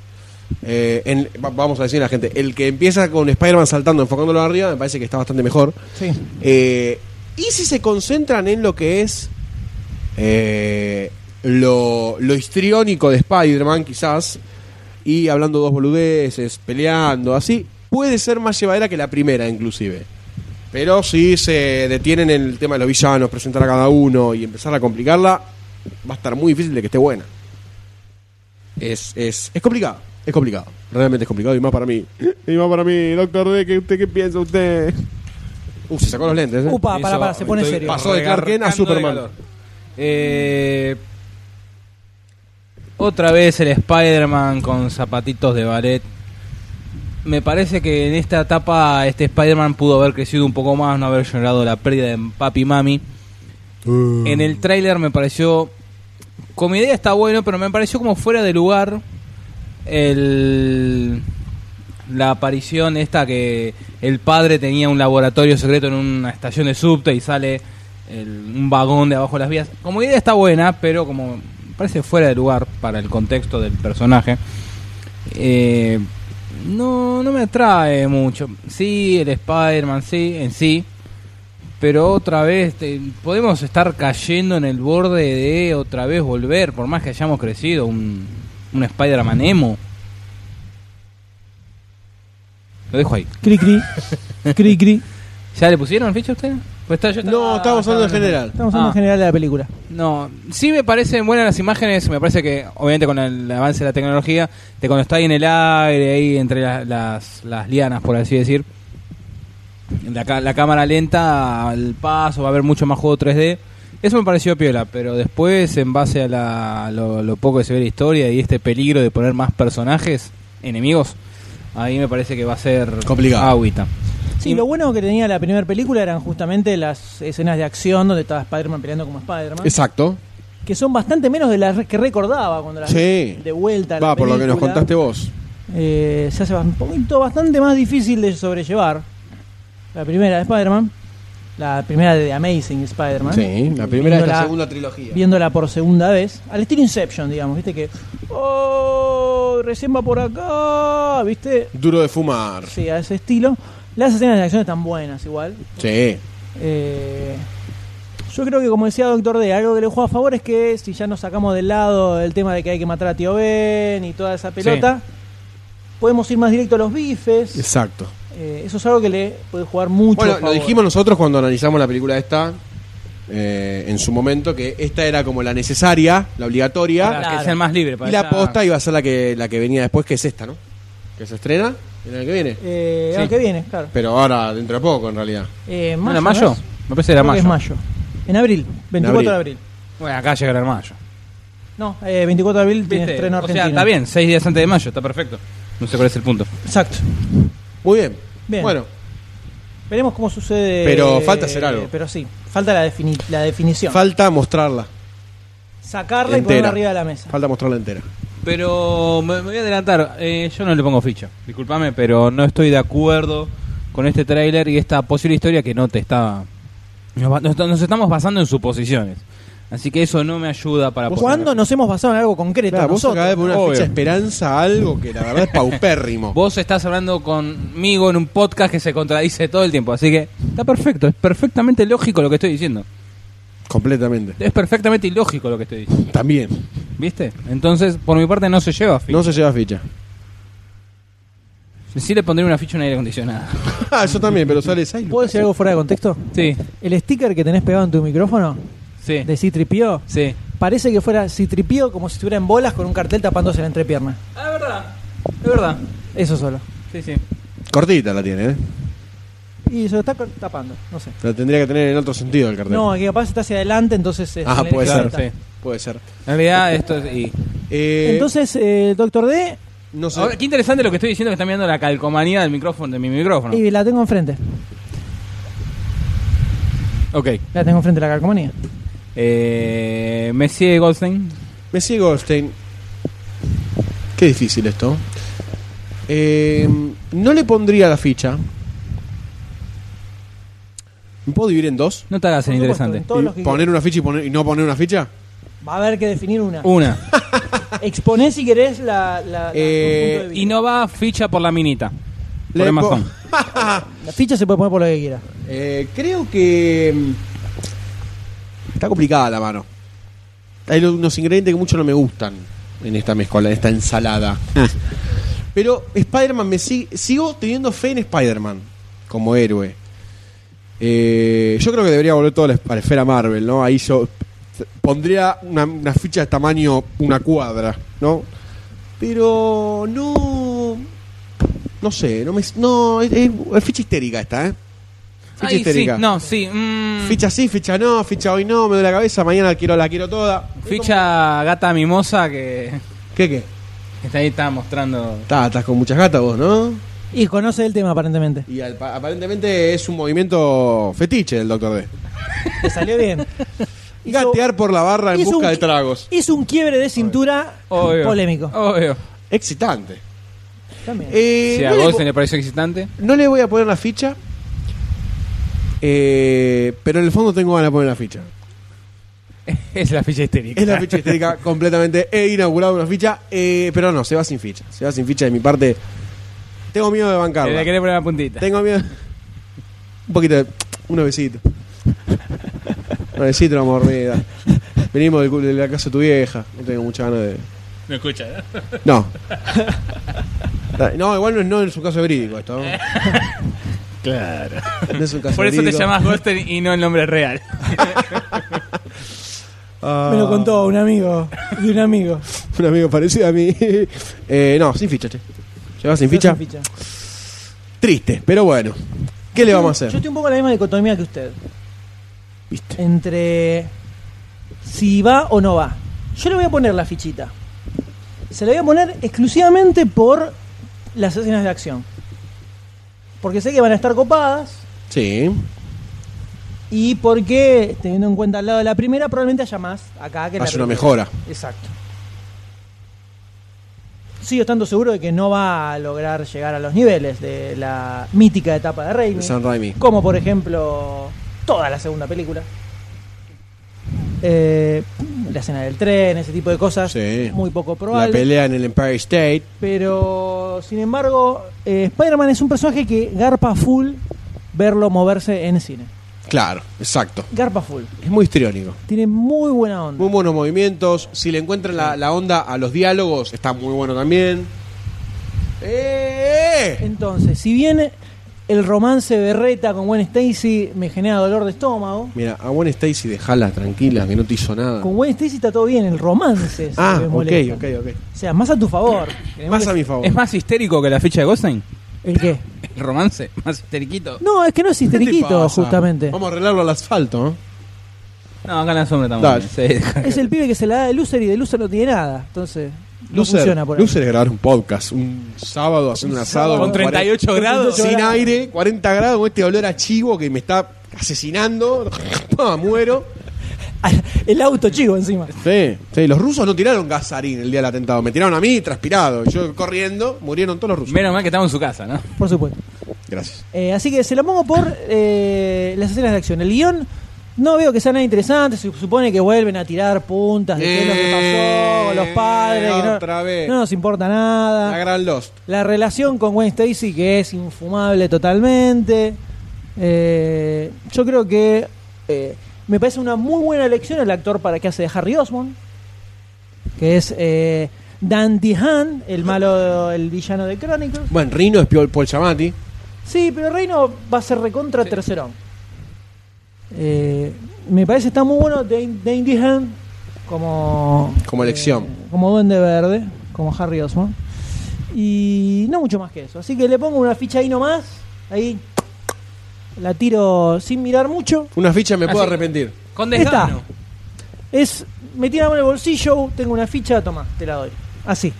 S3: Eh, en- va- vamos a decir a la gente, el que empieza con Spider-Man saltando, enfocándolo arriba, me parece que está bastante mejor.
S2: Sí.
S3: Eh, y si se concentran en lo que es eh, lo, lo histriónico de Spider-Man, quizás, y hablando dos boludeces, peleando, así, puede ser más llevadera que la primera, inclusive. Pero si se detienen en el tema de los villanos, presentar a cada uno y empezar a complicarla, va a estar muy difícil de que esté buena. Es, es, es complicado, es complicado. Realmente es complicado y más para mí. Y más para mí, doctor D, ¿qué, usted, qué piensa usted? Uh, se sacó los lentes. ¿eh?
S2: Upa, para, para, se pone
S8: Estoy
S2: serio.
S3: Pasó de Clark Kent
S8: regarcando
S3: a
S8: de
S3: Superman.
S8: calor.
S4: Eh, otra vez el Spider-Man con zapatitos de ballet. Me parece que en esta etapa este Spider-Man pudo haber crecido un poco más, no haber llorado la pérdida de papi y mami. En el tráiler me pareció... Como idea está bueno, pero me pareció como fuera de lugar el, la aparición esta que el padre tenía un laboratorio secreto en una estación de subte y sale el- un vagón de abajo de las vías. Como idea está buena, pero como parece fuera de lugar para el contexto del personaje. Eh, no, no me atrae mucho. Sí, el Spider-Man, sí, en sí. Pero otra vez, te- podemos estar cayendo en el borde de otra vez volver, por más que hayamos crecido, un, un Spider-Man emo. Lo dejo ahí.
S2: Cri, cri. Cri, cri.
S4: ¿Ya le pusieron ficha a usted? Pues está, yo
S3: No,
S4: estaba-
S3: estamos hablando en general.
S2: Estamos hablando
S4: Ah.
S2: en general de la película.
S4: No, sí me parecen buenas las imágenes, me parece que obviamente con el avance de la tecnología, de cuando está ahí en el aire, ahí entre la- las, las lianas, por así decir, la, ca- la cámara lenta al paso, va a haber mucho más juego 3D. Eso me pareció piola, pero después en base a la- lo, lo poco que se ve de la historia y este peligro de poner más personajes, enemigos, ahí me parece que va a ser
S3: Complicado.
S4: agüita.
S2: Sí,
S4: Y-
S2: lo bueno que tenía la primera película eran justamente las escenas de acción donde estaba Spider-Man peleando como Spider-Man.
S3: Exacto.
S2: Que son bastante menos de las que recordaba cuando las
S3: Sí.
S2: de vuelta. a la
S3: Va, por lo que nos
S2: película.
S3: contaste vos.
S2: Eh, se hace un poquito bastante más difícil de sobrellevar. La primera de Spider-Man, la primera de The Amazing Spider-Man.
S3: Sí, la primera de esta
S2: Viéndola-
S3: segunda trilogía.
S2: Viéndola por segunda vez, al estilo Inception, digamos, viste que. ¡Oh! Recién va por acá, viste.
S3: Duro de fumar.
S2: Sí, a ese estilo. Las escenas de acción están buenas, igual.
S3: Sí.
S2: Eh, yo creo que, como decía Doctor D, algo que le juega a favor es que si ya nos sacamos del lado el tema de que hay que matar a Tío Ben y toda esa pelota, podemos ir más directo a los bifes.
S3: Exacto.
S2: Eh, eso es algo que le puede jugar mucho. a
S3: Bueno, lo
S2: favor.
S3: dijimos nosotros cuando analizamos la película esta, eh, en su momento, que esta era como la necesaria, la obligatoria,
S4: Para que sean más libres. para
S3: y la
S4: esa-
S3: posta iba a ser la que, la que venía después, que es esta, ¿no? Que se estrena el año que viene.
S2: Eh, ah,
S4: Sí.
S2: que viene, claro.
S3: Pero ahora, dentro de poco, en realidad.
S2: Eh,
S4: ¿No era
S2: mayo?
S4: mayo?
S2: ¿no es?
S4: Me parece que era
S2: Creo que
S4: mayo.
S2: es mayo. En abril, 24 de
S3: abril.
S2: abril.
S4: Bueno, acá llegará el mayo.
S2: No, eh, 24 de abril tiene
S4: Viste,
S2: estreno
S4: O sea,
S2: argentino.
S4: está bien, seis días antes de mayo, está perfecto. No sé cuál es el punto.
S2: Exacto.
S3: Muy bien.
S2: Bien.
S3: Bueno,
S2: Veremos cómo sucede.
S3: Pero falta hacer algo.
S2: Pero sí, falta la, defini- la definición.
S3: falta mostrarla.
S2: Sacarla y ponerla
S3: entera.
S2: arriba de la mesa.
S3: Falta mostrarla entera.
S4: Pero me, me voy a adelantar, eh, yo no le pongo ficha. Disculpame, pero no estoy de acuerdo con este tráiler y esta posible historia que no te está... Nos, va- nos- nos estamos basando en suposiciones. Así que eso no me ayuda para... poder-
S2: ¿Cuándo nos hemos basado en algo concreto?
S3: Claro, vos
S2: nosotros? Oh.
S3: acabás de poner una
S4: obvio.
S3: fecha de esperanza a algo que la verdad es paupérrimo.
S4: Vos estás hablando conmigo en un podcast que se contradice todo el tiempo, así que está perfecto, es perfectamente lógico lo que estoy diciendo.
S3: Completamente.
S4: Es perfectamente ilógico lo que estoy diciendo.
S3: También.
S4: ¿Viste? Entonces, por mi parte, no se lleva ficha.
S3: No se lleva ficha.
S4: Sí le pondría una ficha a un aire acondicionado.
S3: Ah, yo también, pero sale 6.
S2: ¿Puedo decir algo fuera de contexto?
S4: Sí,
S2: El sticker que tenés pegado en tu micrófono
S4: sí,
S2: de Citripio
S4: sí.
S2: parece que fuera Citripio como si estuviera en bolas con un cartel tapándose la entrepierna.
S1: Ah, es verdad. Es verdad.
S2: Eso solo.
S1: Sí, sí.
S3: Cortita la tiene, ¿eh?
S2: Y se lo está co- tapando, no sé.
S3: La tendría que tener en otro sentido el cartel.
S2: No, que capaz está hacia adelante, entonces. eh,
S3: Ah,
S2: se le-
S3: puede
S2: se le
S3: ser.
S4: Claro,
S2: tapa.
S4: sí.
S3: Puede ser.
S4: En realidad, esto es. y-
S3: Eh,
S2: Entonces, eh, Doctor D,
S3: no sé.
S1: Ahora,
S4: Qué interesante lo que estoy diciendo que están mirando la calcomanía del micrófono, de mi micrófono.
S2: y la tengo enfrente.
S4: Ok.
S2: La tengo enfrente de la calcomanía.
S4: Eh, Messi Goldstein.
S3: Me sigue Goldstein. Qué difícil esto. Eh, no le pondría la ficha. ¿Me puedo dividir en dos?
S4: No te hagas el
S2: Por supuesto,
S4: interesante.
S2: en todos
S3: ¿Y
S2: los que-
S3: ¿Poner una ficha y, poner- y no poner una ficha?
S2: Va a haber que definir una.
S4: Una.
S2: Exponé si querés la. la- la-
S3: Eh,
S2: tu punto de
S4: Y no va ficha por la minita. Por
S3: Le
S4: Amazon.
S3: po-
S2: vista. La ficha se puede poner por lo que quiera.
S3: Eh, creo que. mm, Está complicada la mano. Hay lo- unos ingredientes que mucho no me gustan en esta mezcola, en esta ensalada. Pero Spider-Man, me sig- sigo teniendo fe en Spider-Man como héroe. Eh, yo creo que debería volver toda la, es- a la esfera Marvel, ¿no? Ahí yo t- pondría una, una ficha de tamaño, una cuadra, ¿no? Pero no. No sé, no me. No, es, es- es ficha histérica esta, ¿eh? Ficha
S1: Ay, sí.
S3: histérica.
S1: No, sí. mm.
S3: Ficha sí, ficha no, ficha hoy no, me duele la cabeza, mañana quiero, la quiero toda.
S4: Ficha gata mimosa que,
S3: ¿Qué qué?
S4: que está ahí está mostrando.
S3: Tá, estás con muchas gatas vos, ¿no?
S2: Y conoce el tema, aparentemente.
S3: Y al- aparentemente es un movimiento fetiche del Doctor D.
S2: Le salió bien. Hizo-
S3: Gatear por la barra en
S2: hizo
S3: busca
S2: un-
S3: de tragos.
S2: Hizo un quiebre de cintura
S4: Obvio. Oh.
S2: polémico.
S4: Obvio.
S3: Excitante.
S2: También.
S3: Eh,
S4: Si a
S3: no, le
S4: Goldstein
S3: po-
S4: le pareció excitante.
S3: no le voy a poner la ficha, eh, pero en el fondo tengo ganas de poner la ficha.
S4: Es la ficha histérica.
S3: Es la ficha histérica completamente. He inaugurado una ficha, eh, pero no, se va sin ficha. Se va sin ficha de mi parte. Tengo miedo de
S4: Le
S3: bancarla.
S4: querés poner la puntita.
S3: Tengo miedo. Un poquito de. Un besito. Un besito, una mordida. Venimos del cu- de la casa de tu vieja. No tengo mucha ganas de.
S1: Me escucha, ¿eh?
S3: No. No, igual no es, no es un caso verídico esto. ¿no?
S1: Claro.
S3: No es un caso
S1: Por eso te
S3: verídico.
S1: llamás Goldstein y no el nombre real.
S3: Ah,
S2: Me lo contó un amigo. De un amigo.
S3: Un amigo parecido a mí. Eh, no, sin ficha, che. Llevas sin ficha.
S2: No se ficha.
S3: Triste, pero bueno. ¿Qué le vamos a
S2: Yo
S3: hacer?
S2: estoy un poco en la misma dicotomía que usted.
S3: Viste.
S2: Entre si va o no va. Yo le voy a poner la fichita. Se la voy a poner exclusivamente por las escenas de acción. Porque sé que van a estar copadas
S3: Sí.
S2: y porque, teniendo en cuenta al lado de la primera, probablemente haya más acá que en la
S3: Hace una
S2: primera.
S3: mejora.
S2: Exacto. Sigo estando seguro de que no va a lograr llegar a los niveles de la mítica etapa de Raimi.
S3: de San Raimi.
S2: Como por ejemplo toda la segunda película. Eh, la escena del tren, ese tipo de cosas.
S3: Sí.
S2: Muy poco
S3: La
S2: probable.
S3: pelea en el Empire State.
S2: Pero, sin embargo, eh, Spider-Man es un personaje que garpa full verlo moverse en cine.
S3: Claro, exacto.
S2: Garpa full.
S3: Es muy histriónico.
S2: Tiene muy buena onda.
S3: Muy buenos movimientos. Si le encuentran la, la onda a los diálogos, está muy bueno también. ¡Eh!
S2: Entonces, si bien el romance berreta con Gwen Stacy me genera dolor de estómago,
S3: Mira, a Gwen Stacy dejala tranquila, que no te hizo nada.
S2: con Gwen Stacy está todo bien, el romance es
S3: Ah,
S2: lo que
S3: ok,
S2: molesta.
S3: ok, ok.
S2: O sea, más a tu favor.
S3: Más a mi favor.
S4: ¿Es más histérico que la ficha de Goldstein?
S2: ¿El qué?
S4: ¿El romance? ¿Más histeriquito?
S2: No, es que no es
S3: ¿Qué te
S2: histeriquito,
S3: pasa?
S2: justamente.
S3: Vamos a arreglarlo al asfalto, ¿eh? ¿no?
S4: No, acá en la sombra
S3: Dale.
S4: estamos. bien. Sí.
S2: Es el pibe que se la da de loser y de loser no tiene nada. Entonces, no funciona por ahí.
S3: Lucer es grabar un podcast un sábado haciendo un asado
S2: sábado.
S1: Con 38 grados.
S3: sin aire, 40 grados, con este olor a chivo que me está asesinando. Ah, Muero.
S2: El auto chico encima.
S3: Sí, sí, los rusos no tiraron gasarín el día del atentado, me tiraron a mí transpirado, y yo corriendo, murieron todos los rusos.
S4: Menos mal que estamos en su casa, ¿no?
S2: Por supuesto.
S3: Gracias.
S2: Eh, así que se la pongo por eh, las escenas de acción. El guión no veo que sea nada interesante. Se supone que vuelven a tirar puntas de qué es lo que pasó con los padres. que no-
S3: Eh, Otra
S2: no,
S3: vez.
S2: nos importa
S3: La
S2: nada.
S3: gran Lost.
S2: La relación con Gwen Stacy que es infumable totalmente. Eh, yo creo que eh, me parece una muy buena elección el actor para que hace de Harry Osborn. que es eh, Dan DeHaan, el malo, el villano de Chronicles.
S3: Bueno, Rino es Paul, Paul Giamatti.
S2: Sí, pero Reino va a ser recontra tercerón. Eh, me parece está muy bueno Dane, Dane DeHaan como
S3: Como elección.
S2: eh, como duende verde, como Harry Osborn. Y no mucho más que eso. Así que le pongo una ficha ahí nomás. Ahí la tiro sin mirar mucho.
S3: Una ficha
S2: Ah,
S3: me puedo
S4: Así-
S3: arrepentir.
S4: Con
S2: Está.
S4: desgano.
S2: Es metí la mano en el bolsillo, tengo una ficha, toma, te la doy. Así.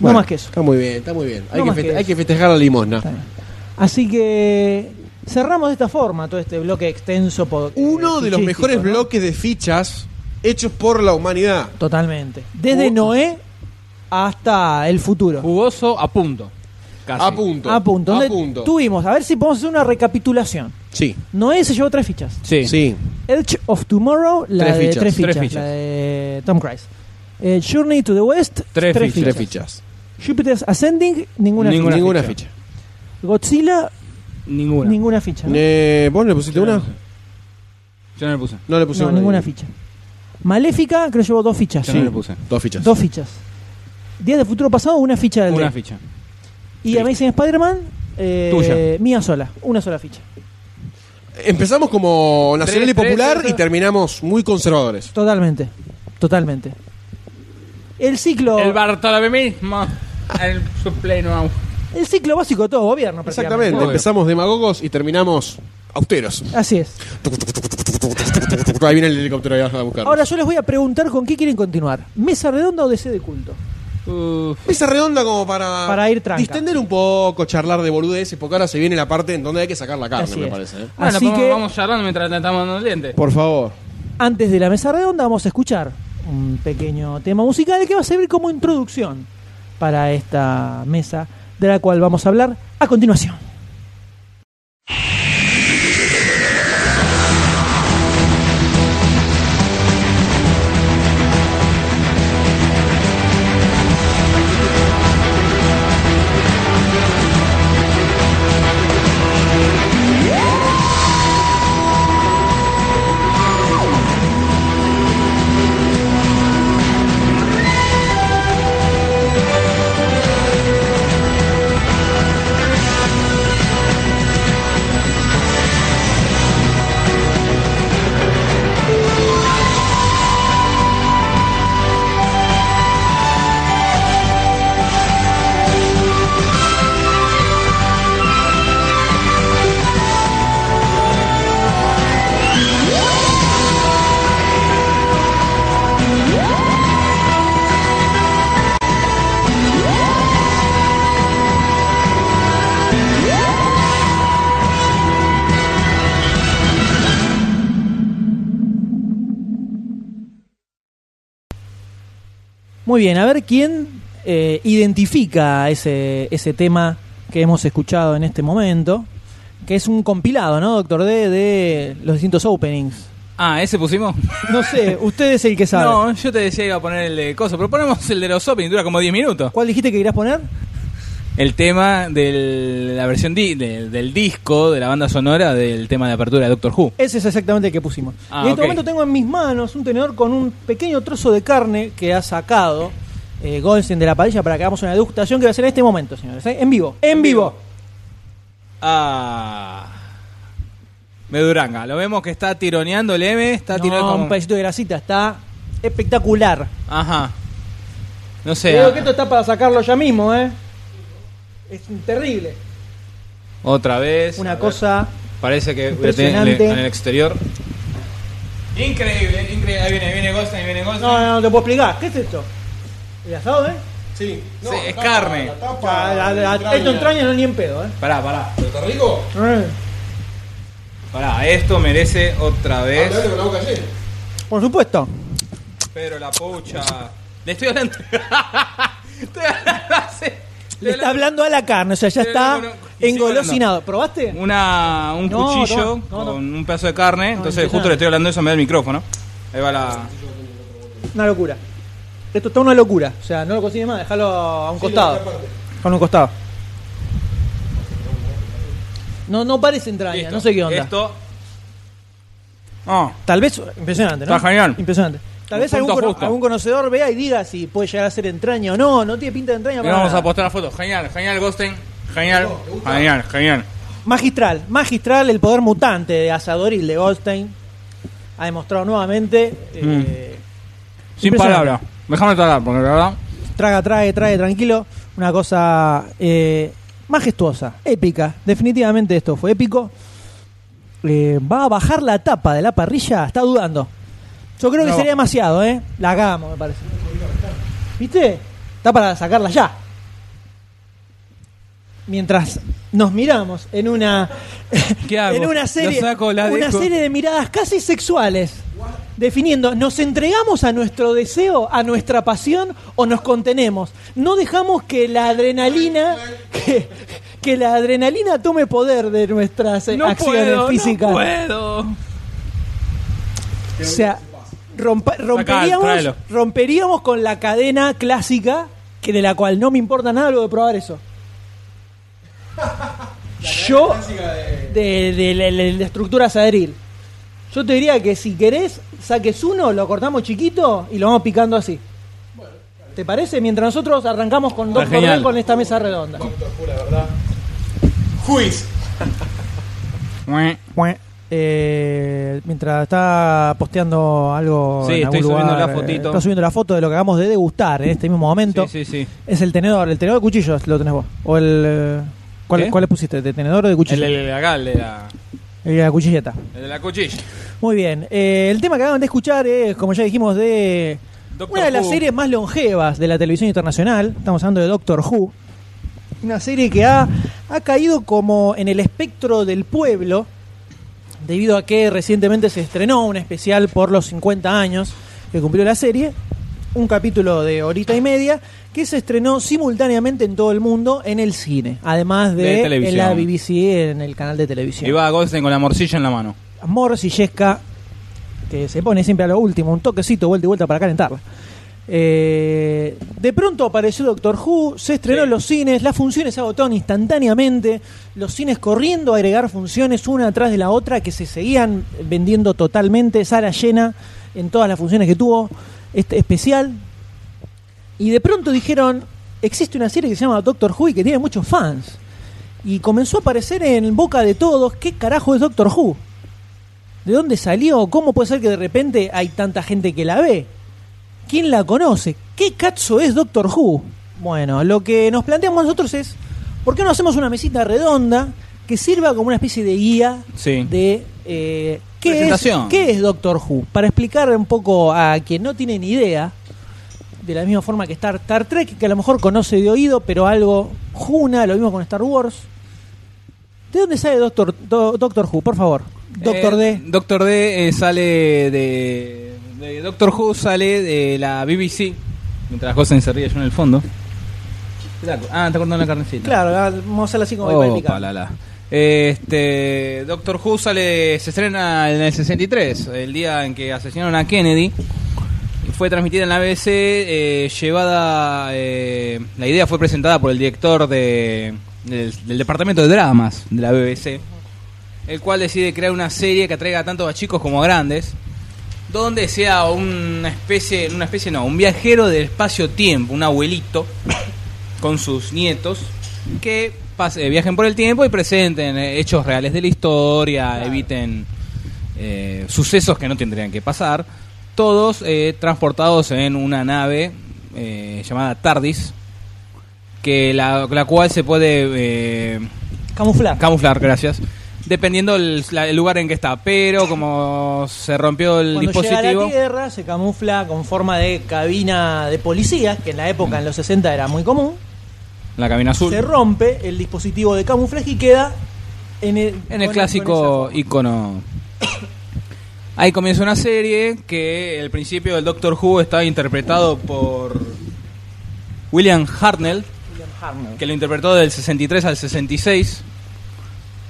S3: Bueno,
S2: no más que eso.
S3: Está muy bien, está muy bien. Hay,
S2: No
S3: que,
S2: más
S3: feste-
S2: que eso.
S3: hay que festejar la limosna.
S2: Está bien. Así que cerramos de esta forma todo este bloque extenso. po-
S3: Uno de los
S2: fichístico,
S3: mejores
S2: ¿no?
S3: bloques de fichas hechos por la humanidad.
S2: Totalmente. Desde
S3: Ju-
S2: Noé hasta el futuro.
S4: Jugoso a punto. Casi.
S3: A punto.
S2: Ah, A punto.
S3: A
S2: Donde
S3: punto.
S2: Tuvimos, a ver si podemos hacer una recapitulación.
S3: Sí,
S2: Noé se llevó tres fichas.
S4: Sí.
S3: sí.
S2: Edge of Tomorrow, la
S3: Tres
S2: de
S3: fichas.
S2: tres fichas,
S4: Tres fichas.
S2: la de Tom Cruise. Eh, Journey to the West,
S4: Tres fichas.
S3: Tres fichas.
S2: Jupiter's Ascending, ninguna,
S4: Ninguna
S3: Ninguna
S4: ficha.
S3: ficha.
S2: ficha. Godzilla,
S4: Ninguna.
S2: ninguna ficha. ¿no?
S3: Eh, ¿Vos le pusiste una?
S9: Yo no le puse.
S3: No le puse
S2: No,
S3: una.
S2: ninguna ficha. Maléfica, creo que llevó dos fichas.
S9: Yo no le puse.
S3: Dos fichas.
S2: Dos fichas. Días de futuro pasado, una ficha del
S9: Una
S2: D.
S9: ficha.
S2: Y Amazing Spider-Man, eh,
S4: Tuya.
S2: mía sola, una sola ficha.
S3: Empezamos como nacional y
S4: Tres, tres,
S3: popular
S4: tres.
S3: y terminamos muy conservadores.
S2: Totalmente, totalmente. El ciclo,
S4: El Bartolomé mismo. El su pleno au.
S2: el ciclo básico de todo gobierno, prácticamente.
S3: Exactamente. Empezamos demagogos y terminamos austeros.
S2: Así es.
S3: Ahí viene el helicóptero ahí a buscar.
S2: Ahora yo les voy a preguntar con qué quieren continuar. ¿Mesa redonda o DC de culto?
S4: Uf.
S3: Mesa redonda como para,
S2: Para ir tranca.
S3: distender un poco, charlar de boludeces, porque ahora se viene la parte en donde hay que sacar la carne,
S2: Así
S3: me
S2: es.
S3: parece. ¿eh?
S4: Bueno,
S2: Así
S4: vamos-
S2: que-
S4: vamos charlando mientras tratamos los dientes.
S3: Por favor.
S2: Antes de la mesa redonda vamos a escuchar un pequeño tema musical que va a servir como introducción para esta mesa de la cual vamos a hablar a continuación. Muy bien, a ver quién eh, identifica ese, ese tema que hemos escuchado en este momento, que es un compilado, ¿no, doctor D, de los distintos openings?
S4: Ah, ¿ese pusimos?
S2: No sé, usted es el que sabe.
S4: No, yo te decía iba a poner el de coso, pero ponemos el de los opening, dura como 10 minutos.
S2: ¿Cuál dijiste que querías poner?
S4: El tema de la versión di- del- del disco, de la banda sonora, del tema de apertura de Doctor Who.
S2: Ese es exactamente el que pusimos.
S4: Ah,
S2: y en este
S4: ok.
S2: momento tengo en mis manos un tenedor con un pequeño trozo de carne que ha sacado eh, Goldstein de la parrilla para que hagamos una degustación que va a ser en este momento, señores. ¿eh? En vivo, en vivo.
S4: Ah. Meduranga, lo vemos que está tironeando el M, está
S2: No,
S4: tironeando como-
S2: un pedacito de grasita, está espectacular.
S4: Ajá. No sé.
S2: Creo
S4: ah,
S2: que esto está para sacarlo ya mismo, ¿eh? Es terrible.
S4: Otra vez. a
S2: Una
S4: ver,
S2: cosa...
S4: Parece que voy a
S2: impresionante.
S4: tener en el exterior. Increíble, increíble. Ahí viene, ahí viene Goldstein, ahí viene Goldstein.
S2: No, no, no te puedo explicar. ¿Qué es esto? ¿El asado, eh? Ah,
S3: Sí,
S4: No, Sí, es tapa, carne. la
S2: La- la- la- esto entraña no ni en pedo, ¿eh?
S4: Pará, pará.
S3: ¿Está rico?
S2: Eh,
S4: Pará, esto merece otra vez.
S3: Ah, la boca llena.
S2: Por supuesto.
S4: Pero la pucha. Le estoy hablando. Estoy hablando así.
S2: Le
S4: Estoy
S2: está
S4: hablando-
S2: hablando a la carne, o sea, ya
S4: Estoy
S2: está
S4: hablando con- sigo
S2: engolosinado. ¿Probaste?
S4: Una, un
S2: No,
S4: cuchillo
S2: no, no, no.
S4: con un pedazo de carne. Entonces,
S2: impresionante.
S4: justo le estoy hablando de eso en vez del micrófono. Ahí va la.
S2: Una locura. Esto está una locura. O sea, no lo cocines más, déjalo a un costado. Con un costado. No, no parece entraña,
S4: Listo.
S2: no sé qué onda.
S4: Esto. Ah,
S2: Tal vez impresionante, ¿no?
S4: Está genial.
S2: Impresionante.
S3: Tal
S4: Un
S3: vez algún,
S4: punto
S3: cono-
S4: justo.
S3: algún conocedor vea y diga si puede llegar a ser entraña o no. No tiene pinta de entraña.
S4: Le
S3: para
S4: vamos
S3: nada.
S4: a postar la foto. Genial, genial, Gosten. Genial, genial, genial.
S3: Magistral, magistral el poder mutante de Asadoril de Goldstein. Ha demostrado nuevamente.
S4: Mm.
S3: eh,
S4: Sin
S3: Impresionante.
S4: palabra. Déjame tratar, porque la verdad.
S2: Traga, trae, trae, tranquilo. Una cosa eh, majestuosa, épica. Definitivamente esto fue épico. Eh, ¿Va a bajar la tapa de la parrilla? Está dudando. Yo creo que
S4: No.
S2: sería demasiado, ¿eh? La hagamos, me parece. ¿Viste? Está para sacarla ya.
S3: mientras nos miramos en una
S4: ¿Qué hago?
S3: en una serie
S4: Lo saco, la
S3: una
S4: dejo.
S3: serie de miradas casi sexuales definiendo nos entregamos a nuestro deseo a nuestra pasión o nos contenemos no dejamos que la adrenalina que, que la adrenalina tome poder de nuestras eh,
S4: No
S3: acciones
S4: puedo,
S3: físicas
S4: no puedo.
S3: o sea, rompa- romperíamos,
S4: tráelo.
S3: romperíamos con la cadena clásica que de la cual no me importa nada luego de probar eso. Yo, de, de la- la- la estructura saderil. Yo te diría que si querés, saques uno, lo cortamos chiquito y lo vamos picando así. ¿Te parece? Mientras nosotros arrancamos con
S4: Está
S3: Don Coronel
S4: Ah, genial.
S3: con esta mesa redonda.
S10: Juiz.
S2: Eh, mientras está posteando algo.
S4: Sí,
S2: en
S4: estoy
S2: algún
S4: subiendo
S2: lugar,
S4: la
S2: eh,
S4: fotito.
S2: está subiendo la foto de lo que acabamos de degustar en este mismo momento.
S4: Sí, sí, sí.
S2: Es el tenedor, el tenedor de cuchillos lo tenés vos. O el. eh, ¿Cuál,
S4: ¿Qué?
S2: cuál le pusiste? ¿De tenedor o de
S4: El,
S2: cuchillo?
S4: el, el acá, el de la,
S2: El de la cuchilleta.
S4: el de la cuchilla.
S2: Muy bien. eh, el tema que acaban de escuchar es, como ya dijimos, de
S4: Doctor
S2: una de las
S4: Who.
S2: series más longevas de la televisión internacional. Estamos hablando de Doctor Who. Una serie que ha, ha caído como en el espectro del pueblo, debido a que recientemente se estrenó un especial por los 50 años que cumplió la serie. Un capítulo de horita y media que se estrenó simultáneamente en todo el mundo en el cine, además de,
S4: De
S2: en
S4: televisión.
S2: la BBC, en el canal de televisión.
S4: Y va Goldstein con la morcilla en la mano.
S2: Morcillesca, que se pone siempre a lo último, un toquecito, vuelta y vuelta para calentarla. Eh, de pronto apareció Doctor Who, se estrenó en los cines, las funciones se agotaron instantáneamente, los cines corriendo a agregar funciones una atrás de la otra que se seguían vendiendo totalmente, sala llena en todas las funciones que tuvo este especial. Y de pronto dijeron, existe una serie que se llama Doctor Who y que tiene muchos fans. Y comenzó a aparecer en boca de todos, ¿qué carajo es Doctor Who? ¿De dónde salió? ¿Cómo puede ser que de repente hay tanta gente que la ve? ¿Quién la conoce? ¿Qué cazzo es Doctor Who? Bueno, lo que nos planteamos nosotros es, ¿por qué no hacemos una mesita redonda que sirva como una especie de guía
S4: Sí.
S2: de eh, qué, es,
S4: Presentación.
S2: qué es Doctor Who? Para explicar un poco a quien no tiene ni idea, de la misma forma que Star, Star Trek, que a lo mejor conoce de oído, pero algo juna, lo mismo con Star Wars. ¿De dónde sale Doctor, Do- Doctor Who? Por favor. Doctor
S4: Eh,
S2: D.
S4: Doctor D eh, sale de, de Doctor Who sale de la BBC. Mientras Gosen se ríe yo en el fondo. Ah, está cortando la carnecita.
S2: Claro, ah, vamos a hacerla así como
S4: Oh,
S2: para picar.
S4: palala. Este Doctor Who sale se estrena en el 63, el día en que asesinaron a Kennedy. Fue transmitida en la BBC, eh, llevada eh, la idea fue presentada por el director de, del, del departamento de dramas de la BBC, el cual decide crear una serie que atraiga tanto a chicos como a grandes, donde sea una especie, una especie no, un viajero del espacio-tiempo, un abuelito con sus nietos que pase- viajen por el tiempo y presenten eh, hechos reales de la historia, eviten eh, sucesos que no tendrían que pasar, todos eh, transportados en una nave eh, llamada TARDIS, que la, la cual se puede eh,
S2: Camuflar.
S4: camuflar, gracias, dependiendo el, la- el lugar en que está, pero como se rompió el
S2: Cuando llega a
S4: dispositivo...
S2: la Tierra se camufla con forma de cabina de policías, que en la época, en los 60, era muy común.
S4: La cabina azul.
S2: Se rompe el dispositivo de camuflaje y queda en el,
S4: En el
S2: con-
S4: clásico
S2: con esa forma.
S4: icono. Ahí comienza una serie que al principio el Doctor Who estaba interpretado por William Hartnell, que lo interpretó del 63 al 66.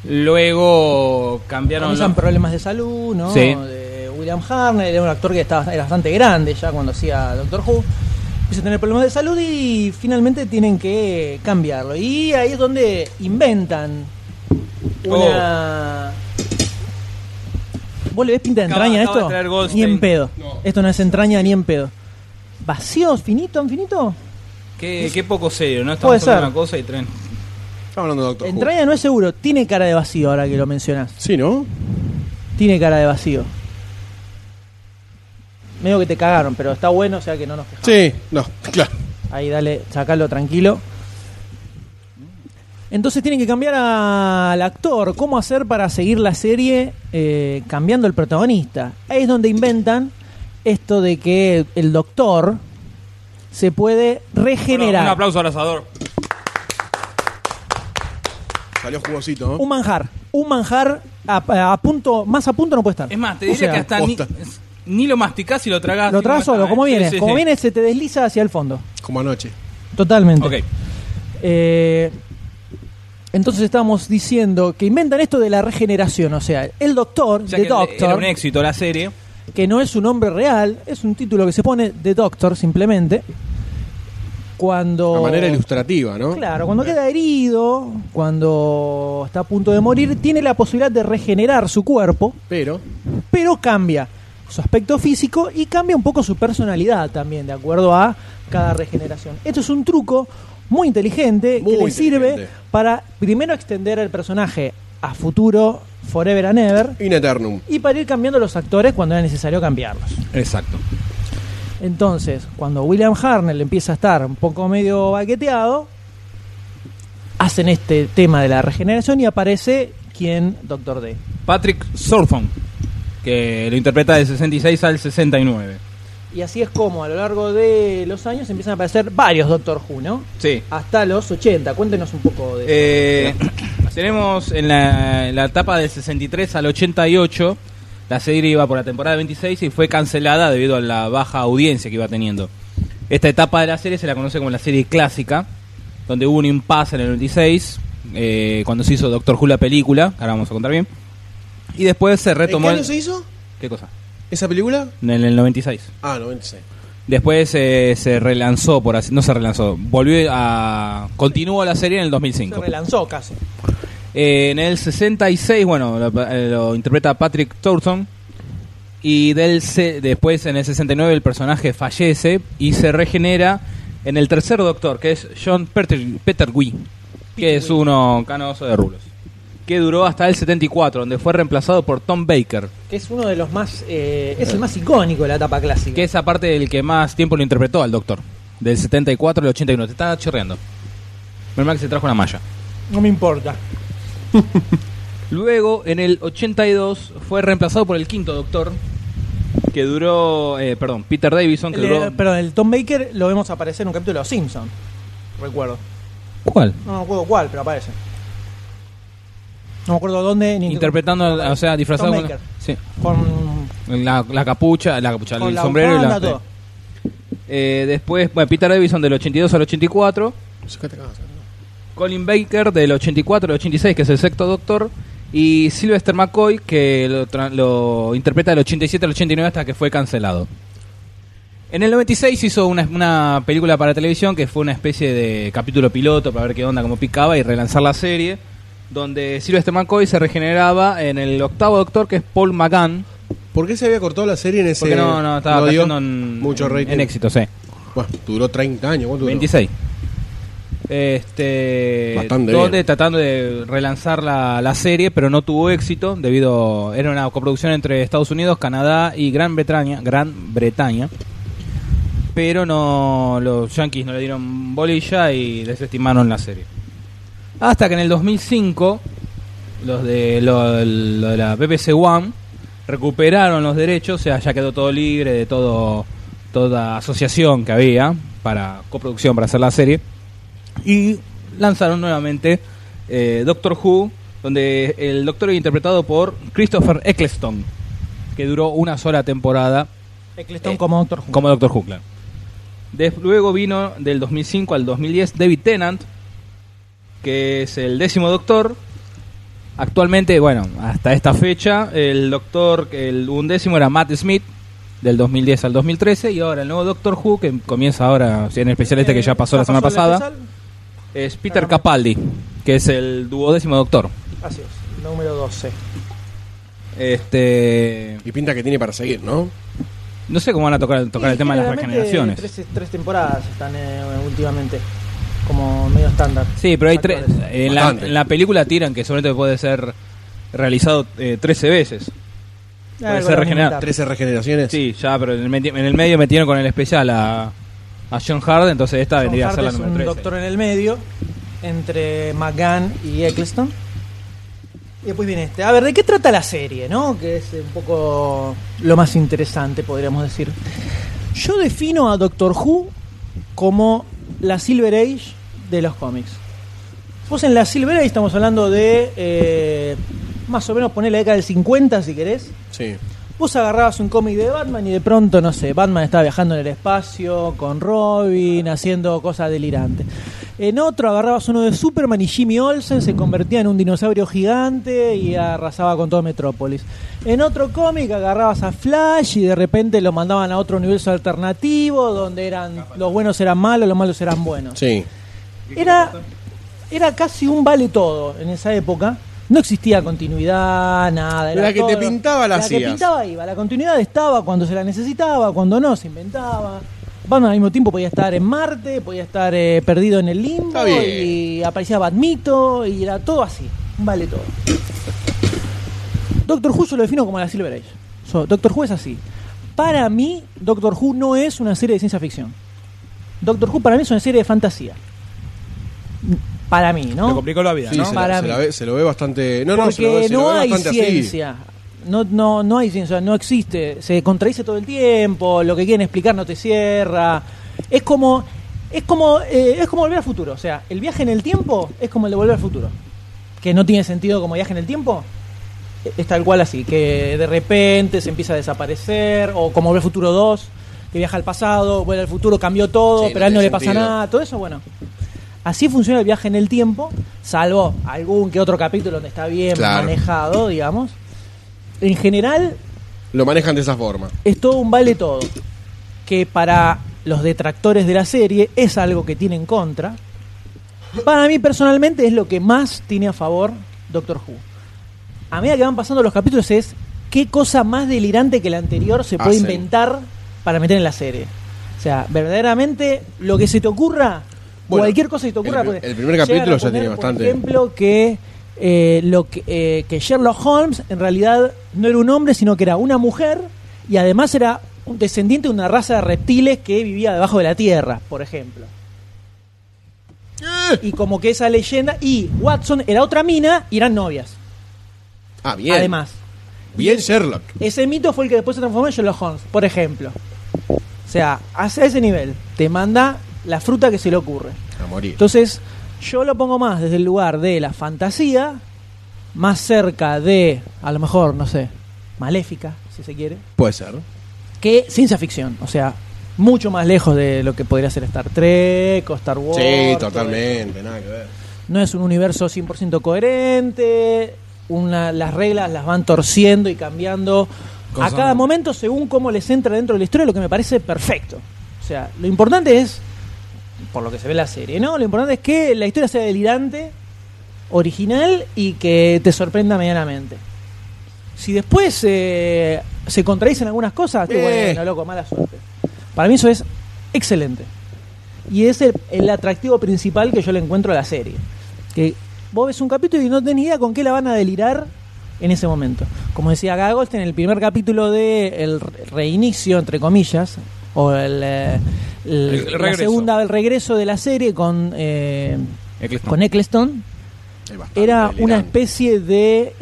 S4: Luego cambiaron.
S2: Comienzan
S4: los-
S2: problemas de salud, ¿no?
S4: Sí.
S2: De William Hartnell, era un actor que estaba, era bastante grande ya cuando hacía Doctor Who. Empieza a tener problemas de salud y finalmente tienen que cambiarlo. Y ahí es donde inventan una. ¿Vos le ves pinta de
S4: Oh. Acaba-
S2: entraña a
S4: acaba de traer
S2: esto? Ni
S4: Goldstein.
S2: en pedo.
S3: No.
S2: Esto no es entraña ni en pedo. ¿Vacío, finito, infinito?
S4: Qué, qué poco serio, ¿no?
S2: Puede
S4: Estamos hablando
S2: ser.
S4: de una cosa y tren.
S3: Estamos hablando de Doctor Who.
S2: Entraña no es seguro. Tiene cara de vacío ahora que lo mencionas.
S3: Sí, ¿no?
S2: Tiene cara de vacío. Medio que te cagaron, pero está bueno, o sea que no nos quejamos.
S3: Sí, no, claro.
S2: Ahí dale, sacalo tranquilo. Entonces tienen que cambiar a- al actor. ¿Cómo hacer para seguir la serie eh, cambiando el protagonista? Ahí es donde inventan esto de que el doctor se puede
S4: Bueno, un
S2: regenerar.
S4: aplauso al asador.
S3: Salió jugosito, ¿no?
S2: Un manjar. Un manjar a, a punto, más a punto no puede estar.
S4: Es más, te
S2: O
S4: diría
S2: sea,
S4: que hasta ni,
S3: posta.
S4: ni lo masticás y lo tragás.
S2: Lo
S4: Sí,
S2: traes
S4: está,
S2: solo,
S4: ¿eh?
S2: como
S4: Sí,
S2: viene.
S4: sí,
S2: como
S4: sí.
S2: viene, se te desliza hacia el fondo.
S3: Como anoche.
S2: Totalmente.
S4: Ok.
S2: Eh, entonces estábamos diciendo que inventan esto de la regeneración, o sea, el doctor,
S4: Ya
S2: The
S4: que era
S2: Doctor,
S4: un éxito la serie.
S2: que no es un nombre real, es un título que se pone The Doctor simplemente, cuando...
S3: De manera ilustrativa, ¿no?
S2: Oh. Claro, cuando queda herido, cuando está a punto de morir, tiene la posibilidad de regenerar su cuerpo,
S3: Pero,
S2: pero cambia su aspecto físico y cambia un poco su personalidad también, de acuerdo a cada regeneración. Esto es un truco muy inteligente
S3: Muy
S2: que le sirve
S3: inteligente.
S2: para primero extender el personaje a futuro, forever and ever,
S3: in eternum.
S2: y para ir cambiando los actores cuando era necesario cambiarlos.
S4: Exacto.
S2: Entonces, cuando William Harnell empieza a estar un poco medio baqueteado, hacen este tema de la regeneración y aparece quien, Doctor D.
S4: Patrick Sorthon, que lo interpreta del 66 al 69.
S2: Y así es como a lo largo de los años empiezan a aparecer varios Doctor Who, ¿no?
S4: Sí.
S2: Hasta los 80. Cuéntenos un poco de eso.
S4: Eh, tenemos en la, en la etapa del 63 al 88, la serie iba por la temporada 26 y fue cancelada debido a la baja audiencia que iba teniendo. Esta etapa de la serie se la conoce como la serie clásica, donde hubo un impasse en el 96, eh, cuando se hizo Doctor Who la película, ahora vamos a contar bien, y después se
S3: ¿En
S4: retomó...
S3: qué
S4: el-
S3: año se hizo
S4: ¿Qué cosa?
S3: esa película?
S4: En el 96.
S3: Ah, 96.
S4: Después eh, se relanzó, por así, no se relanzó, volvió a... Continuó la serie en el
S2: Se
S4: 2005.
S2: relanzó casi.
S4: Eh, en el 66, bueno, lo, eh, lo interpreta Patrick Thornton. Y del se- después en el 69 el personaje fallece y se regenera en el tercer doctor, que es John Peter, Peterwee, que es uno canoso de rulos. Que duró hasta el 74, donde fue reemplazado por Tom Baker,
S2: Que es uno de los más. eh, es el más icónico de la etapa clásica.
S4: que es aparte del que más tiempo lo interpretó al doctor. Del 74 al 81. Te está chorreando. Menos mal que se trajo una malla.
S2: No me importa.
S4: Luego, en el 82, fue reemplazado por el quinto doctor, que duró. eh, perdón, Peter Davison, que
S2: El, eh,
S4: duró.
S2: perdón, el Tom Baker lo vemos aparecer en un capítulo de Los Simpsons. Recuerdo.
S4: ¿Cuál?
S2: No me acuerdo cuál, pero aparece. No me acuerdo dónde ni.
S4: Interpretando, o sea, disfrazado
S2: Tom
S4: con,
S2: Baker.
S4: sí,
S2: Con.
S4: la, la capucha, la capucha,
S2: con
S4: el
S2: la
S4: sombrero y la.
S2: bufanda, todo.
S4: Eh, después, bueno, Peter Davison del 82 al 84,
S3: Sacate acá, sacate acá.
S4: Colin Baker del 84 al 86, que es el sexto doctor, y Sylvester McCoy, que lo, tra- lo interpreta del 87 al 89 hasta que fue cancelado. En el 96 hizo una, una película para televisión que fue una especie de capítulo piloto para ver qué onda, cómo picaba y relanzar la serie, donde Sylvester McCoy se regeneraba en el octavo doctor, que es Paul McGann,
S3: ¿Por qué se había cortado la serie en ese
S4: porque no, no, estaba
S3: dio
S4: cayendo en,
S3: mucho
S4: en-
S3: rating?
S4: en éxito, sí.
S3: Bueno, duró 30 años. ¿Cuánto duró?
S4: 26. Este,
S3: Bastante
S4: donde
S3: bien.
S4: tratando de relanzar la, la serie, pero no tuvo éxito debido era una coproducción entre Estados Unidos, Canadá y Gran Bretaña, Gran Bretaña. Pero no los Yankees no le dieron bolilla y desestimaron la serie. Hasta que en el 2005 los de lo, lo de la BBC One recuperaron los derechos, o sea, ya quedó todo libre de todo toda asociación que había para coproducción para hacer la serie y lanzaron nuevamente eh, Doctor Who, donde el doctor es interpretado por Christopher Eccleston, que duró una sola temporada
S2: Eccleston
S4: Eh,
S2: como Doctor Who.
S4: como Doctor Who, claro. Des- luego vino del 2005 al 2010 David Tennant, que es el décimo doctor. Actualmente, bueno, hasta esta fecha, el doctor, el undécimo era Matt Smith, del 2010 al 2013, y ahora el nuevo Doctor Who, que comienza ahora, o sea, en especial este que ya pasó la semana pasada,
S2: especial.
S4: es Peter Capaldi, que es el duodécimo doctor.
S2: Así es, número 12.
S4: Este,
S3: Y pinta que tiene para seguir, ¿no?
S4: no sé cómo van a tocar, tocar el tema de las
S2: Generalmente,
S4: regeneraciones.
S2: Tres, tres temporadas están eh, últimamente como medio estándar.
S4: Sí, pero hay tres. eh,
S2: Actores.
S4: En la,
S3: Bastante.
S4: en la película tiran que solamente puede ser realizado eh, 13 veces. Puede
S2: Algo
S4: ser
S2: de
S4: regenerado.
S2: militar.
S3: 13 regeneraciones.
S4: Sí, ya, pero en el, meti- en el medio metieron con el especial a, a John Hard, entonces esta
S2: John
S4: vendría a
S2: Hart
S4: ser la
S2: es
S4: número
S2: un
S4: 13.
S2: doctor en el medio entre McGann y Eccleston. Y después viene este. A ver, ¿de qué trata la serie, no? Que es un poco lo más interesante, podríamos decir. Yo defino a Doctor Who como la Silver Age de los cómics. Vos en la Silver Age estamos hablando de eh, más o menos poner la década del 50, si querés.
S3: Sí.
S2: Vos agarrabas un cómic de Batman y de pronto, no sé, Batman estaba viajando en el espacio con Robin, haciendo cosas delirantes. En otro agarrabas uno de Superman y Jimmy Olsen se convertía en un dinosaurio gigante y arrasaba con todo Metrópolis. En otro cómic agarrabas a Flash y de repente lo mandaban a otro universo alternativo donde eran los buenos eran malos, los malos eran buenos.
S3: Sí.
S2: Era, era casi un vale todo en esa época. No existía continuidad, nada. era
S3: La que
S2: todo
S3: te
S2: lo-
S3: pintaba la hacías.
S2: que pintaba iba. La continuidad estaba cuando se la necesitaba, cuando no, se inventaba. Batman al mismo tiempo podía estar en Marte, podía estar eh, perdido en el limbo
S3: Está bien.
S2: y aparecía Batmito y era todo así. un Vale todo. Doctor Who yo lo defino como la Silver Age. So, Doctor Who es así. Para mí, Doctor Who no es una serie de ciencia ficción. Doctor Who para mí es una serie de fantasía. Para mí,
S4: Te
S2: ¿no?
S4: complicó la vida,
S3: Sí,
S4: ¿no?
S3: se,
S2: Para
S3: la- se
S2: mí.
S3: la ve, se lo ve bastante. No, no, se lo,
S2: Porque
S3: ve- se lo
S2: no
S3: ve
S2: hay
S3: bastante
S2: ciencia. No, no, no hay ciencia, no existe. Se contradice todo el tiempo, lo que quieren explicar no te cierra. Es como es como eh, es como volver al futuro, o sea, el viaje en el tiempo es como el de volver al futuro. Que no tiene sentido como viaje en el tiempo. Eh, Es tal cual así, que de repente se empieza a desaparecer o como volver al futuro 2, que viaja al pasado, vuelve al futuro, cambió todo,
S3: Sí, no
S2: pero a él no
S3: tiene
S2: le pasa
S3: sentido.
S2: nada, todo eso bueno. Así funciona el viaje en el tiempo, salvo algún que otro capítulo donde está bien
S3: Claro.
S2: manejado, digamos. En general,
S3: así. Lo manejan de esa forma.
S2: es todo un vale todo. Que para los detractores de la serie es algo que tiene en contra. Para mí personalmente es lo que más tiene a favor Doctor Who. A medida que van pasando los capítulos es qué cosa más delirante que la anterior se puede
S3: Hacen.
S2: inventar para meter en la serie. O sea, verdaderamente lo que se te ocurra,
S3: Bueno,
S2: cualquier cosa que te ocurra.
S3: el pri-
S2: porque
S3: el primer
S2: llegan a
S3: capítulo ya
S2: poner,
S3: tiene
S2: por
S3: bastante.
S2: ejemplo, que, eh, lo que, eh, que Sherlock Holmes en realidad no era un hombre, sino que era una mujer y además era un descendiente de una raza de reptiles que vivía debajo de la tierra, por ejemplo.
S3: ¡Eh!
S2: Y como que esa leyenda. Y Watson era otra mina y eran novias.
S3: Ah, bien.
S2: Además.
S3: Bien, Sherlock.
S2: Ese mito fue el que después se transformó en Sherlock Holmes, por ejemplo. O sea, hacia ese nivel. Te manda la fruta que se le ocurre.
S3: A morir.
S2: Entonces, yo lo pongo más desde el lugar de la fantasía, más cerca de, a lo mejor, no sé, maléfica, si se quiere,
S3: Puede ser.
S2: Oh, que ciencia ficción. O sea, mucho más lejos de lo que podría ser Star Trek o Star Wars.
S3: sí,
S2: todo
S3: totalmente. Nada que ver.
S2: no es un universo 100% coherente, una- las reglas las van torciendo y cambiando a cada momento según cómo les entra dentro de la historia, lo que me parece perfecto. O sea, lo importante es, por lo que se ve en la serie, ¿no? Lo importante es que la historia sea delirante, original y que te sorprenda medianamente. Si después eh, se contradicen algunas cosas,
S3: Eh.
S2: bueno, loco, mala suerte. Para mí eso es excelente. Y es el, el atractivo principal que yo le encuentro a la serie. Que vos ves un capítulo y no tenés ni idea con qué la van a delirar en ese momento. Como decía Gagost en el primer capítulo de el re- reinicio, entre comillas, o el, eh, el-
S4: El
S2: la
S4: regreso.
S2: segunda, el regreso de la serie con, eh,
S4: Eccleston.
S2: con Eccleston,
S3: Es bastante
S2: era una
S3: delirante.
S2: especie de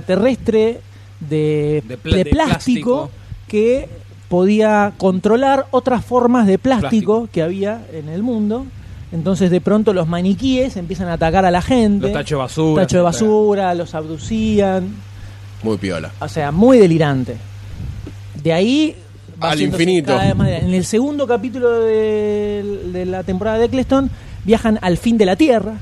S2: extraterrestre de,
S4: De pla-
S2: de
S4: de
S2: plástico,
S4: plástico.
S2: que podía controlar otras formas de plástico,
S4: Plástico.
S2: que había en el mundo. Entonces de pronto los maniquíes empiezan a atacar a la gente.
S4: Los tachos de basura.
S2: Tacho de basura, los abducían.
S3: Muy piola.
S2: O sea, muy delirante. De ahí... va
S3: Al
S2: haciéndose
S3: infinito.
S2: cada vez más delirante. en el segundo capítulo de, de la temporada de Eccleston viajan al fin de la Tierra.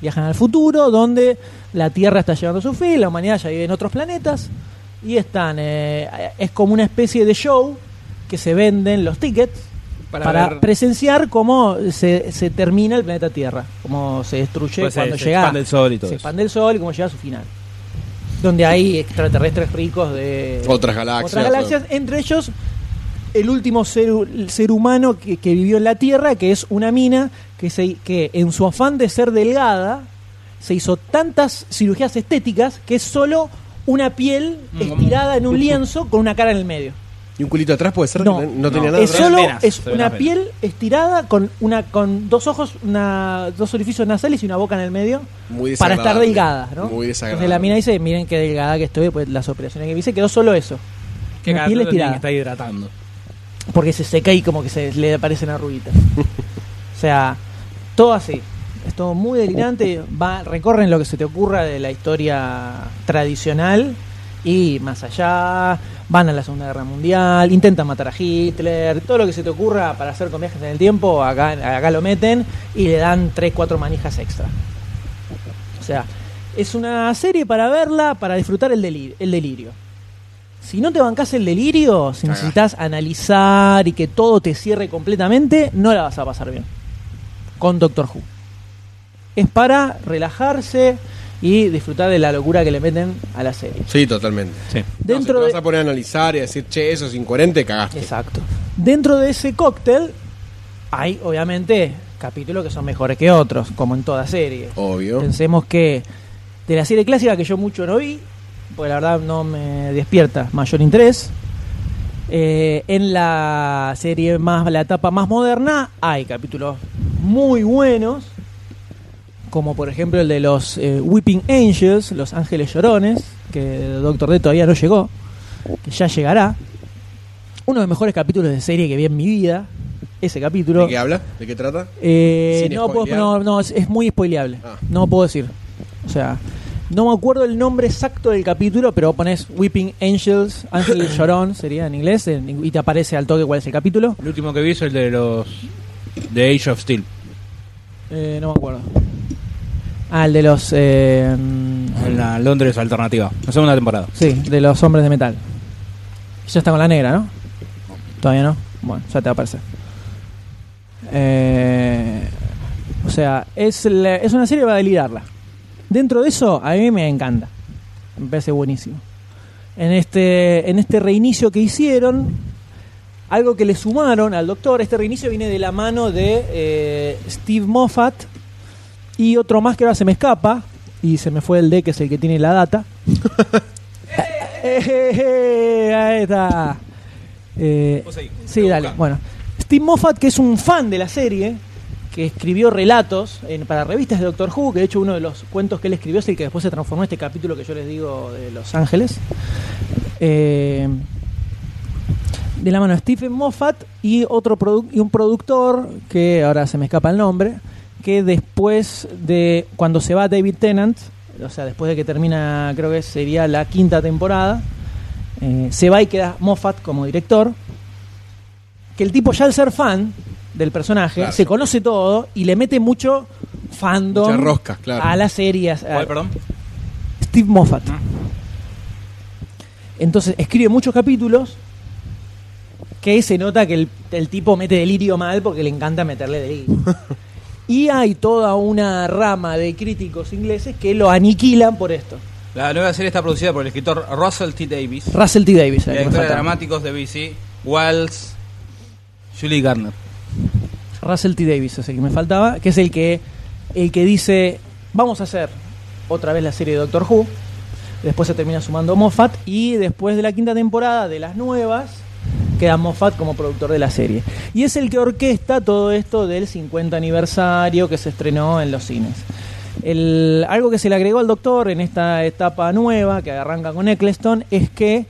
S2: Viajan al futuro, donde la Tierra está llegando a su fin, la humanidad ya vive en otros planetas. Y están... eh, es como una especie de show que se venden los tickets para,
S4: Para ver-
S2: presenciar cómo se, se termina el planeta Tierra, cómo se destruye
S4: Pues se-
S2: cuando
S4: se
S2: llega
S4: expande el sol y todo
S2: se
S4: eso.
S2: expande el sol y cómo llega a su final. donde hay extraterrestres ricos de
S3: Otras galaxias.
S2: otras galaxias, entre ellos el último ser, el ser humano que, que vivió en la Tierra, que es una mina que, se, que en su afán de ser delgada se hizo tantas cirugías estéticas que es solo una piel
S4: Mm.
S2: estirada en un lienzo con una cara en el medio.
S3: ¿Y un culito atrás puede ser?
S2: No,
S3: tenía
S2: Es
S3: atrás.
S2: solo
S4: venas,
S2: es
S4: se ven
S2: una
S4: las venas.
S2: piel estirada con una con dos ojos, una, dos orificios nasales y una boca en el medio
S3: Muy
S2: para estar
S3: desagradable.
S2: delgada, ¿no?
S3: Muy desagradable.
S2: Entonces la mina dice, miren qué delgada que estoy, pues las operaciones que me hice quedó solo eso.
S1: Que
S2: una
S1: cada
S2: piel
S1: tanto tiene que
S2: estirada.
S1: estar hidratando.
S2: Porque se seca y como que se le aparecen arruguitas. o sea, todo así. Es todo muy delirante. Va, recorren lo que se te ocurra de la historia tradicional y más allá. Van a la Segunda Guerra Mundial, intentan matar a Hitler, todo lo que se te ocurra para hacer con viajes en el tiempo, acá, acá lo meten y le dan 3, 4 manijas extra. O sea, es una serie para verla, para disfrutar el, deli- el delirio. Si no te bancas el delirio, si
S3: Cagaste.
S2: necesitas analizar y que todo te cierre completamente, no la vas a pasar bien. Con Doctor Who. Es para relajarse y disfrutar de la locura que le meten a la serie.
S3: Sí, totalmente.
S4: Sí.
S3: No, si te
S2: Dentro de...
S3: vas a poner a analizar y a decir, che, eso es incoherente, cagaste.
S2: Exacto. Dentro de ese cóctel hay, obviamente, capítulos que son mejores que otros, como en toda serie.
S3: Obvio.
S2: Pensemos que de la serie clásica que yo mucho no vi, porque la verdad no me despierta mayor interés, eh, en la serie más, la etapa más moderna, hay capítulos muy buenos, como por ejemplo el de los eh, Weeping Angels, los ángeles llorones, que Doctor D todavía no llegó, que ya llegará. Uno de los mejores capítulos de serie que vi en mi vida, ese capítulo.
S3: ¿De qué habla? ¿De qué trata?
S2: Eh,
S3: Sin
S2: no, puedo-
S3: spoilear.
S2: no, no, es, es muy spoileable.
S3: Ah.
S2: No puedo decir. O sea, no me acuerdo el nombre exacto del capítulo, pero pones Weeping Angels, Ángel del Llorón sería en inglés, en- y te aparece al toque cuál es el capítulo.
S1: El último que vi es el de los. de Age of Steel.
S2: Eh, no me acuerdo. Ah, el de los. eh, mm,
S1: En la Londres Alternativa. La segunda temporada.
S2: sí, de los hombres de metal. Ya está con la negra, ¿no? Todavía no. Bueno, ya te va a aparecer. Eh, o sea, es, la- es una serie para delirarla. Dentro de eso, a mí me encanta. Me parece buenísimo. En este, en este reinicio que hicieron, algo que le sumaron al doctor, este reinicio viene de la mano de eh, Steve Moffat y otro más que ahora se me escapa, y se me fue el D, que es el que tiene la data. Eh, Ahí está. Eh,
S1: Vos seguí,
S2: sí,
S1: voy a
S2: dale.
S1: buscar.
S2: Bueno, Steve Moffat, que es un fan de la serie, que escribió relatos en- para revistas de Doctor Who, que de hecho uno de los cuentos que él escribió es el que después se transformó en este capítulo que yo les digo de Los Ángeles. Eh, de la mano de Stephen Moffat y otro produ- y un productor que ahora se me escapa el nombre que después de cuando se va David Tennant o sea después de que termina creo que sería la quinta temporada eh, se va y queda Moffat como director que el tipo ya al ser fan del personaje
S3: Claro.
S2: se conoce todo y le mete mucho fandom
S3: Mucha rosca, claro.
S2: a las series a-
S1: ¿Cuál, perdón?
S2: Steve Moffat. Entonces escribe muchos capítulos que se nota que el, el tipo mete delirio mal porque le encanta meterle delirio. y hay toda una rama de críticos ingleses que lo aniquilan por esto.
S1: La nueva serie está producida por el escritor Russell T. Davis.
S2: Russell T. Davis. era el que me
S1: Director de
S2: faltaba.
S1: dramáticos de BC. Wells. Julie Garner.
S2: Russell T. Davis es el que me faltaba, que es el que, el que dice, vamos a hacer otra vez la serie de Doctor Who. Después se termina sumando Moffat y después de la quinta temporada de las nuevas queda Moffat como productor de la serie. Y es el que orquesta todo esto del 50 aniversario que se estrenó en los cines. El- algo que se le agregó al doctor en esta etapa nueva que arranca con Eccleston es que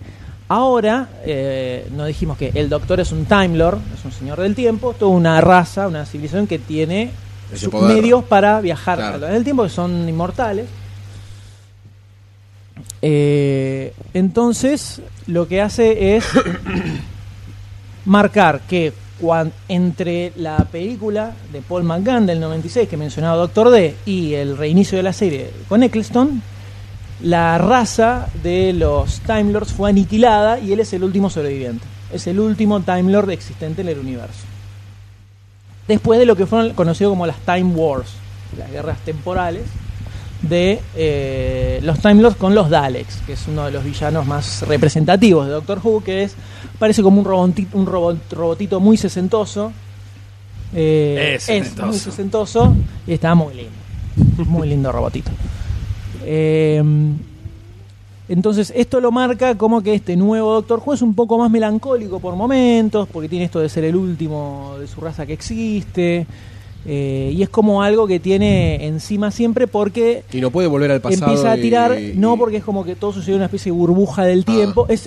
S2: ahora, eh, no dijimos que el doctor es un Time Lord, es un señor del tiempo, toda una raza, una civilización que tiene
S3: Ese
S2: sus
S3: poder.
S2: medios para viajar
S3: Claro.
S2: a través del tiempo, que son inmortales. Eh, entonces, lo que hace es marcar que cuan- entre la película de Paul McGann del 96 que mencionaba Doctor D y el reinicio de la serie con Eccleston, la raza de los Time Lords fue aniquilada y él es el último sobreviviente. Es el último Time Lord existente en el universo. Después de lo que fueron conocidos como las Time Wars, las guerras temporales de eh, los Time Lords con los Daleks, que es uno de los villanos más representativos de Doctor Who, que es parece como un, robonti- un robot- robotito muy sesentoso. Eh,
S1: Es sesentoso.
S2: muy sesentoso y está muy lindo. Muy lindo robotito. Eh, entonces esto lo marca como que este nuevo Doctor Who es un poco más melancólico por momentos, porque tiene esto de ser el último de su raza que existe. eh, y es como algo que tiene encima siempre porque
S3: Y no puede volver al pasado.
S2: empieza a
S3: y-
S2: tirar,
S3: y- Ah.
S2: no porque es como que todo sucede en una especie de burbuja del tiempo, es,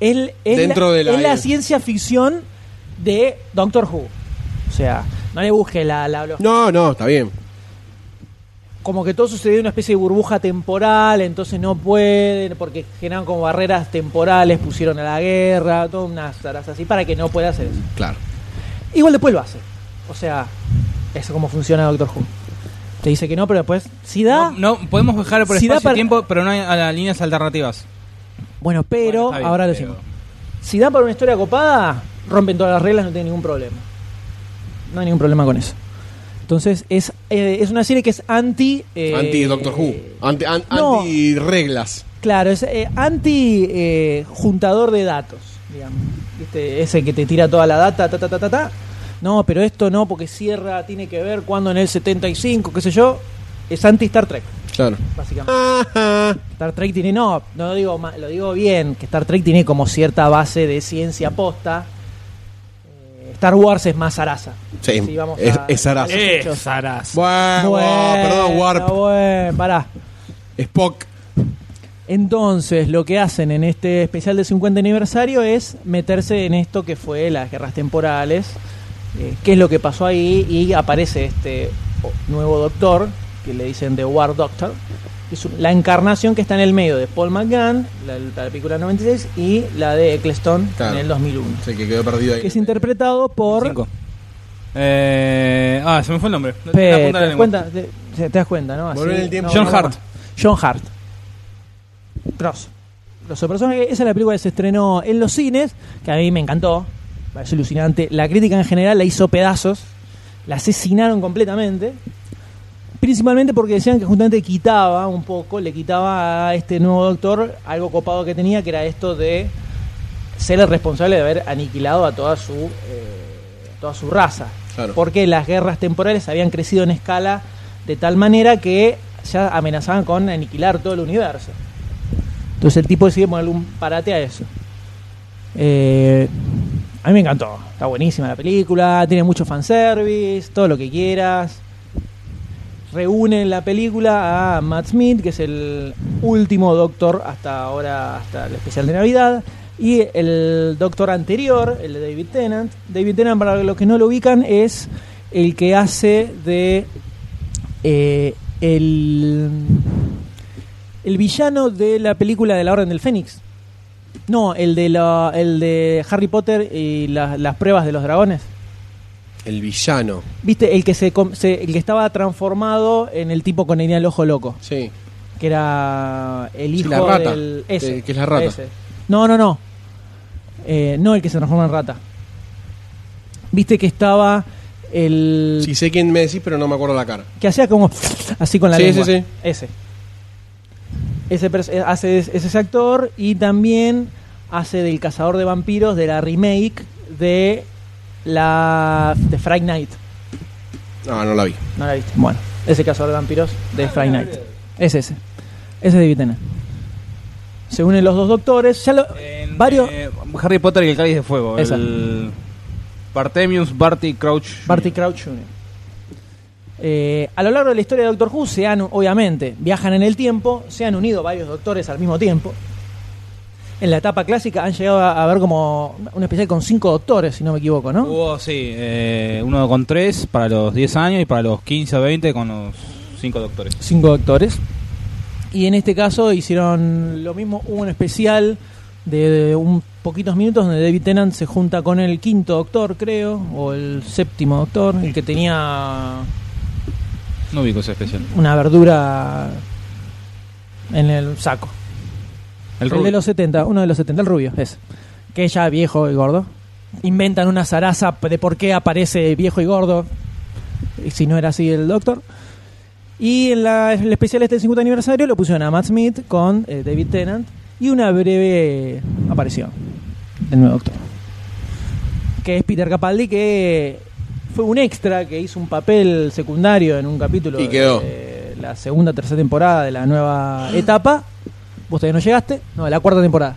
S2: es, es
S3: Dentro
S2: la,
S3: de la-
S2: es la ciencia ficción de Doctor Who. O sea, no le busque la, la- los-
S3: No, no, está bien.
S2: como que todo sucedió en una especie de burbuja temporal, entonces no pueden, porque generan como barreras temporales, pusieron a la guerra, todas unas taras así, para que no pueda hacer eso.
S3: Claro.
S2: Igual después lo hace. O sea, eso es como funciona Doctor Who. Te dice que no, pero después, si da,
S1: No, no, podemos bajar por
S2: Si da
S1: espacio
S2: para-
S1: tiempo, pero no hay a las líneas alternativas.
S2: bueno, pero,
S1: Bueno, está bien,
S2: ahora lo
S1: pero-
S2: decimos. Si da para una historia copada, rompen todas las reglas, no tiene ningún problema. No hay ningún problema con eso. Entonces, es, eh, es una serie que es anti... eh,
S3: anti Doctor Who. Anti, an-
S2: no.
S3: anti reglas.
S2: Claro, es eh, anti eh, juntador de datos, digamos. ¿Viste? Ese que te tira toda la data, ta, ta, ta, ta, ta. No, pero esto no, porque cierra, tiene que ver cuando en el 75, qué sé yo. Es anti Star Trek,
S3: Claro.
S2: básicamente.
S3: Ajá.
S2: Star Trek tiene, no, no lo digo, ma- lo digo bien, que Star Trek tiene como cierta base de ciencia posta. Eh, Star Wars es más zaraza.
S3: Sí,
S2: Sí, vamos
S3: es,
S2: a-
S3: es Sarasa.
S2: Eh, Muchachos.
S1: Saras.
S3: Bueno, perdón, Warp.
S2: bueno, pará.
S3: Spock.
S2: Entonces, lo que hacen en este especial de 50 aniversario es meterse en esto que fue las guerras temporales, eh, qué es lo que pasó ahí, y aparece este o- nuevo doctor, que le dicen The War Doctor, que es un- la encarnación que está en el medio de Paul McGann, la, la película 96, y la de Eccleston
S3: Claro. Eh,
S2: en el 2001,
S3: Sí, que quedó perdido ahí.
S2: que es interpretado por...
S4: Cinco.
S1: Eh, ah, se me fue el nombre. No tengo la
S2: Pe-
S1: punta
S2: ¿te,
S1: de la
S2: das
S1: lengua.
S2: cuenta, te, te das cuenta, ¿no? Así,
S3: Volver en el tiempo.
S2: no,
S1: John
S2: no,
S1: Hart.
S2: John Hart. Cross. Los personajes, esa es la película que se estrenó en los cines, que a mí me encantó, me pareció alucinante. La crítica en general la hizo pedazos, la asesinaron completamente, principalmente porque decían que justamente quitaba un poco, le quitaba a este nuevo doctor algo copado que tenía, que era esto de ser el responsable de haber aniquilado a toda su, eh, toda su raza.
S3: Claro.
S2: Porque las guerras temporales habían crecido en escala de tal manera que ya amenazaban con aniquilar todo el universo. Entonces el tipo decide ponerle un parate a eso. Eh, a mí me encantó. Está buenísima la película, tiene mucho fanservice, todo lo que quieras. Reúne en la película a Matt Smith, que es el último doctor hasta ahora, hasta el especial de Navidad. Y el doctor anterior, el de David Tennant. David Tennant, para los que no lo ubican, es el que hace de eh, el, el villano de la película de la Orden del Fénix. No, el de, la, el de Harry Potter y la- las pruebas de los dragones.
S3: El villano.
S2: ¿Viste? El que, se, com- se- el que estaba transformado en el tipo con el el ojo loco.
S3: Sí.
S2: Que era el
S3: Sí,
S2: hijo
S3: la rata,
S2: del... ese,
S3: eh, que es la rata.
S2: ese. No, no, no. Eh, no el que se transforma en rata. ¿Viste que estaba el...
S3: Sí, sé quién me decís, pero no me acuerdo la cara.
S2: que hacía como así con la
S3: Sí,
S2: lengua.
S3: sí, sí.
S2: Ese. Ese pers- eh, hace es, es ese actor y también hace del cazador de vampiros de la remake de la de Fright Night.
S3: No, no la vi.
S2: ¿No la viste? Bueno, ese cazador de vampiros de Fright Night. Es ese. Ese de Vitena. Se unen los dos doctores, ya lo-
S4: En,
S2: varios
S4: eh, Harry Potter y el cáliz de fuego.
S2: Esa.
S4: El Bartemius, Barty Crouch. Jr.
S2: Barty Crouch Jr. Eh, a lo largo de la historia de Doctor Who se han, obviamente, viajan en el tiempo, se han unido varios doctores al mismo tiempo. En la etapa clásica han llegado a, a ver como una especie con cinco doctores, si no me equivoco, ¿no?
S4: Hubo, sí, eh, uno con tres para los 10 años y para los 15 o 20 con los cinco doctores.
S2: Cinco doctores. Y en este caso hicieron lo mismo, hubo un especial de, de un poquitos minutos donde David Tennant se junta con el quinto doctor, creo, o el séptimo doctor, el que tenía
S4: No ubico ese especial.
S2: una verdura en el saco.
S4: El,
S2: El,
S4: rubio.
S2: de los 70, uno de los 70, el rubio, es. Que ya viejo y gordo. Inventan una zaraza de por qué aparece viejo y gordo. y Si no era así el doctor. Y en la- el especial este del 50 aniversario lo pusieron a Matt Smith con eh, David Tennant y una breve eh, aparición del nuevo doctor. Que es Peter Capaldi, que fue un extra que hizo un papel secundario en un capítulo
S3: Y quedó.
S2: de eh, la segunda tercera temporada de la nueva etapa. Vos todavía no llegaste, no, de la cuarta temporada.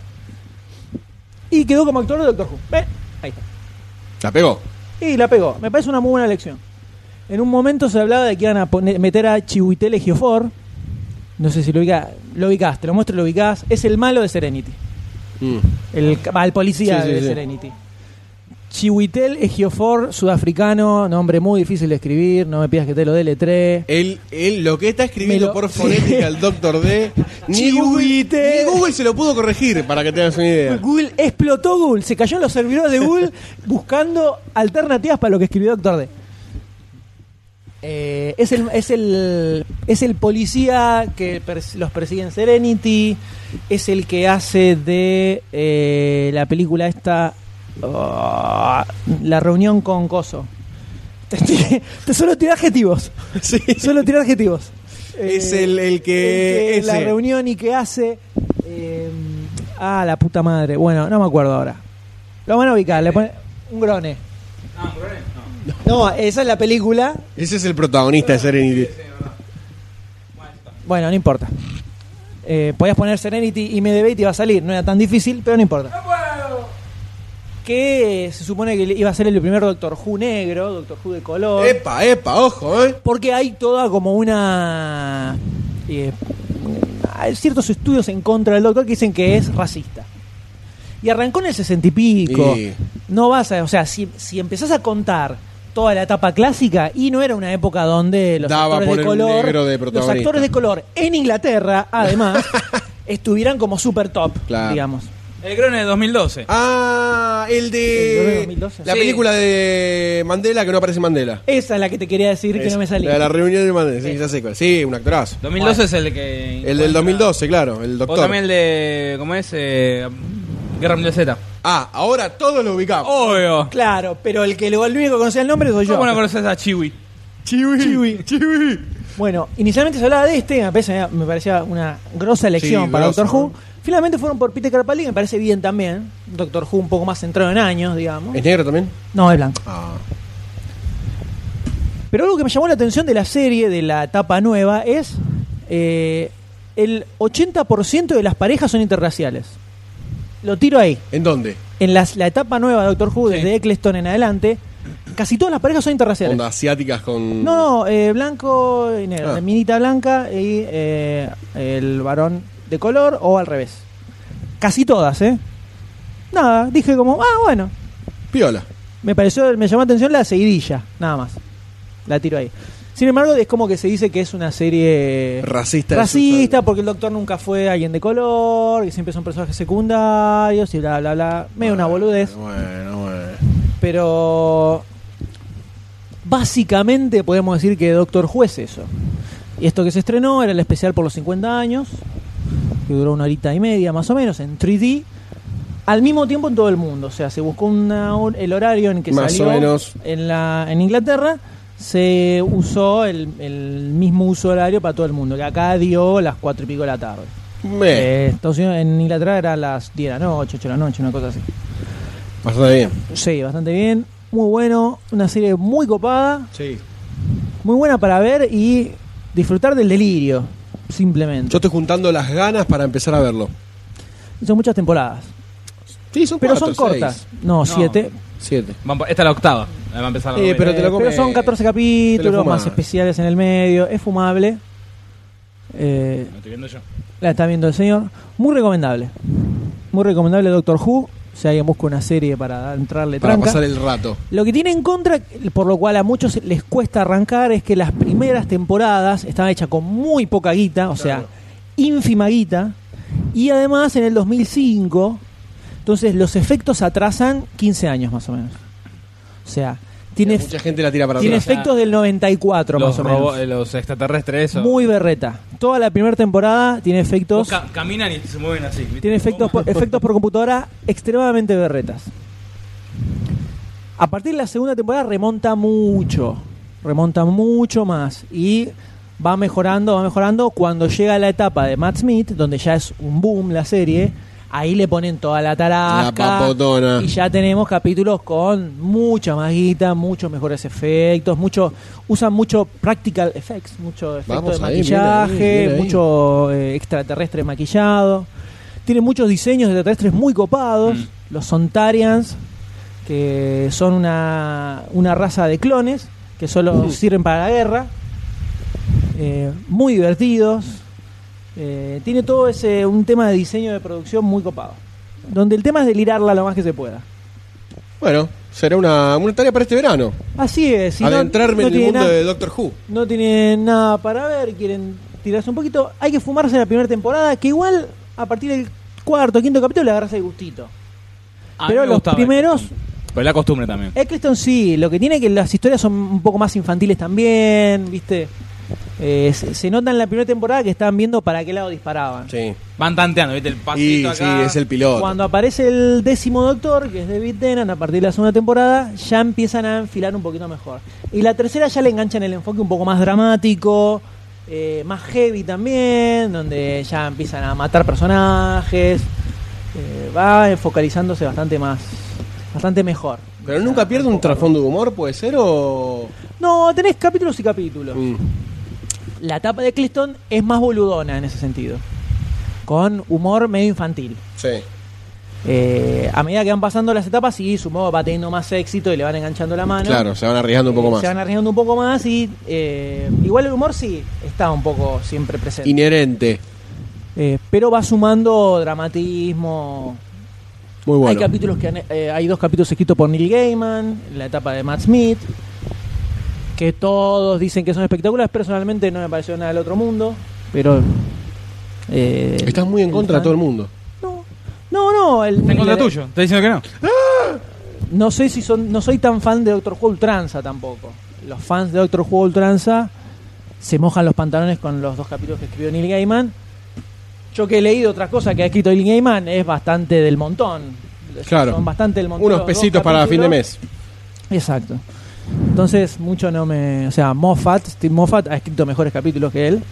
S2: Y quedó como actor de Doctor Who. Ve, Ahí está.
S3: La pegó.
S2: Y la pegó. Me parece una muy buena elección. En un momento se hablaba de que iban a poner- meter a Chihuitele Geofor. No sé si lo ubicás. Lo ubicás, te lo muestro y lo ubicás. Es el malo de Serenity.
S3: Mm.
S2: El, ca- va, el policía
S3: Sí, sí,
S2: de
S3: sí.
S2: Serenity. Chihuitel Ejiofor, sudafricano, nombre muy difícil de escribir, no me pidas que te lo deletree.
S3: Él, él, lo que está
S2: Me
S3: escribiendo
S2: lo-
S3: por fonética el Doctor D, ni Google,
S2: Chihuite.
S3: ni Google se lo pudo corregir, para que tengas una idea.
S2: Google explotó Google, se cayó en los servidores de Google buscando alternativas para lo que escribió Doctor D. Eh, es, el, es, el, es el policía que pers- los persigue en Serenity, es el que hace de eh, la película esta, ah, la reunión con Coso. Te, tiré- te solo tiré adjetivos,
S3: Sí.
S2: solo tiré adjetivos. Eh,
S3: Es el- el que-
S2: la
S3: ese.
S2: reunión y que hace... eh, ah, la puta madre. Bueno, no me acuerdo ahora. Lo van a ubicar, le ponen un Ah, grone. No, esa es la película.
S3: Ese es el protagonista de Serenity.
S2: Bueno, no importa. Eh, podías poner Serenity y me y te iba a salir. No era tan difícil, pero no importa. Que eh, se supone que iba a ser el primer Doctor Who negro, Doctor Who de color.
S3: Epa, epa, ojo, ¿eh?
S2: Porque hay toda como una. eh, hay ciertos estudios en contra del doctor que dicen que es racista. Y arrancó en el sesenta y pico.
S3: Y-
S2: No vas a. O sea, si, si empezás a contar toda la etapa clásica, y no era una época donde los
S3: Daba
S2: actores de
S3: poner un negro
S2: color.
S3: de
S2: los
S3: protagonista.
S2: actores de color en Inglaterra, además, estuvieran como super top,
S3: Claro.
S2: digamos.
S1: El Grone de 2012.
S3: Ah, el
S2: ¿El de
S3: de.
S2: 2012?
S3: La
S1: Sí.
S3: película de Mandela que no aparece Mandela.
S2: Esa es la que te quería decir que
S3: Es-
S2: no me
S3: La de la
S2: salía.
S3: reunión de Mandela, sí, ya sé cuál. Sí, un actorazo.
S1: 2012 es el que.
S3: El del 2012, claro, el
S1: O
S3: doctor.
S1: también el de. ¿Cómo es? Eh, Guerra Mundial Z.
S3: Ah, ahora todos lo ubicamos.
S4: Oh.
S1: Obvio.
S2: Claro, pero el que lo el único que conocía el nombre soy yo.
S1: ¿Cómo no conoces a Chiwi?
S3: Chiwi, Chiwi,
S2: Bueno, inicialmente se hablaba de este, me parecía, me parecía una grosa elección
S3: Sí,
S2: para
S3: grosa,
S2: Doctor Who.
S3: ¿no?
S2: Finalmente fueron por Peter Capaldi, que me parece bien también. Doctor Who un poco más centrado en años, digamos.
S3: ¿Es negro también?
S2: No, es blanco.
S3: Ah.
S2: Pero algo que me llamó la atención de la serie, de la etapa nueva, es eh, el 80% de las parejas son interraciales. Lo tiro ahí.
S3: ¿En dónde?
S2: En las- la etapa nueva de Doctor Who, desde Eccleston en adelante, casi todas las parejas son interraciales.
S3: Onda asiáticas con.
S2: No, no, eh, blanco y negro.
S3: Ah.
S2: de Minita blanca y eh, el varón de color o al revés. Casi todas, ¿eh? Nada, dije como, ah, bueno.
S3: Piola.
S2: Me pareció, me llamó la atención la seguidilla, nada más. La tiro ahí. Sin embargo, es como que se dice que es una serie
S3: Racista. de
S2: racista,
S3: Susan.
S2: porque el doctor nunca fue alguien de color, que siempre son personajes secundarios y bla, bla, bla. Medio
S3: Ah,
S2: una boludez.
S3: Bueno, bueno.
S2: Pero básicamente podemos decir que Doctor Who es eso. Y esto que se estrenó era el especial por los 50 años, que duró una horita y media más o menos, en 3D, al mismo tiempo en todo el mundo. O sea, se buscó una hor- el horario en que
S3: Más
S2: salió
S3: o menos.
S2: En, la, en Inglaterra, se usó el, el mismo uso horario para todo el mundo, que acá dio las 4 y pico de la tarde.
S3: Me.
S2: Eh, Estados Unidos- en Inglaterra era las 10 de la noche, 8 de la noche, una cosa así.
S3: Bastante bien.
S2: Sí, bastante bien. Muy bueno. Una serie muy copada.
S3: Sí.
S2: Muy buena para ver y disfrutar del delirio.
S3: Yo
S2: Simplemente.
S3: estoy juntando las ganas para empezar a verlo.
S2: Son muchas temporadas.
S3: Sí, son
S2: Pero son
S3: cuatro,
S2: cortas.
S3: seis,
S2: No,
S1: No.
S2: siete.
S3: Siete.
S1: Van por- Esta es la octava. Va a empezar la
S3: Eh,
S1: novena.
S3: pero te lo
S2: Eh,
S3: comes.
S2: son 14
S3: Te lo
S2: capítulos,
S3: fumas.
S2: más especiales en el medio. Es fumable. Eh,
S1: Lo estoy viendo yo.
S2: la está viendo el señor. Muy recomendable. Muy recomendable Doctor Who. Si alguien busca una serie para entrarle
S3: Para
S2: tranca.
S3: pasar el rato.
S2: Lo que tiene en contra, por lo cual a muchos les cuesta arrancar, es que las primeras temporadas estaban hechas con muy poca guita, o sea, ínfima guita, y además en el 2005, entonces los efectos atrasan 15 años más o menos. O sea, tiene,
S3: Mucha gente la tira para
S2: tiene
S3: atrás.
S2: efectos del 94
S1: Los,
S2: más o
S1: robo-
S2: menos.
S1: eh, los extraterrestres, eso.
S2: Muy berreta. Toda la primera temporada tiene
S1: Vos
S2: efectos,
S1: ca- caminan y se mueven así. ¿viste?
S2: tiene efectos por, efectos por computadora extremadamente berretas. A partir de la segunda temporada remonta mucho. Remonta mucho más. Y va mejorando, va mejorando. Cuando llega la etapa de Matt Smith, donde ya es un boom la serie, ahí le ponen toda la
S3: La
S2: tarasca.
S3: papotona.
S2: Y ya tenemos capítulos con mucha más guita, muchos mejores efectos, mucho, usan mucho practical effects, mucho efecto
S3: Vamos
S2: de
S3: ahí, bien ahí,
S2: maquillaje,
S3: bien ahí.
S2: mucho eh, extraterrestre maquillado. Tiene muchos diseños de extraterrestres muy copados.
S3: Mm.
S2: Los Ontarians, que son una, una raza de clones que solo sirven para la guerra. Eh, muy divertidos. Eh, tiene todo ese un tema de diseño de producción muy copado. Donde el tema es delirarla lo más que se pueda.
S3: Ah. Bueno, será una, una tarea para este verano.
S2: Así es. si no-
S3: Adentrarme
S2: no
S3: en el
S2: tiene
S3: mundo
S2: nada-
S3: de Doctor Who.
S2: no tienen nada para ver, quieren tirarse un poquito. Hay que fumarse la primera temporada, que igual a partir del cuarto, quinto capítulo le agarras el gustito.
S1: A mí
S2: Pero
S1: Ah, me
S2: los
S1: gustaba este
S2: primeros,
S4: Pero la costumbre también.
S2: Eccleston sí, lo que tiene es que las historias son un poco más infantiles también, ¿viste? Eh, se, se nota en la primera temporada que estaban viendo para qué lado disparaban.
S3: Sí.
S1: Van tanteando, ¿viste? El
S3: Y
S1: pasito
S3: sí,
S1: acá.
S3: es el piloto.
S2: Cuando aparece el décimo doctor, que es David Tennant, a partir de la segunda temporada, ya empiezan a enfilar un poquito mejor. Y la tercera ya le enganchan el enfoque un poco más dramático, eh, más heavy también, donde ya empiezan a matar personajes. Eh, va focalizándose bastante más, bastante mejor.
S3: Pero nunca pierde un trasfondo de humor, puede ser, o.
S2: No, tenés capítulos y capítulos.
S3: Mm.
S2: La etapa de Clifton es más boludona en ese sentido, con humor medio infantil.
S3: Sí.
S2: Eh, a medida que van pasando las etapas, sí, supongo va teniendo más éxito y le van enganchando la mano.
S3: Claro, se van arriesgando un poco
S2: Eh,
S3: más.
S2: Ah, Se van arriesgando un poco más y eh, igual el humor sí está un poco siempre presente.
S3: Inherente.
S2: Eh, pero va sumando dramatismo.
S3: Muy bueno.
S2: Hay capítulos que han- eh, hay dos capítulos escritos por Neil Gaiman, en la etapa de Matt Smith, que todos dicen que son espectaculares. Personalmente no me pareció nada del otro mundo, pero eh,
S3: Estás muy en contra de todo el mundo.
S2: No, no, no. El,
S4: Está en contra
S2: el-
S4: tuyo. Está diciendo que no.
S2: No sé si son, no soy tan fan de Doctor Who Ultranza tampoco. Los fans de Doctor Who Ultranza se mojan los pantalones con los dos capítulos que escribió Neil Gaiman. Yo que he leído otras cosas que ha escrito Neil Gaiman es bastante del montón.
S3: Claro.
S2: Son bastante del montón.
S3: Unos
S2: los dos
S3: pesitos para fin de
S2: capítulos.
S3: mes.
S2: Exacto. Entonces, mucho no me. O sea, Moffat, Steve Moffat ha escrito mejores capítulos que él.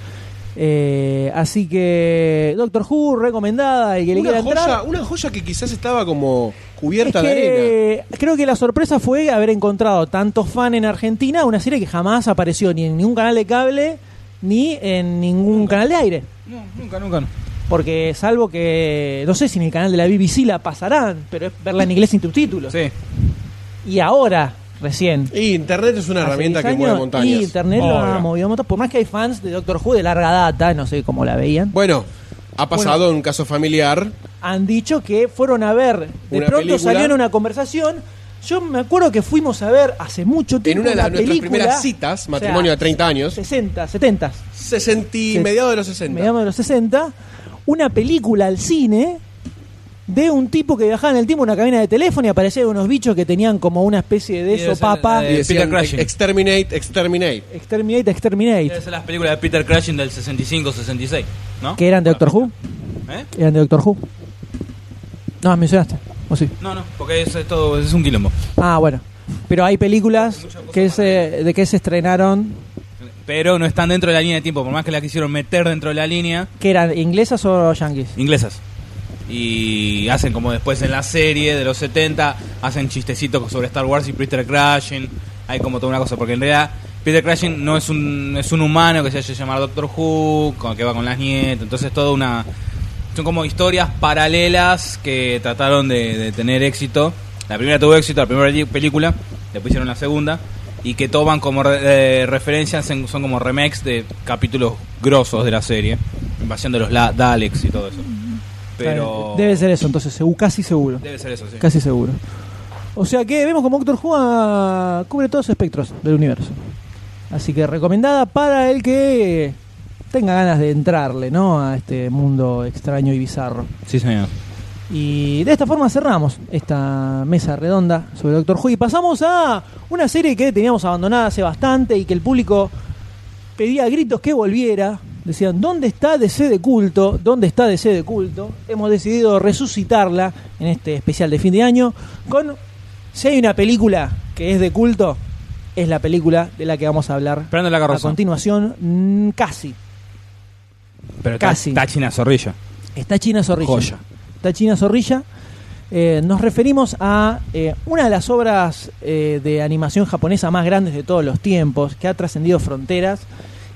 S2: Eh, así que, Doctor Who, recomendada. El que le quiera
S3: Una
S2: entrar.
S3: joya, una joya que quizás estaba como cubierta
S2: Es
S3: de arena.
S2: que Creo que la sorpresa fue haber encontrado tantos fan en Argentina, una serie que jamás apareció ni en ningún canal de cable ni en ningún canal de aire.
S4: No, nunca, nunca. no.
S2: Porque salvo que, no sé si en el canal de la BBC la pasarán, pero es verla en inglés sin subtítulos.
S4: Sí.
S2: Y ahora, recién.
S3: Y Internet es una
S2: hace
S3: herramienta
S2: 10
S3: que mueve
S2: años,
S3: montañas.
S2: Y internet lo
S4: Obvio.
S2: ha movido montañas. Por más que hay fans de Doctor Who de larga data, no sé cómo la veían.
S3: Bueno, ha pasado en un caso familiar.
S2: han dicho que fueron a ver. De
S3: Una
S2: pronto
S3: película.
S2: salió en una conversación. Yo me acuerdo que fuimos a ver hace mucho
S3: En
S2: tiempo.
S3: una de las- nuestras
S2: película,
S3: primeras citas, matrimonio de 30 años.
S2: 60, 70,
S3: 60 y
S2: Se-
S3: mediados de los 60.
S2: mediados de los 60, una película al cine de un tipo que viajaba en el tiempo en una cabina de teléfono y aparecían unos bichos que tenían como una especie de
S1: Y debe ser
S2: sopapa.
S1: la
S3: Y
S1: de-
S3: decían,
S4: Peter Cushing.
S3: exterminate, exterminate.
S2: Exterminate, Exterminate.
S1: Debe ser las películas de Peter Cushing del 65-66, ¿no?
S2: Que eran de Doctor Who.
S1: ¿Eh?
S2: Eran de Doctor Who. No, las mencionaste. ¿O sí?
S1: No, no, porque eso es todo, es un quilombo.
S2: Ah, bueno. Pero hay películas que se, de que se estrenaron
S1: Pero no están dentro de la línea de tiempo, por más que la quisieron meter dentro de la línea,
S2: que eran inglesas o yanquis.
S1: inglesas. Y hacen como después en la serie de los 70, hacen chistecitos sobre Star Wars y Peter Cushing. Hay como toda una cosa, porque en realidad Peter Cushing no es un, es un humano que se hace llamar Doctor Who, con- que va con las nietas. Entonces, toda una. Son como historias paralelas que trataron de, de tener éxito. La primera tuvo éxito, la primera peli- película, después hicieron la segunda. Y que toman como re- eh, referencias, en- son como remakes de capítulos grosos de la serie. Invasión de los la- Daleks y todo eso. Pero.
S2: Debe ser eso, entonces, segu- casi seguro.
S1: Debe ser eso, sí.
S2: Casi seguro. O sea que vemos como Doctor Who ah, cubre todos los espectros del universo. Así que recomendada para el que tenga ganas de entrarle, ¿no? A este mundo extraño y bizarro.
S1: Sí, señor.
S2: Y de esta forma cerramos esta mesa redonda sobre Doctor Who y pasamos a una serie que teníamos abandonada hace bastante y que el público pedía a gritos que volviera. Decían, ¿dónde está DC de culto? ¿Dónde está DC de culto? Hemos decidido resucitarla en este especial de fin de año con... Si hay una película que es de culto, es la película de la que vamos a hablar
S4: Esperando la
S2: a
S4: carroza.
S2: continuación. Mm, casi.
S4: Pero está-
S2: Casi.
S4: Está China Zorrilla.
S2: Está China Zorrilla.
S4: Joya.
S2: Está China Zorrilla. Eh, nos referimos a eh, una de las obras eh, de animación japonesa más grandes de todos los tiempos, que ha trascendido fronteras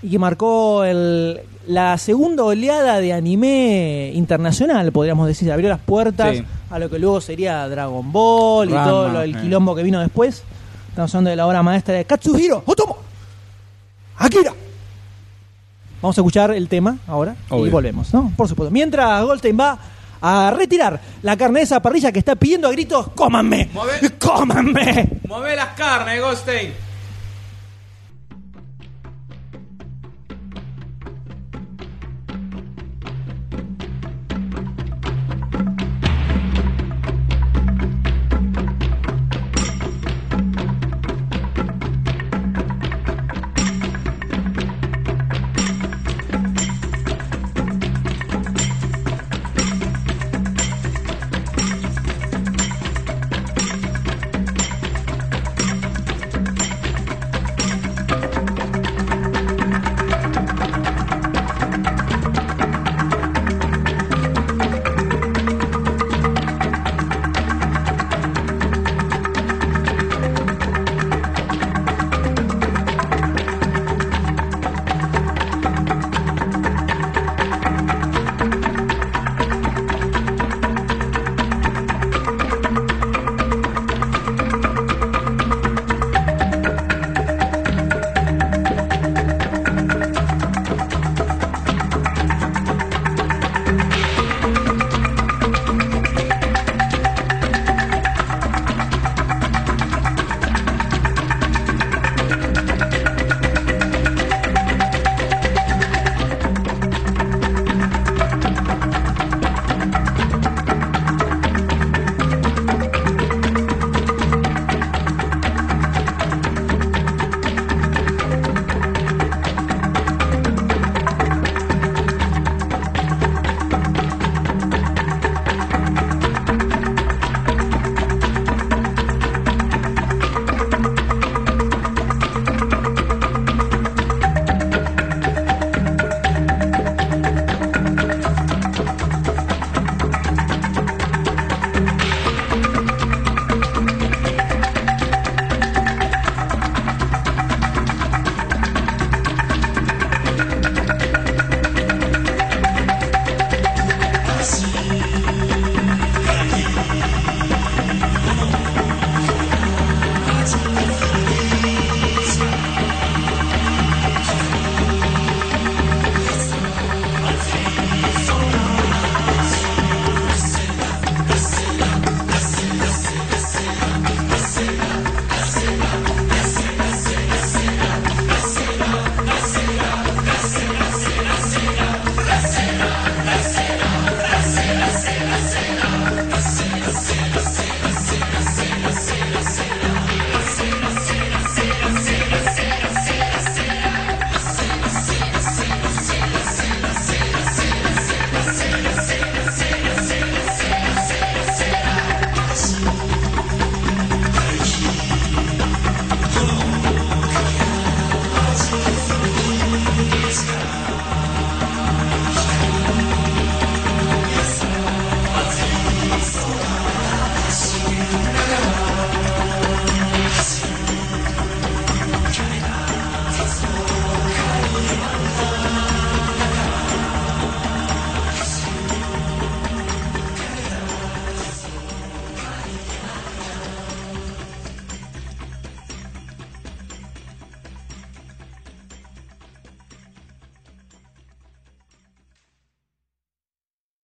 S2: y que marcó el- la segunda oleada de anime internacional, podríamos decir. Abrió las puertas
S4: Sí.
S2: a lo que luego sería Dragon Ball
S4: Ranma,
S2: y todo lo- el
S4: eh.
S2: quilombo que vino después. Estamos hablando de la obra maestra de Katsuhiro Otomo. Akira. Vamos a escuchar el tema ahora y
S4: Obvio.
S2: volvemos, ¿no? Por supuesto. Mientras Goldstein va a retirar la carne de esa parrilla que está pidiendo a gritos, ¡cómanme!
S1: Mueve.
S2: ¡Cómanme!
S1: Mueve las carnes, Goldstein.